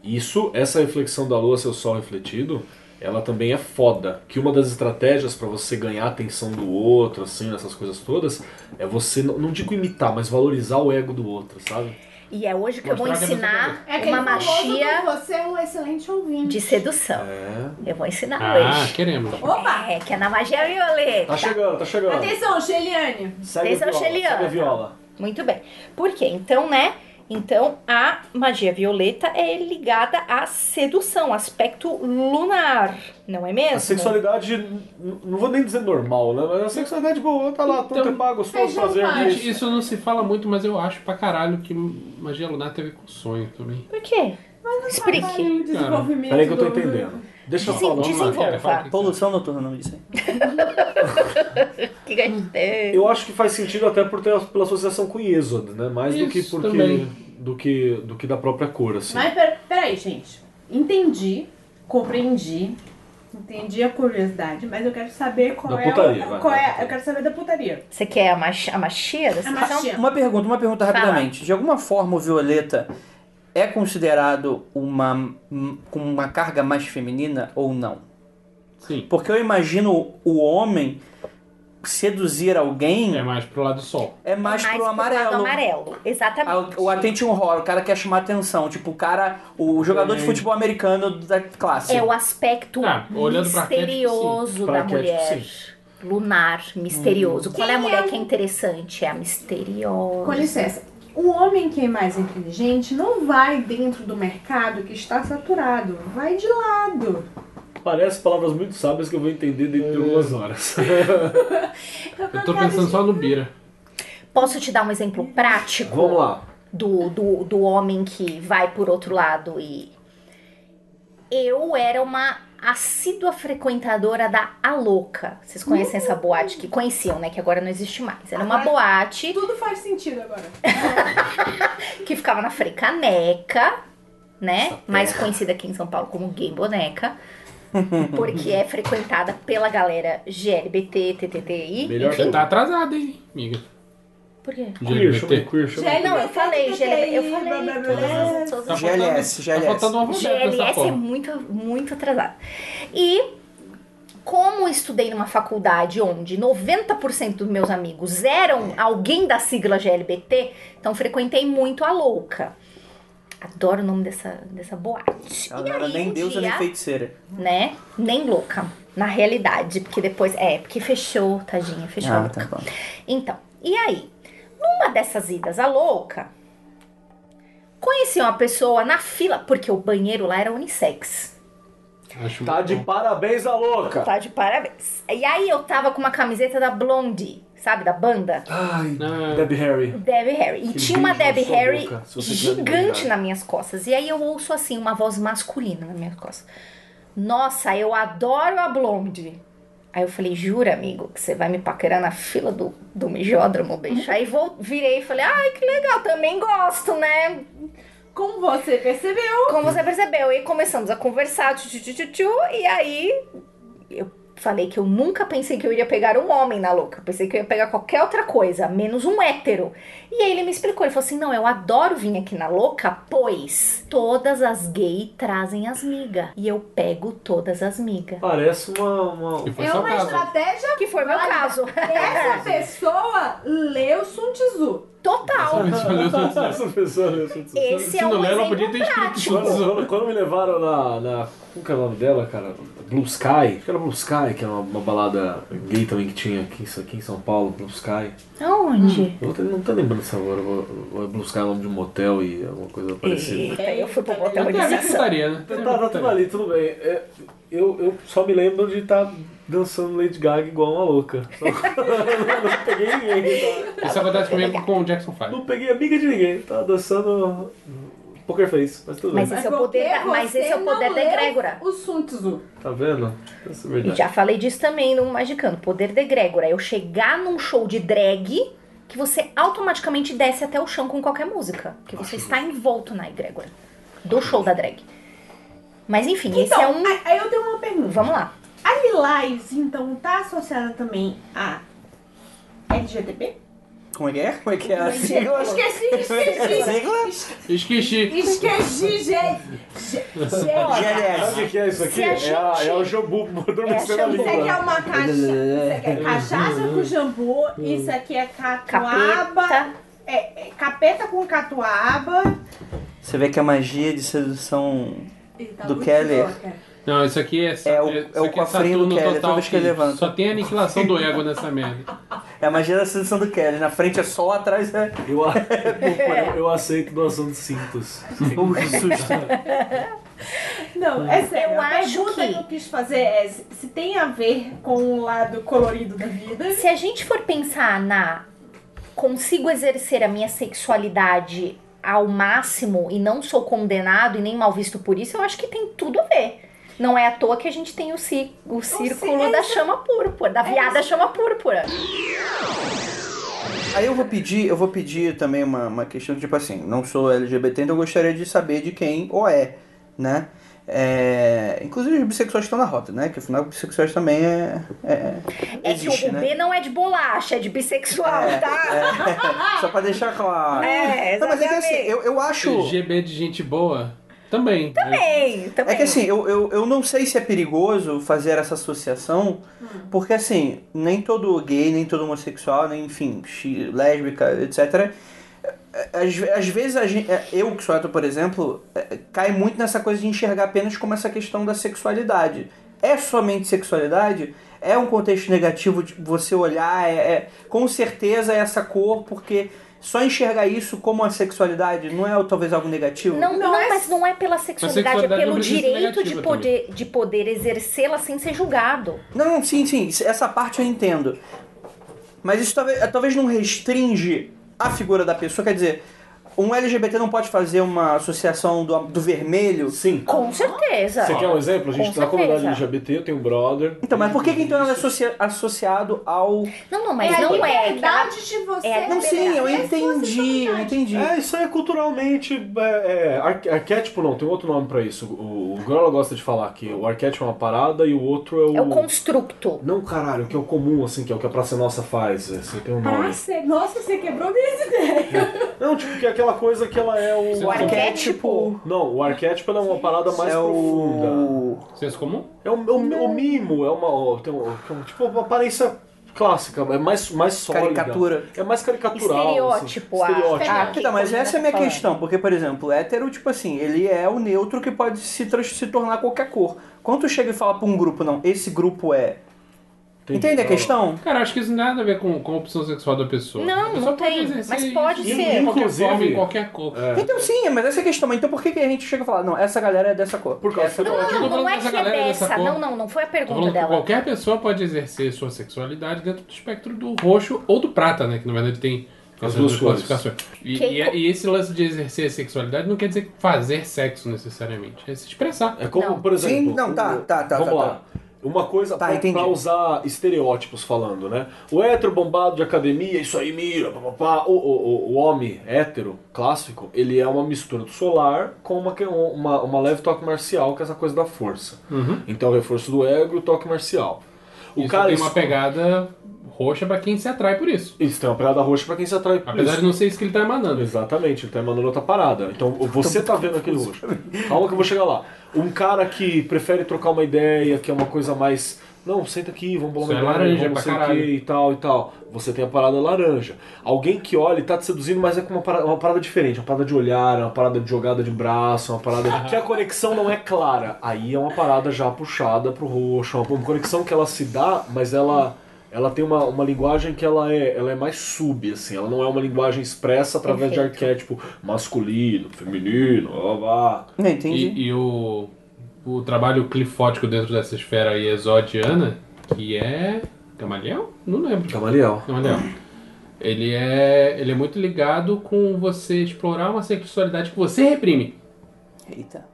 [SPEAKER 7] Isso, essa reflexão da lua, seu sol refletido, ela também é foda. Que uma das estratégias pra você ganhar a atenção do outro, assim, essas coisas todas, é você, não não digo imitar, mas valorizar o ego do outro, sabe?
[SPEAKER 4] E é hoje que eu vou
[SPEAKER 5] Mostrar que é
[SPEAKER 4] ensinar
[SPEAKER 6] É aquele
[SPEAKER 4] uma
[SPEAKER 6] famoso
[SPEAKER 4] magia
[SPEAKER 6] do Você é um excelente ouvinte.
[SPEAKER 4] de sedução.
[SPEAKER 7] É.
[SPEAKER 4] Eu vou ensinar
[SPEAKER 5] Ah,
[SPEAKER 4] hoje.
[SPEAKER 5] queremos.
[SPEAKER 6] Opa!
[SPEAKER 4] É, que é na magia violeta.
[SPEAKER 7] Tá chegando, tá chegando.
[SPEAKER 6] Atenção, Geliane.
[SPEAKER 7] Segue
[SPEAKER 4] Atenção,
[SPEAKER 7] a viola,
[SPEAKER 4] Sheliana.
[SPEAKER 7] segue a viola.
[SPEAKER 4] Muito bem. Por quê? Então, né? Então, a magia violeta é ligada à sedução, aspecto lunar, não é mesmo?
[SPEAKER 7] A sexualidade, n- n- não vou nem dizer normal, né? Mas a sexualidade boa, tá lá,
[SPEAKER 5] Então,
[SPEAKER 7] todo então, gostoso,
[SPEAKER 6] feijão
[SPEAKER 7] prazer. é
[SPEAKER 6] faz.
[SPEAKER 5] Gente, isso não se fala muito, mas eu acho pra caralho que magia lunar teve com sonho também.
[SPEAKER 4] Por quê? Explique.
[SPEAKER 6] Trabalho, desenvolvimento
[SPEAKER 7] Peraí que eu tô
[SPEAKER 6] do- do-
[SPEAKER 7] entendendo. Deixa eu
[SPEAKER 4] Sim,
[SPEAKER 7] falar.
[SPEAKER 5] Vamos lá,
[SPEAKER 4] desenvolva.
[SPEAKER 5] cara, fala o que que
[SPEAKER 3] Poluição noturna, não disse.
[SPEAKER 4] Que gastei.
[SPEAKER 7] Eu acho que faz sentido até por ter, pela associação com Êxodo, né? Mais do que
[SPEAKER 5] Isso,
[SPEAKER 7] porque
[SPEAKER 5] também.
[SPEAKER 7] do que, do que da própria cor, assim.
[SPEAKER 6] Mas pera- peraí, gente. Entendi, compreendi, entendi a curiosidade, mas eu quero saber qual
[SPEAKER 7] Da
[SPEAKER 6] é, o-
[SPEAKER 7] putaria, vai,
[SPEAKER 6] qual
[SPEAKER 7] da
[SPEAKER 6] é.
[SPEAKER 7] putaria.
[SPEAKER 6] Eu quero saber da putaria.
[SPEAKER 4] Você quer a, mach... a machia da
[SPEAKER 6] A
[SPEAKER 4] sedução?
[SPEAKER 6] machia.
[SPEAKER 3] Então, Uma pergunta, uma pergunta
[SPEAKER 4] Fala.
[SPEAKER 3] rapidamente. De alguma forma o violeta é considerado uma com uma carga mais feminina ou não?
[SPEAKER 5] Sim.
[SPEAKER 3] Porque eu imagino o homem seduzir alguém
[SPEAKER 5] É
[SPEAKER 3] é,
[SPEAKER 5] mais pro lado do sol.
[SPEAKER 3] mais, pro
[SPEAKER 4] lado
[SPEAKER 3] amarelo.
[SPEAKER 4] amarelo, exatamente.
[SPEAKER 3] A- Ah, O attention horror, o cara quer chamar atenção, tipo o cara, o jogador de futebol americano da classe.
[SPEAKER 4] É o aspecto
[SPEAKER 5] Ah, olhando pra arquétipo,
[SPEAKER 4] misterioso
[SPEAKER 7] Pra
[SPEAKER 4] da
[SPEAKER 7] arquétipo,
[SPEAKER 4] mulher. Lunar, misterioso. Qual é a
[SPEAKER 6] Quem
[SPEAKER 4] mulher
[SPEAKER 6] é?
[SPEAKER 4] que é interessante? É a misteriosa.
[SPEAKER 6] Com licença. o homem que é mais inteligente não vai dentro do mercado que está saturado, vai de lado.
[SPEAKER 7] Parece palavras muito sábias que eu vou entender dentro de algumas horas.
[SPEAKER 5] Eu tô pensando só no Bira.
[SPEAKER 4] Posso te dar um exemplo prático?
[SPEAKER 7] Vamos lá.
[SPEAKER 4] do, do, do homem que vai por outro lado e. Eu era uma assídua frequentadora da A Louca. Vocês conhecem essa boate que conheciam, né? Que agora não existe mais. Era uma
[SPEAKER 6] Agora-
[SPEAKER 4] boate
[SPEAKER 6] Tudo faz sentido agora.
[SPEAKER 4] que ficava na Frei Caneca, né? Mais conhecida aqui em São Paulo como Gay Boneca. Porque é frequentada pela galera GLBT, TTTI.
[SPEAKER 7] Melhor
[SPEAKER 4] enfim.
[SPEAKER 5] Você tá atrasado, hein, amiga?
[SPEAKER 4] Por quê?
[SPEAKER 5] De
[SPEAKER 7] Queer, chama
[SPEAKER 5] LGBT.
[SPEAKER 7] queer, chama
[SPEAKER 4] Não, eu falei, GLBT. Eu falei.
[SPEAKER 6] blá, blá, blá,
[SPEAKER 4] todas
[SPEAKER 6] blá.
[SPEAKER 4] as- todas as-
[SPEAKER 3] GLS,
[SPEAKER 5] Tá
[SPEAKER 3] GLS.
[SPEAKER 5] faltando um alfabeto nessa
[SPEAKER 4] GLS é
[SPEAKER 5] porra.
[SPEAKER 4] muito, muito atrasado. E como estudei numa faculdade onde 90% dos meus amigos eram alguém da sigla GLBT, então frequentei muito a louca. Adoro o nome dessa, dessa boate.
[SPEAKER 3] Ela
[SPEAKER 4] e
[SPEAKER 3] não era
[SPEAKER 4] aí,
[SPEAKER 3] nem
[SPEAKER 4] um
[SPEAKER 3] deusa
[SPEAKER 4] dia,
[SPEAKER 3] nem feiticeira.
[SPEAKER 4] né? Nem louca, na realidade. Porque depois. É, porque fechou, tadinha, fechou a
[SPEAKER 3] Ah,
[SPEAKER 4] louca.
[SPEAKER 3] tá bom.
[SPEAKER 4] Então, e aí? Numa dessas idas à louca, conheci uma pessoa na fila, porque o banheiro lá era unissex.
[SPEAKER 5] Acho
[SPEAKER 7] Tá
[SPEAKER 5] muito
[SPEAKER 7] de
[SPEAKER 5] bom.
[SPEAKER 7] parabéns a louca!
[SPEAKER 4] Tá de parabéns. E aí eu tava com uma camiseta da Blondie, sabe? Da banda.
[SPEAKER 7] Ai,
[SPEAKER 5] Ah,
[SPEAKER 7] Debbie Harry.
[SPEAKER 4] Debbie Harry. E
[SPEAKER 7] Que
[SPEAKER 4] tinha uma
[SPEAKER 7] beijo na
[SPEAKER 4] Debbie
[SPEAKER 7] sua
[SPEAKER 4] Harry
[SPEAKER 7] boca, se você quiser me
[SPEAKER 4] gigante
[SPEAKER 7] beijar.
[SPEAKER 4] nas minhas costas. E aí eu ouço assim, uma voz masculina nas minhas costas. Nossa, eu adoro a Blondie. Aí eu falei, jura, amigo, que você vai me paquerar na fila do, do mijódromo, bicho? Aí vou, virei e falei, ai, que legal, também gosto, né?
[SPEAKER 6] Como você percebeu,
[SPEAKER 4] Como você percebeu, e começamos a conversar, tchu, tchu, tchu, tchu, tchu, e aí eu falei que eu nunca pensei que eu iria pegar um homem na louca. Eu pensei que eu ia pegar qualquer outra coisa, menos um hétero. E aí ele me explicou, ele falou assim, não, eu adoro vir aqui na louca, pois todas as gays trazem as migas. E eu pego todas as migas.
[SPEAKER 7] Parece uma. uma...
[SPEAKER 5] E foi
[SPEAKER 6] é
[SPEAKER 5] só
[SPEAKER 6] uma
[SPEAKER 5] casa.
[SPEAKER 6] estratégia.
[SPEAKER 4] Que foi meu
[SPEAKER 6] válida.
[SPEAKER 4] caso.
[SPEAKER 6] Essa
[SPEAKER 4] É.
[SPEAKER 6] pessoa leu Sun Tzu.
[SPEAKER 4] Total.
[SPEAKER 7] Essa pessoa, essa pessoa.
[SPEAKER 4] Esse
[SPEAKER 5] Se
[SPEAKER 4] é um
[SPEAKER 5] não lê, ela
[SPEAKER 4] exemplo
[SPEAKER 5] podia ter escrito
[SPEAKER 4] prático.
[SPEAKER 5] Sun
[SPEAKER 7] Quando, quando me levaram na, na. Como que é o nome dela, cara? Blue Sky? Acho que era Blue Sky, que era uma, uma balada gay também que tinha aqui, em- aqui em São Paulo, Blue Sky.
[SPEAKER 4] Aonde?
[SPEAKER 7] Eu não tô- não tô lembrando se agora. eu- eu- eu- Blue Sky é o nome de um motel e alguma coisa parecida.
[SPEAKER 4] Eita, eu fui pro
[SPEAKER 5] Não
[SPEAKER 4] botel
[SPEAKER 5] tem a ver com
[SPEAKER 4] de
[SPEAKER 5] putaria, né?
[SPEAKER 4] é.
[SPEAKER 5] Tem a ver
[SPEAKER 7] Tá,
[SPEAKER 5] com
[SPEAKER 7] tá tudo
[SPEAKER 5] putaria.
[SPEAKER 7] ali, tudo bem. É, eu, eu só me lembro de estar dançando Lady Gaga igual uma louca. Só- não peguei ninguém. tá?
[SPEAKER 5] Isso acontece comigo com o Jackson 5.
[SPEAKER 7] Não peguei amiga de ninguém, tava dançando Poker Face, mas tudo
[SPEAKER 4] Mas
[SPEAKER 7] bem.
[SPEAKER 4] esse é o poder da-
[SPEAKER 6] porque
[SPEAKER 4] mas
[SPEAKER 6] você
[SPEAKER 4] esse é o poder
[SPEAKER 6] não
[SPEAKER 4] da
[SPEAKER 6] leu
[SPEAKER 4] egrégora.
[SPEAKER 6] O Sun Tzu.
[SPEAKER 7] Tá vendo? Isso é
[SPEAKER 4] E
[SPEAKER 7] verdade.
[SPEAKER 4] já falei disso também no Magicando, poder de Egrégora. É eu chegar num show de drag que você automaticamente desce até o chão com qualquer música. Que você está envolto na egrégora. Do show da drag. Mas enfim, esse é um.
[SPEAKER 6] Então, aí- aí eu tenho uma pergunta.
[SPEAKER 4] Vamos lá.
[SPEAKER 6] A Lilás, então, tá associada também a LGTB?
[SPEAKER 3] Como é que é? Como é que é a sigla? é
[SPEAKER 6] Esqueci,
[SPEAKER 3] Sigla?
[SPEAKER 5] Esqueci.
[SPEAKER 6] Esqueci, gente.
[SPEAKER 7] Sabe o
[SPEAKER 3] GLS.
[SPEAKER 7] que que é isso aqui?
[SPEAKER 4] Se a
[SPEAKER 7] É, a,
[SPEAKER 4] gente-
[SPEAKER 7] é o Jobu adormecendo
[SPEAKER 4] É a
[SPEAKER 7] a língua.
[SPEAKER 6] Isso aqui é uma cachaça. Isso aqui é cachaça com jambu. Isso aqui é catuaba.
[SPEAKER 4] Capeta.
[SPEAKER 6] É, é capeta com catuaba.
[SPEAKER 3] Você vê que a magia de sedução
[SPEAKER 6] Eita,
[SPEAKER 3] Do
[SPEAKER 6] muito
[SPEAKER 3] Keller.
[SPEAKER 6] louca.
[SPEAKER 5] Não, isso aqui é,
[SPEAKER 3] É o-
[SPEAKER 5] isso
[SPEAKER 3] é o
[SPEAKER 5] aqui
[SPEAKER 3] cofrinho do
[SPEAKER 5] Saturno
[SPEAKER 3] Keller, toda
[SPEAKER 5] total
[SPEAKER 3] vez que ele levanta.
[SPEAKER 5] Só tem a aniquilação do ego nessa merda.
[SPEAKER 3] é a magia da sedução do Kelly. Na frente é sol, atrás é.
[SPEAKER 7] Eu, a- eu, eu aceito doação de cintos. Não me assusta.
[SPEAKER 6] Não, é sério.
[SPEAKER 4] Eu
[SPEAKER 6] a
[SPEAKER 4] acho
[SPEAKER 6] pergunta
[SPEAKER 4] que-
[SPEAKER 6] que eu quis fazer é se se tem a ver com o lado colorido da vida.
[SPEAKER 4] Se a gente for pensar na consigo exercer a minha sexualidade ao máximo e não sou condenado e nem mal visto por isso, eu acho que tem tudo a ver. Não é à toa que a gente tem o, ci- o círculo da chama púrpura, da viada chama púrpura.
[SPEAKER 3] Aí eu vou pedir, eu vou pedir também uma, uma questão, tipo assim, não sou LGBT, então eu gostaria de saber de quem ou é, né? É, inclusive os bissexuais estão na rota, né? Que afinal bissexuais também é. é-
[SPEAKER 4] É
[SPEAKER 3] existe,
[SPEAKER 4] que o
[SPEAKER 3] né?
[SPEAKER 4] bebê não é de bolacha, é de bissexual, tá?
[SPEAKER 3] é. Só pra deixar claro.
[SPEAKER 4] É,
[SPEAKER 3] Não, mas é que assim,
[SPEAKER 4] exatamente.
[SPEAKER 3] eu, eu acho.
[SPEAKER 5] GB de gente boa? Também. Também.
[SPEAKER 4] Tem, também.
[SPEAKER 3] É que assim, eu, eu, eu não sei se é perigoso fazer essa associação,
[SPEAKER 4] Hum.
[SPEAKER 3] porque assim, nem todo gay, nem todo homossexual, nem, enfim, chi- lésbica, etc. é, Às, às vezes a gente, eu, que sou hétero, por exemplo, é, cai muito nessa coisa de enxergar apenas como essa questão da sexualidade. É somente sexualidade? É um contexto negativo de você olhar, é, é- com certeza é essa cor, porque só enxergar isso como a sexualidade não é talvez algo negativo?
[SPEAKER 4] Não, não,
[SPEAKER 6] Não é-
[SPEAKER 4] mas não é pela sexualidade,
[SPEAKER 5] sexualidade
[SPEAKER 4] é
[SPEAKER 5] não
[SPEAKER 4] pelo
[SPEAKER 5] precisa ser
[SPEAKER 4] direito de
[SPEAKER 5] negativa
[SPEAKER 4] poder, de poder exercê-la sem ser julgado.
[SPEAKER 3] Não, não, sim, sim, essa parte eu entendo. Mas isso talvez, talvez não restringe a figura da pessoa. Quer dizer, um LGBT não pode fazer uma associação do, do vermelho.
[SPEAKER 7] Sim.
[SPEAKER 4] Com certeza.
[SPEAKER 7] Você quer um exemplo? A gente
[SPEAKER 4] É. Com
[SPEAKER 7] tá na comunidade
[SPEAKER 4] certeza.
[SPEAKER 7] LGBT, eu tenho um brother.
[SPEAKER 3] Então, mas por que, que então ela é associa- associado ao.
[SPEAKER 4] Não, não,
[SPEAKER 6] É
[SPEAKER 4] mas
[SPEAKER 6] a
[SPEAKER 4] não é.
[SPEAKER 6] liberdade de você.
[SPEAKER 4] é a
[SPEAKER 3] Não, sim, eu
[SPEAKER 6] É
[SPEAKER 3] entendi, eu entendi.
[SPEAKER 7] É, isso aí é culturalmente. É, é, arque- arquétipo não, tem outro nome pra isso. O, o Girl gosta de falar que o arquétipo é uma parada e o outro é o.
[SPEAKER 4] É o construto.
[SPEAKER 7] Não, caralho, que é o comum, assim, que é o que a Praça Nossa faz. Assim, tem um nome.
[SPEAKER 6] Nossa, nossa, você quebrou né? minhas ideias.
[SPEAKER 7] Não, tipo, que é aquela coisa que ela é o.
[SPEAKER 4] O arquétipo.
[SPEAKER 7] Não, o arquétipo ela é uma parada mais
[SPEAKER 3] é
[SPEAKER 7] profunda.
[SPEAKER 3] o.
[SPEAKER 5] Senso comum?
[SPEAKER 7] É o, é o- o mimo, é uma. Tem um, tem um- tipo, uma aparência clássica, é mais, mais sólida.
[SPEAKER 3] Caricatura.
[SPEAKER 7] É mais caricatural.
[SPEAKER 4] Estereótipo,
[SPEAKER 7] assim.
[SPEAKER 4] a-
[SPEAKER 7] Estereótipo.
[SPEAKER 4] a-
[SPEAKER 3] Então, mas
[SPEAKER 4] coisa
[SPEAKER 3] essa é a minha
[SPEAKER 4] tá falando.
[SPEAKER 3] questão, porque, por exemplo, o hétero, tipo assim, ele é o neutro que pode se, trans- se tornar qualquer cor. Quando tu chega e fala pra um grupo, não, esse grupo é.
[SPEAKER 7] Entendi.
[SPEAKER 3] Entende a
[SPEAKER 7] Não,
[SPEAKER 3] questão?
[SPEAKER 5] Cara, acho que isso não tem nada a ver com, com a opção sexual da pessoa.
[SPEAKER 4] Não,
[SPEAKER 5] A pessoa
[SPEAKER 4] não
[SPEAKER 5] pode
[SPEAKER 4] tem,
[SPEAKER 5] exercer
[SPEAKER 4] mas
[SPEAKER 5] isso é,
[SPEAKER 4] pode
[SPEAKER 5] de qualquer
[SPEAKER 4] ser.
[SPEAKER 5] forma,
[SPEAKER 7] Inclusive-
[SPEAKER 5] em qualquer cor.
[SPEAKER 3] Então sim, mas essa é a questão. Mas Então por que, que a gente chega e fala, não, essa galera é dessa cor?
[SPEAKER 7] Por causa
[SPEAKER 3] essa...
[SPEAKER 7] do-
[SPEAKER 4] Não,
[SPEAKER 5] Eu tô
[SPEAKER 4] não, não
[SPEAKER 5] falando
[SPEAKER 4] é
[SPEAKER 5] dessa
[SPEAKER 4] que é
[SPEAKER 5] galera, dessa
[SPEAKER 4] dessa.
[SPEAKER 5] cor.
[SPEAKER 4] Não, não, não foi a
[SPEAKER 5] Tô
[SPEAKER 4] pergunta
[SPEAKER 5] falando que
[SPEAKER 4] dela.
[SPEAKER 5] qualquer pessoa pode exercer sua sexualidade dentro do espectro do roxo ou do prata, né? Que na verdade tem
[SPEAKER 7] As
[SPEAKER 5] essas
[SPEAKER 7] duas
[SPEAKER 5] duas
[SPEAKER 7] cores.
[SPEAKER 5] classificações. E,
[SPEAKER 4] Quem
[SPEAKER 5] e- é, e esse lance de exercer a sexualidade não quer dizer fazer sexo necessariamente, é se expressar.
[SPEAKER 7] É como,
[SPEAKER 4] Não.
[SPEAKER 7] por exemplo.
[SPEAKER 3] Sim, não, tá,
[SPEAKER 7] o-
[SPEAKER 3] tá, tá,
[SPEAKER 7] Vamos
[SPEAKER 3] tá,
[SPEAKER 7] lá. Uma coisa
[SPEAKER 3] Tá,
[SPEAKER 7] pra,
[SPEAKER 3] entendi.
[SPEAKER 7] pra usar estereótipos falando, né? O hétero bombado de academia, isso aí mira, papapá. O, o, o, o homem hétero clássico, ele é uma mistura do solar com uma, que- um, uma, uma leve toque marcial, que é essa coisa da força.
[SPEAKER 3] Uhum.
[SPEAKER 7] Então, o reforço do ego e o toque marcial. O
[SPEAKER 5] isso
[SPEAKER 7] cara.
[SPEAKER 5] tem uma
[SPEAKER 7] isso-
[SPEAKER 5] pegada roxa pra quem se atrai por isso.
[SPEAKER 7] Isso tem uma pegada roxa pra quem se atrai por
[SPEAKER 5] Apesar
[SPEAKER 7] isso.
[SPEAKER 5] de não ser isso que ele tá emanando.
[SPEAKER 7] Exatamente, ele tá emanando outra parada. Então você tá vendo aquele hoje. Calma que eu vou chegar lá. Um cara que prefere trocar uma ideia, que é uma coisa mais. Não, senta aqui, vamos bolar uma
[SPEAKER 5] Isso é
[SPEAKER 7] ideia,
[SPEAKER 5] laranja
[SPEAKER 7] vamos
[SPEAKER 5] pra
[SPEAKER 7] sei o quê
[SPEAKER 5] caralho.
[SPEAKER 7] e tal e tal. Você tem a parada laranja. Alguém que olha e tá te seduzindo, mas é com uma parada, uma parada diferente. Uma parada de olhar, uma parada de jogada de braço, uma parada. que a conexão não é clara. Aí é uma parada já puxada pro roxo. é Uma conexão que ela se dá, mas ela. Ela tem uma, uma linguagem que ela é, ela é mais sub, assim. Ela não é uma linguagem expressa através de arquétipo masculino, feminino, blá, blá.
[SPEAKER 3] Não, entendi.
[SPEAKER 5] E, e o, o trabalho clifótico dentro dessa esfera aí exodiana, que é. Gamaliel? Não lembro.
[SPEAKER 7] Gamaliel.
[SPEAKER 5] Gamaliel. Ele é, ele é muito ligado com você explorar uma sexualidade que você reprime.
[SPEAKER 3] Eita.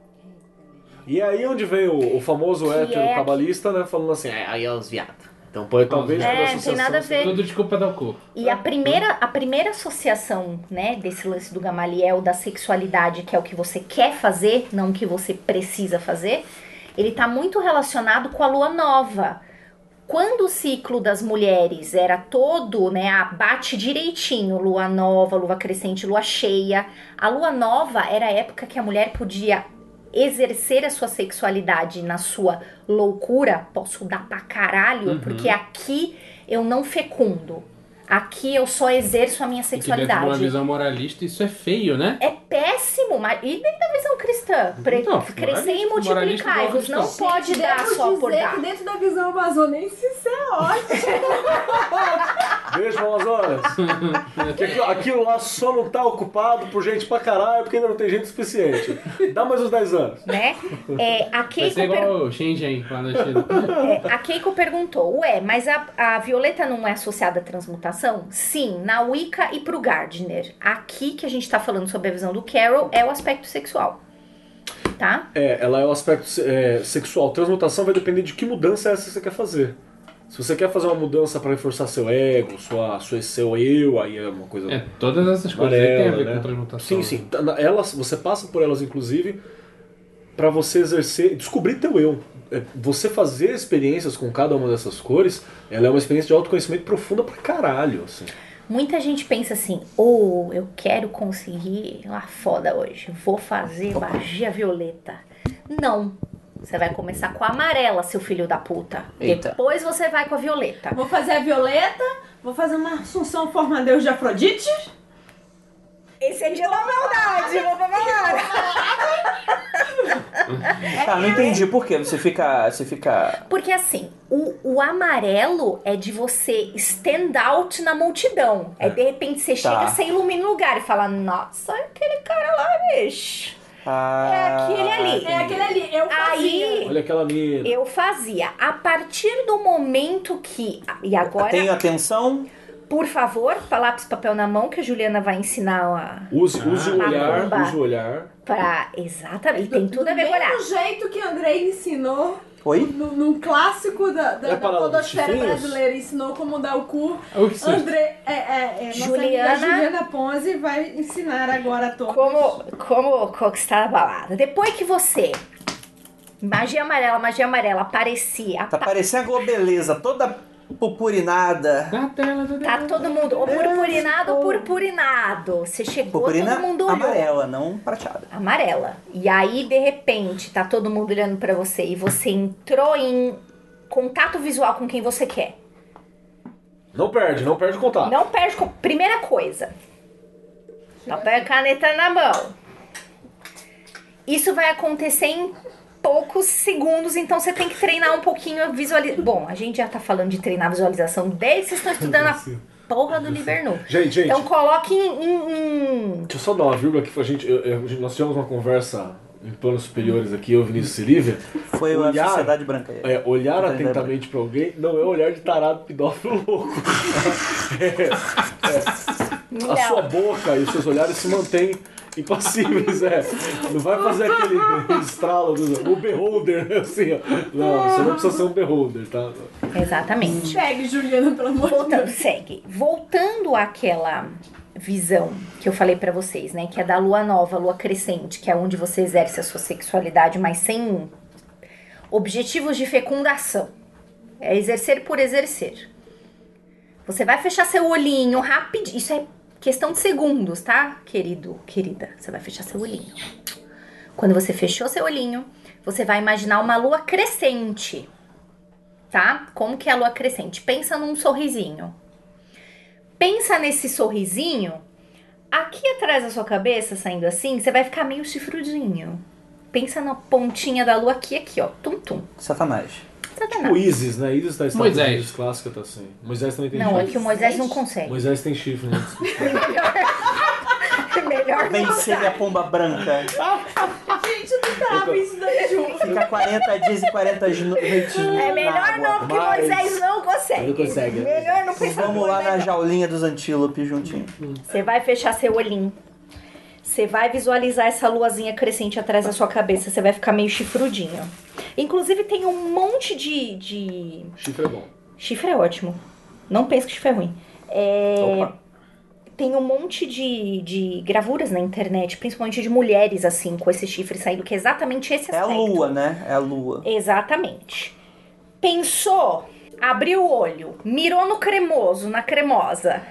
[SPEAKER 7] E aí onde vem o, o famoso
[SPEAKER 4] Que
[SPEAKER 7] hétero
[SPEAKER 4] é-
[SPEAKER 7] cabalista, né? Falando assim, é, aí é os viados. Então pode talvez
[SPEAKER 5] É,
[SPEAKER 7] pela
[SPEAKER 4] É, não tem
[SPEAKER 7] associação
[SPEAKER 4] nada a ver.
[SPEAKER 5] Tudo desculpa dar o cu.
[SPEAKER 4] E a primeira, a primeira associação, né, desse lance do Gamaliel, da sexualidade, que é o que você quer fazer, não o que você precisa fazer, ele tá muito relacionado com a lua nova. Quando o ciclo das mulheres era todo, né, ah, bate direitinho, lua nova, lua crescente, lua cheia, a lua nova era a época que a mulher podia exercer a sua sexualidade na sua loucura, posso dar pra caralho,
[SPEAKER 5] Uhum.
[SPEAKER 4] porque aqui eu não fecundo. Aqui eu só exerço a minha
[SPEAKER 5] E que dentro de uma
[SPEAKER 4] sexualidade.
[SPEAKER 5] visão moralista, isso é feio, né?
[SPEAKER 4] É péssimo, mas e dentro da visão cristã? Pre-
[SPEAKER 5] Então,
[SPEAKER 4] crescer e
[SPEAKER 5] moralista,
[SPEAKER 4] multiplicar-vos,
[SPEAKER 5] moralista.
[SPEAKER 4] não pode dar
[SPEAKER 6] Devemos
[SPEAKER 4] só por
[SPEAKER 6] dizer
[SPEAKER 4] dar.
[SPEAKER 6] que dentro da visão amazonense isso é ótimo.
[SPEAKER 7] Beijo, Amazonas. que aquilo, aquilo lá só não tá ocupado por gente pra caralho, porque ainda não tem gente suficiente. Dá mais uns 10 anos.
[SPEAKER 4] Né? É, a
[SPEAKER 5] Vai
[SPEAKER 4] Keiko
[SPEAKER 5] ser
[SPEAKER 4] per-
[SPEAKER 5] igual o Shenzhen lá na China.
[SPEAKER 4] É, a Keiko perguntou, ué, mas a, a violeta não é associada à transmutação? Sim, na Wicca e pro Gardner. Aqui que a gente tá falando sobre a visão do Carol é o aspecto sexual. Tá?
[SPEAKER 7] É, ela é o aspecto é, sexual. Transmutação vai depender de que mudança é essa que você quer fazer. Se você quer fazer uma mudança pra reforçar seu ego, sua, sua, seu eu, aí é uma coisa.
[SPEAKER 5] É, todas essas coisas aí
[SPEAKER 7] amarela,
[SPEAKER 5] têm a ver
[SPEAKER 7] né?
[SPEAKER 5] com transmutação.
[SPEAKER 7] Sim, sim. Tá na- Elas, você passa por elas, inclusive, pra você exercer, descobrir teu eu. É, Você fazer experiências com cada uma dessas cores, ela é uma experiência de autoconhecimento profunda pra caralho, assim.
[SPEAKER 4] Muita gente pensa assim, ou eu quero conseguir uma foda hoje, vou fazer magia violeta. Não. Você vai começar com a amarela, seu filho da puta.
[SPEAKER 3] Eita.
[SPEAKER 4] Depois você vai com a violeta.
[SPEAKER 6] Vou fazer a Violeta, vou fazer uma Assunção Forma Deus de Afrodite.
[SPEAKER 4] Esse é de lá,
[SPEAKER 9] Verdade, vou pra falar.
[SPEAKER 4] É
[SPEAKER 3] Ah, não entendi por quê. Você fica. Você fica.
[SPEAKER 4] Porque assim, o, o amarelo é de você stand out na multidão. É de repente você
[SPEAKER 3] Tá.
[SPEAKER 4] chega, você ilumina o lugar e fala, nossa, olha aquele cara lá, bicho.
[SPEAKER 3] Ah,
[SPEAKER 4] aquele ali.
[SPEAKER 6] É aquele ali, eu fazia.
[SPEAKER 4] Aí
[SPEAKER 7] Olha aquela ali.
[SPEAKER 4] eu fazia. A partir do momento que. E agora,
[SPEAKER 3] tá, Tem atenção?
[SPEAKER 4] por favor, lápis papel na mão, que a Juliana vai ensinar a.
[SPEAKER 7] Use, use o
[SPEAKER 4] Ah,
[SPEAKER 7] olhar,
[SPEAKER 4] bomba.
[SPEAKER 7] use o olhar.
[SPEAKER 4] Pra. Exatamente. Tem tudo é a
[SPEAKER 6] Do
[SPEAKER 4] ver com olhar.
[SPEAKER 6] mesmo jeito que Andrei ensinou
[SPEAKER 3] Oi?
[SPEAKER 6] no, num clássico da, da,
[SPEAKER 7] É
[SPEAKER 6] da
[SPEAKER 7] para os
[SPEAKER 6] podosfera
[SPEAKER 7] chifrinhos?
[SPEAKER 6] brasileira, ensinou como dar o cu.
[SPEAKER 5] O que seja.
[SPEAKER 6] André, é, é, é, nossa
[SPEAKER 4] Juliana-
[SPEAKER 6] amiga Juliana Ponzi vai ensinar agora a todos.
[SPEAKER 4] Como, como conquistar a balada? Depois que você. Magia amarela, magia amarela, aparecia.
[SPEAKER 3] Tá parecendo a Globeleza, toda pupurinada.
[SPEAKER 5] Na tela do
[SPEAKER 4] Tá todo mundo, ou purpurinado ou purpurinado. Você chegou,
[SPEAKER 3] Hum. Purpurina
[SPEAKER 4] todo mundo olhou.
[SPEAKER 3] amarela, não prateada.
[SPEAKER 4] Amarela. E aí, de repente, tá todo mundo olhando pra você e você entrou em contato visual com quem você quer.
[SPEAKER 7] Não perde, não perde o contato.
[SPEAKER 4] Não perde. co- Primeira coisa. Papel e caneta na mão. Isso vai acontecer em poucos segundos, então você tem que treinar um pouquinho a visualização. Bom, a gente já tá falando de treinar a visualização desde que vocês estão estudando a porra do Libernu.
[SPEAKER 7] Gente, gente.
[SPEAKER 4] Então coloque em- em- em
[SPEAKER 7] Deixa eu só dar uma vírgula aqui. A gente, eu- eu- a gente- nós tivemos uma conversa em planos superiores aqui, eu, Vinícius e Lívia.
[SPEAKER 3] Foi a
[SPEAKER 7] Olhar-
[SPEAKER 3] Sociedade Branca.
[SPEAKER 7] É, olhar
[SPEAKER 3] Sociedade
[SPEAKER 7] atentamente pra alguém não é olhar de tarado pedófilo louco. É, é. A
[SPEAKER 4] Não.
[SPEAKER 7] sua boca e os seus olhares se mantêm impassíveis, é. Não vai fazer aquele estralo do o beholder, né, assim, ó. Não, você não precisa ser um beholder, tá?
[SPEAKER 4] Exatamente.
[SPEAKER 6] Pegue, Juliana, pelo amor de
[SPEAKER 4] Voltando,
[SPEAKER 6] Deus.
[SPEAKER 4] segue. Voltando àquela visão que eu falei pra vocês, né? Que é da lua nova, lua crescente, que é onde você exerce a sua sexualidade, mas sem um. objetivos de fecundação. É exercer por exercer. Você vai fechar seu olhinho rapidinho. Isso é questão de segundos, tá, querido, querida? Você vai fechar seu olhinho. Quando você fechou seu olhinho, você vai imaginar uma lua crescente tá? Como que é a lua crescente? Pensa num sorrisinho. Pensa nesse sorrisinho. Aqui atrás da sua cabeça, saindo assim, você vai ficar meio chifrudinho. Pensa na pontinha da lua aqui, aqui, ó. Tum, tum.
[SPEAKER 3] Satanás.
[SPEAKER 7] O
[SPEAKER 4] Satanás.
[SPEAKER 7] Isis, né? Isis tá Estados
[SPEAKER 5] Moisés.
[SPEAKER 7] Unidos clássica, tá assim. Moisés também tem
[SPEAKER 4] Não, é
[SPEAKER 7] chifre.
[SPEAKER 4] que o Moisés não consegue.
[SPEAKER 7] Moisés tem chifre, né?
[SPEAKER 4] Melhor não tá.
[SPEAKER 3] Vencer a pomba branca.
[SPEAKER 6] Gente, eu não tava isso um. daí junto.
[SPEAKER 3] Fica 40 dias e 40 no- noites.
[SPEAKER 4] É
[SPEAKER 3] na
[SPEAKER 4] melhor
[SPEAKER 3] água.
[SPEAKER 4] não, porque
[SPEAKER 7] mas-
[SPEAKER 4] Moisés não consegue.
[SPEAKER 7] Não consegue, né?
[SPEAKER 4] Melhor não pensar no
[SPEAKER 3] Vamos lá na
[SPEAKER 4] Moisés,
[SPEAKER 3] jaulinha dos antílopes juntinho.
[SPEAKER 4] Você vai fechar seu olhinho. Você vai visualizar essa luazinha crescente atrás da sua cabeça. Você vai ficar meio chifrudinho. Inclusive, tem um monte de. de-
[SPEAKER 7] Chifre é bom.
[SPEAKER 4] Chifre é ótimo. Não pense que chifre é ruim. É,
[SPEAKER 7] Opa.
[SPEAKER 4] Tem um monte de, de gravuras na internet, principalmente de mulheres, assim, com esse chifre saindo, que é exatamente esse
[SPEAKER 3] É a
[SPEAKER 4] aspecto.
[SPEAKER 3] lua, né? É a lua.
[SPEAKER 4] Exatamente. Pensou, abriu o olho, mirou no cremoso, na cremosa.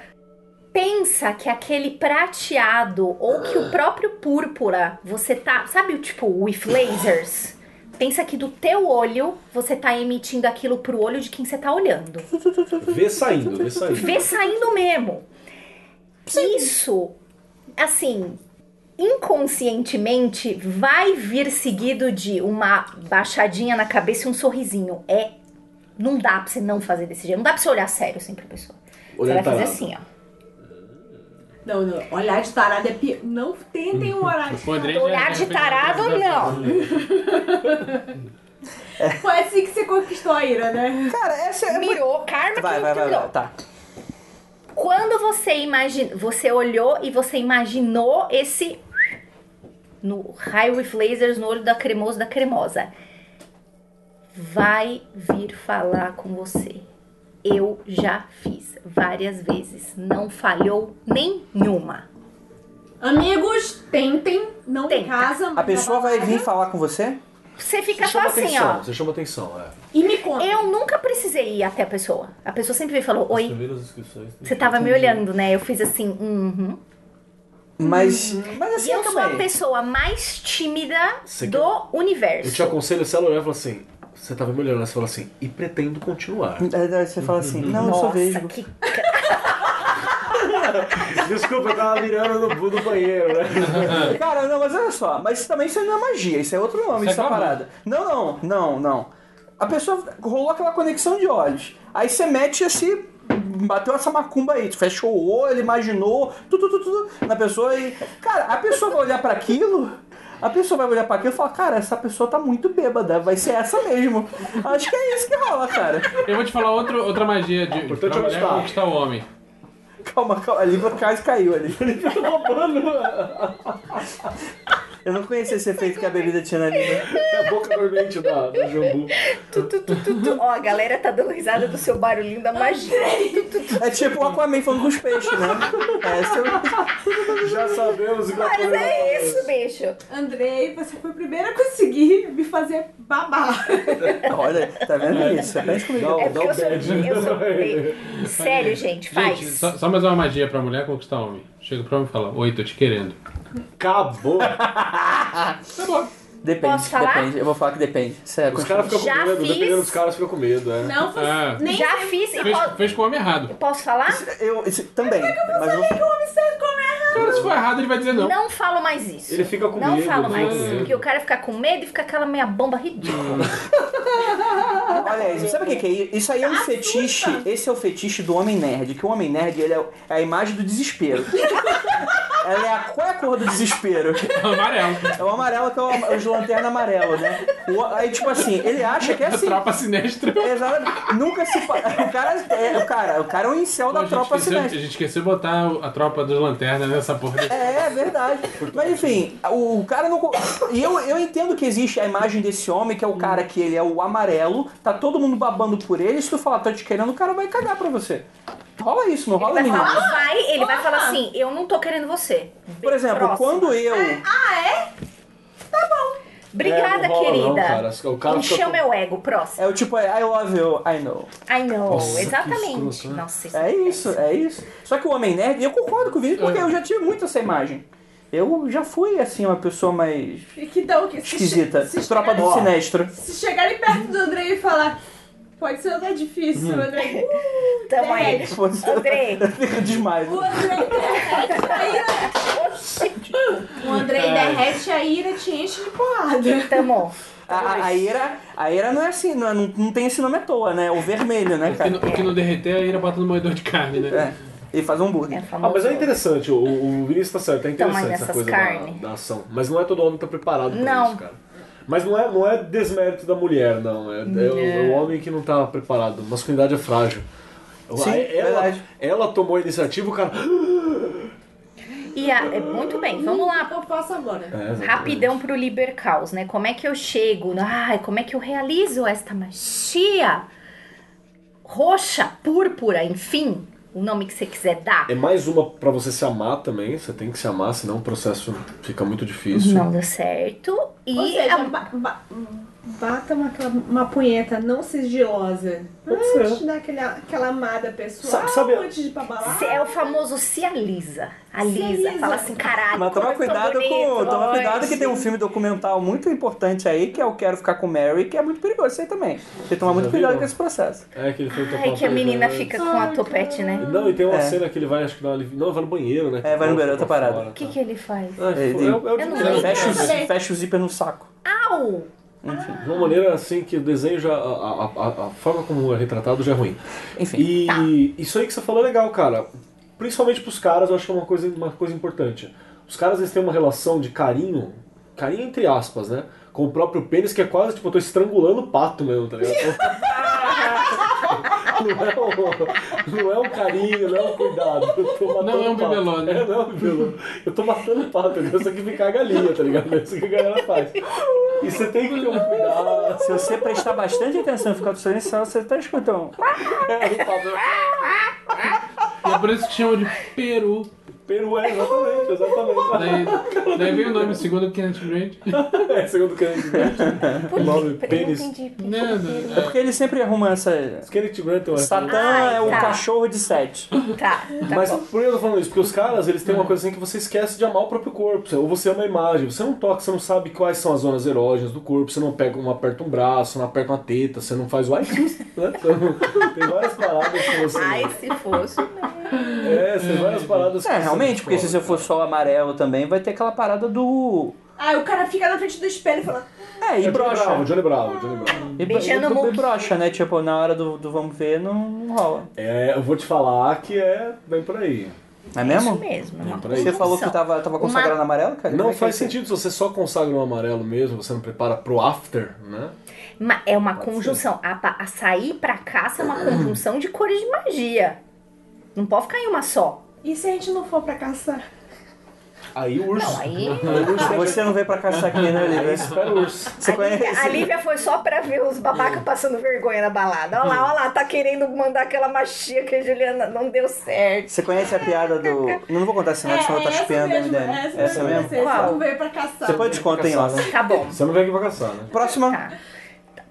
[SPEAKER 4] Pensa que aquele prateado ou que o próprio púrpura, você tá, sabe, o tipo, with lasers? Pensa que do teu olho você tá emitindo aquilo pro olho de quem você tá olhando.
[SPEAKER 7] Vê saindo, vê saindo.
[SPEAKER 4] Vê saindo mesmo. Isso, assim, inconscientemente vai vir seguido de uma baixadinha na cabeça e um sorrisinho. É. Não dá pra você não fazer desse jeito. Não dá pra você olhar sério assim pra pessoa.
[SPEAKER 7] Olhar
[SPEAKER 4] você vai fazer
[SPEAKER 7] tarado.
[SPEAKER 4] assim, ó.
[SPEAKER 6] Não, não, olhar de tarado é pior. Não tentem um olhar de
[SPEAKER 5] O Andrei
[SPEAKER 6] tarado.
[SPEAKER 5] já-
[SPEAKER 4] Olhar
[SPEAKER 5] já
[SPEAKER 4] de
[SPEAKER 5] fez a
[SPEAKER 4] tarado,
[SPEAKER 5] apresentação
[SPEAKER 4] não.
[SPEAKER 5] dele.
[SPEAKER 6] Foi assim que você conquistou a ira, né?
[SPEAKER 3] Cara, essa é.
[SPEAKER 4] Mirou, karma
[SPEAKER 3] Vai,
[SPEAKER 4] que
[SPEAKER 3] vai, vai,
[SPEAKER 4] mirou.
[SPEAKER 3] vai. Tá.
[SPEAKER 4] Quando você imagina, você olhou e você imaginou esse no high with lasers no olho da cremosa da cremosa. Vai vir falar com você. Eu já fiz várias vezes, não falhou nenhuma.
[SPEAKER 6] Amigos, tentem. Não em
[SPEAKER 4] Tenta.
[SPEAKER 6] casa, mas
[SPEAKER 3] A
[SPEAKER 6] na
[SPEAKER 3] pessoa vai
[SPEAKER 6] balada.
[SPEAKER 3] vir falar com você?
[SPEAKER 4] Você
[SPEAKER 7] Você
[SPEAKER 4] fica só
[SPEAKER 7] chama
[SPEAKER 4] assim,
[SPEAKER 7] atenção,
[SPEAKER 4] ó.
[SPEAKER 7] você chama atenção, é.
[SPEAKER 6] E me conta.
[SPEAKER 4] Eu nunca precisei ir até a pessoa. A pessoa sempre veio e falou:
[SPEAKER 7] As
[SPEAKER 4] "Oi".
[SPEAKER 7] primeiras inscrições.
[SPEAKER 4] Você tava me olhando, né? Eu fiz assim, uhum.
[SPEAKER 3] Mas. Mas
[SPEAKER 4] E
[SPEAKER 3] assim,
[SPEAKER 4] eu sou
[SPEAKER 3] calma
[SPEAKER 4] a
[SPEAKER 3] aí.
[SPEAKER 4] pessoa mais tímida
[SPEAKER 7] Você
[SPEAKER 4] do universo.
[SPEAKER 7] Eu te aconselho, se ela olhar e falar assim, você tava me olhando, você fala assim, e pretendo continuar.
[SPEAKER 3] Aí Você fala assim, não, eu sou
[SPEAKER 4] Nossa,
[SPEAKER 3] vesgo.
[SPEAKER 4] que
[SPEAKER 7] Desculpa, eu tava mirando no, no banheiro, né?
[SPEAKER 3] Cara, não, mas olha só, mas isso também isso não é magia, isso é outro nome
[SPEAKER 5] Isso é
[SPEAKER 3] dessa
[SPEAKER 5] glamour.
[SPEAKER 3] parada. Não, não, não, não. A pessoa rolou aquela conexão de olhos. Aí você mete esse. Bateu essa macumba aí, tu fechou o olho, imaginou, tudo, tudo, tudo, na pessoa e. Cara, a pessoa vai olhar pra aquilo, a pessoa vai olhar pra aquilo e falar, cara, essa pessoa tá muito bêbada, vai ser essa mesmo. Acho que é isso que rola, cara.
[SPEAKER 5] Eu vou te falar outro, outra magia de pra
[SPEAKER 7] importante é
[SPEAKER 5] mulher
[SPEAKER 7] gostar.
[SPEAKER 5] conquistar o homem.
[SPEAKER 3] Calma, calma, a língua quase caiu ali.
[SPEAKER 7] Tá roubando.
[SPEAKER 3] Eu não conhecia esse efeito que a bebida tinha na língua.
[SPEAKER 7] É a boca dormente da, da jambu.
[SPEAKER 4] Tu, tu, tu, tu, tu. Ó, a galera tá dando risada do seu barulhinho da magia. Tu, tu, tu.
[SPEAKER 3] É tipo o Aquaman falando com os peixes, né? É, seu...
[SPEAKER 7] Já sabemos o que
[SPEAKER 4] Mas
[SPEAKER 7] Napoleão
[SPEAKER 4] é
[SPEAKER 7] falou.
[SPEAKER 4] isso, bicho.
[SPEAKER 6] Andrei, você foi o primeiro a conseguir me fazer babar.
[SPEAKER 3] Olha, tá vendo isso? Aprende comigo.
[SPEAKER 7] Não,
[SPEAKER 4] É
[SPEAKER 7] Oh, não
[SPEAKER 4] porque eu sou.
[SPEAKER 7] pede.
[SPEAKER 4] Eu sou sério, gente, faz.
[SPEAKER 5] Gente, só, só mais uma magia pra mulher conquistar o homem. Chega pra homem e fala, oi, tô te querendo.
[SPEAKER 7] Acabou.
[SPEAKER 3] Depende,
[SPEAKER 4] Posso falar?
[SPEAKER 3] depende. Eu vou falar que depende. é Sério,
[SPEAKER 7] Os caras ficam
[SPEAKER 4] Já
[SPEAKER 7] com medo.
[SPEAKER 4] fiz.
[SPEAKER 7] Dependendo dos caras, ficam com medo, é.
[SPEAKER 6] Não, você
[SPEAKER 5] Ah.
[SPEAKER 6] nem
[SPEAKER 4] Já fiz e
[SPEAKER 5] Fez,
[SPEAKER 4] po-
[SPEAKER 5] fez com o homem errado.
[SPEAKER 4] posso falar?
[SPEAKER 3] eu isso- também.
[SPEAKER 4] é
[SPEAKER 3] Mas eu,
[SPEAKER 6] o homem certo como errado.
[SPEAKER 5] Cara, se for errado, ele vai dizer não.
[SPEAKER 4] Não falo mais isso.
[SPEAKER 7] Ele fica com
[SPEAKER 4] não
[SPEAKER 7] medo.
[SPEAKER 4] falo
[SPEAKER 7] né?
[SPEAKER 4] mais.
[SPEAKER 5] medo.
[SPEAKER 4] Porque o cara fica com medo e fica aquela meia bomba
[SPEAKER 7] Uhum.
[SPEAKER 4] ridícula.
[SPEAKER 3] olha isso. Sabe o que, que é isso? Isso aí é um fetiche. Esse é o fetiche do homem nerd. Que o homem nerd ele é o- é a imagem do desespero. Ela é a, qual é a cor do desespero?
[SPEAKER 5] Amarelo.
[SPEAKER 3] É o amarelo que é o, os lanterna amarelo, né? O- aí, tipo assim, ele acha que é assim.
[SPEAKER 5] Tropa sinistra.
[SPEAKER 3] Exato. Nunca se. fa- O cara é, o cara, o cara é um
[SPEAKER 5] Pô,
[SPEAKER 3] incel
[SPEAKER 5] a
[SPEAKER 3] da
[SPEAKER 5] gente
[SPEAKER 3] tropa
[SPEAKER 5] esqueceu-
[SPEAKER 3] sinistra.
[SPEAKER 5] A gente esqueceu de botar o- a tropa dos lanternas nessa porra. desse-
[SPEAKER 3] É, é verdade. Mas enfim, o, o cara não. co- E eu, eu entendo que existe a imagem desse homem, que é o cara que ele é o amarelo, tá todo mundo babando por ele, se tu falar, tô te querendo, o cara vai cagar pra você. Rola isso, não rola
[SPEAKER 4] Vai
[SPEAKER 3] menino.
[SPEAKER 7] Uhum.
[SPEAKER 4] falar, vai, ele vai falar assim, eu não tô querendo você.
[SPEAKER 3] Por exemplo,
[SPEAKER 4] Próxima.
[SPEAKER 3] quando eu.
[SPEAKER 4] Obrigada,
[SPEAKER 7] É, não rola
[SPEAKER 4] querida.
[SPEAKER 7] não, cara. O cara
[SPEAKER 4] Encheu
[SPEAKER 7] fica com-
[SPEAKER 4] meu ego, próximo.
[SPEAKER 3] É o tipo, é, I love you, I know.
[SPEAKER 4] Ai, não,
[SPEAKER 7] Nossa, que
[SPEAKER 4] exatamente.
[SPEAKER 7] escroto, né?
[SPEAKER 4] Nossa, isso
[SPEAKER 3] É isso, é isso. Só que o homem nerd, e eu concordo com o Vini, porque eu já tive muito essa imagem. Eu já fui, assim, uma pessoa mais
[SPEAKER 6] E que dão que se-
[SPEAKER 3] esquisita.
[SPEAKER 6] Se,
[SPEAKER 3] Tropa do
[SPEAKER 6] chegarem-
[SPEAKER 3] sinestro.
[SPEAKER 6] se chegarem perto do Andrei e falar, pode ser não é difícil,
[SPEAKER 3] Uhum.
[SPEAKER 6] Andrei.
[SPEAKER 4] Tamo
[SPEAKER 7] É
[SPEAKER 4] aí. Andrei.
[SPEAKER 3] Fica demais.
[SPEAKER 6] O Andrei derrete a ira. O Andrei derrete a ira e te enche de porrada.
[SPEAKER 4] Tamo.
[SPEAKER 3] A, a, a ira, a ira não é assim, não, é- não, não tem esse nome à toa, né? O vermelho, né,
[SPEAKER 5] O que,
[SPEAKER 3] cara?
[SPEAKER 5] não, o que não derreter, aí ele bota no moedor de carne, né?
[SPEAKER 3] É. Ele faz
[SPEAKER 4] É
[SPEAKER 3] hambúrguer.
[SPEAKER 4] famoso.
[SPEAKER 7] Ah, mas é interessante, o, o Vinícius tá certo, é
[SPEAKER 4] Tamanho
[SPEAKER 7] interessante essa
[SPEAKER 4] dessas
[SPEAKER 7] coisa
[SPEAKER 4] carne.
[SPEAKER 7] da, da ação. Mas não é todo homem que tá preparado pra
[SPEAKER 4] Não.
[SPEAKER 7] isso, cara. Mas não é, não é desmérito da mulher, não. É, é o, é o homem que não tá preparado. Masculinidade é frágil.
[SPEAKER 3] Sim,
[SPEAKER 7] Aí ela,
[SPEAKER 3] verdade.
[SPEAKER 7] ela tomou a iniciativa, o cara.
[SPEAKER 4] E a- é, muito bem, vamos lá.
[SPEAKER 6] Eu faço agora.
[SPEAKER 7] É, exatamente.
[SPEAKER 4] Rapidão pro Liber Caos, né? Como é que eu chego? Ai, como é que eu realizo esta magia? Roxa, púrpura, enfim, o nome que você quiser dar.
[SPEAKER 7] É mais uma pra você se amar também. Você tem que se amar, senão o processo fica muito difícil.
[SPEAKER 4] Não deu certo. E
[SPEAKER 6] Ou seja,
[SPEAKER 4] a-
[SPEAKER 6] ba- ba- bata uma, aquela- uma punheta não sigilosa.
[SPEAKER 7] Pode ser.
[SPEAKER 6] antes de dar aquela, aquela amada pessoal.
[SPEAKER 7] Sabe- sabe-
[SPEAKER 6] antes de ir pra balada.
[SPEAKER 4] se- é o famoso se alisa.
[SPEAKER 6] Se
[SPEAKER 4] Alisa,
[SPEAKER 6] alisa.
[SPEAKER 4] fala assim, caralho.
[SPEAKER 3] Mas toma
[SPEAKER 4] como eu sou
[SPEAKER 3] cuidado com.
[SPEAKER 4] bonito,
[SPEAKER 3] Toma
[SPEAKER 4] olha.
[SPEAKER 3] cuidado que tem um filme documental muito importante aí, que é o Quero Ficar com Mary, que é muito perigoso isso aí também. Tem que tomar muito
[SPEAKER 7] Já
[SPEAKER 3] cuidado
[SPEAKER 7] viu?
[SPEAKER 3] com esse processo.
[SPEAKER 7] É aquele filme tá
[SPEAKER 4] Ai,
[SPEAKER 7] falando
[SPEAKER 4] que a
[SPEAKER 7] pra ele,
[SPEAKER 4] menina
[SPEAKER 7] né?
[SPEAKER 4] fica com a topete, né?
[SPEAKER 7] Não, e tem uma
[SPEAKER 3] É.
[SPEAKER 7] cena que ele vai, acho que dá uma alivi- Não, vai no banheiro, né?
[SPEAKER 3] É, vai no banheiro,
[SPEAKER 7] Fica
[SPEAKER 3] tá
[SPEAKER 7] pra
[SPEAKER 3] parado.
[SPEAKER 7] fora, tá.
[SPEAKER 4] O que, que ele faz?
[SPEAKER 7] Ah,
[SPEAKER 3] Ele-
[SPEAKER 7] foi- é o- é o
[SPEAKER 4] Eu não
[SPEAKER 7] de-
[SPEAKER 4] lembro.
[SPEAKER 3] Fecha o,
[SPEAKER 6] Eu também.
[SPEAKER 3] fecha o zíper no saco.
[SPEAKER 4] Au!
[SPEAKER 7] De uma maneira assim que o desenho já. A, a, a- a forma como é retratado já é ruim.
[SPEAKER 3] Enfim. tá.
[SPEAKER 7] E isso aí que você falou é legal, cara. Principalmente pros caras, eu acho que é uma coisa, uma coisa importante. Os caras eles têm uma relação de carinho, carinho entre aspas, né? Com o próprio pênis, que é quase tipo, eu tô estrangulando o pato mesmo, tá ligado? Não é, um, não é um carinho, não é um cuidado. Eu tô matando
[SPEAKER 5] Não é um
[SPEAKER 7] o pato.
[SPEAKER 5] bibelô, né?
[SPEAKER 7] É, não é um bibelô. Eu tô matando o pato, né? eu tenho que ficar a galinha, tá ligado? É isso que a galera faz. E você tem que ter um cuidado.
[SPEAKER 3] Se você prestar bastante atenção e ficar do seu inicial, você tá escutando.
[SPEAKER 7] É, o pato-
[SPEAKER 5] E é por isso que chama de peru.
[SPEAKER 7] Peru é, exatamente, exatamente.
[SPEAKER 5] Daí, daí veio o nome segundo Kenneth Grant.
[SPEAKER 7] É, segundo o Kenneth Grant.
[SPEAKER 4] Por
[SPEAKER 7] O nome
[SPEAKER 4] quê? Eu não
[SPEAKER 7] pênis.
[SPEAKER 4] entendi. por
[SPEAKER 5] Não,
[SPEAKER 4] quê.
[SPEAKER 5] não,
[SPEAKER 3] É porque ele sempre arruma essa.
[SPEAKER 7] Kenneth um Grant eu acho.
[SPEAKER 3] Satã é o
[SPEAKER 4] tá.
[SPEAKER 3] cachorro de sete.
[SPEAKER 4] Tá, tá
[SPEAKER 7] Mas
[SPEAKER 4] bom.
[SPEAKER 7] por que eu tô falando isso? Porque os caras, eles têm uma coisa assim que você esquece de amar o próprio corpo. Ou você ama a imagem, você não toca, você não sabe quais são as zonas erógenas do corpo, você não pega, não aperta um braço, não aperta uma teta, você não faz o ai, que susto, né? Então, tem várias paradas que você.
[SPEAKER 3] assim,
[SPEAKER 4] Ai, se fosse.
[SPEAKER 7] É, tem várias paradas que
[SPEAKER 3] É,
[SPEAKER 7] você
[SPEAKER 3] realmente,
[SPEAKER 7] não
[SPEAKER 3] porque se você for
[SPEAKER 7] descobre.
[SPEAKER 3] só o amarelo também, vai ter aquela parada do.
[SPEAKER 6] Aí o cara fica na frente do espelho e fala,
[SPEAKER 3] É, e
[SPEAKER 7] É Johnny
[SPEAKER 3] brocha.
[SPEAKER 7] Bravo, Johnny Bravo, Johnny Bravo.
[SPEAKER 3] E,
[SPEAKER 4] Beijando
[SPEAKER 3] e,
[SPEAKER 4] o
[SPEAKER 3] e brocha, né? Tipo, na hora do, do vamos ver, não, não rola.
[SPEAKER 7] É, eu vou te falar que é bem por aí.
[SPEAKER 3] Não é mesmo?
[SPEAKER 4] Isso mesmo. uma
[SPEAKER 7] peraí.
[SPEAKER 3] Você falou que
[SPEAKER 4] conjunção.
[SPEAKER 3] tava, tava consagrando
[SPEAKER 4] Uma-
[SPEAKER 3] amarelo, cara? Como
[SPEAKER 7] Não
[SPEAKER 3] é que
[SPEAKER 7] faz
[SPEAKER 3] é?
[SPEAKER 7] sentido se você só consagra um amarelo mesmo, você não prepara pro after, né?
[SPEAKER 4] Ma- É uma conjunção. A, pa- a sair pra caça é uma conjunção de cores de magia. Não pode ficar em uma só.
[SPEAKER 6] e se a gente não for pra caçar?
[SPEAKER 7] Aí o urso.
[SPEAKER 4] Não, aí.
[SPEAKER 3] Você não veio pra caçar aqui, né,
[SPEAKER 7] Aí
[SPEAKER 3] Olivia?
[SPEAKER 7] espera o É urso.
[SPEAKER 3] Você
[SPEAKER 4] a, Lívia, a
[SPEAKER 3] conhece?
[SPEAKER 4] Lívia foi só pra ver os babacas passando vergonha na balada. Olha lá, olha lá, tá querendo mandar aquela machia que a Juliana não deu certo.
[SPEAKER 3] Você conhece a piada do. Não vou contar senão, senão eu tá
[SPEAKER 6] É, essa
[SPEAKER 3] chupando,
[SPEAKER 6] mesmo,
[SPEAKER 3] MDM.
[SPEAKER 6] essa,
[SPEAKER 3] Essa mesmo?
[SPEAKER 6] Você
[SPEAKER 4] Qual?
[SPEAKER 6] não veio pra caçar.
[SPEAKER 3] Depois eu te conto, hein, Ana.
[SPEAKER 4] Tá
[SPEAKER 3] é
[SPEAKER 4] bom.
[SPEAKER 7] Você não vem aqui pra caçar, né?
[SPEAKER 3] Próxima.
[SPEAKER 4] Tá.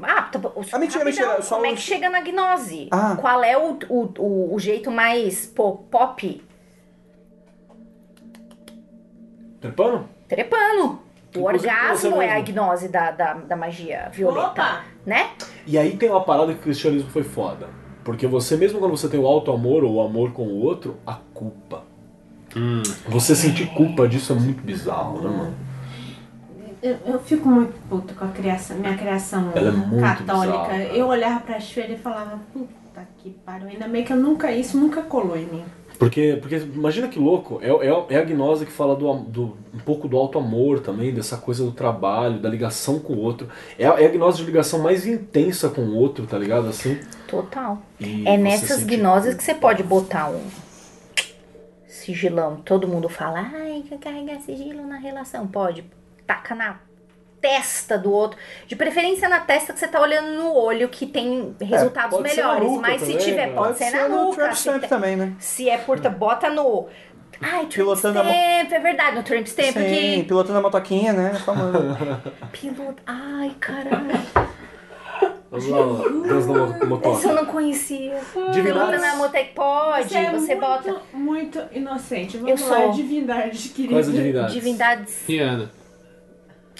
[SPEAKER 4] Ah, tá bom.
[SPEAKER 3] Ah, mentira, mentira, só
[SPEAKER 4] Como é
[SPEAKER 3] um-
[SPEAKER 4] que chega na gnose?
[SPEAKER 3] Ah.
[SPEAKER 4] Qual é o, o, o, o jeito mais pô, pop?
[SPEAKER 7] Trepando?
[SPEAKER 4] Trepando. O
[SPEAKER 7] Inclusive, você
[SPEAKER 4] orgasmo
[SPEAKER 7] mesmo.
[SPEAKER 4] é a gnose da, da, da magia violeta.
[SPEAKER 6] Opa!
[SPEAKER 4] Né?
[SPEAKER 7] E aí tem uma parada que o cristianismo foi foda. Porque você, mesmo quando você tem o alto amor ou o amor com o outro, a culpa. Você sentir culpa disso é muito bizarro, né, mano?
[SPEAKER 6] Eu, eu fico muito puto com a criação, minha criação
[SPEAKER 7] Ela é muito
[SPEAKER 6] católica.
[SPEAKER 7] bizarra.
[SPEAKER 6] eu olhava pra espelho e falava, puta que pariu. Ainda bem que eu nunca, isso nunca colou em mim.
[SPEAKER 7] Porque, porque imagina que louco, é, é, é a gnose que fala do, am- do- um pouco do alto amor também, dessa coisa do trabalho, da ligação com o outro. É, a- é a gnose de ligação mais intensa com o outro, tá ligado? Assim.
[SPEAKER 4] Total.
[SPEAKER 7] E
[SPEAKER 4] É
[SPEAKER 7] você
[SPEAKER 4] nessas
[SPEAKER 7] sente-
[SPEAKER 4] gnoses que você pode botar um sigilão. Todo mundo fala, ai, que carregar sigilo na relação. Pode, taca na testa do outro. De preferência na testa que você tá olhando no olho, que tem resultados
[SPEAKER 7] pode ser na
[SPEAKER 4] melhores.
[SPEAKER 7] nuca
[SPEAKER 4] Mas se
[SPEAKER 7] também,
[SPEAKER 4] tiver,
[SPEAKER 7] né?
[SPEAKER 4] pode, ser, na
[SPEAKER 3] no
[SPEAKER 4] nuca.
[SPEAKER 3] Trump
[SPEAKER 4] Se,
[SPEAKER 3] Stamp
[SPEAKER 4] te-
[SPEAKER 3] também, né?
[SPEAKER 4] se é porta, bota no. Ai, Trump Stamp,
[SPEAKER 3] Pilotando a mão.
[SPEAKER 4] é verdade, no Trump
[SPEAKER 3] Sim,
[SPEAKER 4] Stamp. Que...
[SPEAKER 3] pilotando a motoquinha, né? Famoso.
[SPEAKER 4] Piloto. Ai, caralho,
[SPEAKER 7] Vamos lá, ó, Deus da mo-
[SPEAKER 4] essa eu
[SPEAKER 7] motoca.
[SPEAKER 4] não conhecia. Pilota
[SPEAKER 7] Divinados.
[SPEAKER 4] na motec, pode, você,
[SPEAKER 6] muito,
[SPEAKER 4] bota.
[SPEAKER 6] é muito inocente. Vamos
[SPEAKER 4] Eu
[SPEAKER 6] lá,
[SPEAKER 4] sou.
[SPEAKER 6] divindade, querida.
[SPEAKER 7] Quais as divindades?
[SPEAKER 4] Divindades.
[SPEAKER 5] Rihanna.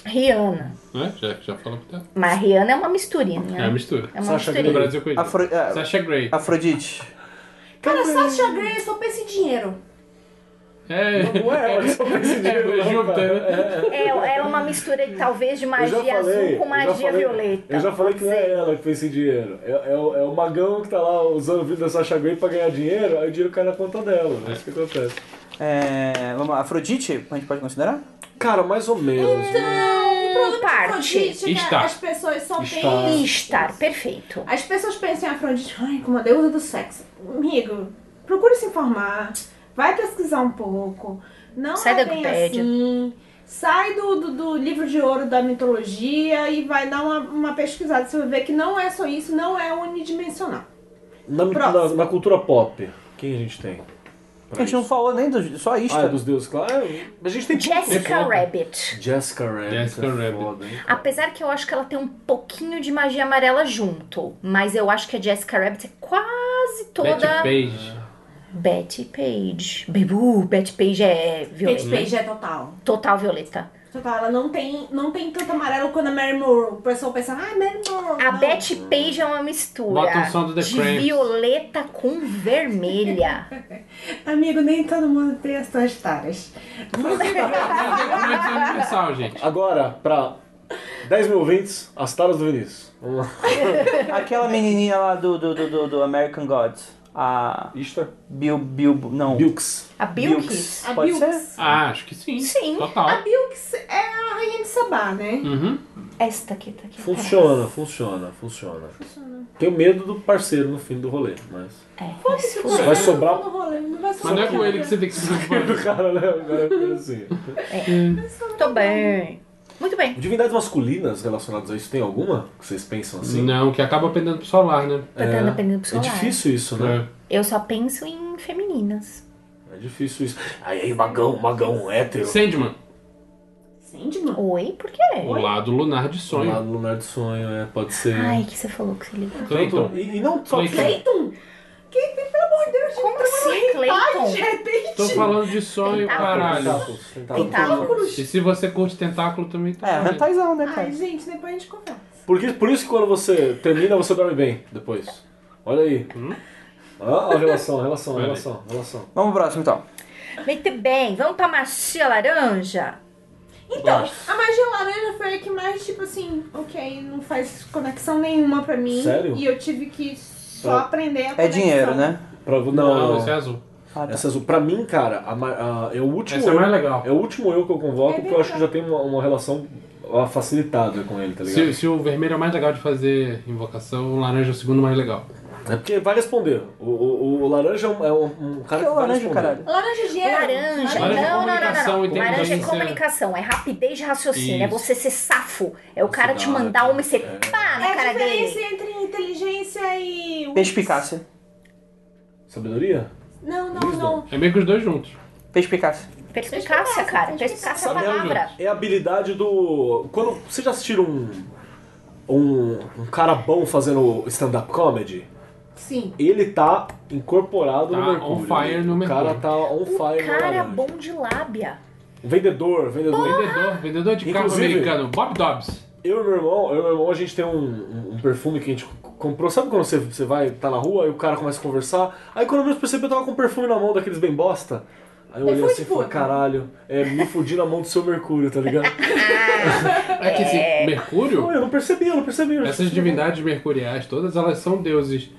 [SPEAKER 4] Rihanna.
[SPEAKER 5] Né? Já, já fala pro teu.
[SPEAKER 4] Mas Rihanna é uma misturinha.
[SPEAKER 5] É a mistura.
[SPEAKER 4] É uma
[SPEAKER 7] Sasha
[SPEAKER 5] No
[SPEAKER 4] misturinha.
[SPEAKER 7] Grey.
[SPEAKER 5] Brasil com ele.
[SPEAKER 3] Afro... ah,
[SPEAKER 5] Sasha Grey.
[SPEAKER 3] Afrodite.
[SPEAKER 6] Cara, Sasha Grey só pensa em
[SPEAKER 4] Hum,
[SPEAKER 6] dinheiro.
[SPEAKER 5] É.
[SPEAKER 7] Ué, mas eu pensei
[SPEAKER 5] É,
[SPEAKER 7] nisso,
[SPEAKER 5] Júpiter,
[SPEAKER 7] cara.
[SPEAKER 5] né?
[SPEAKER 4] É, é uma mistura de, talvez de
[SPEAKER 7] Eu já
[SPEAKER 4] magia azul com
[SPEAKER 7] eu já
[SPEAKER 4] magia
[SPEAKER 7] falei-
[SPEAKER 4] violeta.
[SPEAKER 7] Eu já falei que não
[SPEAKER 4] Sim.
[SPEAKER 7] é ela que fez esse dinheiro. É, é o, é o magão que tá lá usando o vídeo da Sasha Grey pra ganhar dinheiro, aí o dinheiro cai na conta dela. É isso que acontece.
[SPEAKER 3] É, vamos lá, Afrodite, a gente pode considerar?
[SPEAKER 7] Cara, mais ou menos.
[SPEAKER 4] Então, parte.
[SPEAKER 6] Afrodite, cara,
[SPEAKER 5] Está.
[SPEAKER 6] As pessoas só
[SPEAKER 7] Está.
[SPEAKER 6] pensam.
[SPEAKER 4] Estar, perfeito.
[SPEAKER 6] As pessoas pensam em Afrodite ai, como a deusa do sexo. Amigo, procure se informar, vai pesquisar um pouco, não
[SPEAKER 4] Sai
[SPEAKER 6] sai
[SPEAKER 4] da
[SPEAKER 6] é bem
[SPEAKER 4] Wikipédia.
[SPEAKER 6] assim. Sai do, do, do livro de ouro da mitologia e vai dar uma, uma pesquisada. Você vai ver que não é só isso, não é unidimensional.
[SPEAKER 7] Na,
[SPEAKER 6] Próximo.
[SPEAKER 7] na- na cultura pop, quem a gente tem?
[SPEAKER 3] A gente não falou nem do, só isto.
[SPEAKER 4] tá-
[SPEAKER 7] Ah, é dos deuses, claro. É, A gente tem
[SPEAKER 4] Jessica
[SPEAKER 5] Exato.
[SPEAKER 4] Rabbit.
[SPEAKER 7] Jessica Rabbit.
[SPEAKER 5] Jessica
[SPEAKER 7] é
[SPEAKER 5] Rabbit.
[SPEAKER 7] foda, hein?
[SPEAKER 4] Apesar que eu acho que ela tem um pouquinho de magia amarela junto. Mas eu acho que a Jessica Rabbit é quase
[SPEAKER 5] Betty
[SPEAKER 4] toda.
[SPEAKER 5] Page.
[SPEAKER 4] Betty Page. Bebu, Betty Page é
[SPEAKER 6] Kate
[SPEAKER 4] violeta.
[SPEAKER 6] Page é total.
[SPEAKER 4] Total violeta.
[SPEAKER 6] Total, ela não tem, não tem tanto amarelo quando a Mary Moore. O pessoal pensa, ah, Mary Moore.
[SPEAKER 4] A
[SPEAKER 6] não.
[SPEAKER 4] Betty Page é uma mistura
[SPEAKER 5] Bota um som do The
[SPEAKER 4] de
[SPEAKER 5] Cramps.
[SPEAKER 4] violeta com vermelha.
[SPEAKER 6] Amigo, nem todo mundo tem as suas taras.
[SPEAKER 5] Mas é universal, gente.
[SPEAKER 7] Agora, pra 10 mil ouvintes, as taras do Vinícius. Vamos lá.
[SPEAKER 3] Aquela menininha lá do, do, do, do- do American Gods. A
[SPEAKER 7] Ista.
[SPEAKER 3] Bil, Bilbo, não.
[SPEAKER 7] Bilks.
[SPEAKER 4] A Bilkis.
[SPEAKER 6] A
[SPEAKER 3] Pode
[SPEAKER 6] Bilks.
[SPEAKER 3] ser?
[SPEAKER 5] Ah, acho que sim.
[SPEAKER 4] Sim.
[SPEAKER 6] A
[SPEAKER 3] Ah,
[SPEAKER 5] Total.
[SPEAKER 6] Bilks é a rainha de Sabá, né?
[SPEAKER 5] Uhum.
[SPEAKER 4] Esta aqui, tá aqui.
[SPEAKER 7] Funciona, funciona, funciona. Tenho medo do parceiro no fim do rolê, mas.
[SPEAKER 4] É,
[SPEAKER 6] Isso
[SPEAKER 4] mas
[SPEAKER 7] Vai
[SPEAKER 6] né? não
[SPEAKER 7] sobrar-
[SPEAKER 6] no rolê, não vai
[SPEAKER 5] Mas não é
[SPEAKER 6] sobrar
[SPEAKER 5] com ele que você tem que se preocupar.
[SPEAKER 7] Do cara, né? Agora eu fico assim.
[SPEAKER 4] Tô bem. Muito bem.
[SPEAKER 7] Divindades masculinas relacionadas a isso, tem alguma que vocês pensam assim?
[SPEAKER 5] Não, que acaba pendendo pro
[SPEAKER 4] Tá
[SPEAKER 5] solar, né?
[SPEAKER 4] Tô dando a
[SPEAKER 7] É
[SPEAKER 4] península.
[SPEAKER 7] difícil isso, né?
[SPEAKER 5] É.
[SPEAKER 4] Eu só penso em femininas.
[SPEAKER 7] É difícil isso. Aí, aí magão, magão, hétero.
[SPEAKER 5] É. Sandman,
[SPEAKER 6] Sandman?
[SPEAKER 4] Oi, por quê?
[SPEAKER 5] o lado lunar de
[SPEAKER 7] Um
[SPEAKER 5] sonho.
[SPEAKER 7] lado lunar de sonho, é, pode ser.
[SPEAKER 4] Ai, que você falou que você liga.
[SPEAKER 5] Clayton.
[SPEAKER 7] Tanto- E, e não só
[SPEAKER 5] Clayton.
[SPEAKER 6] Clayton? Que, pelo amor de Deus,
[SPEAKER 4] Como assim,
[SPEAKER 6] Ai,
[SPEAKER 4] Clayton?
[SPEAKER 6] de repente. Tá
[SPEAKER 5] Tô falando de sonho,
[SPEAKER 7] Tá
[SPEAKER 4] Tentáculos.
[SPEAKER 5] caralho.
[SPEAKER 7] Tentáculos,
[SPEAKER 4] Tentáculos.
[SPEAKER 5] E se você curte tentáculo também tá.
[SPEAKER 3] É,
[SPEAKER 5] valendo.
[SPEAKER 3] rentaisão, né, cara?
[SPEAKER 6] Ai, gente, depois a gente conversa.
[SPEAKER 7] Porque, por isso que quando você termina, você dorme bem depois. Olha aí. Ah, a relação, a relação, a
[SPEAKER 5] Hum? Olha aí.
[SPEAKER 7] relação, a relação.
[SPEAKER 3] Vamos pro próximo, então.
[SPEAKER 4] Muito bem, vamos pra magia laranja?
[SPEAKER 6] Então, a magia laranja foi a que mais, tipo assim, ok, não faz conexão nenhuma pra mim.
[SPEAKER 7] Sério?
[SPEAKER 6] E eu tive que só
[SPEAKER 7] Ah.
[SPEAKER 6] aprender a
[SPEAKER 3] É
[SPEAKER 6] conexão.
[SPEAKER 3] dinheiro, né?
[SPEAKER 7] Pra, não,
[SPEAKER 5] Não,
[SPEAKER 7] não.
[SPEAKER 5] esse é azul.
[SPEAKER 3] Ah, tá.
[SPEAKER 7] Essa azul. Pra mim, cara, a ma- a- é o último.
[SPEAKER 5] Essa é
[SPEAKER 7] eu-
[SPEAKER 5] mais legal.
[SPEAKER 7] É o último eu que eu convoco,
[SPEAKER 6] É
[SPEAKER 7] porque eu acho que já
[SPEAKER 6] verdade.
[SPEAKER 7] tem uma, uma relação ah, facilitada com ele, tá ligado?
[SPEAKER 5] Se, se o vermelho é o mais legal de fazer invocação, o laranja é o segundo mais legal.
[SPEAKER 7] É porque vai responder. O, o- o laranja é um, é um- um cara
[SPEAKER 3] Que é
[SPEAKER 7] que,
[SPEAKER 3] o
[SPEAKER 7] vai
[SPEAKER 3] laranja,
[SPEAKER 7] responder.
[SPEAKER 3] caralho.
[SPEAKER 6] Laranja é dinheiro.
[SPEAKER 4] Laranja. então,
[SPEAKER 5] Laranja é
[SPEAKER 4] Não, não,
[SPEAKER 5] comunicação
[SPEAKER 4] não,
[SPEAKER 5] e
[SPEAKER 4] não.
[SPEAKER 5] tem
[SPEAKER 4] Laranja é
[SPEAKER 5] inteligência.
[SPEAKER 4] comunicação, é rapidez de raciocínio, é
[SPEAKER 5] Isso.
[SPEAKER 4] você ser safo. É o cara te
[SPEAKER 7] Velocidade,
[SPEAKER 4] mandar uma e você
[SPEAKER 7] é.
[SPEAKER 4] pá na
[SPEAKER 6] É a
[SPEAKER 4] cara
[SPEAKER 6] diferença
[SPEAKER 4] dele.
[SPEAKER 6] entre inteligência e. o-
[SPEAKER 3] Perspicácia.
[SPEAKER 7] Sabedoria?
[SPEAKER 6] Não, não, não.
[SPEAKER 5] É meio que os dois juntos.
[SPEAKER 3] Perspicácia.
[SPEAKER 4] Perspicácia, cara. Perspicácia é a
[SPEAKER 5] Sabe
[SPEAKER 4] palavra.
[SPEAKER 7] É a habilidade do. Quando. Vocês já assistiram um. Um, um cara bom fazendo stand-up comedy?
[SPEAKER 6] Sim.
[SPEAKER 7] Ele tá incorporado
[SPEAKER 5] Tá
[SPEAKER 7] no Mercúrio.
[SPEAKER 5] on fire
[SPEAKER 7] né?
[SPEAKER 5] no
[SPEAKER 7] O cara
[SPEAKER 5] Mercúrio.
[SPEAKER 7] tá on fire
[SPEAKER 4] O
[SPEAKER 7] no
[SPEAKER 4] cara é
[SPEAKER 7] laranja.
[SPEAKER 4] bom de lábia.
[SPEAKER 7] Vendedor, vendedor.
[SPEAKER 5] Vendedor, vendedor de carro
[SPEAKER 7] Inclusive-
[SPEAKER 5] americano, Bob Dobbs.
[SPEAKER 7] Eu e meu irmão, eu e meu irmão, a gente tem um, um- um perfume que a gente comprou. Sabe quando você, você vai, tá na rua e o cara começa a conversar? Aí quando eu menos percebi, eu tava com um perfume na mão daqueles bem bosta. Aí eu olhei
[SPEAKER 6] Perfume de
[SPEAKER 7] assim e falei,
[SPEAKER 6] puta.
[SPEAKER 7] caralho, é, me fudi na mão do seu Mercúrio, tá ligado?
[SPEAKER 5] É que esse
[SPEAKER 7] Não,
[SPEAKER 5] Mercúrio,
[SPEAKER 7] eu não percebi, eu não percebi. eu
[SPEAKER 5] essas
[SPEAKER 7] não percebi.
[SPEAKER 5] divindades mercuriais, todas elas são deuses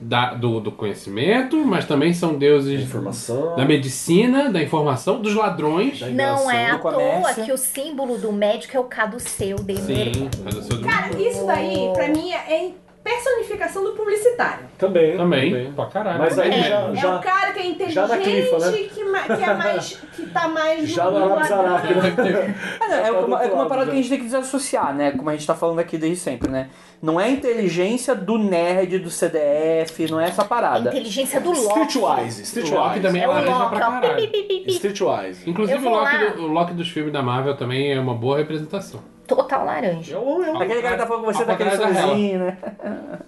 [SPEAKER 5] da- do, do conhecimento, mas também são deuses
[SPEAKER 7] Informação.
[SPEAKER 5] da medicina, da informação, dos ladrões.
[SPEAKER 7] Da
[SPEAKER 4] Não é
[SPEAKER 7] enganação.
[SPEAKER 4] à
[SPEAKER 3] do comércio.
[SPEAKER 4] toa que o símbolo do médico é o caduceu dele.
[SPEAKER 5] Sim, mas eu sou do-
[SPEAKER 6] Cara, isso daí, pra mim, é personificação do publicitário.
[SPEAKER 7] Também.
[SPEAKER 4] é
[SPEAKER 5] Também, pra caralho.
[SPEAKER 7] Mas aí já.
[SPEAKER 6] É
[SPEAKER 7] já...
[SPEAKER 6] o cara que é inteligente,
[SPEAKER 7] já na Clifa, né?
[SPEAKER 6] que, ma- que é mais. que tá mais.
[SPEAKER 7] Já
[SPEAKER 6] no
[SPEAKER 7] na
[SPEAKER 6] lado-
[SPEAKER 7] Rabzarab,
[SPEAKER 3] É, não, é
[SPEAKER 7] Tá do
[SPEAKER 3] uma, é
[SPEAKER 7] outro
[SPEAKER 3] uma
[SPEAKER 7] lado,
[SPEAKER 3] parada que
[SPEAKER 7] já.
[SPEAKER 3] a gente tem que desassociar, né? Como a gente tá falando aqui desde sempre, né? Não é a inteligência do nerd, do CDF, não é essa
[SPEAKER 4] A
[SPEAKER 3] parada.
[SPEAKER 4] inteligência do Loki.
[SPEAKER 7] Streetwise.
[SPEAKER 5] O Loki
[SPEAKER 7] Streetwise.
[SPEAKER 5] também é
[SPEAKER 4] É o
[SPEAKER 5] laranja pra
[SPEAKER 4] Loki, ó. Pi,
[SPEAKER 5] caralho.
[SPEAKER 4] pi, pi, pi, pi.
[SPEAKER 7] Streetwise.
[SPEAKER 5] Inclusive
[SPEAKER 4] Eu
[SPEAKER 5] o
[SPEAKER 4] vou
[SPEAKER 5] Loki,
[SPEAKER 4] lá.
[SPEAKER 5] do- o Loki dos filmes da Marvel também é uma boa representação.
[SPEAKER 4] Total laranja.
[SPEAKER 7] É um, é um-
[SPEAKER 3] Aquele cara que tá falando com você,
[SPEAKER 5] Ao
[SPEAKER 3] tá aquele
[SPEAKER 5] contrário da Hela.
[SPEAKER 3] sorrisinho, né?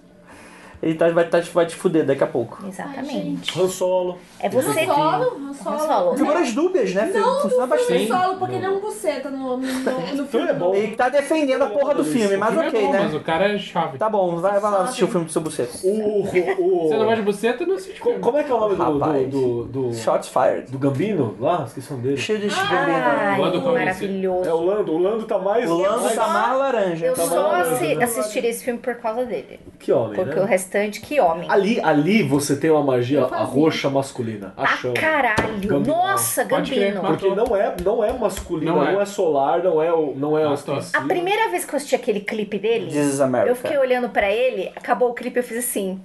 [SPEAKER 3] Ele tá, vai, tá- vai te fuder daqui a pouco.
[SPEAKER 4] Exatamente.
[SPEAKER 7] Han Solo.
[SPEAKER 4] É você.
[SPEAKER 6] Solo, Han
[SPEAKER 4] Han
[SPEAKER 6] solo.
[SPEAKER 4] Solo.
[SPEAKER 3] Figuras dúbias, né?
[SPEAKER 6] Não,
[SPEAKER 3] Funciona
[SPEAKER 6] do filme
[SPEAKER 3] bastante.
[SPEAKER 6] solo, porque ele é um buceta no, no, no, no filme.
[SPEAKER 7] é bom.
[SPEAKER 3] Ele tá defendendo a porra do filme, mas
[SPEAKER 5] O filme é
[SPEAKER 3] ok,
[SPEAKER 5] bom,
[SPEAKER 3] né?
[SPEAKER 5] Mas o cara é chave.
[SPEAKER 3] Tá bom, vai, vai lá assistir o filme do seu buceta.
[SPEAKER 7] O. o, o...
[SPEAKER 5] Você não gosta de buceta, não assiste.
[SPEAKER 7] Co- Como é que é o nome
[SPEAKER 3] Rapaz.
[SPEAKER 7] do. do, do, do...
[SPEAKER 3] Shots fired.
[SPEAKER 7] Do Gambino lá? Esqueci o nome dele.
[SPEAKER 3] Cheio de né?
[SPEAKER 4] Ai,
[SPEAKER 5] Quando eu comecei-
[SPEAKER 7] É o
[SPEAKER 4] maravilhoso.
[SPEAKER 7] Lando. O Lando tá mais.
[SPEAKER 3] O Lando
[SPEAKER 7] mais-
[SPEAKER 3] tá mais laranja.
[SPEAKER 4] Eu
[SPEAKER 3] Tá
[SPEAKER 4] só
[SPEAKER 3] mais laranja.
[SPEAKER 4] assi assistiria esse filme por causa dele.
[SPEAKER 7] Que homem,
[SPEAKER 4] Porque
[SPEAKER 3] é
[SPEAKER 4] o
[SPEAKER 7] né?
[SPEAKER 4] restante, que homem.
[SPEAKER 7] Ali, ali você tem uma magia
[SPEAKER 6] Eu fazia.
[SPEAKER 7] roxa masculina.
[SPEAKER 4] Pra
[SPEAKER 7] Achamos.
[SPEAKER 4] caralho.
[SPEAKER 7] Gambino.
[SPEAKER 4] Nossa,
[SPEAKER 5] Pode crer,
[SPEAKER 4] Gambino.
[SPEAKER 5] mas-
[SPEAKER 7] Porque não é, não é masculina, não
[SPEAKER 5] Não
[SPEAKER 7] é,
[SPEAKER 5] é.
[SPEAKER 7] solar, não é, o- não é
[SPEAKER 5] Matou.
[SPEAKER 7] ostensiva.
[SPEAKER 4] A primeira vez que eu assisti aquele clipe dele,
[SPEAKER 3] This is America.
[SPEAKER 4] eu fiquei olhando pra ele, acabou o clipe, eu fiz assim.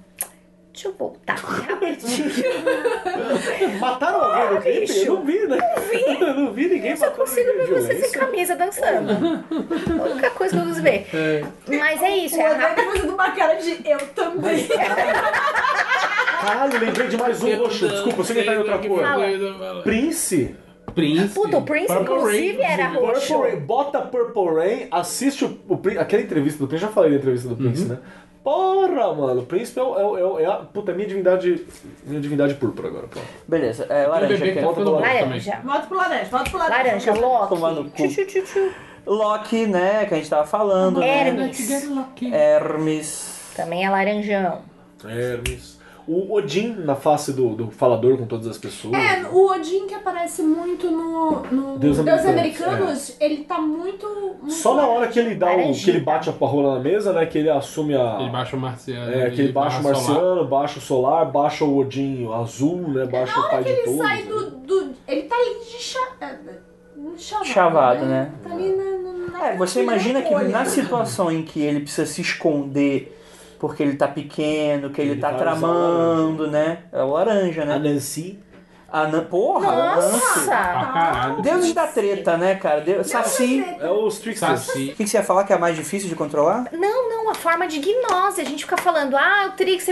[SPEAKER 4] Deixa eu voltar aqui rapidinho.
[SPEAKER 7] Mataram alguém no clipe?
[SPEAKER 4] bicho.
[SPEAKER 7] Eu não vi, né? Eu não vi, ninguém
[SPEAKER 4] Eu só
[SPEAKER 7] matando
[SPEAKER 4] consigo
[SPEAKER 7] ninguém.
[SPEAKER 4] ver você sem
[SPEAKER 7] Violência.
[SPEAKER 4] camisa dançando. A única coisa que eu consigo ver. Mas é isso,
[SPEAKER 6] O
[SPEAKER 4] é
[SPEAKER 6] André
[SPEAKER 4] rápido.
[SPEAKER 6] tá fazendo uma cara de eu também.
[SPEAKER 7] Caralho, lembrei de mais um roxo. Desculpa, você que tá em outra cor. Prince.
[SPEAKER 5] Prince.
[SPEAKER 4] Puta, o Prince,
[SPEAKER 5] Purple Rain,
[SPEAKER 4] inclusive, era
[SPEAKER 5] inclusive.
[SPEAKER 4] roxo.
[SPEAKER 7] Purple Rain. Bota Purple Rain, assiste o, o Prince. Aquela entrevista do Prince, já falei da entrevista do Prince,
[SPEAKER 5] Uhum.
[SPEAKER 7] né? Porra, mano, o Príncipe é, o- é, o- é, o- é a. Puta, é minha divindade. Minha divindade púrpura agora, pô.
[SPEAKER 3] Beleza, é
[SPEAKER 5] O
[SPEAKER 3] laranja
[SPEAKER 5] bebê
[SPEAKER 3] aqui.
[SPEAKER 5] que tá pelo
[SPEAKER 7] Volta
[SPEAKER 5] lado também.
[SPEAKER 4] Laranja.
[SPEAKER 6] Volta pro laranja, volta pro laranja.
[SPEAKER 4] Laranja,
[SPEAKER 3] Tomar no
[SPEAKER 4] Loki.
[SPEAKER 3] cu.
[SPEAKER 4] Tchu, tchu, tchu, tchu.
[SPEAKER 3] Loki, né? Que a gente tava falando, né?
[SPEAKER 5] é
[SPEAKER 4] Hermes.
[SPEAKER 7] É.
[SPEAKER 3] Hermes.
[SPEAKER 4] Também é laranjão.
[SPEAKER 7] Hermes. O Odin na face do, do falador com todas as pessoas.
[SPEAKER 6] É, o Odin que aparece muito no, no
[SPEAKER 7] Deus
[SPEAKER 6] Deus,
[SPEAKER 7] Americanos,
[SPEAKER 6] Americanos, ele tá muito. muito
[SPEAKER 7] Só na hora que ele dá o.
[SPEAKER 4] Laranjinha.
[SPEAKER 7] que ele bate a parrola na mesa, né? Que ele assume a.
[SPEAKER 5] Ele baixa o marciano.
[SPEAKER 7] É, aquele
[SPEAKER 5] ele
[SPEAKER 7] baixo
[SPEAKER 5] barra solar.
[SPEAKER 7] marciano, baixo solar, baixo o Odin azul, né? Baixo o pai
[SPEAKER 6] que
[SPEAKER 7] de
[SPEAKER 6] ele
[SPEAKER 7] todos.
[SPEAKER 6] sai
[SPEAKER 7] né?
[SPEAKER 6] do, do. Ele tá ali de cha- é, chavado.
[SPEAKER 3] Chavado, né?
[SPEAKER 6] Tá ali na. na- na-
[SPEAKER 3] É, né? você
[SPEAKER 6] na
[SPEAKER 3] imagina que
[SPEAKER 6] folha.
[SPEAKER 3] na situação em que ele precisa se esconder porque ele tá pequeno, que ele,
[SPEAKER 7] Ele
[SPEAKER 3] tá
[SPEAKER 7] tá
[SPEAKER 3] tramando, né? É o laranja,
[SPEAKER 7] A
[SPEAKER 3] né?
[SPEAKER 7] Nancy.
[SPEAKER 3] A nan- Porra, Nancy.
[SPEAKER 4] Nossa!
[SPEAKER 5] Pra caralho.
[SPEAKER 3] Deuses da treta, né, cara? Deus... Saci.
[SPEAKER 7] É o Strixus.
[SPEAKER 5] Saci.
[SPEAKER 3] O que que você ia falar que é a mais difícil de controlar?
[SPEAKER 4] Não, não uma forma de gnose. A gente fica falando, ah, o Trix,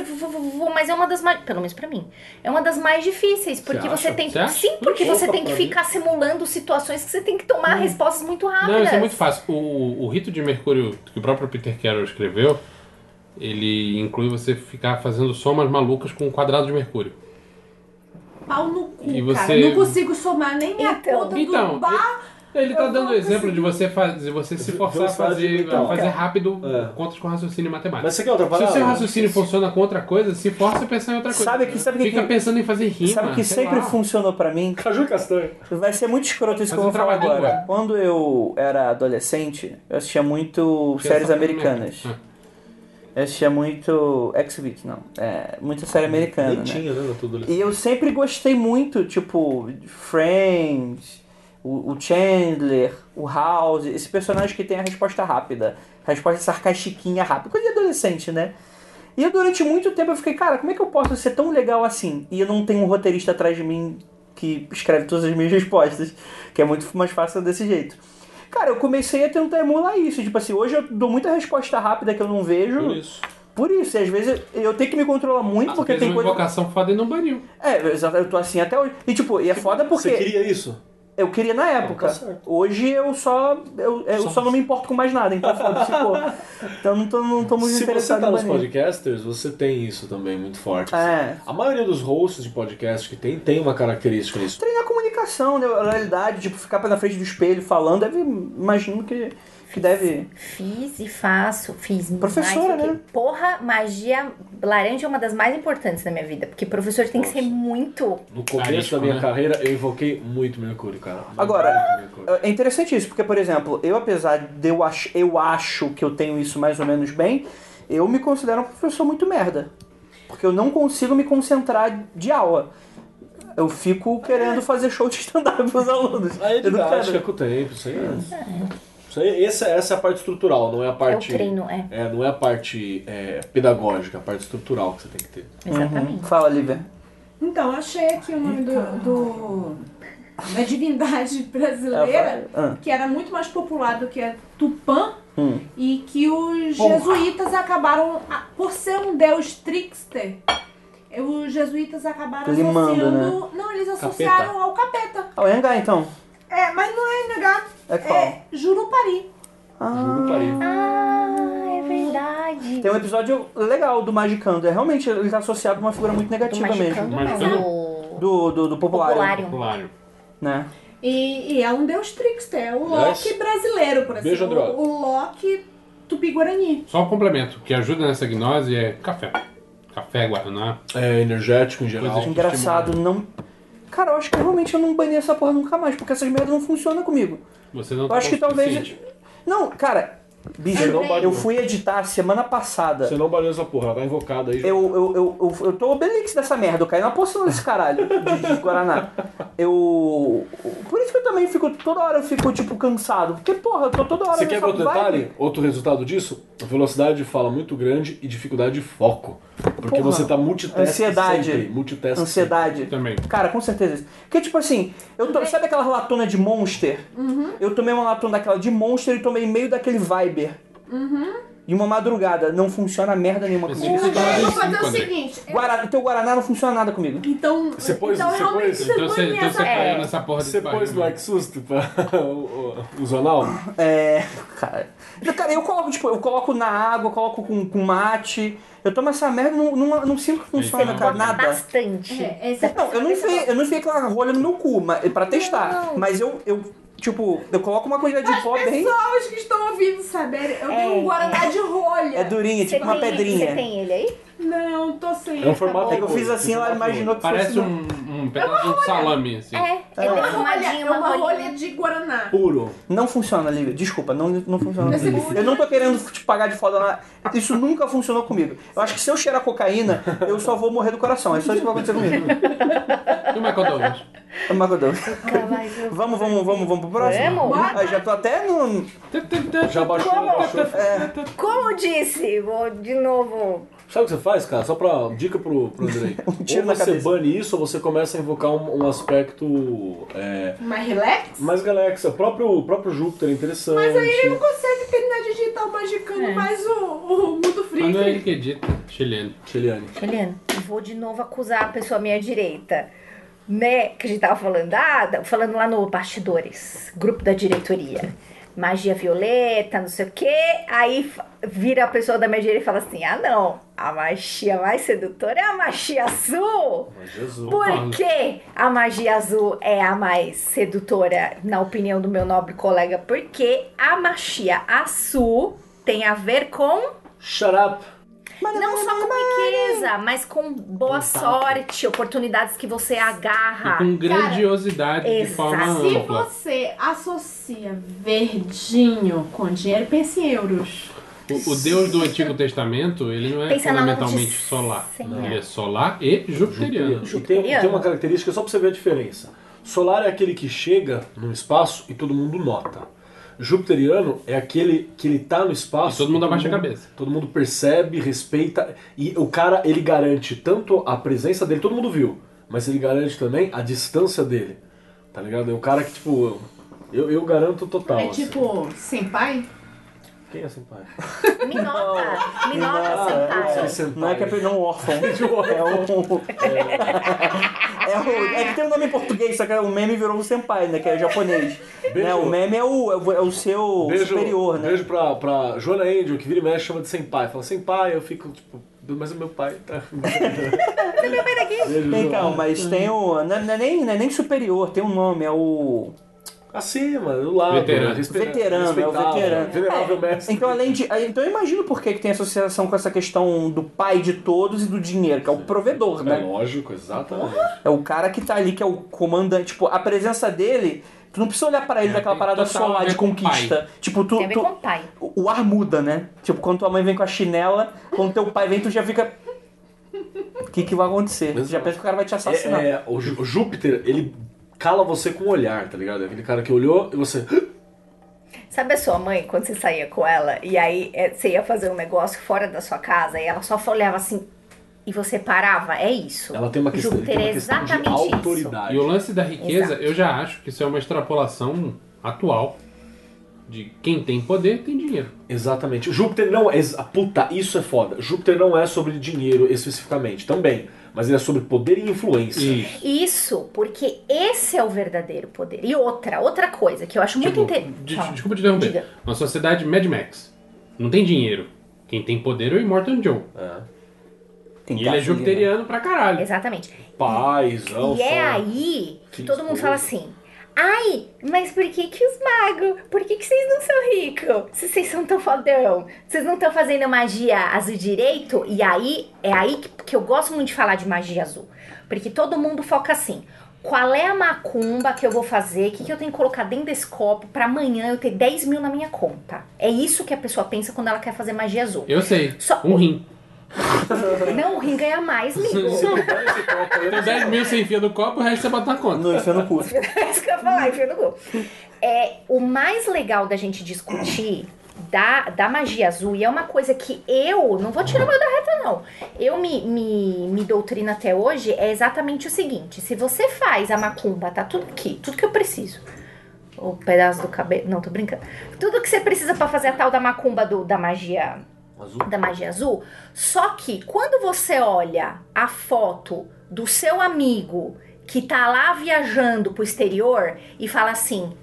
[SPEAKER 4] mas é uma das mais. Pelo menos pra mim. É uma das mais difíceis. Porque
[SPEAKER 5] acha?
[SPEAKER 4] você tem.
[SPEAKER 5] Você acha?
[SPEAKER 4] Sim, porque
[SPEAKER 7] Puxa,
[SPEAKER 4] você tem que
[SPEAKER 7] pra mim.
[SPEAKER 4] ficar simulando situações que você tem que tomar respostas muito
[SPEAKER 6] Ah,
[SPEAKER 4] rápidas.
[SPEAKER 5] Não, isso é muito fácil. O, o- o rito de Mercúrio que o próprio Peter Carroll escreveu, ele inclui você ficar fazendo somas malucas com o quadrado de Mercúrio.
[SPEAKER 6] Pau no cu,
[SPEAKER 5] E você-
[SPEAKER 6] cara. Eu Não consigo somar nem a
[SPEAKER 4] Então.
[SPEAKER 6] conta
[SPEAKER 5] Então,
[SPEAKER 6] do um bar.
[SPEAKER 5] Ele tá
[SPEAKER 6] Eu
[SPEAKER 5] dando
[SPEAKER 6] não
[SPEAKER 5] o exemplo
[SPEAKER 6] consegui.
[SPEAKER 5] de você fazer, você se forçar a
[SPEAKER 7] Velocidade
[SPEAKER 5] fazer,
[SPEAKER 3] então.
[SPEAKER 7] mental.
[SPEAKER 5] a fazer rápido
[SPEAKER 7] É.
[SPEAKER 5] contas com raciocínio matemático.
[SPEAKER 7] Mas você quer outra
[SPEAKER 5] Se
[SPEAKER 7] parada?
[SPEAKER 5] o seu raciocínio funciona com outra coisa, se força a pensar em outra coisa.
[SPEAKER 3] né? Sabe que- sabe que-
[SPEAKER 5] Fica
[SPEAKER 3] que-
[SPEAKER 5] pensando em fazer rima.
[SPEAKER 3] Sabe o que
[SPEAKER 5] sei
[SPEAKER 3] sempre
[SPEAKER 5] lá.
[SPEAKER 3] funcionou pra mim?
[SPEAKER 7] Caju e castanha.
[SPEAKER 3] Vai ser muito escroto isso que eu vou
[SPEAKER 5] Mas um
[SPEAKER 3] falar
[SPEAKER 5] trava-língua.
[SPEAKER 3] agora. Quando eu era adolescente, eu assistia muito
[SPEAKER 5] Pensa
[SPEAKER 3] séries
[SPEAKER 5] no nome.
[SPEAKER 3] americanas.
[SPEAKER 5] Ah.
[SPEAKER 3] Eu assistia muito. Exhibit, não. É, muita série americana,
[SPEAKER 7] Nem
[SPEAKER 3] né?
[SPEAKER 7] tinha, né? na Tudo ali.
[SPEAKER 3] E eu sempre gostei muito, tipo, Friends, o, o Chandler, o House, esse personagem que tem a resposta rápida, a resposta sarcastiquinha rápida, coisa de adolescente, né? E eu durante muito tempo eu fiquei, cara, como é que eu posso ser tão legal assim? E eu não tenho um roteirista atrás de mim que escreve todas as minhas respostas, que é muito mais fácil desse jeito. Cara, eu comecei a tentar emular isso. Tipo assim, hoje eu dou muita resposta rápida que eu não vejo.
[SPEAKER 7] Por isso.
[SPEAKER 3] Por isso, e às vezes eu eu tenho que me controlar muito,
[SPEAKER 5] Às
[SPEAKER 3] porque
[SPEAKER 5] vezes
[SPEAKER 3] tem
[SPEAKER 5] uma
[SPEAKER 3] coisa.
[SPEAKER 5] invocação foda e não baniu.
[SPEAKER 3] É, exato, eu tô assim até hoje. E tipo, e é foda porque
[SPEAKER 7] Você queria isso?
[SPEAKER 3] eu queria na
[SPEAKER 7] Tá
[SPEAKER 3] época.
[SPEAKER 7] certo.
[SPEAKER 3] hoje eu só. Eu, eu só, não me importo com mais nada, então foda-se, pô. Então não tô, não tô muito
[SPEAKER 7] Se você
[SPEAKER 3] interessado
[SPEAKER 7] tá
[SPEAKER 3] em
[SPEAKER 7] nos
[SPEAKER 3] banir.
[SPEAKER 7] podcasters, você tem isso também muito forte.
[SPEAKER 3] É.
[SPEAKER 7] A maioria dos hosts de podcast que tem, tem uma característica nisso.
[SPEAKER 3] Treinar a comunicação, né? A realidade, tipo, ficar na frente do espelho falando, deve. Imagino que, que deve.
[SPEAKER 4] Fiz e faço, fiz
[SPEAKER 3] Professora,
[SPEAKER 4] mais do que-
[SPEAKER 3] né?
[SPEAKER 4] Porra, magia laranja é uma das mais importantes da minha vida. Porque professor tem que ser muito.
[SPEAKER 7] No começo
[SPEAKER 5] Carisco,
[SPEAKER 7] da minha
[SPEAKER 5] né?
[SPEAKER 7] carreira, eu invoquei muito Mercúrio, cara. Muito
[SPEAKER 3] Agora-
[SPEAKER 7] Mercúrio.
[SPEAKER 3] É interessante isso, porque, por exemplo, eu, apesar de eu, ach, eu acho que eu tenho isso mais ou menos bem, eu me considero um professor muito merda. Porque eu não consigo me concentrar de aula. Eu fico querendo fazer show de stand-up pros alunos.
[SPEAKER 7] Aí é
[SPEAKER 3] eu não
[SPEAKER 7] didática
[SPEAKER 3] quero.
[SPEAKER 7] com o tempo, isso aí. É. Isso aí essa, essa é a parte estrutural, não é a
[SPEAKER 4] Eu
[SPEAKER 7] parte.
[SPEAKER 4] treino, é.
[SPEAKER 7] É, não é a parte é, pedagógica, a parte estrutural que você tem que ter.
[SPEAKER 3] Uhum.
[SPEAKER 4] Exatamente.
[SPEAKER 3] Fala, Lívia.
[SPEAKER 6] Então, achei aqui o nome do, do- da divindade brasileira,
[SPEAKER 3] Ah.
[SPEAKER 6] que era muito mais popular do que a Tupã,
[SPEAKER 3] Hum.
[SPEAKER 6] e que os
[SPEAKER 3] Porra.
[SPEAKER 6] jesuítas acabaram, a- por ser um deus trickster, eh, os jesuítas acabaram
[SPEAKER 3] Limando, né?
[SPEAKER 6] associando. Não, eles associaram ao capeta.
[SPEAKER 3] Ah, o Engá, então.
[SPEAKER 6] É, mas não é negar,
[SPEAKER 3] É qual?
[SPEAKER 6] é Jurupari.
[SPEAKER 7] Juro pra ele.
[SPEAKER 4] Ah, é verdade.
[SPEAKER 3] Tem um episódio legal do Magicando. É, realmente, ele tá associado a uma figura muito
[SPEAKER 4] do
[SPEAKER 3] negativa mesmo.
[SPEAKER 4] Magicando, mas
[SPEAKER 5] Magicando?
[SPEAKER 3] Do,
[SPEAKER 4] do
[SPEAKER 3] do, do popular.
[SPEAKER 4] Popularium.
[SPEAKER 5] Claro.
[SPEAKER 3] Né?
[SPEAKER 6] E, e é um deus trickster, é o Loki
[SPEAKER 7] Yes.
[SPEAKER 6] brasileiro, por assim
[SPEAKER 7] Beijo,
[SPEAKER 6] o,
[SPEAKER 7] André.
[SPEAKER 6] o Loki tupi-guarani.
[SPEAKER 5] Só um complemento, o que ajuda nessa gnose é café. Café, Guaraná.
[SPEAKER 7] É energético em geral.
[SPEAKER 5] Coisas-
[SPEAKER 3] Engraçado, não. Cara, eu acho que realmente eu não bani essa porra nunca mais, porque essas merdas não funcionam comigo.
[SPEAKER 5] Você não tá
[SPEAKER 3] Eu acho
[SPEAKER 7] tá
[SPEAKER 3] que talvez.
[SPEAKER 5] suficiente.
[SPEAKER 3] Não, cara, bicho,
[SPEAKER 4] Você não
[SPEAKER 3] eu
[SPEAKER 7] baniu.
[SPEAKER 3] fui editar semana passada.
[SPEAKER 7] Você não baniu essa porra, ela tá invocada aí.
[SPEAKER 3] Eu, eu, eu, eu, eu tô obelix dessa merda, eu caí na poção desse caralho de, de Guaraná. Eu. Por isso que eu também fico. Toda hora eu fico, tipo, cansado. Porque, porra, eu tô toda hora
[SPEAKER 7] Você quer
[SPEAKER 3] nessa
[SPEAKER 7] outro
[SPEAKER 3] vibe.
[SPEAKER 7] detalhe? Outro resultado disso? Velocidade de fala muito grande e dificuldade de foco. Porque
[SPEAKER 3] Porra.
[SPEAKER 7] você tá multitasking
[SPEAKER 3] Ansiedade.
[SPEAKER 7] sempre. Multitasking
[SPEAKER 3] Ansiedade.
[SPEAKER 5] Também.
[SPEAKER 3] Cara, com certeza. Porque, tipo assim, eu to- sabe aquela latona de Monster? Eu tomei uma latona daquela de Monster e tomei meio daquele Viber. E uma madrugada. Não funciona merda nenhuma
[SPEAKER 5] Mas
[SPEAKER 3] comigo.
[SPEAKER 5] isso dá-
[SPEAKER 6] Eu vou
[SPEAKER 5] Sim,
[SPEAKER 6] fazer o
[SPEAKER 5] André.
[SPEAKER 6] seguinte. eu-
[SPEAKER 3] Guara- teu Guaraná não funciona nada comigo.
[SPEAKER 6] Então,
[SPEAKER 7] Você pôs-
[SPEAKER 6] então
[SPEAKER 7] você
[SPEAKER 6] realmente
[SPEAKER 7] pôs-
[SPEAKER 6] você
[SPEAKER 5] Então
[SPEAKER 6] põe
[SPEAKER 5] você, então
[SPEAKER 6] essa...
[SPEAKER 5] você
[SPEAKER 4] É.
[SPEAKER 5] caiu nessa porra né? de
[SPEAKER 7] Você pôs no
[SPEAKER 5] página.
[SPEAKER 7] que susto pra o, o, o Zonal?
[SPEAKER 3] É. Cara. Cara, eu coloco, tipo, eu coloco na água, eu coloco com, com mate. Eu tomo essa merda e não, não, não sinto que funciona,
[SPEAKER 5] Então,
[SPEAKER 3] cara. Nada.
[SPEAKER 4] Bastante. Tipo
[SPEAKER 6] É, essa-
[SPEAKER 3] Não, eu não enfiei, eu não enfiei aquela rolha no meu cu, mas, pra testar. Mas eu, eu, tipo, eu coloco uma coisa de pó bem.
[SPEAKER 6] Pessoas que estão ouvindo saberem, eu tenho um guaraná de rolha.
[SPEAKER 3] É durinha,
[SPEAKER 4] Você
[SPEAKER 3] tipo uma
[SPEAKER 4] tem- Você
[SPEAKER 3] pedrinha.
[SPEAKER 4] tem ele aí?
[SPEAKER 6] Não, tô sem.
[SPEAKER 7] É um formato
[SPEAKER 3] É que eu fiz assim, ela imaginou que
[SPEAKER 5] Parece
[SPEAKER 3] fosse uma-
[SPEAKER 5] um, um pedaço de um salame, assim.
[SPEAKER 4] É, é
[SPEAKER 6] Uma rolha,
[SPEAKER 4] deformadinho,
[SPEAKER 6] é uma rolha
[SPEAKER 4] rolinha.
[SPEAKER 6] de guaraná.
[SPEAKER 7] puro.
[SPEAKER 3] Não funciona, Lívia. Desculpa, não, não funciona.
[SPEAKER 4] é
[SPEAKER 6] Esse
[SPEAKER 3] Eu não tô querendo te pagar de foda. lá. Isso nunca funcionou comigo. Eu acho que se eu cheirar cocaína, eu só vou morrer do coração. É só isso que vai acontecer comigo.
[SPEAKER 5] E o Michael Douglas?
[SPEAKER 3] É uma coisa.
[SPEAKER 4] Nunca mais eu-
[SPEAKER 3] Vamos, vamos, vamos, vamos pro próximo?
[SPEAKER 4] Vamos?
[SPEAKER 3] Ah, já tô até no.
[SPEAKER 7] Já baixou, baixou.
[SPEAKER 4] Como eu disse, vou de novo.
[SPEAKER 7] Sabe o que você faz, cara? Só pra dica pro, pro Andrei.
[SPEAKER 3] Um tiro
[SPEAKER 7] ou
[SPEAKER 3] na
[SPEAKER 7] você
[SPEAKER 3] cabeça.
[SPEAKER 7] bane isso, ou você começa a invocar um, um aspecto é,
[SPEAKER 6] Mas relax?
[SPEAKER 7] mais galáxia. O próprio, o próprio Júpiter é interessante.
[SPEAKER 6] Mas aí ele não consegue terminar de digitar uma magicando
[SPEAKER 3] É.
[SPEAKER 6] mais o, o mundo frio.
[SPEAKER 5] Mas não é ele que edita, chileno.
[SPEAKER 7] Cheliane.
[SPEAKER 4] Eliane, vou de novo acusar a pessoa à minha direita. Né? Que a gente tava falando, ah, da- falando lá no bastidores, grupo da diretoria. Magia violeta, não sei o quê. Aí f- vira a pessoa da minha direita e fala assim: ah, não, a magia mais sedutora é a magia azul.
[SPEAKER 7] Jesus.
[SPEAKER 4] Por que a magia azul é a mais sedutora, na opinião do meu nobre colega? Porque a magia azul tem a ver com
[SPEAKER 7] Shut up.
[SPEAKER 4] não só com riqueza, mas com boa sorte, oportunidades que você agarra.
[SPEAKER 5] E com grandiosidade de
[SPEAKER 4] Ah, exato.
[SPEAKER 5] forma
[SPEAKER 6] Se
[SPEAKER 5] ampla.
[SPEAKER 6] você associa verdinho com dinheiro, pense em euros.
[SPEAKER 5] O, o Deus do Antigo Testamento, ele não é
[SPEAKER 4] Pensa na nova
[SPEAKER 5] fundamentalmente
[SPEAKER 4] de
[SPEAKER 5] solar.
[SPEAKER 4] Senhor.
[SPEAKER 5] Ele é solar e jupiteriano.
[SPEAKER 7] E tem, tem uma característica só pra você ver a diferença. Solar é aquele que chega no espaço e todo mundo nota. Jupiteriano é aquele que ele tá no espaço.
[SPEAKER 5] E todo mundo abaixa a cabeça.
[SPEAKER 7] Todo mundo percebe, respeita. E o cara, ele garante tanto a presença dele, todo mundo viu, mas ele garante também a distância dele. Tá ligado? É um cara que, tipo, eu, eu garanto total.
[SPEAKER 6] É
[SPEAKER 7] assim.
[SPEAKER 6] tipo, sem pai?
[SPEAKER 7] Quem é Senpai?
[SPEAKER 4] Me nota, me nota,
[SPEAKER 7] é,
[SPEAKER 4] Senpai.
[SPEAKER 7] senpai.
[SPEAKER 3] Não é que é não um órfão. É um. É, o- é que tem um nome em português, só que o meme virou um senpai, né? Que é japonês.
[SPEAKER 7] Beijo.
[SPEAKER 3] Né, o meme é o, é o- é o seu
[SPEAKER 7] Beijo,
[SPEAKER 3] superior, né?
[SPEAKER 7] Beijo pra, pra Joana Angel, que vira e mexe, chama de senpai. Fala senpai, eu fico tipo, mas o meu pai tá.
[SPEAKER 4] tá
[SPEAKER 7] Beijo,
[SPEAKER 3] Então,
[SPEAKER 7] Joana.
[SPEAKER 3] mas tem o. Não é, não é nem, não é nem superior, tem um nome, é o.
[SPEAKER 7] Acima, do lado.
[SPEAKER 5] Veterano.
[SPEAKER 7] respe-
[SPEAKER 3] Veterano, é o
[SPEAKER 7] respeitável,
[SPEAKER 3] veterano.
[SPEAKER 7] Venerável mestre.
[SPEAKER 3] Então, além de. aí, Então eu imagino por que, que tem associação com essa questão do pai de todos e do dinheiro, que é o provedor,
[SPEAKER 7] É
[SPEAKER 3] né?
[SPEAKER 7] lógico, exatamente.
[SPEAKER 3] É o cara que tá ali, que é o comandante. Tipo, a presença dele, tu não precisa olhar pra ele
[SPEAKER 5] É,
[SPEAKER 3] daquela
[SPEAKER 5] tem
[SPEAKER 3] parada
[SPEAKER 5] total a
[SPEAKER 3] solar
[SPEAKER 5] ver
[SPEAKER 3] de
[SPEAKER 5] com o
[SPEAKER 3] conquista. Tipo, tu.
[SPEAKER 4] Tem a ver
[SPEAKER 3] tu-
[SPEAKER 4] com o pai.
[SPEAKER 3] o o ar muda, né? Tipo, quando tua mãe vem com a chinela, quando teu pai vem, tu já fica. O que, que vai acontecer? Tu já
[SPEAKER 7] Exato.
[SPEAKER 3] pensa que o cara vai te assassinar.
[SPEAKER 7] É, é, o, Jú- o Júpiter, ele cala você com o olhar, tá ligado? É aquele cara que olhou e você.
[SPEAKER 4] Sabe a sua mãe, quando você saía com ela, e aí é, você ia fazer um negócio fora da sua casa, e ela só olhava assim, e você parava? É isso.
[SPEAKER 7] Ela tem uma questão, ele tem
[SPEAKER 4] Júpiter
[SPEAKER 7] uma
[SPEAKER 4] é
[SPEAKER 7] questão de
[SPEAKER 4] exatamente isso.
[SPEAKER 7] autoridade.
[SPEAKER 5] E o lance da riqueza,
[SPEAKER 4] Exato.
[SPEAKER 5] eu já acho que isso é uma extrapolação atual de quem tem poder tem dinheiro.
[SPEAKER 7] Exatamente. Júpiter não é. exa- Puta, isso é foda. Júpiter não é sobre dinheiro especificamente, também. Mas ele é sobre poder e influência.
[SPEAKER 5] Isso.
[SPEAKER 4] Isso, porque esse é o verdadeiro poder. E outra, outra coisa que eu acho muito
[SPEAKER 5] Tipo,
[SPEAKER 4] interessante.
[SPEAKER 5] de- desculpa te interromper.
[SPEAKER 4] Diga.
[SPEAKER 5] Uma sociedade Mad Max. Não tem dinheiro. Quem tem poder é o Immortan Joe.
[SPEAKER 3] Tem né?
[SPEAKER 5] E ele é
[SPEAKER 3] gasolina.
[SPEAKER 5] jupiteriano pra caralho.
[SPEAKER 4] Exatamente.
[SPEAKER 7] Paizão,
[SPEAKER 4] E é
[SPEAKER 7] só.
[SPEAKER 4] aí que
[SPEAKER 7] Que
[SPEAKER 4] todo mundo
[SPEAKER 7] esposa.
[SPEAKER 4] fala assim. Ai, mas por que que os magos? Por que que vocês não são ricos? Se vocês são tão fodão? Vocês não estão fazendo magia azul direito? E aí, é aí que, que eu gosto muito de falar de magia azul. Porque todo mundo foca assim. Qual é a macumba que eu vou fazer? O que, que eu tenho que colocar dentro desse copo pra amanhã eu ter 10 mil na minha conta? É isso que a pessoa pensa quando ela quer fazer magia azul.
[SPEAKER 5] Eu sei.
[SPEAKER 4] Só-
[SPEAKER 5] Um rim.
[SPEAKER 4] Não, o rim ganha mais, amigo.
[SPEAKER 7] Se não der esse copo aí,
[SPEAKER 5] Então 10 mil você enfia no copo, o resto você bota na conta.
[SPEAKER 3] Não, enfia no cu.
[SPEAKER 4] É isso que eu ia falar, enfia no cu. É, o mais legal da gente discutir da, da magia azul, e é uma coisa que eu, não vou tirar meu da reta não, eu me, me, me doutrino até hoje, é exatamente o seguinte, se você faz a macumba, tá tudo aqui, tudo que eu preciso, o pedaço do cabelo, não, tô brincando, tudo que você precisa pra fazer a tal da macumba do, da magia
[SPEAKER 7] Azul.
[SPEAKER 4] da magia azul. Só que quando você olha a foto do seu amigo que tá lá viajando pro exterior e fala assim: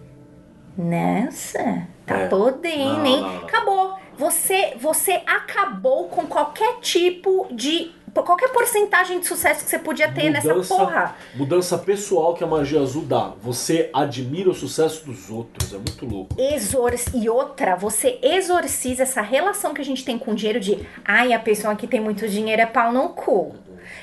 [SPEAKER 4] Nessa, tá
[SPEAKER 7] É.
[SPEAKER 4] podendo,
[SPEAKER 7] Não,
[SPEAKER 4] hein?
[SPEAKER 7] não, não.
[SPEAKER 4] Acabou. Você, você acabou com qualquer tipo de. qualquer porcentagem de sucesso que você podia ter nessa porra.
[SPEAKER 7] Mudança pessoal que a magia azul dá. Você admira o sucesso dos outros. É muito louco.
[SPEAKER 4] Exor e outra, você exorciza essa relação que a gente tem com o dinheiro de ai, a pessoa que tem muito dinheiro é pau no cu.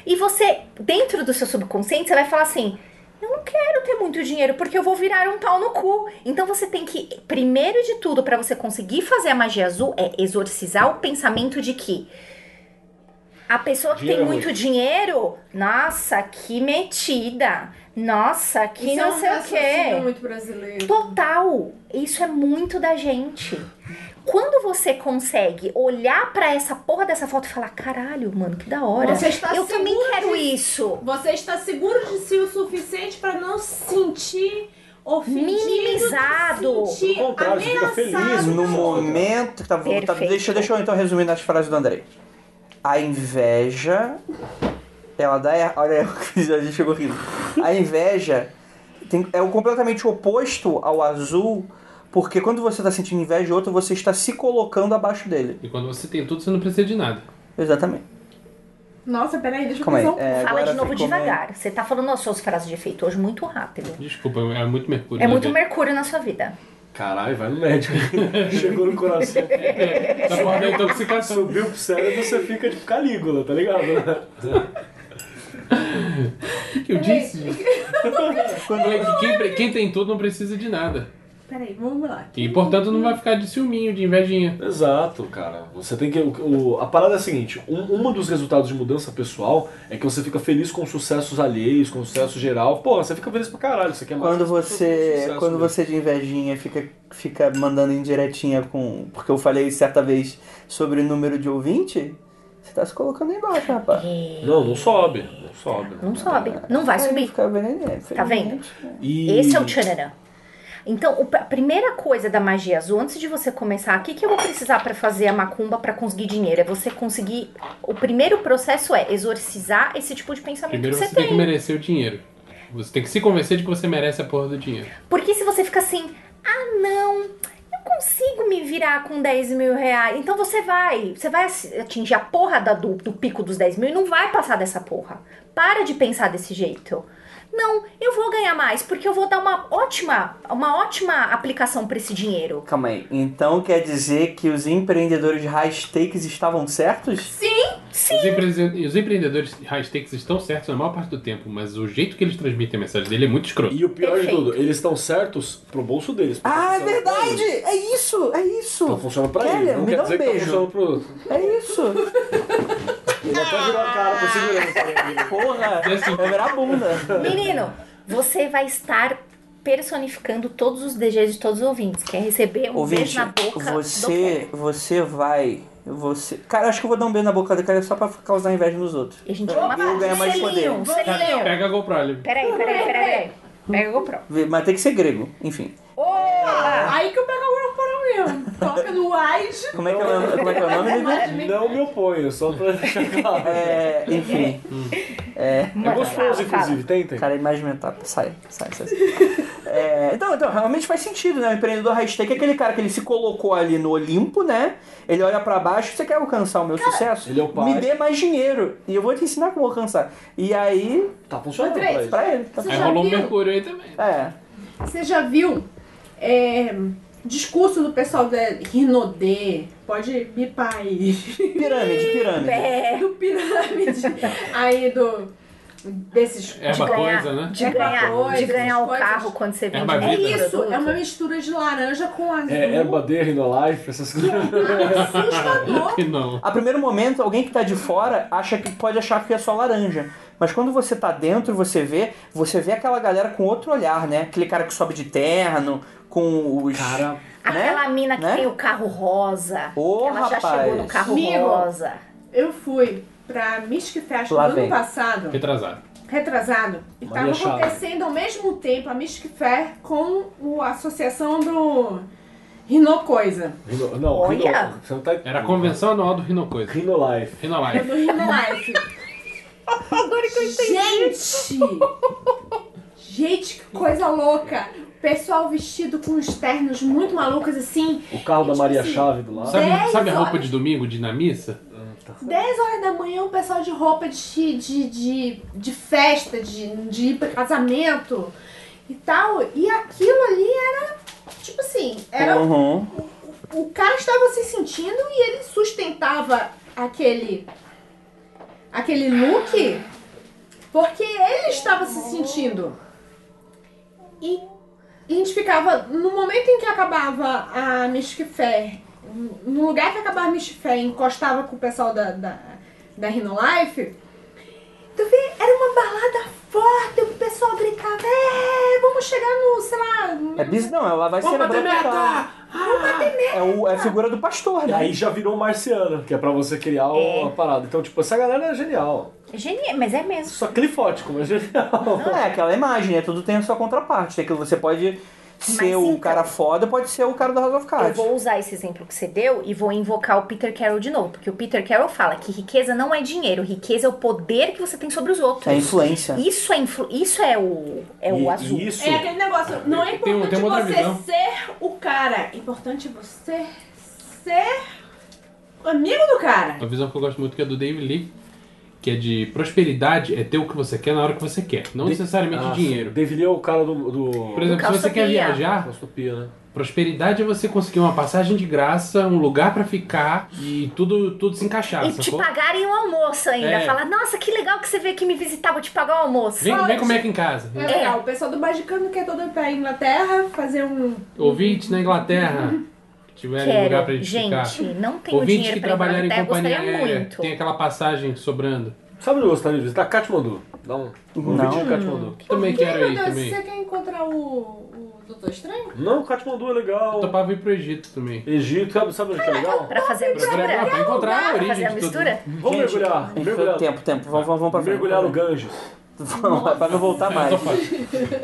[SPEAKER 4] E você, dentro do seu subconsciente, você vai falar assim: eu não quero ter muito dinheiro porque eu vou virar um pau no cu. Então você tem que, primeiro de tudo, pra você conseguir fazer a magia azul, é exorcizar o pensamento de que a pessoa que
[SPEAKER 7] Dinheiro é
[SPEAKER 4] tem muito
[SPEAKER 7] ruim.
[SPEAKER 4] dinheiro, nossa, que metida. Nossa, que
[SPEAKER 6] Isso
[SPEAKER 4] não
[SPEAKER 6] é um
[SPEAKER 4] sei o quê.
[SPEAKER 6] raciocínio muito brasileiro.
[SPEAKER 4] Total! Isso é muito da gente. Quando você consegue olhar pra essa porra dessa foto e falar, caralho, mano, que da hora.
[SPEAKER 6] Você está
[SPEAKER 4] eu também
[SPEAKER 6] seguro
[SPEAKER 4] quero
[SPEAKER 6] disso?"
[SPEAKER 4] isso.
[SPEAKER 6] Você está seguro de si o suficiente para não sentir ofendido,
[SPEAKER 4] Minimizado.
[SPEAKER 6] se sentir
[SPEAKER 7] Pelo contrário, você fica
[SPEAKER 6] ameaçado.
[SPEAKER 7] feliz
[SPEAKER 6] não
[SPEAKER 3] No momento. Tá, vou- tá,
[SPEAKER 4] Perfeito.
[SPEAKER 3] deixa, deixa eu então resumir nas frases do Andrei. A inveja. Ela dá. er- Olha, aí, o Cris, a gente chegou rindo. A inveja tem- é o completamente oposto ao azul, porque quando você tá sentindo inveja de outro, você está se colocando abaixo dele.
[SPEAKER 5] E quando você tem tudo, você não precisa de nada.
[SPEAKER 3] Exatamente.
[SPEAKER 6] Nossa, peraí, deixa eu
[SPEAKER 3] Calma aí.
[SPEAKER 6] pensar um
[SPEAKER 3] É,
[SPEAKER 4] Então, Fala
[SPEAKER 3] agora
[SPEAKER 4] de novo
[SPEAKER 3] ficou meio-
[SPEAKER 4] devagar. Você tá falando as suas frases de efeito hoje muito rápido.
[SPEAKER 5] Desculpa, é muito mercúrio. né,
[SPEAKER 4] É muito
[SPEAKER 5] gente?
[SPEAKER 4] mercúrio na sua vida.
[SPEAKER 7] Caralho, vai no médico. Chegou no coração,
[SPEAKER 5] Tá por dentro da intoxicação.
[SPEAKER 7] subiu pro cérebro, você fica de Calígula, tá ligado?
[SPEAKER 5] O que eu disse? gente? Falei que quem, pre- quem tem tudo não precisa de nada.
[SPEAKER 6] Peraí, vamos lá.
[SPEAKER 5] E portanto não vai ficar de ciúminho, de invejinha.
[SPEAKER 7] Exato, cara. Você tem que. o- o- a parada é a seguinte: um, um dos resultados de mudança pessoal é que você fica feliz com os sucessos alheios, com o sucesso geral. Porra, você fica feliz pra caralho. Você quer mais
[SPEAKER 3] Quando
[SPEAKER 7] que as pessoas tenham
[SPEAKER 3] você,
[SPEAKER 7] sucesso né?
[SPEAKER 3] quando
[SPEAKER 7] mesmo.
[SPEAKER 3] você de invejinha fica, fica mandando indiretinha com. Porque eu falei certa vez sobre o número de ouvinte, você tá se colocando aí embaixo, rapaz.
[SPEAKER 7] Não, não sobe. Não sobe.
[SPEAKER 4] Não sobe. Não vai
[SPEAKER 3] Aí
[SPEAKER 4] subir.
[SPEAKER 3] Fica veneno, é,
[SPEAKER 4] Tá vendo?
[SPEAKER 7] E-
[SPEAKER 4] Esse é o tchananã. Então, o- a primeira coisa da magia azul, antes de você começar, o que, que eu vou precisar pra fazer a macumba pra conseguir dinheiro? É você conseguir. O primeiro processo é exorcizar esse tipo de pensamento
[SPEAKER 5] Primeiro
[SPEAKER 4] que você,
[SPEAKER 5] você tem que
[SPEAKER 4] tem.
[SPEAKER 5] merecer o dinheiro. Você tem que se convencer de que você merece a porra do dinheiro.
[SPEAKER 4] Porque se você fica assim, ah, não, eu consigo me virar com 10 mil reais. Então você vai, você vai atingir a porra da- do, do pico dos 10 mil e não vai passar dessa porra. Para de pensar desse jeito. Não, eu vou ganhar mais, porque eu vou dar uma ótima, uma ótima aplicação pra esse dinheiro.
[SPEAKER 3] Calma aí. Então quer dizer que os empreendedores high stakes estavam certos?
[SPEAKER 5] Os, empre- os empreendedores high stakes estão certos na maior parte do tempo, mas o jeito que eles transmitem a mensagem dele é muito escroto.
[SPEAKER 7] E o pior
[SPEAKER 4] Perfeito.
[SPEAKER 7] de tudo, eles estão certos pro bolso deles. porque
[SPEAKER 3] Ah, é
[SPEAKER 7] funciona pra
[SPEAKER 3] verdade!
[SPEAKER 7] eles.
[SPEAKER 3] É isso! É
[SPEAKER 7] Então
[SPEAKER 3] isso!
[SPEAKER 7] funciona pra
[SPEAKER 3] Kelly,
[SPEAKER 7] ele, não
[SPEAKER 3] me
[SPEAKER 7] quer
[SPEAKER 3] dá um
[SPEAKER 7] dizer que
[SPEAKER 3] beijo.
[SPEAKER 7] tá funcionando pro outro.
[SPEAKER 3] É isso!
[SPEAKER 7] Ele até virou a cara pra segurança.
[SPEAKER 3] Porra!
[SPEAKER 5] E assim-
[SPEAKER 3] Vai virar bunda!
[SPEAKER 4] Menino, você vai estar personificando todos os desejos de todos os ouvintes. Quer receber um
[SPEAKER 3] Ouvinte,
[SPEAKER 4] beijo na boca do
[SPEAKER 3] você, você vai. Você... Cara, acho que eu vou dar um beijo na boca do cara só pra causar inveja nos outros.
[SPEAKER 4] E a gente
[SPEAKER 3] Pra
[SPEAKER 4] vai
[SPEAKER 3] eu ganhar mais poder.
[SPEAKER 4] selinho, selinho.
[SPEAKER 5] Pega a GoPro ali.
[SPEAKER 4] Peraí, peraí, peraí, peraí. Pega o GoPro.
[SPEAKER 3] Vê, Mas tem que ser grego, enfim.
[SPEAKER 4] Opa!
[SPEAKER 6] Aí que eu pego o para mesmo. Coloca no AIS.
[SPEAKER 3] Como é que é o nome, como é que é o nome dele?
[SPEAKER 7] Não me oponho, só pra deixar claro.
[SPEAKER 3] É, enfim.
[SPEAKER 7] É gostoso, inclusive, tentem.
[SPEAKER 3] Cara, imagem mental. Sai, sai, sai. É, então, então, realmente faz sentido, né? O empreendedor high stake é aquele cara que ele se colocou ali no Olimpo, né? Ele olha pra baixo, você quer alcançar o meu sucesso?
[SPEAKER 7] ele é o pai.
[SPEAKER 3] Me dê mais dinheiro e eu vou te ensinar como alcançar. E aí,
[SPEAKER 7] Tá funcionando
[SPEAKER 6] Andrei,
[SPEAKER 7] pra ele.
[SPEAKER 3] pra ele. Tá
[SPEAKER 6] Você
[SPEAKER 5] Aí
[SPEAKER 6] já
[SPEAKER 5] rolou um
[SPEAKER 6] viu?
[SPEAKER 5] mercúrio aí também.
[SPEAKER 3] é.
[SPEAKER 6] Você já viu é, discurso do pessoal da Rinodê? Pode bipar aí.
[SPEAKER 3] Pirâmide, pirâmide.
[SPEAKER 4] É,
[SPEAKER 6] Do pirâmide. Aí do. Desses.
[SPEAKER 5] É uma
[SPEAKER 4] de ganhar,
[SPEAKER 5] coisa, né?
[SPEAKER 4] De ganhar,
[SPEAKER 6] Coisa,
[SPEAKER 4] de ganhar o
[SPEAKER 6] coisas.
[SPEAKER 4] carro quando você vende.
[SPEAKER 5] uma
[SPEAKER 6] É
[SPEAKER 5] vida.
[SPEAKER 6] isso, é uma
[SPEAKER 3] né?
[SPEAKER 4] produto.
[SPEAKER 6] mistura de laranja com azul.
[SPEAKER 7] É erva D, Rinolife, essas coisas.
[SPEAKER 6] Assustador.
[SPEAKER 5] E não.
[SPEAKER 3] A primeiro momento, alguém que tá de fora acha que pode achar que é só laranja. Mas quando você tá dentro, você vê, você vê aquela galera com outro olhar, né? Aquele cara que sobe de terno, com os.
[SPEAKER 7] Cara,
[SPEAKER 4] Aquela
[SPEAKER 3] né?
[SPEAKER 4] mina que
[SPEAKER 3] Né?
[SPEAKER 4] tem o carro rosa.
[SPEAKER 3] Ô,
[SPEAKER 4] ela já
[SPEAKER 3] rapaz.
[SPEAKER 4] chegou no carro
[SPEAKER 6] Amigo.
[SPEAKER 4] rosa.
[SPEAKER 6] Eu fui pra Mystic Fest
[SPEAKER 3] Lá
[SPEAKER 6] do
[SPEAKER 3] vem.
[SPEAKER 6] ano passado,
[SPEAKER 5] Retrasado.
[SPEAKER 6] retrasado, e
[SPEAKER 7] Maria
[SPEAKER 6] tava
[SPEAKER 7] Chave.
[SPEAKER 6] acontecendo ao mesmo tempo a Mystic Fair com o- a associação do Rino Coisa.
[SPEAKER 7] Rino- não,
[SPEAKER 4] Olha.
[SPEAKER 7] Rino- você não tá...
[SPEAKER 5] Era a convenção anual do Rinocoisa.
[SPEAKER 7] Rinolife.
[SPEAKER 6] É
[SPEAKER 5] Rinolife.
[SPEAKER 6] do Rino Life.
[SPEAKER 4] Agora que eu
[SPEAKER 6] Gente! Gente, que coisa louca! Pessoal vestido com os ternos muito malucos assim.
[SPEAKER 7] O carro da
[SPEAKER 6] Tipo
[SPEAKER 7] Maria
[SPEAKER 6] assim,
[SPEAKER 7] Chave do lado.
[SPEAKER 5] Sabe,
[SPEAKER 6] Dez
[SPEAKER 5] sabe a roupa
[SPEAKER 6] horas.
[SPEAKER 5] de domingo, de na missa?
[SPEAKER 6] 10 horas da manhã o pessoal de roupa de, de, de, de festa, de, de ir pra casamento e tal. E aquilo ali era tipo assim, era
[SPEAKER 3] Uhum.
[SPEAKER 6] o cara estava se sentindo e ele sustentava aquele aquele look porque ele estava se sentindo e e a gente ficava no momento em que acabava a Mystic Fair no lugar que acabava a Mystic Fair e encostava com o pessoal da da, da Rino Life tu vê era uma balada forte o pessoal só gritava, é, vamos chegar no, sei lá,
[SPEAKER 3] É bis não, ela vai ser branca.
[SPEAKER 7] Ah!
[SPEAKER 3] É, o- é a figura do pastor,
[SPEAKER 7] E
[SPEAKER 3] né?
[SPEAKER 7] aí já virou Marciano, que é pra você criar o- a parada. Então, tipo, essa galera é genial.
[SPEAKER 4] Genial, mas é mesmo.
[SPEAKER 7] Só clifótico, mas genial.
[SPEAKER 3] Não é aquela imagem, né? Tudo tem a sua contraparte. Tem que você pode ser
[SPEAKER 4] Mas
[SPEAKER 3] o
[SPEAKER 4] então-
[SPEAKER 3] cara foda, pode ser o cara do House of
[SPEAKER 4] Eu
[SPEAKER 3] Cards.
[SPEAKER 4] vou usar esse exemplo que você deu e vou invocar o Peter Carroll de novo, porque o Peter Carroll fala que riqueza não é dinheiro, riqueza é o poder que você tem sobre os outros.
[SPEAKER 3] É influência.
[SPEAKER 4] Isso é influ... isso é o é
[SPEAKER 7] E-
[SPEAKER 4] o
[SPEAKER 7] e
[SPEAKER 4] azul.
[SPEAKER 7] Isso.
[SPEAKER 6] É aquele negócio, não é
[SPEAKER 5] Tem- tem
[SPEAKER 6] importante
[SPEAKER 5] uma outra
[SPEAKER 6] você
[SPEAKER 5] visão.
[SPEAKER 6] ser o cara, é importante você ser amigo do cara.
[SPEAKER 5] Uma visão que eu gosto muito que é do David Lee, que é de prosperidade é ter o que você quer na hora que você quer, não
[SPEAKER 7] De-
[SPEAKER 5] necessariamente
[SPEAKER 7] Ah,
[SPEAKER 5] dinheiro.
[SPEAKER 7] Deville é o cara do. do...
[SPEAKER 5] Por exemplo, se você quer
[SPEAKER 4] Calçopia.
[SPEAKER 5] viajar,
[SPEAKER 7] Costopia, né?
[SPEAKER 5] prosperidade é você conseguir uma passagem de graça, um lugar pra ficar e tudo, tudo se encaixar,
[SPEAKER 4] E te
[SPEAKER 6] tipo,
[SPEAKER 5] sacou?
[SPEAKER 4] pagarem o almoço ainda.
[SPEAKER 5] Ah, É.
[SPEAKER 4] Falar, nossa, que legal que você veio aqui me visitar, vou te pagar o almoço.
[SPEAKER 5] Vem, vem comer aqui em casa.
[SPEAKER 6] É legal, o pessoal do Magicano quer todo ir pra Inglaterra fazer um.
[SPEAKER 5] Ouvinte na Inglaterra, que tiverem
[SPEAKER 4] Quero.
[SPEAKER 5] lugar pra gente, ficar.
[SPEAKER 4] gente, não tenho
[SPEAKER 5] Ouvintes que
[SPEAKER 4] dinheiro pra ir
[SPEAKER 5] trabalharem
[SPEAKER 4] pra
[SPEAKER 5] em
[SPEAKER 4] Inglaterra,
[SPEAKER 5] companhia
[SPEAKER 4] gostaria
[SPEAKER 5] aérea,
[SPEAKER 4] muito.
[SPEAKER 5] tem aquela passagem sobrando.
[SPEAKER 7] Sabe onde eu gostaria de visitar? Katmandu. Dá um, um
[SPEAKER 3] Não.
[SPEAKER 7] vídeo de Katmandu.
[SPEAKER 5] Também
[SPEAKER 6] Quem,
[SPEAKER 5] quero
[SPEAKER 6] meu
[SPEAKER 5] ir
[SPEAKER 6] Deus,
[SPEAKER 5] também.
[SPEAKER 6] Você quer encontrar o, o Doutor Estranho?
[SPEAKER 7] Não, Katmandu é legal.
[SPEAKER 5] Eu topava ir pro Egito também.
[SPEAKER 7] Egito, sabe, sabe onde que é legal?
[SPEAKER 4] Pra fazer a mistura?
[SPEAKER 5] Pra- pra encontrar a
[SPEAKER 4] pra
[SPEAKER 5] origem
[SPEAKER 4] fazer a
[SPEAKER 5] de tudo.
[SPEAKER 4] mistura?
[SPEAKER 7] Vamos mergulhar.
[SPEAKER 3] Tem que-
[SPEAKER 7] mergulhar.
[SPEAKER 3] é Tempo, tempo. Vamos, vamos, vamos pra frente.
[SPEAKER 7] Mergulhar no Ganges.
[SPEAKER 3] Vamos, pra não voltar mais. Vamos,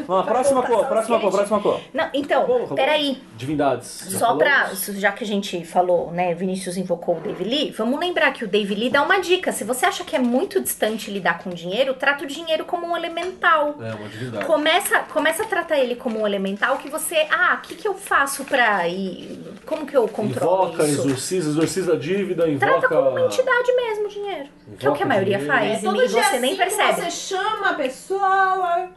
[SPEAKER 3] lá, próxima cor, próxima cor, próxima cor.
[SPEAKER 4] Não, então,
[SPEAKER 7] Vamos, vamos.
[SPEAKER 4] peraí.
[SPEAKER 7] Divindades. Já
[SPEAKER 4] Só pra.
[SPEAKER 7] falamos?
[SPEAKER 4] Já que a gente falou, né? Vinícius invocou o Dave Lee, vamos lembrar que o Dave Lee dá uma dica. Se você acha que é muito distante lidar com dinheiro, trata o dinheiro como um elemental.
[SPEAKER 7] É, uma divindade.
[SPEAKER 4] Começa, começa a tratar ele como um elemental que você. Ah, o que, que eu faço pra ir. Como que eu controlo
[SPEAKER 7] Invoca,
[SPEAKER 4] isso?
[SPEAKER 7] exorciza, exorciza a dívida,
[SPEAKER 4] Trata
[SPEAKER 7] invoca.
[SPEAKER 4] como uma entidade mesmo, o dinheiro. que é o
[SPEAKER 7] Invoca
[SPEAKER 4] que a maioria
[SPEAKER 7] dinheiro.
[SPEAKER 4] faz.
[SPEAKER 6] todo
[SPEAKER 4] e
[SPEAKER 6] dia
[SPEAKER 4] você nem
[SPEAKER 6] cinco
[SPEAKER 4] percebe.
[SPEAKER 6] Você chama a pessoa.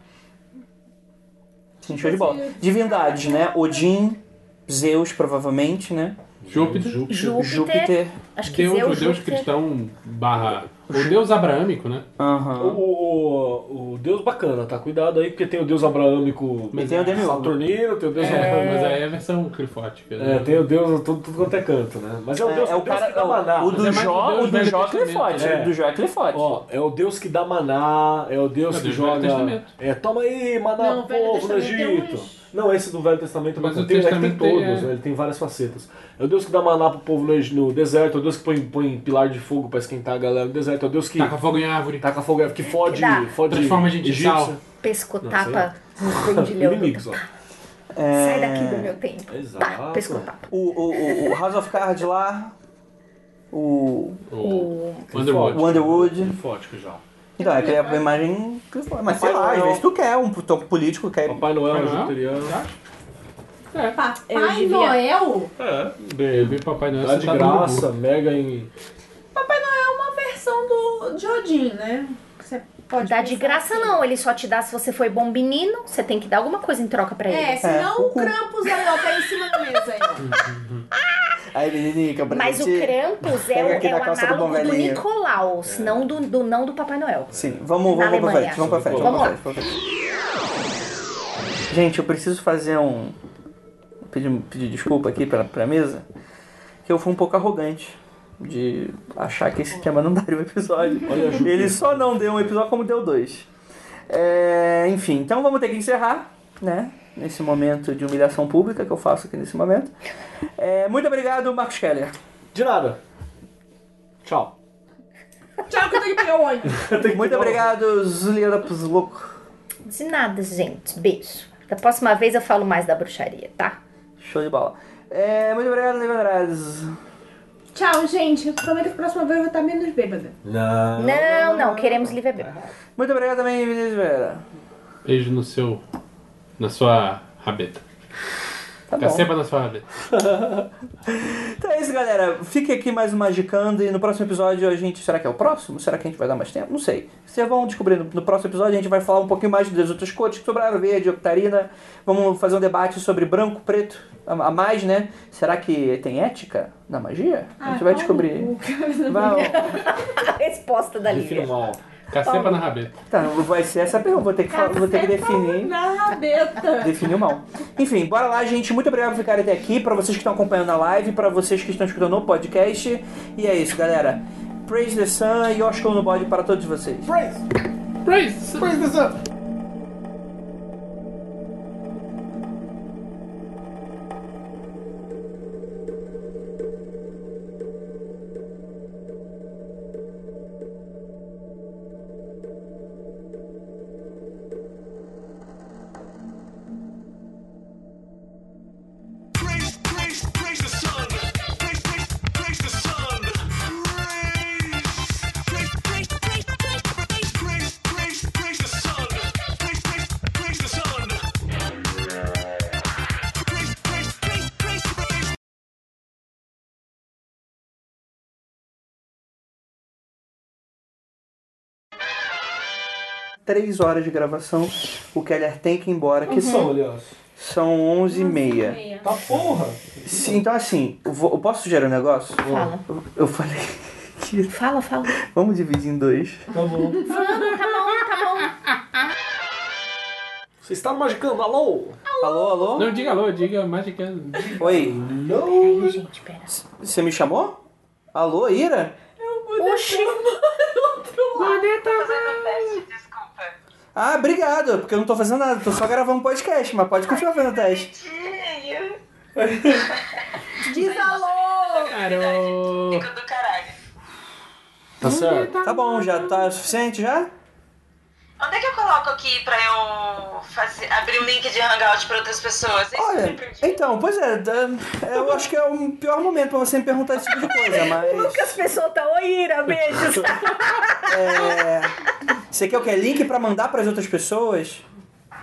[SPEAKER 3] Sim, show de bola. Divindades, né? Odin, Zeus, provavelmente, né?
[SPEAKER 5] Júpiter.
[SPEAKER 4] Júpiter.
[SPEAKER 3] Júpiter.
[SPEAKER 4] Acho que
[SPEAKER 5] Deus,
[SPEAKER 4] Zeus,
[SPEAKER 5] o um Deus
[SPEAKER 4] Júpiter.
[SPEAKER 5] cristão barra. O Deus abraâmico, né?
[SPEAKER 7] O,
[SPEAKER 3] Aham.
[SPEAKER 7] o- o deus bacana, tá? Cuidado aí, porque tem o deus abraâmico
[SPEAKER 3] E tem o Demiurgo.
[SPEAKER 7] Saturnino, tem o deus
[SPEAKER 5] É,
[SPEAKER 7] abraâmico.
[SPEAKER 5] mas aí é a versão crifótica. né?
[SPEAKER 7] É, tem o deus tudo, tudo quanto é canto, né? Mas é o
[SPEAKER 3] É,
[SPEAKER 7] deus,
[SPEAKER 3] é o
[SPEAKER 7] deus
[SPEAKER 3] cara.
[SPEAKER 7] que dá maná. né?
[SPEAKER 3] o- O do
[SPEAKER 5] Mas é mais um
[SPEAKER 3] Jó,
[SPEAKER 5] Deus
[SPEAKER 3] o do
[SPEAKER 5] do
[SPEAKER 3] Jó é
[SPEAKER 5] Velho
[SPEAKER 3] Clefote.
[SPEAKER 7] Testamento.
[SPEAKER 3] O do Jó é Clefote.
[SPEAKER 7] Ó, é o deus que dá maná, é o deus
[SPEAKER 5] É o
[SPEAKER 7] que
[SPEAKER 5] deus do Velho
[SPEAKER 7] joga.
[SPEAKER 5] Testamento.
[SPEAKER 7] É, toma aí, maná
[SPEAKER 6] Não, o
[SPEAKER 7] pro
[SPEAKER 6] Velho
[SPEAKER 7] povo no
[SPEAKER 6] Testamento é um tem
[SPEAKER 7] Egito.
[SPEAKER 6] uns-
[SPEAKER 7] Não, esse é do Velho Testamento
[SPEAKER 5] Mas
[SPEAKER 7] não
[SPEAKER 5] o
[SPEAKER 7] tem, né, que tem
[SPEAKER 5] Testamento tem,
[SPEAKER 7] todos,
[SPEAKER 5] é.
[SPEAKER 7] né, ele tem várias facetas. É o deus que dá maná pro povo no, Eg- no deserto, é o deus que põe, põe pilar de fogo pra esquentar a galera no deserto, é o deus que Tá.
[SPEAKER 5] Taca Tá fogo em árvore.
[SPEAKER 7] taca fogo, é,
[SPEAKER 6] É,
[SPEAKER 7] que fode,
[SPEAKER 4] Que dá.
[SPEAKER 7] fode
[SPEAKER 5] Transforma a gente em
[SPEAKER 7] egípcio.
[SPEAKER 5] sal.
[SPEAKER 4] Pescotapa.
[SPEAKER 7] Inimigos, ó.
[SPEAKER 4] Sai
[SPEAKER 3] É.
[SPEAKER 4] daqui do meu
[SPEAKER 3] Ah,
[SPEAKER 4] tempo. Pá,
[SPEAKER 7] Exato.
[SPEAKER 4] pescotapa.
[SPEAKER 3] O, o, o, o House of Cards lá. O.
[SPEAKER 5] O
[SPEAKER 3] O
[SPEAKER 5] Underwood.
[SPEAKER 3] Underwood.
[SPEAKER 7] Fótico já.
[SPEAKER 3] Então, é que é a imagem. Clefote. Mas sei lá, às vezes tu quer, um topo político quer.
[SPEAKER 7] Papai Noel é
[SPEAKER 5] Papai Noel?
[SPEAKER 7] juteriano.
[SPEAKER 6] É. Papai
[SPEAKER 4] devia-
[SPEAKER 6] Noel?
[SPEAKER 7] É.
[SPEAKER 5] Eu vi Papai Noel tá
[SPEAKER 7] Dá de
[SPEAKER 5] sentado no urubu.
[SPEAKER 7] graça, mega em.
[SPEAKER 6] Papai Noel é uma versão do de Odin, né? Você pode
[SPEAKER 4] Dá de
[SPEAKER 6] pensar
[SPEAKER 4] graça
[SPEAKER 6] assim.
[SPEAKER 4] não, ele só te dá se você foi bom menino, você tem que dar alguma coisa em troca pra ele.
[SPEAKER 6] É, senão
[SPEAKER 3] o
[SPEAKER 6] o
[SPEAKER 3] cu.
[SPEAKER 6] Krampus aí, ó, tá em cima da mesa aí, ó.
[SPEAKER 3] Aí, menininha, pra
[SPEAKER 4] Mas o
[SPEAKER 3] gente-
[SPEAKER 4] Krampus é, o-
[SPEAKER 3] Pega aqui
[SPEAKER 4] é
[SPEAKER 3] na
[SPEAKER 4] o
[SPEAKER 3] calça do
[SPEAKER 4] análogo
[SPEAKER 3] bom
[SPEAKER 4] do,
[SPEAKER 3] velhinho. É.
[SPEAKER 4] Nicolaus, não do, do- não do Papai Noel.
[SPEAKER 3] Sim, vamos,
[SPEAKER 4] Na
[SPEAKER 3] vamos, vamos pra
[SPEAKER 4] Alemanha.
[SPEAKER 3] frente, vamos pra frente,
[SPEAKER 4] Vamos
[SPEAKER 3] vamos, pra frente, vamos pra frente. Gente, eu preciso fazer um. Pedir, pedir desculpa aqui pra, pra mesa, que eu fui um pouco arrogante de achar que esse tema não daria um episódio.
[SPEAKER 7] Olha, Ju.
[SPEAKER 3] Ele só não deu um episódio como deu dois. É, enfim, então vamos ter que encerrar, né? Nesse momento de humilhação pública que eu faço aqui nesse momento. É, muito obrigado, Marcos Keller.
[SPEAKER 7] De nada. Tchau.
[SPEAKER 6] Tchau, que eu tenho que pegar o ônibus.
[SPEAKER 7] Tem que
[SPEAKER 3] Muito
[SPEAKER 7] pegar o-
[SPEAKER 3] obrigado, Zuliana Puzloco.
[SPEAKER 4] De nada, gente. Beijo. Da próxima vez eu falo mais da bruxaria, tá?
[SPEAKER 3] Show de bola. É, muito obrigado, Leandro Andrade.
[SPEAKER 6] Tchau, gente. Prometo que a próxima vez eu vou estar menos bêbada.
[SPEAKER 7] Não.
[SPEAKER 4] Não, não, queremos livre bebê.
[SPEAKER 3] Muito obrigado também, Vinícius Vera.
[SPEAKER 5] Beijo no seu. na sua rabeta.
[SPEAKER 3] Tá bom.
[SPEAKER 5] Caceba na sua rabeta.
[SPEAKER 3] Então é isso, galera. Fique aqui mais uma Magicando e no próximo episódio a gente. Será que é o próximo? Será que a gente vai dar mais tempo? Não sei. Vocês vão descobrir no, no próximo episódio. A gente vai falar um pouquinho mais das outras cores que sobraram verde, octarina. Vamos fazer um debate sobre branco, preto a, a mais, né? Será que tem ética na magia? A
[SPEAKER 6] Ah,
[SPEAKER 3] gente vai
[SPEAKER 6] tá
[SPEAKER 3] descobrir. Vai,
[SPEAKER 4] A resposta da
[SPEAKER 7] Prefiro
[SPEAKER 4] Lívia.
[SPEAKER 7] mal.
[SPEAKER 5] Caceba na rabeta.
[SPEAKER 3] tá, vai ser essa a pergunta. Vou ter que, falar- vou ter que
[SPEAKER 6] tá
[SPEAKER 3] definir.
[SPEAKER 6] Na rabeta.
[SPEAKER 3] Definiu mal. Enfim, bora lá, gente. Muito obrigado por ficarem até aqui. Pra vocês que estão acompanhando a live, pra vocês que estão escutando o podcast. E é isso, galera. Praise the Sun e Oscar no bode para todos vocês.
[SPEAKER 5] Praise! Praise!
[SPEAKER 3] três horas de gravação. O Keller tem que ir embora, que
[SPEAKER 4] Uhum.
[SPEAKER 7] Que são,
[SPEAKER 3] são,
[SPEAKER 7] aliás?
[SPEAKER 3] são 11 e meia.
[SPEAKER 7] Tá porra!
[SPEAKER 3] Sim, então assim, eu vou- eu posso sugerir um negócio?
[SPEAKER 4] Fala.
[SPEAKER 3] Eu- Eu falei que
[SPEAKER 4] Fala, fala.
[SPEAKER 3] vamos dividir em dois.
[SPEAKER 7] Tá bom.
[SPEAKER 4] Tá bom, tá bom.
[SPEAKER 7] Você está magicando, alô?
[SPEAKER 3] Alô, alô?
[SPEAKER 5] Não, diga alô, diga mágica.
[SPEAKER 3] Oi,
[SPEAKER 4] Peraí, gente, pera.
[SPEAKER 3] você me chamou? Alô, Ira?
[SPEAKER 4] Oxi.
[SPEAKER 6] tá
[SPEAKER 9] um Desculpa.
[SPEAKER 3] Ah, obrigado, porque eu não tô fazendo nada, tô só gravando um podcast, mas pode continuar fazendo teste.
[SPEAKER 9] Tadinho.
[SPEAKER 6] Desalô!
[SPEAKER 5] Carol!
[SPEAKER 9] Fica do caralho.
[SPEAKER 7] Tá certo.
[SPEAKER 3] Tá bom, já tá o suficiente já?
[SPEAKER 9] Onde é que eu coloco aqui pra eu fazer, abrir um link de hangout pra outras pessoas? É Isso que
[SPEAKER 3] Olha,
[SPEAKER 9] eu perdi.
[SPEAKER 3] então, pois é, da- eu acho que é o pior momento pra você me perguntar esse tipo de coisa,
[SPEAKER 4] As
[SPEAKER 3] mas.
[SPEAKER 4] pessoas tá oi, Ira, beijos.
[SPEAKER 3] É, você quer o que? Link pra mandar pras outras pessoas?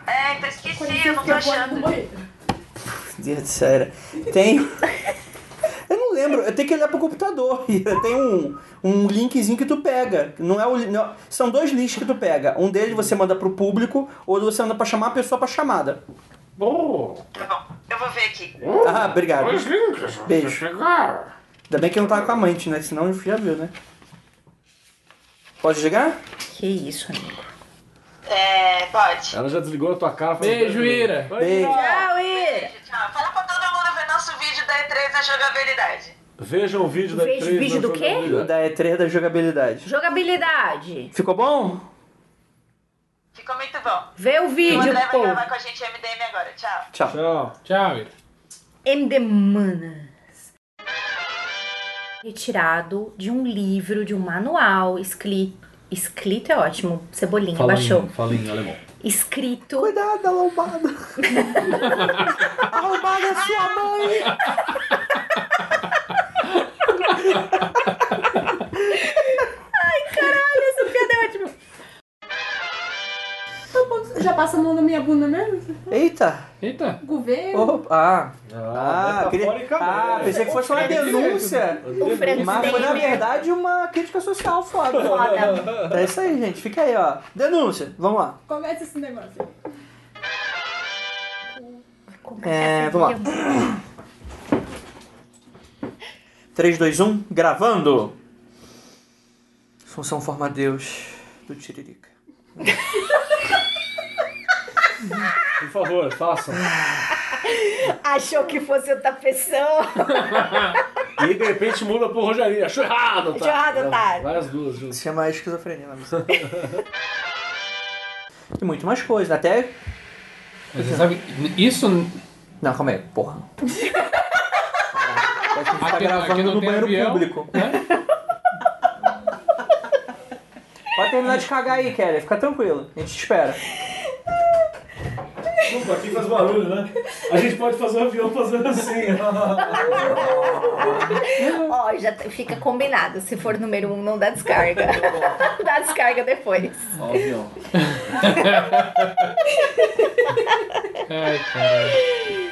[SPEAKER 9] É, então esqueci, eu não tô achando.
[SPEAKER 3] Meu Deus do céu, Ira. Tem. Eu não lembro, eu tenho que olhar pro computador. Ira. Tem um, um linkzinho que tu pega. Não é o, li- não- são dois links que tu pega. Um deles você manda pro público, outro você manda pra chamar a pessoa pra chamada.
[SPEAKER 7] Bom,
[SPEAKER 9] Tá bom, eu vou ver aqui.
[SPEAKER 3] Ah, obrigado.
[SPEAKER 7] links vão
[SPEAKER 3] Beijo.
[SPEAKER 7] chegar.
[SPEAKER 3] Ainda bem que eu não tava com a amante, né? Senão já viu, né? Pode chegar?
[SPEAKER 4] Que isso, amigo.
[SPEAKER 9] É, pode.
[SPEAKER 7] Ela já desligou a tua cara. faz
[SPEAKER 5] Beijo,
[SPEAKER 7] dez
[SPEAKER 5] Ira.
[SPEAKER 7] minutos.
[SPEAKER 3] Beijo.
[SPEAKER 4] Tchau, Ira.
[SPEAKER 9] Tchau. Fala pra todo mundo ver nosso vídeo da E3 na jogabilidade.
[SPEAKER 7] Vejam o vídeo da
[SPEAKER 4] Vejo
[SPEAKER 7] E3
[SPEAKER 4] vídeo
[SPEAKER 7] na
[SPEAKER 4] do quê?
[SPEAKER 7] jogabilidade.
[SPEAKER 3] Da E3 da jogabilidade.
[SPEAKER 4] Jogabilidade.
[SPEAKER 3] Ficou bom?
[SPEAKER 9] Ficou muito bom.
[SPEAKER 4] Vê o
[SPEAKER 9] O
[SPEAKER 4] vídeo,
[SPEAKER 9] André vai
[SPEAKER 4] pô.
[SPEAKER 9] gravar com a gente MDM agora. Tchau.
[SPEAKER 3] Tchau.
[SPEAKER 7] Tchau.
[SPEAKER 5] Tchau, Ira.
[SPEAKER 4] MD Manas. Retirado de um livro, de um manual, escrito. Escrito é ótimo, cebolinha,
[SPEAKER 7] Fala
[SPEAKER 4] baixou.
[SPEAKER 7] em, fala em alemão.
[SPEAKER 4] Escrito.
[SPEAKER 3] Cuidado, arrombada. arrombada é sua mãe.
[SPEAKER 4] Caralho, essa piada é ótima.
[SPEAKER 6] Tá Já passa a mão na minha bunda mesmo?
[SPEAKER 3] Eita.
[SPEAKER 5] Eita!
[SPEAKER 6] Governo?
[SPEAKER 3] Opa. Ah, ah, queria... ah,
[SPEAKER 7] metaforicamente.
[SPEAKER 3] pensei que fosse uma denúncia.
[SPEAKER 4] O Fred
[SPEAKER 3] Mas foi, na
[SPEAKER 4] Steiner.
[SPEAKER 3] verdade, uma crítica social foda.
[SPEAKER 4] Foda.
[SPEAKER 3] É isso aí, gente. Fica aí, ó. Denúncia. Vamos lá.
[SPEAKER 6] Começa esse negócio.
[SPEAKER 3] É, vamos lá. 3, 2, 1, gravando! Função Forma Deus do Tiririca.
[SPEAKER 7] Por favor, façam.
[SPEAKER 4] Achou que fosse outra pessoa.
[SPEAKER 7] E aí, de repente muda pro Rogerinho. Achou errado, tá?
[SPEAKER 4] Achou errado, otário.
[SPEAKER 7] Vai as duas juntas.
[SPEAKER 3] Se chama é esquizofrenia na música. e muito mais coisas, até.
[SPEAKER 5] Mas você sabe, isso
[SPEAKER 3] Não, calma aí, porra. Caraca, Parece que a gente tá
[SPEAKER 5] Aqui-
[SPEAKER 3] gravando
[SPEAKER 5] aqui não
[SPEAKER 3] no
[SPEAKER 5] tem
[SPEAKER 3] banheiro
[SPEAKER 5] avião.
[SPEAKER 3] público.
[SPEAKER 5] né?
[SPEAKER 3] Pode terminar de cagar aí, Kelly, fica tranquilo. A gente te espera.
[SPEAKER 7] Desculpa, aqui faz barulho, né? A gente pode fazer um avião fazendo assim.
[SPEAKER 4] Ó, já t- fica combinado. Se for número um, não dá descarga. dá descarga depois.
[SPEAKER 7] Ó, o avião.
[SPEAKER 5] Ai, caralho.